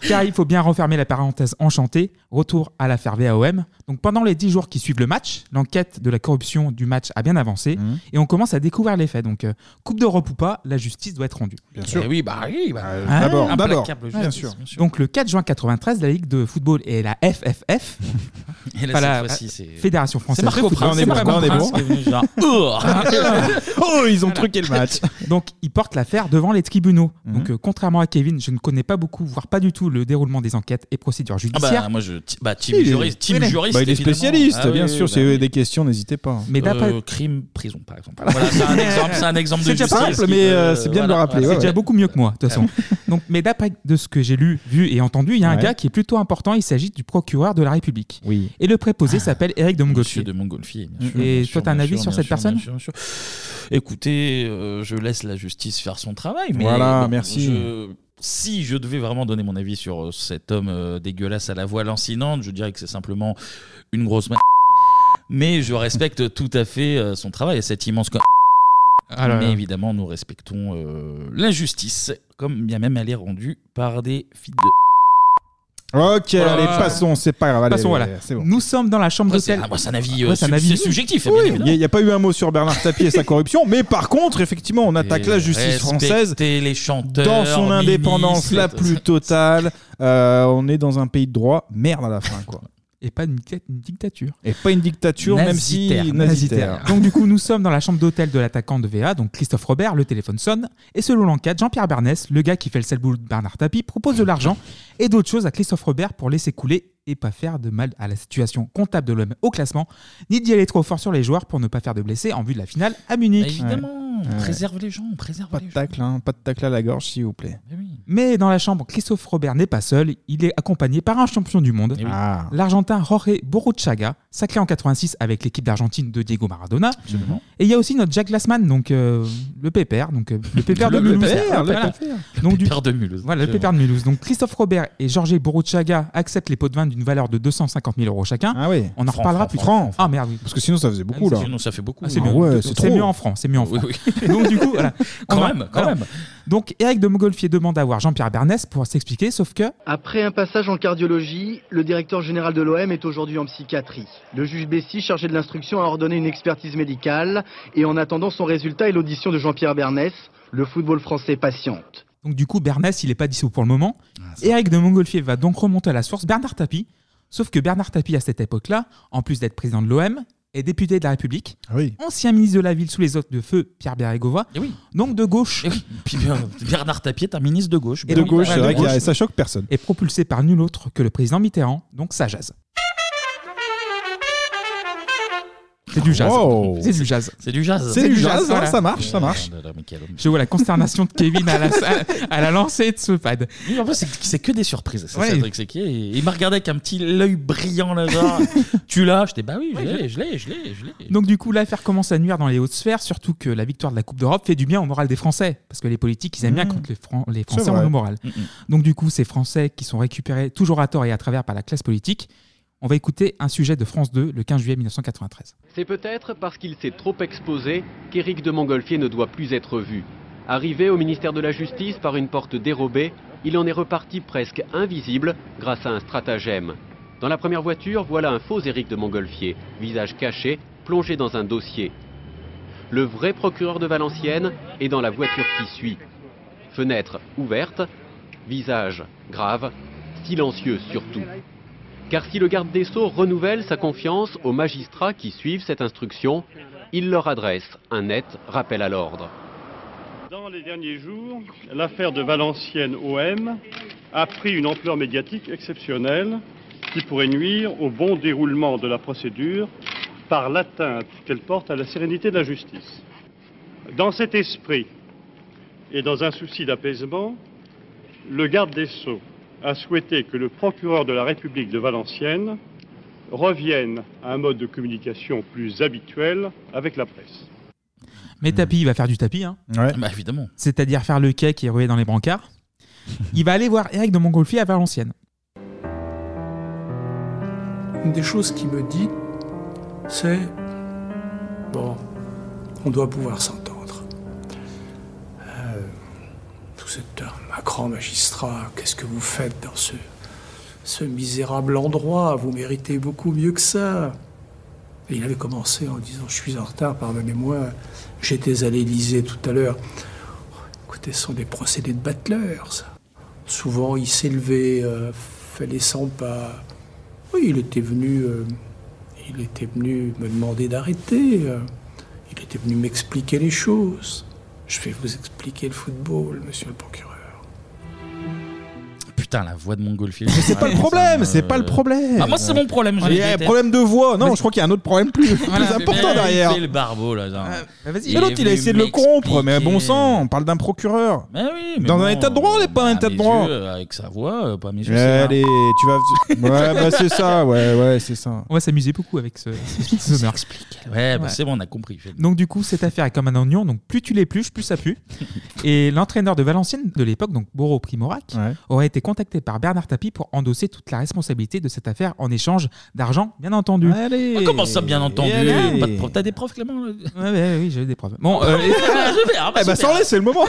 Speaker 1: Ah
Speaker 6: Car il faut bien refermer la parenthèse enchantée. Retour à l'affaire VAOM. Donc pendant les 10 jours qui suivent le match, l'enquête de la corruption du match a bien avancé
Speaker 5: Mhm.
Speaker 6: et on commence à découvrir les faits. Donc euh, Coupe d'Europe ou pas, la justice doit être rendue.
Speaker 5: Bien sûr.
Speaker 1: Eh oui, bah oui, bah,
Speaker 6: Ah.
Speaker 1: implacable, justice,
Speaker 6: Donc le 4 juin 93, la Ligue de football et la FFF,
Speaker 1: Et là,
Speaker 6: enfin,
Speaker 1: cette
Speaker 6: la
Speaker 1: fois-ci, c'est-
Speaker 6: Fédération
Speaker 1: C'est
Speaker 6: française.
Speaker 1: Marco
Speaker 6: de football.
Speaker 1: Prince, c'est Marco Prince qui est venu genre, Oh
Speaker 6: oh, ils ont truqué le match. Donc ils portent l'affaire devant les tribunaux.
Speaker 1: Mhm.
Speaker 6: Donc euh, contrairement à Kevin, je ne connais pas beaucoup, voire pas du tout, le déroulement des enquêtes et procédures
Speaker 1: Ah
Speaker 6: judiciaires.
Speaker 1: bah moi je ti- bah team juriste, team juriste.
Speaker 5: Bah, il est
Speaker 1: évidemment.
Speaker 5: spécialiste,
Speaker 1: Ah
Speaker 5: bien
Speaker 1: oui,
Speaker 5: sûr.
Speaker 1: bah
Speaker 5: Si vous
Speaker 1: oui.
Speaker 5: avez des questions, n'hésitez pas.
Speaker 6: Mais d'après-
Speaker 1: Euh, crime prison par exemple. Voilà, c'est un exemple, c'est un exemple de
Speaker 6: C'est déjà
Speaker 1: justice
Speaker 6: simple,
Speaker 1: qui
Speaker 6: mais,
Speaker 1: peut-
Speaker 6: euh, c'est bien de le
Speaker 1: voilà,
Speaker 6: rappeler,
Speaker 1: voilà.
Speaker 6: ouais, ouais. beaucoup mieux que moi, de toute façon. Donc, mais d'après de ce que j'ai lu, vu et entendu, il y a un
Speaker 1: Ouais.
Speaker 6: gars qui est plutôt important. Il s'agit du procureur de la République.
Speaker 5: Oui.
Speaker 6: Et le préposé s'appelle Éric de Montgolfier.
Speaker 1: Ah.
Speaker 6: Mm.
Speaker 1: de Montgolfier, bien sûr,
Speaker 6: Et
Speaker 1: bien
Speaker 6: toi,
Speaker 1: sûr,
Speaker 6: t'as un
Speaker 1: bien
Speaker 6: avis
Speaker 1: sûr,
Speaker 6: sur
Speaker 1: bien
Speaker 6: cette
Speaker 1: sûr,
Speaker 6: personne
Speaker 1: bien sûr, bien sûr. Écoutez, euh, je laisse la justice faire son travail. Mais
Speaker 5: Voilà,
Speaker 1: bon,
Speaker 5: merci.
Speaker 1: je- si je devais vraiment donner mon avis sur euh, cet homme euh, dégueulasse à la voix lancinante, je dirais que c'est simplement une grosse merde. Mais je respecte tout à fait euh, son travail et cette immense. co-
Speaker 6: Ah là là.
Speaker 1: Mais évidemment, nous respectons euh, la justice, comme bien même elle est rendue par des filles de. Oh
Speaker 5: Ok,
Speaker 1: Voilà.
Speaker 5: allez, passons, c'est pas grave. allez,
Speaker 6: Passons, voilà.
Speaker 5: allez, c'est bon.
Speaker 6: Nous sommes dans la chambre
Speaker 1: Après, c'est-
Speaker 6: d'hôtel.
Speaker 1: ah, bah, c'est un avis, euh,
Speaker 6: Après, c'est
Speaker 1: sub- c'est subjectif, bien
Speaker 5: Oui,
Speaker 1: évidemment.
Speaker 5: Il n'y a pas eu un mot sur Bernard Tapie et sa corruption, mais par contre, effectivement, on attaque la justice
Speaker 1: Respecter
Speaker 5: française
Speaker 1: les chanteurs,
Speaker 5: dans son indépendance la
Speaker 1: ministres,
Speaker 5: plus totale. Euh, on est dans un pays de droit, merde à la fin, quoi.
Speaker 6: Et pas une, dicta- une dictature.
Speaker 5: Et pas une dictature, même si nazitaire.
Speaker 6: Donc du coup, nous sommes dans la chambre d'hôtel de l'attaquant de VA, donc Christophe Robert, le téléphone sonne, et selon l'enquête, Jean-Pierre Bernès, le gars qui fait le sale boulot de Bernard Tapie, propose de l'argent et d'autres choses à Christophe Robert pour laisser couler et pas faire de mal à la situation comptable de l'homme au classement, ni d'y aller trop fort sur les joueurs pour ne pas faire de blessés en vue de la finale à Munich.
Speaker 1: Évidemment, on
Speaker 6: Ouais.
Speaker 1: préserve les gens, on préserve
Speaker 5: Pas de tacle, hein, pas de tacle à la gorge, s'il vous plaît.
Speaker 6: Mais dans la chambre, Christophe Robert n'est pas seul, il est accompagné par un champion du monde,
Speaker 5: Ah.
Speaker 6: l'Argentin Jorge Borruchaga, sacré en 86 avec l'équipe d'Argentine de Diego Maradona.
Speaker 5: Absolument.
Speaker 6: Et il y a aussi notre Jack Glassman, donc euh, le pépère, donc euh, le pépère de
Speaker 5: Le
Speaker 6: Mulhouse. Ah,
Speaker 5: pépère, le
Speaker 6: Voilà.
Speaker 5: pépère.
Speaker 6: Donc, du-
Speaker 1: Père de Mulhouse.
Speaker 6: Voilà, le
Speaker 1: Absolument.
Speaker 6: pépère de Mulhouse. Donc Christophe Robert et Jorge Borruchaga acceptent les pots de vin d'une valeur de 250 000 euros chacun.
Speaker 5: Ah oui.
Speaker 6: On en
Speaker 5: Francs,
Speaker 6: reparlera
Speaker 5: francs,
Speaker 6: plus
Speaker 5: francs,
Speaker 6: tard. Ah merde, oui.
Speaker 5: Parce que sinon, ça faisait beaucoup, là.
Speaker 1: Sinon, ça fait beaucoup. hein.
Speaker 6: Ah, c'est
Speaker 5: Ah
Speaker 6: mieux.
Speaker 5: ouais, c'est
Speaker 6: c'est
Speaker 5: trop.
Speaker 6: mieux en francs, c'est mieux en francs. Donc du coup, voilà.
Speaker 1: Quand
Speaker 6: On va-
Speaker 1: même, quand
Speaker 6: voilà.
Speaker 1: même.
Speaker 6: Donc Eric de Montgolfier demande à voir Jean-Pierre Bernès pour s'expliquer, sauf que
Speaker 7: Après un passage en cardiologie, le directeur général de l'OM est aujourd'hui en psychiatrie. Le juge Bessy, chargé de l'instruction, a ordonné une expertise médicale et en attendant son résultat et l'audition de Jean-Pierre Bernès, le football français patiente.
Speaker 6: Donc du coup, Bernès, il n'est pas dissous pour le moment.
Speaker 1: Ah,
Speaker 6: Eric de Montgolfier va donc remonter à la source Bernard Tapie. Sauf que Bernard Tapie, à cette époque-là, en plus d'être président de l'OM, est député de la République,
Speaker 5: Ah
Speaker 6: ancien ministre de la ville sous les autres de feu Pierre Bérégovoy,
Speaker 1: Eh
Speaker 6: donc de gauche.
Speaker 1: Puis euh, Bernard Tapie est un ministre de gauche.
Speaker 6: Et
Speaker 1: Bon,
Speaker 6: donc, ouais,
Speaker 1: bah,
Speaker 6: de
Speaker 1: de
Speaker 6: gauche.
Speaker 1: gauche.
Speaker 6: Et propulsé par nul autre que le président Mitterrand, donc ça jazz. C'est du jazz.
Speaker 1: Wow.
Speaker 6: C'est du jazz.
Speaker 1: C'est du jazz.
Speaker 5: C'est du jazz, hein,
Speaker 6: voilà.
Speaker 5: ça marche, ça marche.
Speaker 6: Je vois la consternation de Kevin à la, à la lancée de ce pad.
Speaker 1: Oui, en fait, c'est- c'est que des surprises. C'est
Speaker 6: Ouais.
Speaker 1: ça le truc, c'est qu'il il m'a regardé avec un petit l'œil brillant là, genre. tu l'as J'étais, bah oui, je
Speaker 6: Ouais,
Speaker 1: l'ai,
Speaker 6: je-
Speaker 1: je l'ai, je l'ai, je l'ai.
Speaker 6: Donc du coup, l'affaire commence à nuire dans les hautes sphères, surtout que la victoire de la Coupe d'Europe fait du bien au moral des Français, parce que les politiques, ils aiment bien
Speaker 1: Mmh.
Speaker 6: quand les, Fran- les
Speaker 1: C'est
Speaker 6: Français ont
Speaker 1: vrai.
Speaker 6: le moral.
Speaker 1: Mmh, mmh.
Speaker 6: Donc du coup, ces Français qui sont récupérés toujours à tort et à travers par la classe politique, on va écouter un sujet de France 2 le 15 juillet 1993.
Speaker 9: C'est peut-être parce qu'il s'est trop exposé qu'Éric de Montgolfier ne doit plus être vu. Arrivé au ministère de la Justice par une porte dérobée, il en est reparti presque invisible grâce à un stratagème. Dans la première voiture, voilà un faux Éric de Montgolfier, visage caché, plongé dans un dossier. Le vrai procureur de Valenciennes est dans la voiture qui suit. Fenêtre ouverte, visage grave, silencieux surtout. Car si le garde des Sceaux renouvelle sa confiance aux magistrats qui suivent cette instruction, il leur adresse un net rappel à l'ordre.
Speaker 2: Dans les derniers jours, l'affaire de Valenciennes OM a pris une ampleur médiatique exceptionnelle qui pourrait nuire au bon déroulement de la procédure par l'atteinte qu'elle porte à la sérénité de la justice. Dans cet esprit et dans un souci d'apaisement, le garde des Sceaux a souhaité que le procureur de la République de Valenciennes revienne à un mode de communication plus habituel avec la presse.
Speaker 6: Mais Tapi, il va faire du tapis. Hein.
Speaker 1: Mmh. Ouais. Bah, évidemment.
Speaker 6: C'est-à-dire faire le quai qui est roulé dans les brancards. il va aller voir Eric de Montgolfier à Valenciennes.
Speaker 31: Une des choses qui me dit, c'est bon, on doit pouvoir s'entendre. Euh, tout cet Macron magistrat, qu'est-ce que vous faites dans ce, ce misérable endroit Vous méritez beaucoup mieux que ça. Et il avait commencé en disant Je suis en retard, pardonnez-moi, j'étais à l'Élysée tout à l'heure. Écoutez, ce sont des procédés de battleurs, ça. Souvent, il s'élevait, euh, fallait sans pas. Oui, il était venu. euh, il était venu me demander d'arrêter. euh, Il était venu m'expliquer les choses. Je vais vous expliquer le football, monsieur le procureur.
Speaker 1: Putain, la voix de Montgolfier.
Speaker 5: Mais c'est pas le problème, c'est pas le problème.
Speaker 1: Ah, moi, c'est mon problème. je
Speaker 5: Il y a un
Speaker 1: déteste.
Speaker 5: problème de voix. Non, je crois qu'il y a un autre problème plus, plus
Speaker 1: Voilà, c'est
Speaker 5: important
Speaker 1: bien,
Speaker 5: derrière. Ah,
Speaker 1: il fait le barbeau, là. genre.
Speaker 5: Mais l'autre, il a
Speaker 1: est
Speaker 5: essayé de le
Speaker 1: venu Ah
Speaker 5: corrompre. Mais bon sang, on parle d'un procureur.
Speaker 1: mais
Speaker 5: Dans
Speaker 1: bon, Ah,
Speaker 5: un état de droit, Eh, on n'est pas dans un
Speaker 1: à
Speaker 5: état de
Speaker 1: mes
Speaker 5: droit.
Speaker 1: yeux, avec sa voix, euh, pas à mes yeux. c'est
Speaker 5: Allez, tu vas. Ouais, bah c'est ça, ouais, ouais, c'est ça.
Speaker 6: On va s'amuser beaucoup avec ce, ce meurtre.
Speaker 1: là. Ouais, bah, c'est bon, on a compris. Fais-
Speaker 6: Donc du coup, cette affaire est comme un oignon, donc plus tu l'épluches, plus ça pue. Et l'entraîneur de Valenciennes de l'époque, donc Boro Primorac, aurait été contacté par Bernard Tapie pour endosser toute la responsabilité de cette affaire en échange d'argent, bien entendu.
Speaker 1: Ah, comment ça, bien entendu
Speaker 6: Allez.
Speaker 1: Pas de pro- T'as des profs, Clément là
Speaker 6: Ouais, ouais, oui, j'ai eu des preuves. Bon, euh, et-
Speaker 1: Je vais, ah, bah,
Speaker 6: Eh ben,
Speaker 1: super.
Speaker 6: sans laisse, c'est le moment.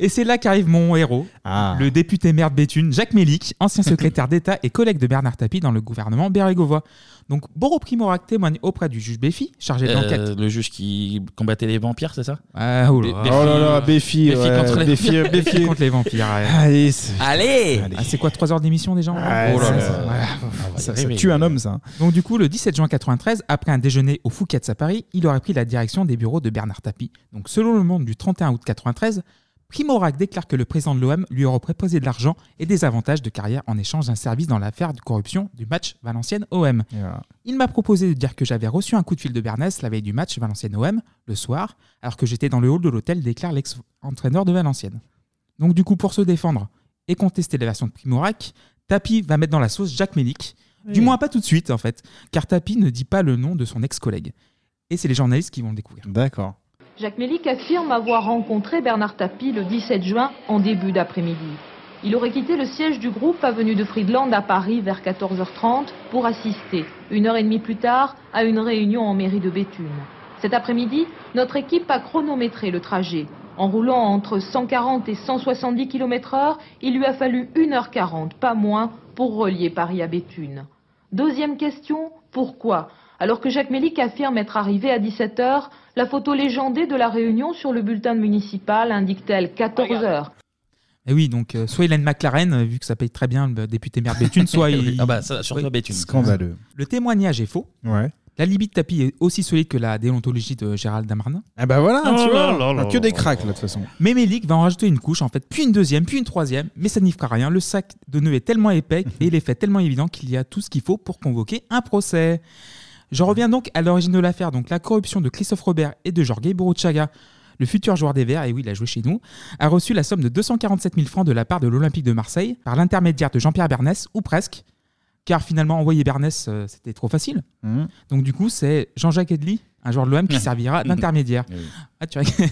Speaker 6: et c'est là qu'arrive mon héros, le député maire de Béthune, Jacques Mélic, ancien secrétaire d'État et collègue de Bernard Tapie dans le gouvernement Bérégovois. Donc, Boro Primorac témoigne auprès du juge Béfi, chargé
Speaker 1: Euh,
Speaker 6: d'enquête.
Speaker 1: le juge qui combattait les vampires, c'est ça
Speaker 6: Ah,
Speaker 1: oh
Speaker 6: là. Oh là là, Béfi, ouais, Béfi, Béfi contre les vampires, ouais. Allez, c'est-
Speaker 1: Allez
Speaker 6: Ah, c'est quoi 3 heures d'émission déjà
Speaker 5: Ouais,
Speaker 6: Oh là
Speaker 5: ça,
Speaker 6: là.
Speaker 5: ça,
Speaker 6: Voilà.
Speaker 5: ça, ça tue un homme, ça.
Speaker 6: hein. Donc du coup, le 17 juin 93, après un déjeuner au Fouquet's à Paris, il aurait pris la direction des bureaux de Bernard Tapie. Donc selon le Monde du 31 août 93, Primorac déclare que le président de l'OM lui aurait proposé de l'argent et des avantages de carrière en échange d'un service dans l'affaire de corruption du match Valenciennes-OM. Il m'a proposé de dire que j'avais reçu un coup de fil de Bernès la veille du match Valenciennes-OM, le soir, alors que j'étais dans le hall de l'hôtel, déclare l'ex-entraîneur de Valenciennes. Donc du coup, pour se défendre et contester la version de Primorac, Tapi va mettre dans la sauce Jacques Mélic. Du
Speaker 5: Oui.
Speaker 6: moins pas tout de suite en fait, car Tapi ne dit pas le nom de son ex-collègue. Et c'est les journalistes qui vont le découvrir.
Speaker 5: D'accord.
Speaker 38: Jacques Mélic affirme avoir rencontré Bernard Tapie le 17 juin en début d'après-midi. Il aurait quitté le siège du groupe avenue de Friedland à Paris vers 14h30 pour assister, une heure et demie plus tard, à une réunion en mairie de Béthune. Cet après-midi, notre équipe a chronométré le trajet. En roulant entre 140 et 170 km heure, il lui a fallu 1h40, pas moins, pour relier Paris à Béthune. Deuxième question, pourquoi Alors que Jacques Mélic affirme être arrivé à 17h, la photo légendée de la réunion sur le bulletin municipal indique-t-elle 14h
Speaker 6: Et oui, donc euh, soit Hélène McLaren, euh, vu que ça paye très bien le député maire Béthune, soit il...
Speaker 1: Ah bah, ça, surtout à Béthune.
Speaker 5: Scandaleux.
Speaker 6: Le témoignage est faux.
Speaker 5: Ouais.
Speaker 6: La libye de Tapi est aussi solide que la déontologie de Gérald Darmanin.
Speaker 5: Ah bah voilà,
Speaker 6: Oh
Speaker 5: tu
Speaker 6: là
Speaker 5: vois.
Speaker 6: là là
Speaker 5: que des
Speaker 6: là
Speaker 5: cracks, là, de toute façon.
Speaker 6: Mais Mélic va en rajouter une couche, en fait, puis une deuxième, puis une troisième, mais ça n'y fera rien. Le sac de nœuds est tellement épais et les faits tellement évidents qu'il y a tout ce qu'il faut pour convoquer un procès. Je reviens donc à l'origine de l'affaire, donc la corruption de Christophe Robert et de Jorge Boruchaga. Le futur joueur des Verts, et oui, il a joué chez nous, a reçu la somme de 247 000 francs de la part de l'Olympique de Marseille par l'intermédiaire de Jean-Pierre Bernès, ou presque, car finalement envoyer Bernès, euh, c'était trop facile. Donc du coup, c'est Jean-Jacques Edly, un joueur de l'OM, qui servira d'intermédiaire.
Speaker 1: Oui.
Speaker 6: Ah, tu rigoles.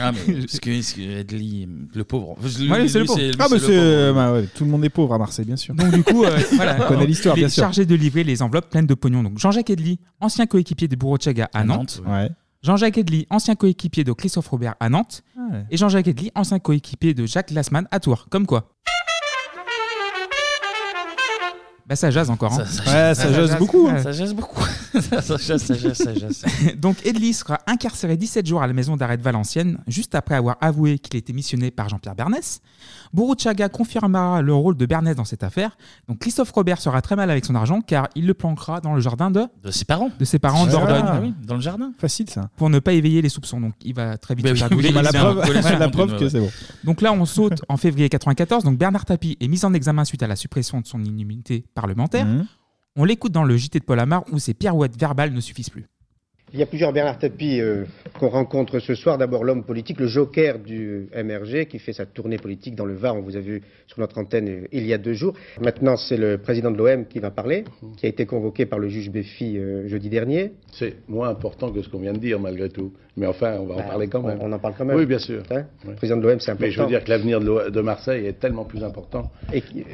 Speaker 1: Ah, mais parce que, parce que Edli, le pauvre.
Speaker 6: Ouais, c'est le pauvre.
Speaker 1: lui,
Speaker 5: Ah bah
Speaker 1: c'est le pauvre.
Speaker 5: c'est. bah ouais, Tout le monde est pauvre à Marseille, bien sûr.
Speaker 6: Donc du coup, euh, voilà,
Speaker 5: on connaît l'histoire,
Speaker 6: il est
Speaker 5: bien sûr.
Speaker 6: chargé de livrer les enveloppes pleines de pognon. Donc Jean-Jacques Edly, ancien coéquipier de Bourrochaga à Nantes. Jean-Jacques Edly, ancien coéquipier de Christophe Robert à Nantes.
Speaker 5: Ouais.
Speaker 6: Et Jean-Jacques Edly, ancien coéquipier de Jacques Lasman à Tours. Comme quoi. Bah, ça jase encore. hein.
Speaker 5: hein.
Speaker 1: Ça jase beaucoup. ça jase, ça jase, ça jase.
Speaker 6: Donc Edlis sera incarcéré 17 jours à la maison d'arrêt de Valenciennes, juste après avoir avoué qu'il était missionné par Jean-Pierre Bernès. Boruchaga confirmera le rôle de Bernès dans cette affaire. Donc Christophe Robert sera très mal avec son argent car il le planquera dans le jardin de,
Speaker 1: de ses parents.
Speaker 6: De ses parents
Speaker 1: Ah,
Speaker 6: d'Ordogne.
Speaker 1: oui, dans le jardin.
Speaker 5: Facile ça.
Speaker 6: Pour ne pas éveiller les soupçons. Donc il va très vite
Speaker 5: Bah
Speaker 6: se
Speaker 5: oui,
Speaker 6: faire
Speaker 5: oui,
Speaker 6: bouger.
Speaker 5: bah, la
Speaker 6: C'est un
Speaker 5: preuve-
Speaker 6: collectionneur
Speaker 5: la
Speaker 6: de
Speaker 5: preuve
Speaker 6: nous,
Speaker 5: que
Speaker 6: ouais.
Speaker 5: c'est bon.
Speaker 6: Donc là, on saute en février 94. Donc Bernard Tapie est mis en examen suite à la suppression de son immunité parlementaire.
Speaker 5: Mmh.
Speaker 6: On l'écoute dans le JT de Paul Amar où ses pirouettes verbales ne suffisent plus.
Speaker 17: Il y a plusieurs Bernard Tapie euh, qu'on rencontre ce soir. D'abord l'homme politique, le joker du MRG qui fait sa tournée politique dans le Var. On vous a vu sur notre antenne euh, il y a deux jours. Maintenant, c'est le président de l'OM qui va parler, qui a été convoqué par le juge Béfi euh, jeudi dernier.
Speaker 20: C'est moins important que ce qu'on vient de dire, malgré tout. Mais enfin, on va
Speaker 17: Bah,
Speaker 20: en parler quand
Speaker 17: on-
Speaker 20: même.
Speaker 17: on en parle quand même.
Speaker 20: Oui, bien sûr.
Speaker 17: Hein
Speaker 20: Oui.
Speaker 17: Le président de l'OM, c'est important.
Speaker 20: Mais je veux dire que l'avenir de l'O- de Marseille est tellement plus important.
Speaker 17: Et qui,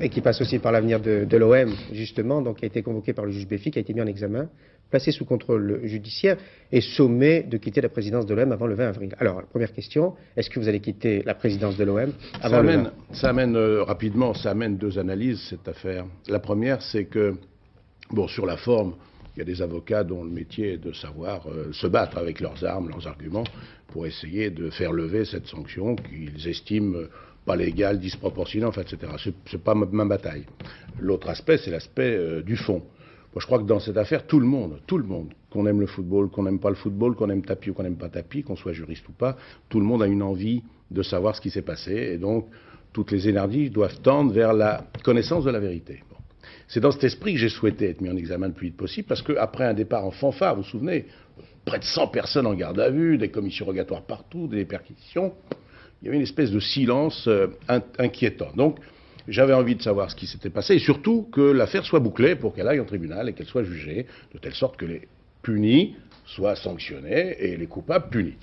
Speaker 17: et qui passe aussi par l'avenir de, de l'OM, justement, donc qui a été convoqué par le juge Béfi, qui a été mis en examen, placé sous contrôle judiciaire et sommé de quitter la présidence de l'OM avant le 20 avril. Alors, première question, est-ce que vous allez quitter la présidence de l'OM avant
Speaker 20: Ça
Speaker 17: le 20
Speaker 20: amène, ça amène, euh, rapidement, ça amène deux analyses, cette affaire. La première, c'est que, bon, sur la forme, il y a des avocats dont le métier est de savoir euh, se battre avec leurs armes, leurs arguments, pour essayer de faire lever cette sanction qu'ils estiment euh, pas légale, disproportionnée, enfin, etc. C'est- C'est pas ma, ma bataille. L'autre aspect, c'est l'aspect euh, du fond. Moi, je crois que dans cette affaire, tout le monde, tout le monde, qu'on aime le football, qu'on n'aime pas le football, qu'on aime tapis ou qu'on n'aime pas tapis, qu'on soit juriste ou pas, tout le monde a une envie de savoir ce qui s'est passé. Et donc, toutes les énergies doivent tendre vers la connaissance de la vérité. Bon. C'est dans cet esprit que j'ai souhaité être mis en examen le plus vite possible, parce qu'après un départ en fanfare, vous vous souvenez, près de 100 personnes en garde à vue, des commissions rogatoires partout, des perquisitions, il y avait une espèce de silence euh, in- inquiétant. Donc, j'avais envie de savoir ce qui s'était passé et surtout que l'affaire soit bouclée pour qu'elle aille en tribunal et qu'elle soit jugée, de telle sorte que les punis soient sanctionnés et les coupables punis.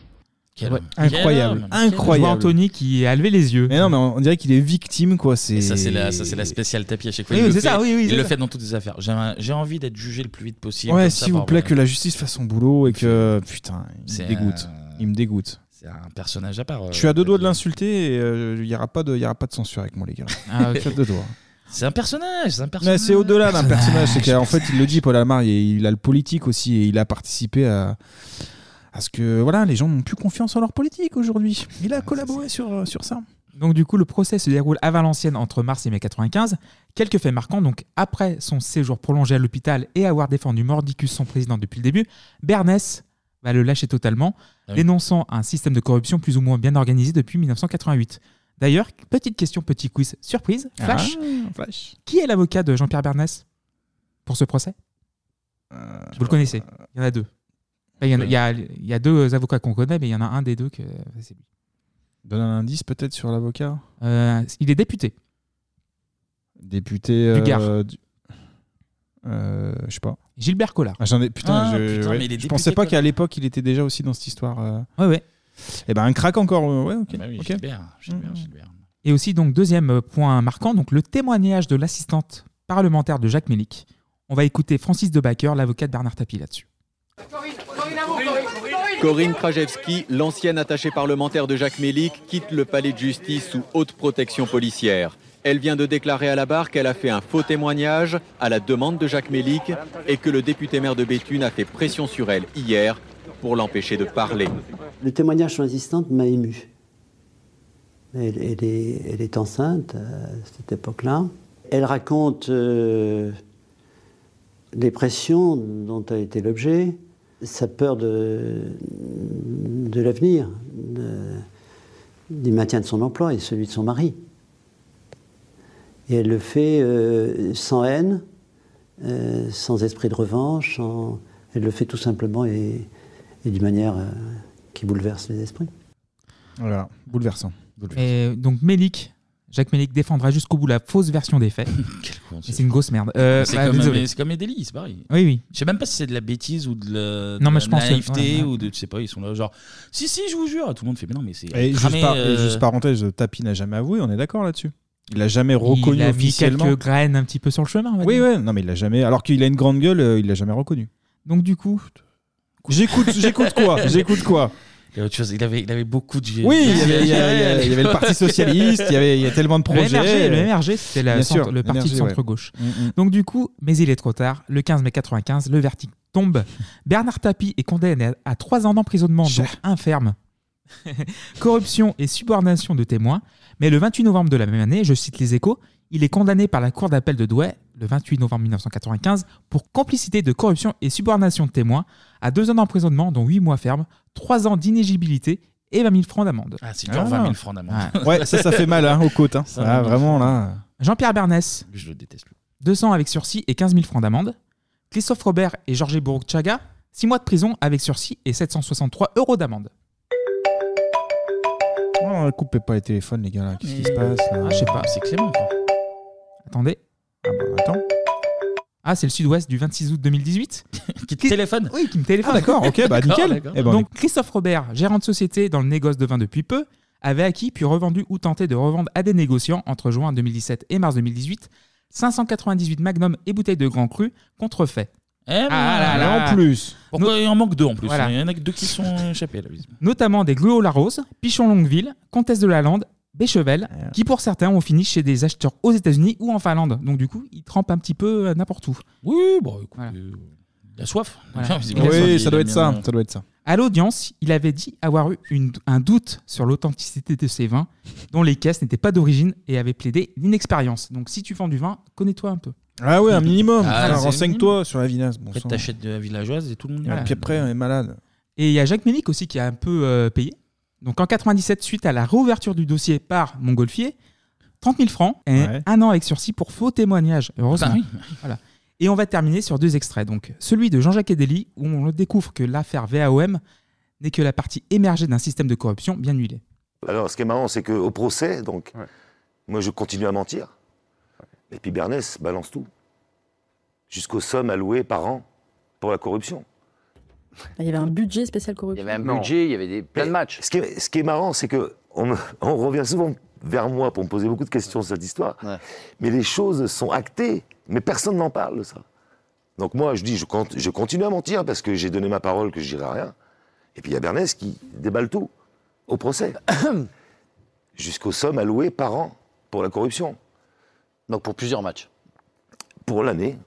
Speaker 1: Quel homme.
Speaker 5: Incroyable,
Speaker 1: Quel homme.
Speaker 5: incroyable.
Speaker 1: Je vois
Speaker 6: Anthony qui a levé les yeux.
Speaker 5: Mais non, mais on on dirait qu'il est victime, quoi. C'est
Speaker 1: Et ça, c'est la, ça, c'est la spéciale tapis à chaque fois.
Speaker 5: Oui,
Speaker 1: il
Speaker 5: oui,
Speaker 1: le
Speaker 5: c'est
Speaker 1: fait,
Speaker 5: ça, oui, oui,
Speaker 1: il
Speaker 5: c'est
Speaker 1: le
Speaker 5: ça.
Speaker 1: fait dans toutes les affaires. J'ai un- J'ai envie d'être jugé le plus vite possible.
Speaker 5: Ouais,
Speaker 1: comme ça,
Speaker 5: s'il vous
Speaker 1: par-
Speaker 5: plaît, que la justice fasse son boulot et que putain, il
Speaker 1: C'est
Speaker 5: me dégoûte. Il me dégoûte.
Speaker 1: C'est un personnage à part. euh,
Speaker 5: Je suis à deux doigts de l'insulter et euh, il n'y aura pas de, il y aura pas de censure avec moi, les gars.
Speaker 1: Ah, ok.
Speaker 5: Je suis à deux doigts.
Speaker 1: C'est un personnage, c'est un personnage.
Speaker 5: Mais c'est au-delà d'un personnage, c'est qu'en fait, il le dit, Paul Almar, il, il a le politique aussi et il a participé à, à ce que voilà, les gens n'ont plus confiance en leur politique aujourd'hui. Il a collaboré sur, euh, sur ça.
Speaker 6: Donc du coup, le procès se déroule à Valenciennes entre mars et mai 95. Quelques faits marquants, donc après son séjour prolongé à l'hôpital et avoir défendu Mordicus, son président depuis le début, Bernès va le lâcher totalement,
Speaker 1: Ah oui.
Speaker 6: dénonçant un système de corruption plus ou moins bien organisé depuis 1988. D'ailleurs, petite question, petit quiz, surprise, flash.
Speaker 5: Ah, flash.
Speaker 6: Qui est l'avocat de Jean-Pierre Bernès pour ce procès Vous le connaissez Il y en a deux. Enfin, Bah, Il y, en a- il y a, il y a deux avocats qu'on connaît, mais il y en a un des deux que euh, c'est lui.
Speaker 5: Donne un indice peut-être sur l'avocat
Speaker 6: Euh, il est député.
Speaker 5: Député.
Speaker 6: Du Gard.
Speaker 5: euh, du- euh, je sais pas.
Speaker 6: Gilbert Collard.
Speaker 5: Ah, j'en ai- putain,
Speaker 6: Ah,
Speaker 5: je,
Speaker 6: putain,
Speaker 5: ouais.
Speaker 6: mais il est
Speaker 5: je pensais
Speaker 6: député
Speaker 5: pas
Speaker 6: Collard.
Speaker 5: qu'à l'époque il était déjà aussi dans cette histoire.
Speaker 6: Ouais, ouais.
Speaker 5: Et ben un crack encore. euh, Ouais,
Speaker 6: Ah,
Speaker 5: ok.
Speaker 1: Bah oui,
Speaker 5: ok. Mm,
Speaker 1: Gilbert, Gilbert, Gilbert.
Speaker 6: Et aussi, donc, deuxième euh, point marquant, donc, le témoignage de l'assistante parlementaire de Jacques Mélic. On va écouter Francis Debacker, l'avocat de Bernard Tapie là-dessus.
Speaker 29: Corinne Krajewski, l'ancienne attachée parlementaire de Jacques Mélic, quitte le palais de justice sous haute protection policière. Elle vient de déclarer à la barre qu'elle a fait un faux témoignage à la demande de Jacques Mélic et que le député maire de Béthune a fait pression sur elle hier pour l'empêcher de parler.
Speaker 36: Le témoignage sur l'assistante m'a ému. Elle, elle est, elle est enceinte euh, à cette époque-là. Elle raconte euh, les pressions dont a été l'objet, sa peur de, de l'avenir, de- du maintien de son emploi et celui de son mari. Et elle le fait euh, sans haine, euh, sans esprit de revanche, sans- elle le fait tout simplement et, et d'une manière euh, qui bouleverse les esprits.
Speaker 5: Voilà, bouleversant.
Speaker 6: Et donc, Mélic, Jacques Mélic défendra jusqu'au bout la fausse version des faits. Mais c'est une grosse merde. Euh,
Speaker 1: c'est
Speaker 6: bah,
Speaker 1: comme,
Speaker 6: désolé.
Speaker 1: mais c'est comme les délits, c'est pareil.
Speaker 6: Oui, oui.
Speaker 1: Je sais même pas si c'est de la bêtise ou de la, de
Speaker 6: Non, mais
Speaker 1: la
Speaker 6: je pense que-
Speaker 1: naïveté
Speaker 6: ouais, ouais.
Speaker 1: ou de. Je sais pas, ils sont là genre. Si, si, je vous jure. Tout le monde fait, mais non, mais c'est.
Speaker 5: Et
Speaker 1: cramé,
Speaker 5: juste, par, et
Speaker 1: euh,
Speaker 5: juste parenthèse, Tapi n'a jamais avoué, on est d'accord là-dessus. Il n'a jamais reconnu
Speaker 6: il a mis
Speaker 5: officiellement.
Speaker 6: quelques graines un petit peu sur le chemin. on va
Speaker 5: Oui,
Speaker 6: dire.
Speaker 5: ouais, non, mais il l'a jamais. Alors qu'il a une
Speaker 1: Ah.
Speaker 5: grande gueule, euh, il l'a jamais reconnu.
Speaker 6: Donc, du coup.
Speaker 5: J'écoute, j'écoute quoi J'écoute quoi
Speaker 1: Il y avait autre chose. Il avait, il avait beaucoup de.
Speaker 5: Oui, il y avait, il y avait- il y avait le Parti Socialiste, il y avait, il y a tellement de projets.
Speaker 6: Le MRG, le MRG, c'était la
Speaker 5: Bien
Speaker 6: centre-
Speaker 5: sûr,
Speaker 6: le parti
Speaker 5: NRJ,
Speaker 6: de
Speaker 5: ouais.
Speaker 6: centre-gauche.
Speaker 5: Mm, mm.
Speaker 6: Donc du coup, mais il est trop tard. Le 15 mai 95, le verdict tombe. Bernard Tapie est condamné à- à trois ans d'emprisonnement, dont un ferme. Corruption et subornation de témoins. Mais le 28 novembre de la même année, je cite les échos, il est condamné par la Cour d'appel de Douai, le 28 novembre 1995, pour complicité de corruption et subornation de témoins, à deux ans d'emprisonnement, dont huit mois ferme, trois ans d'inégibilité et 20 000 francs d'amende.
Speaker 1: Ah, c'est dur, 20 000 francs d'amende.
Speaker 5: Ouais, ça, ça fait mal hein, aux côtes. hein.
Speaker 6: Ah. Ça,
Speaker 5: Ah,
Speaker 6: 20 000
Speaker 5: vraiment, là.
Speaker 6: Jean-Pierre Bernès.
Speaker 1: Je le déteste.
Speaker 6: 200 avec sursis et 15 000 francs d'amende. Christophe Robert et Georges Bourg-Chaga, 6 mois de prison avec sursis et 763 euros d'amende.
Speaker 5: Non,
Speaker 6: euh,
Speaker 5: ne coupez pas les téléphones, les gars. là. Qu'est-ce qui se
Speaker 6: Mm.
Speaker 5: passe là
Speaker 6: Ah, je sais pas, c'est Clément, quoi. Attendez.
Speaker 5: Ah, bah, attends.
Speaker 6: Ah, c'est le sud-ouest du 26 août 2018
Speaker 1: Qui te téléphone
Speaker 6: Oui, qui me téléphone.
Speaker 5: Ah, d'accord, ok, bah, nickel.
Speaker 6: d'accord.
Speaker 5: Eh ben, on
Speaker 6: Donc, Christophe Robert, gérant de société dans le négoce de vin depuis peu, avait acquis puis revendu ou tenté de revendre à des négociants entre juin 2017 et mars 2018 598 magnums et bouteilles de Grand Cru contrefaits.
Speaker 1: Eh
Speaker 5: Ah,
Speaker 1: ben, en plus. Pourquoi il en manque deux en plus Il y en a que deux qui sont échappés là. visiblement.
Speaker 6: notamment des Gluot-Larose, Pichon Longueville, Comtesse de la Lande, Béchevel, qui pour certains ont fini chez des acheteurs aux États-Unis ou en Finlande. Donc du coup, ils trempent un petit peu euh, n'importe où.
Speaker 1: Oui, bon, écoute, euh, il a soif. Visiblement,
Speaker 5: Oui,
Speaker 1: il a soif.
Speaker 5: ça doit
Speaker 1: Il a
Speaker 5: être
Speaker 1: bien-
Speaker 5: ça, ça doit être ça.
Speaker 6: À l'audience, il avait dit avoir eu une- un doute sur l'authenticité de ces vins, dont les caisses n'étaient pas d'origine et avait plaidé l'inexpérience. Donc si tu vends du vin, connais-toi un peu.
Speaker 5: Ah ouais, un minimum.
Speaker 1: Ah,
Speaker 5: Alors,
Speaker 1: c'est
Speaker 5: Renseigne-toi sur la vinasse. Bon
Speaker 1: Après,
Speaker 5: sang.
Speaker 1: t'achètes de la villageoise et tout le monde.
Speaker 5: Et puis après, on est malade.
Speaker 6: Et il y a Jacques Ménic aussi qui a un peu euh, payé. Donc en 97, suite à la réouverture du dossier par Montgolfier, 30 000 francs et
Speaker 5: Ouais.
Speaker 6: un an avec sursis pour faux témoignage. Heureusement.
Speaker 1: Bah oui.
Speaker 6: Voilà. Et on va terminer sur deux extraits. Donc celui de Jean-Jacques Edeli, où on découvre que l'affaire VAOM n'est que la partie émergée d'un système de corruption bien huilé.
Speaker 8: Alors, ce qui est marrant, c'est qu'au procès, donc, moi, je continue à mentir. Et puis Bernès balance tout. Jusqu'aux sommes allouées par an pour la corruption.
Speaker 19: Il y avait un budget spécial corruption.
Speaker 8: il y avait plein de matchs. Ce qui est, ce qui est marrant, c'est que on, me- on revient souvent vers moi pour me poser beaucoup de questions sur cette histoire. Mais les choses sont actées, mais personne n'en parle de ça. Donc moi, je dis, je, cont- je continue à mentir parce que j'ai donné ma parole que je dirai rien. Et puis il y a Bernès qui déballe tout au procès. Jusqu'aux sommes allouées par an pour la corruption. Donc pour plusieurs matchs Pour l'année.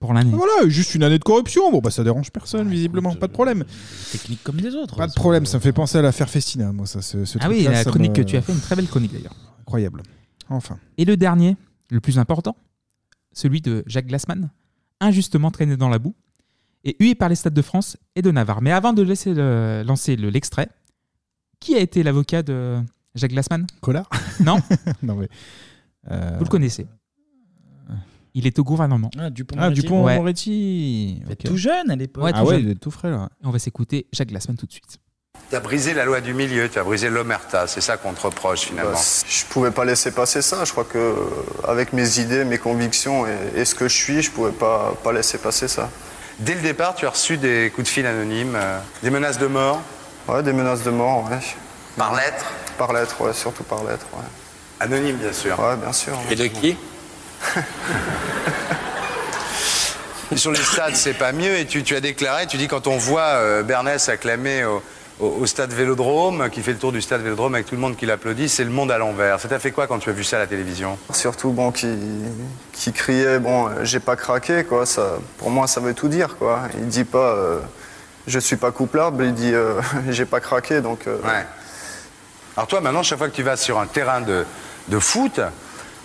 Speaker 6: Pour l'année.
Speaker 5: Voilà, juste une année de corruption. Bon, bah ça dérange personne, visiblement. pas de problème.
Speaker 1: euh, Technique comme les autres.
Speaker 5: Pas de problème, ça me fait penser à l'affaire Festina, moi, ça, ce, ce
Speaker 6: Ah oui,
Speaker 5: truc-là,
Speaker 6: la
Speaker 5: ça
Speaker 6: chronique
Speaker 5: me-
Speaker 6: que tu as fait, une très belle chronique d'ailleurs.
Speaker 5: Incroyable. Enfin.
Speaker 6: Et le dernier, le plus important, celui de Jacques Glassman, injustement traîné dans la boue et hué par les Stades de France et de Navarre. Mais avant de laisser le- lancer le- l'extrait, qui a été l'avocat de Jacques Glassman
Speaker 5: Collard
Speaker 6: Non.
Speaker 5: non mais, euh,
Speaker 6: Vous le connaissez. Il est au gouvernement.
Speaker 1: Ah, Dupont.
Speaker 5: Ah,
Speaker 6: Ouais.
Speaker 5: Dupont-Moretti. ok.
Speaker 1: tout jeune à l'époque.
Speaker 6: Ouais,
Speaker 5: ah
Speaker 6: tout
Speaker 5: ouais,
Speaker 6: jeune.
Speaker 5: il est tout frais, là.
Speaker 6: On va s'écouter Jacques Glassman tout de suite.
Speaker 28: Tu as brisé la loi du milieu, tu as brisé l'omerta, c'est ça qu'on te reproche finalement.
Speaker 35: Bah, Je pouvais pas laisser passer ça. Je crois que euh, avec mes idées, mes convictions et, et ce que je suis, je pouvais pas, pas laisser passer ça.
Speaker 28: Dès le départ, tu as reçu des coups de fil anonymes, euh, des menaces de mort.
Speaker 35: Ouais, des menaces de mort, ouais.
Speaker 28: Par lettre
Speaker 35: Par lettre, ouais, surtout par lettre, ouais.
Speaker 28: Anonymes, bien sûr.
Speaker 35: Ouais, bien sûr.
Speaker 28: Et de qui Sur les stades, c'est pas mieux. Et tu, tu as déclaré, tu dis quand on voit euh, Bernès acclamé au, au- au stade Vélodrome, qui fait le tour du stade Vélodrome avec tout le monde qui l'applaudit, c'est le monde à l'envers. Ça t'a fait quoi quand tu as vu ça à la télévision
Speaker 35: Surtout, bon, qui, qui criait, bon, euh, j'ai pas craqué, quoi. Ça, pour moi, ça veut tout dire, quoi. Il dit pas, euh, je suis pas couplable, il dit, euh, j'ai pas craqué, donc. euh,
Speaker 28: Alors toi, maintenant, chaque fois que tu vas sur un terrain de, de foot,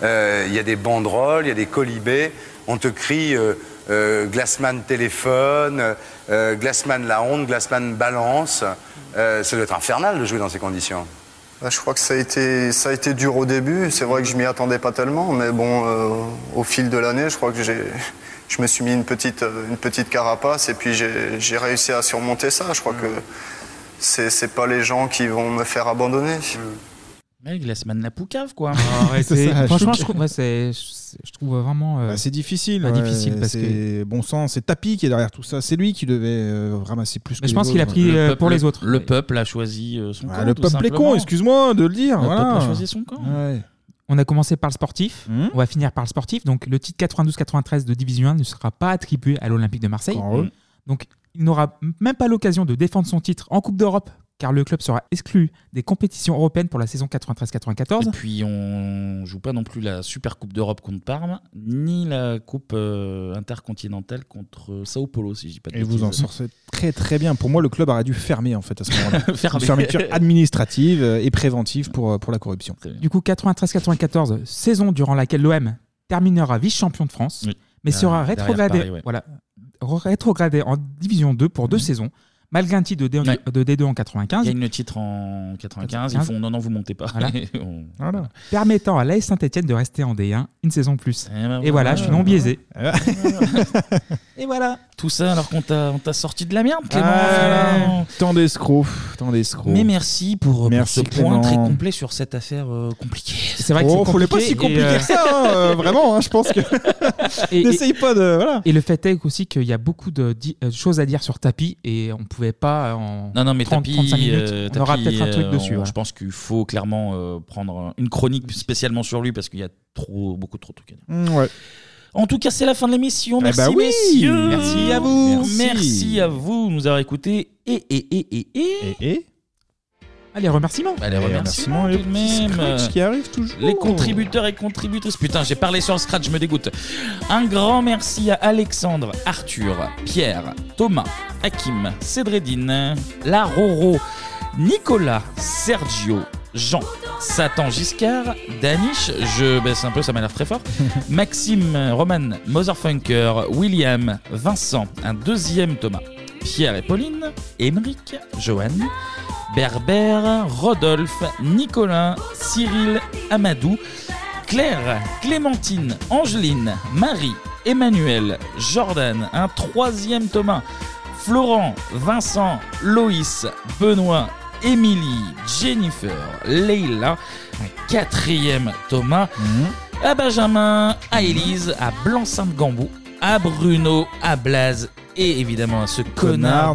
Speaker 28: euh, il y a des banderoles, il y a des colibés, on te crie euh, euh, Glassman téléphone, euh, Glassman la honte, Glassman balance. Euh, ça doit être infernal de jouer dans ces conditions.
Speaker 35: Bah, Je crois que ça a été, ça a été dur au début. C'est vrai que je m'y attendais pas tellement, mais bon, euh, au fil de l'année, je crois que j'ai, je me suis mis une petite, euh, une petite carapace et puis j'ai j'ai réussi à surmonter ça. Je crois que c'est c'est pas les gens qui vont me faire abandonner.
Speaker 1: Ouais, Glassman la poucave, quoi.
Speaker 6: Ah, C'est- Franchement, je trouve, ouais, c'est- je je trouve vraiment. euh,
Speaker 5: Bah, c'est difficile.
Speaker 6: pas
Speaker 5: ouais,
Speaker 6: difficile parce
Speaker 5: c'est-
Speaker 6: que.
Speaker 5: Bon sang, c'est Tapi qui est derrière tout ça. C'est lui qui devait euh, ramasser plus que
Speaker 6: je
Speaker 5: les
Speaker 6: pense qu'il a
Speaker 5: autres.
Speaker 6: pris, euh, pour
Speaker 1: Le-
Speaker 6: les autres.
Speaker 1: Le peuple a choisi euh, son
Speaker 5: Ah,
Speaker 1: camp,
Speaker 5: le
Speaker 1: tout
Speaker 5: peuple est
Speaker 1: simplement.
Speaker 5: con, excuse-moi de le dire.
Speaker 1: Le
Speaker 5: voilà.
Speaker 1: peuple a choisi son camp.
Speaker 6: On a commencé par le sportif,
Speaker 5: Mmh.
Speaker 6: on va finir par le sportif. Donc le titre 92-93 de Division 1 ne sera pas attribué à l'Olympique de Marseille.
Speaker 5: Encore heureux.
Speaker 6: Donc il n'aura m- même pas l'occasion de défendre son titre en Coupe d'Europe car le club sera exclu des compétitions européennes pour la saison 93-94.
Speaker 1: Et puis on joue pas non plus la Super Coupe d'Europe contre Parme, ni la Coupe euh, intercontinentale contre Sao Paulo, si je dis pas de
Speaker 5: Et vous en
Speaker 1: bêtises.
Speaker 5: sortez très très bien. Pour moi, le club aurait dû fermer en fait à ce moment-là.
Speaker 1: Fermer.
Speaker 5: Une fermeture administrative euh, et préventive pour, euh, pour la corruption.
Speaker 6: Du coup, 93-94, saison durant laquelle l'OM terminera vice-champion de France, mais
Speaker 5: Derrière-
Speaker 6: sera
Speaker 5: Ah, derrière
Speaker 6: rétrogradé,
Speaker 5: Paris, ouais.
Speaker 6: voilà, re- rétrogradé en Division 2 pour deux saisons, malgré un titre de, D, de D2 en 95.
Speaker 1: Mm. Gagne le titre en 95, ils font non, non, vous montez pas.
Speaker 6: Voilà.
Speaker 1: Et on-
Speaker 5: Hein
Speaker 6: Voilà. Permettant à l'AS Saint-Etienne de rester en D1 une saison de plus.
Speaker 1: Eh
Speaker 6: Et,
Speaker 1: ben
Speaker 6: voilà, je suis non biaisé.
Speaker 1: Ah, Et voilà. Tout ça alors qu'on t'a on t'a sorti de la merde, Clément.
Speaker 5: Ah, tant d'escrocs, tant d'escrocs.
Speaker 1: Mais merci pour, pour
Speaker 5: Merci,
Speaker 1: ce
Speaker 5: Clément.
Speaker 1: point très complet sur cette affaire euh, compliquée.
Speaker 6: C'est vrai que
Speaker 5: Oh,
Speaker 6: c'est
Speaker 5: faut les
Speaker 6: compliqué.
Speaker 5: pas si
Speaker 6: et,
Speaker 5: compliquer
Speaker 6: euh,
Speaker 5: que ça, hein, euh, vraiment. hein, je pense que
Speaker 6: Et-
Speaker 5: n'essaye pas de voilà.
Speaker 6: Et le fait est aussi qu'il y a beaucoup de di- euh, choses à dire sur tapis et on pouvait pas euh, en
Speaker 1: Non, non, mais
Speaker 6: 30,
Speaker 1: tapis,
Speaker 6: 35 minutes.
Speaker 1: euh,
Speaker 6: on aura
Speaker 1: tapis,
Speaker 6: peut-être un truc
Speaker 1: euh,
Speaker 6: dessus.
Speaker 1: on-
Speaker 6: ouais.
Speaker 1: Je pense qu'il faut clairement euh, prendre une chronique spécialement sur lui parce qu'il y a trop, beaucoup trop de trucs à dire.
Speaker 6: Mm,
Speaker 1: En tout cas, c'est la fin de l'émission.
Speaker 5: Eh
Speaker 6: ben
Speaker 1: Merci,
Speaker 5: bah oui.
Speaker 1: messieurs.
Speaker 5: Merci à vous.
Speaker 1: Merci,
Speaker 5: Merci
Speaker 1: à vous de nous avoir écoutés. Et, et, et, et, et.
Speaker 6: Allez, remerciements.
Speaker 1: Bah, Allez, remerciements,
Speaker 5: Eh, remerciements,
Speaker 1: tout
Speaker 5: les
Speaker 1: de
Speaker 5: petits
Speaker 1: même.
Speaker 5: scratchs qui arrivent toujours.
Speaker 1: Les contributeurs et contributrices. Putain, j'ai parlé sur le scratch, je me dégoûte. Un grand merci à Alexandre, Arthur, Pierre, Thomas, Hakim, Cédredine, La Roro, Nicolas, Sergio, Jean, Satan Giscard, Danish, je baisse un peu, ça m'a l'air très fort, Maxime, Roman, Motherfunker, William, Vincent, un deuxième Thomas, Pierre et Pauline, Émeric, Johan, Berber, Rodolphe, Nicolas, Cyril, Amadou, Claire, Clémentine, Angeline, Marie, Emmanuel, Jordan, un troisième Thomas, Florent, Vincent, Loïs, Benoît, Émilie, Jennifer, Leila, un quatrième Thomas, à Benjamin, à Élise, à Blanc-Sainte-Gambou, à Bruno, à Blaze et évidemment à ce connard,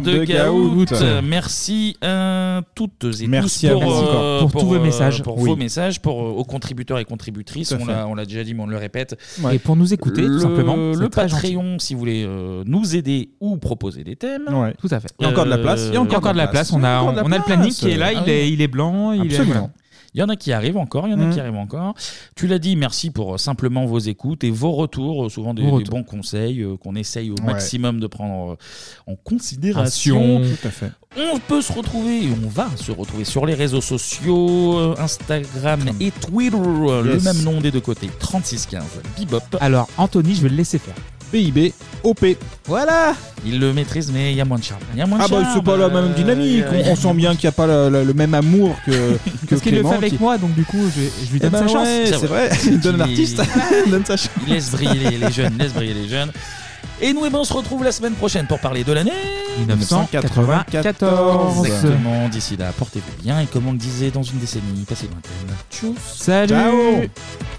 Speaker 5: Connard
Speaker 1: de,
Speaker 5: de
Speaker 1: Gaout.
Speaker 5: Gaout.
Speaker 1: Merci à toutes et
Speaker 5: Merci
Speaker 1: tous
Speaker 5: à
Speaker 1: pour,
Speaker 5: vous encore pour tous vos
Speaker 1: euh,
Speaker 5: messages.
Speaker 1: Pour
Speaker 5: Oui.
Speaker 1: vos messages, pour, euh, aux contributeurs et contributrices.
Speaker 6: Tout à
Speaker 1: On
Speaker 6: fait.
Speaker 1: l'a, on l'a déjà dit, mais on le répète.
Speaker 6: Ouais. Et pour nous écouter, tout
Speaker 1: Le-
Speaker 6: simplement, c'est
Speaker 1: Le
Speaker 6: très
Speaker 1: Patreon, si vous voulez euh, nous aider ou proposer des thèmes.
Speaker 5: Ouais.
Speaker 6: Tout à fait.
Speaker 5: Il y a encore de la place, il y a
Speaker 1: Euh,
Speaker 5: encore de la place.
Speaker 6: On
Speaker 5: Il y a
Speaker 6: a,
Speaker 5: encore de la
Speaker 6: on a le planning qui est là,
Speaker 1: Ah
Speaker 6: il,
Speaker 1: oui.
Speaker 6: est, il est blanc. Il est, voilà.
Speaker 1: Il y en a qui arrivent encore, il y en a
Speaker 6: Mm.
Speaker 1: qui arrivent encore. Tu l'as dit, merci pour euh, simplement vos écoutes et vos retours, euh, souvent des,
Speaker 6: Vos
Speaker 1: des
Speaker 6: retours.
Speaker 1: bons conseils euh, qu'on essaye au
Speaker 6: Ouais.
Speaker 1: maximum de prendre euh, en considération.
Speaker 5: Tout à fait.
Speaker 1: On peut se retrouver, et on va se retrouver sur les réseaux sociaux, euh, Instagram et Twitter, euh, le
Speaker 6: Yes.
Speaker 1: même nom des deux côtés, 3615 Bibop.
Speaker 6: Alors, Anthony, je vais le laisser faire.
Speaker 5: PIB, OP.
Speaker 6: Voilà
Speaker 1: Il le maîtrise, mais il y a moins de charme. Il y a moins de
Speaker 5: Ah bah
Speaker 1: charme,
Speaker 5: c'est pas la même
Speaker 1: euh,
Speaker 5: dynamique.
Speaker 1: il y a-
Speaker 5: On, on sent bien qu'il n'y a pas la- la- le même amour que, que
Speaker 6: Parce qu'il le
Speaker 5: Clément
Speaker 6: fait avec
Speaker 5: qui-
Speaker 6: moi, donc du coup, je, je lui
Speaker 5: Eh
Speaker 6: donne
Speaker 5: ben
Speaker 6: sa chance.
Speaker 5: ouais, c'est vrai.
Speaker 1: Il
Speaker 5: Donne
Speaker 1: est-
Speaker 5: l'artiste. Donne sa chance.
Speaker 1: Il laisse briller les jeunes, laisse briller les jeunes. Et nous, eh ben, on se retrouve la semaine prochaine pour parler de l'année
Speaker 6: 1994.
Speaker 1: Exactement. D'ici là, portez-vous bien et comme on le disait dans une décennie, passez lointaine. Tchuss.
Speaker 6: Salut
Speaker 1: Ciao.